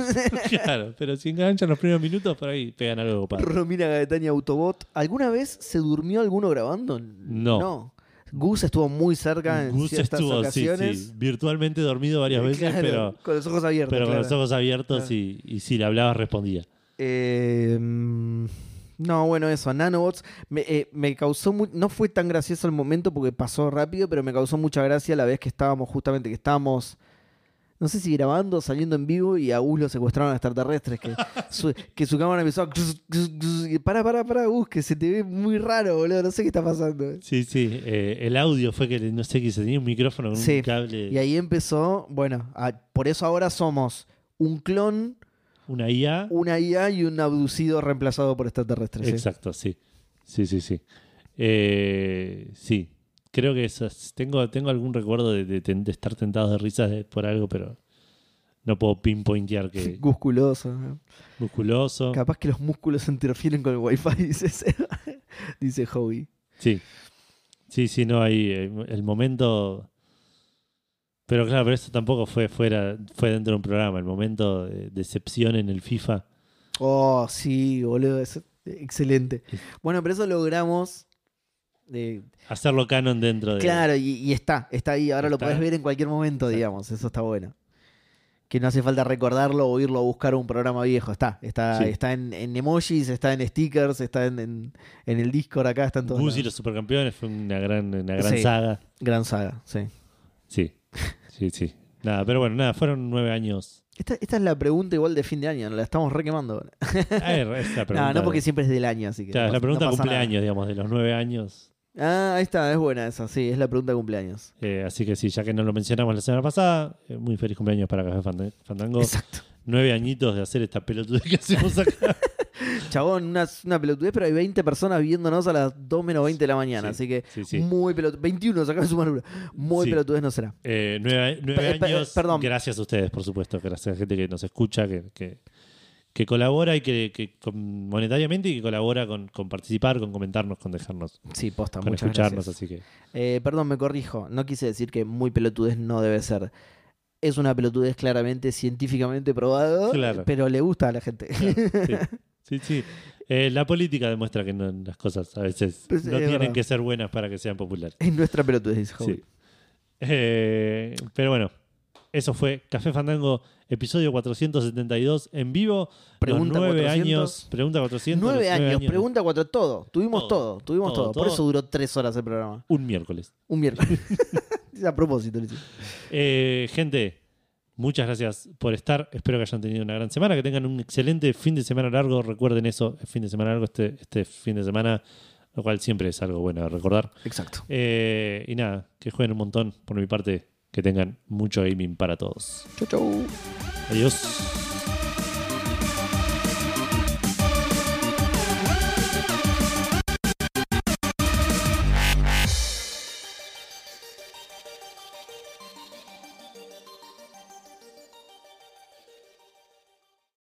[SPEAKER 1] claro, pero si enganchan los primeros minutos, por ahí pegan algo copado.
[SPEAKER 2] Romina Gaetani Autobot. ¿Alguna vez se durmió alguno grabando?
[SPEAKER 1] No.
[SPEAKER 2] Gus estuvo muy cerca en
[SPEAKER 1] Gus
[SPEAKER 2] ciertas
[SPEAKER 1] estuvo, sí,
[SPEAKER 2] ocasiones.
[SPEAKER 1] sí, virtualmente dormido varias veces,
[SPEAKER 2] Claro,
[SPEAKER 1] pero,
[SPEAKER 2] con los ojos abiertos.
[SPEAKER 1] pero con
[SPEAKER 2] claro.
[SPEAKER 1] los ojos abiertos y, y si le hablabas respondía.
[SPEAKER 2] Eh, mm, no, bueno, eso, Nanobots. Me, eh, me causó. mu- no fue tan gracioso el momento porque pasó rápido, pero me causó mucha gracia la vez que estábamos, justamente, que estábamos. No sé si grabando, saliendo en vivo y a Gus lo secuestraron a extraterrestres. Que su, que su cámara empezó a. y Para, para, para, Gus, que se te ve muy raro, boludo. No sé qué está pasando.
[SPEAKER 1] Sí, sí, eh, el audio fue que no sé qué se tenía un micrófono con
[SPEAKER 2] Sí,
[SPEAKER 1] un cable,
[SPEAKER 2] Y ahí empezó. Bueno, a- por eso ahora somos un clon,
[SPEAKER 1] una IA.
[SPEAKER 2] una IA y un abducido reemplazado por extraterrestres. ¿eh? ¿sí?
[SPEAKER 1] Exacto, sí. Sí, sí, sí. Eh, sí, creo que esas- tengo, tengo algún recuerdo de, de- de estar tentado de risas de- por algo, pero no puedo pinpointear que
[SPEAKER 2] Gusculoso. ¿no?
[SPEAKER 1] musculoso.
[SPEAKER 2] Capaz que los músculos interfieren con el wifi, dice Seba. dice Howie.
[SPEAKER 1] Sí. Sí, sí, no, ahí eh, el momento. Pero claro, pero eso tampoco fue fuera, fue dentro de un programa. El momento de decepción en el FIFA.
[SPEAKER 2] Oh, sí, boludo, es excelente. Bueno, pero eso logramos. eh,
[SPEAKER 1] Hacerlo canon dentro de.
[SPEAKER 2] claro, y, y está, está ahí. Ahora lo
[SPEAKER 1] Está.
[SPEAKER 2] podés ver en cualquier momento,
[SPEAKER 1] Exacto.
[SPEAKER 2] digamos. Eso está bueno. Que no hace falta recordarlo o irlo a buscar a un programa viejo. Está, está,
[SPEAKER 1] Sí.
[SPEAKER 2] está en, en emojis, está en stickers, está en, en- en el Discord acá, está en todo.
[SPEAKER 1] Gus y los supercampeones fue una gran, una gran
[SPEAKER 2] Sí.
[SPEAKER 1] saga.
[SPEAKER 2] Gran saga, sí.
[SPEAKER 1] Sí, sí, sí. Nada, pero bueno, nada, fueron nueve años.
[SPEAKER 2] Esta, esta es la pregunta igual de fin de año, la estamos requemando. ahora.
[SPEAKER 1] Ah, es la pregunta.
[SPEAKER 2] No, no porque
[SPEAKER 1] de-
[SPEAKER 2] siempre es del año, así que.
[SPEAKER 1] Claro,
[SPEAKER 2] no
[SPEAKER 1] es la
[SPEAKER 2] pasa- no
[SPEAKER 1] pregunta de
[SPEAKER 2] pasa nada.
[SPEAKER 1] cumpleaños, digamos, de los nueve años.
[SPEAKER 2] Ah, ahí está, es buena esa, sí, es la pregunta de cumpleaños.
[SPEAKER 1] Eh, así que sí, ya que no lo mencionamos la semana pasada, eh, muy feliz cumpleaños para Café Fand- Fandango.
[SPEAKER 2] Exacto.
[SPEAKER 1] Nueve añitos de hacer esta pelotuda que hacemos acá.
[SPEAKER 2] Chabón, una, una pelotudez, pero hay 20 personas viéndonos a las 2 menos 20 de la mañana,
[SPEAKER 1] Sí,
[SPEAKER 2] así que
[SPEAKER 1] sí, sí.
[SPEAKER 2] muy pelotudez. 21, se acaba de sumar una. Muy
[SPEAKER 1] Sí.
[SPEAKER 2] pelotudez no será.
[SPEAKER 1] Eh, nueve nueve
[SPEAKER 2] Pe- pe-
[SPEAKER 1] años.
[SPEAKER 2] perdón.
[SPEAKER 1] Gracias a ustedes, por supuesto. Gracias a la gente que nos escucha, que, que, que colabora y que, que con- monetariamente y que colabora con, con participar, con comentarnos, con dejarnos,
[SPEAKER 2] Sí, posta,
[SPEAKER 1] con
[SPEAKER 2] Ah, muchas
[SPEAKER 1] escucharnos.
[SPEAKER 2] gracias.
[SPEAKER 1] Así que
[SPEAKER 2] Eh, perdón, me corrijo, no quise decir que muy pelotudez no debe ser. Es una pelotudez claramente científicamente probado,
[SPEAKER 1] Claro.
[SPEAKER 2] pero le gusta a la gente.
[SPEAKER 1] Sí, sí. sí. Eh, la política demuestra que no- las cosas a veces
[SPEAKER 2] Pues,
[SPEAKER 1] no
[SPEAKER 2] es
[SPEAKER 1] tienen
[SPEAKER 2] verdad.
[SPEAKER 1] que ser buenas para que sean populares.
[SPEAKER 2] es nuestra pelotudez, dice
[SPEAKER 1] Sí. Eh, pero bueno, eso fue Café Fandango, episodio 472 en vivo.
[SPEAKER 2] Pregunta
[SPEAKER 1] los nueve
[SPEAKER 2] 400.
[SPEAKER 1] años. Pregunta 400. los
[SPEAKER 2] Nueve años, pregunta cuatro, todo. Tuvimos todo,
[SPEAKER 1] Todo,
[SPEAKER 2] tuvimos
[SPEAKER 1] todo,
[SPEAKER 2] todo. Por
[SPEAKER 1] todo.
[SPEAKER 2] eso duró tres horas el programa.
[SPEAKER 1] Un miércoles.
[SPEAKER 2] Un miércoles. a propósito, Luis.
[SPEAKER 1] Eh, gente, muchas gracias por estar. Espero que hayan tenido una gran semana, que tengan un excelente fin de semana largo. Recuerden eso, el fin de semana largo, este, este fin de semana, lo cual siempre es algo bueno a recordar.
[SPEAKER 2] Exacto.
[SPEAKER 1] Eh, y nada, que jueguen un montón por mi parte, que tengan mucho gaming para todos.
[SPEAKER 2] Chau, chau.
[SPEAKER 1] Adiós.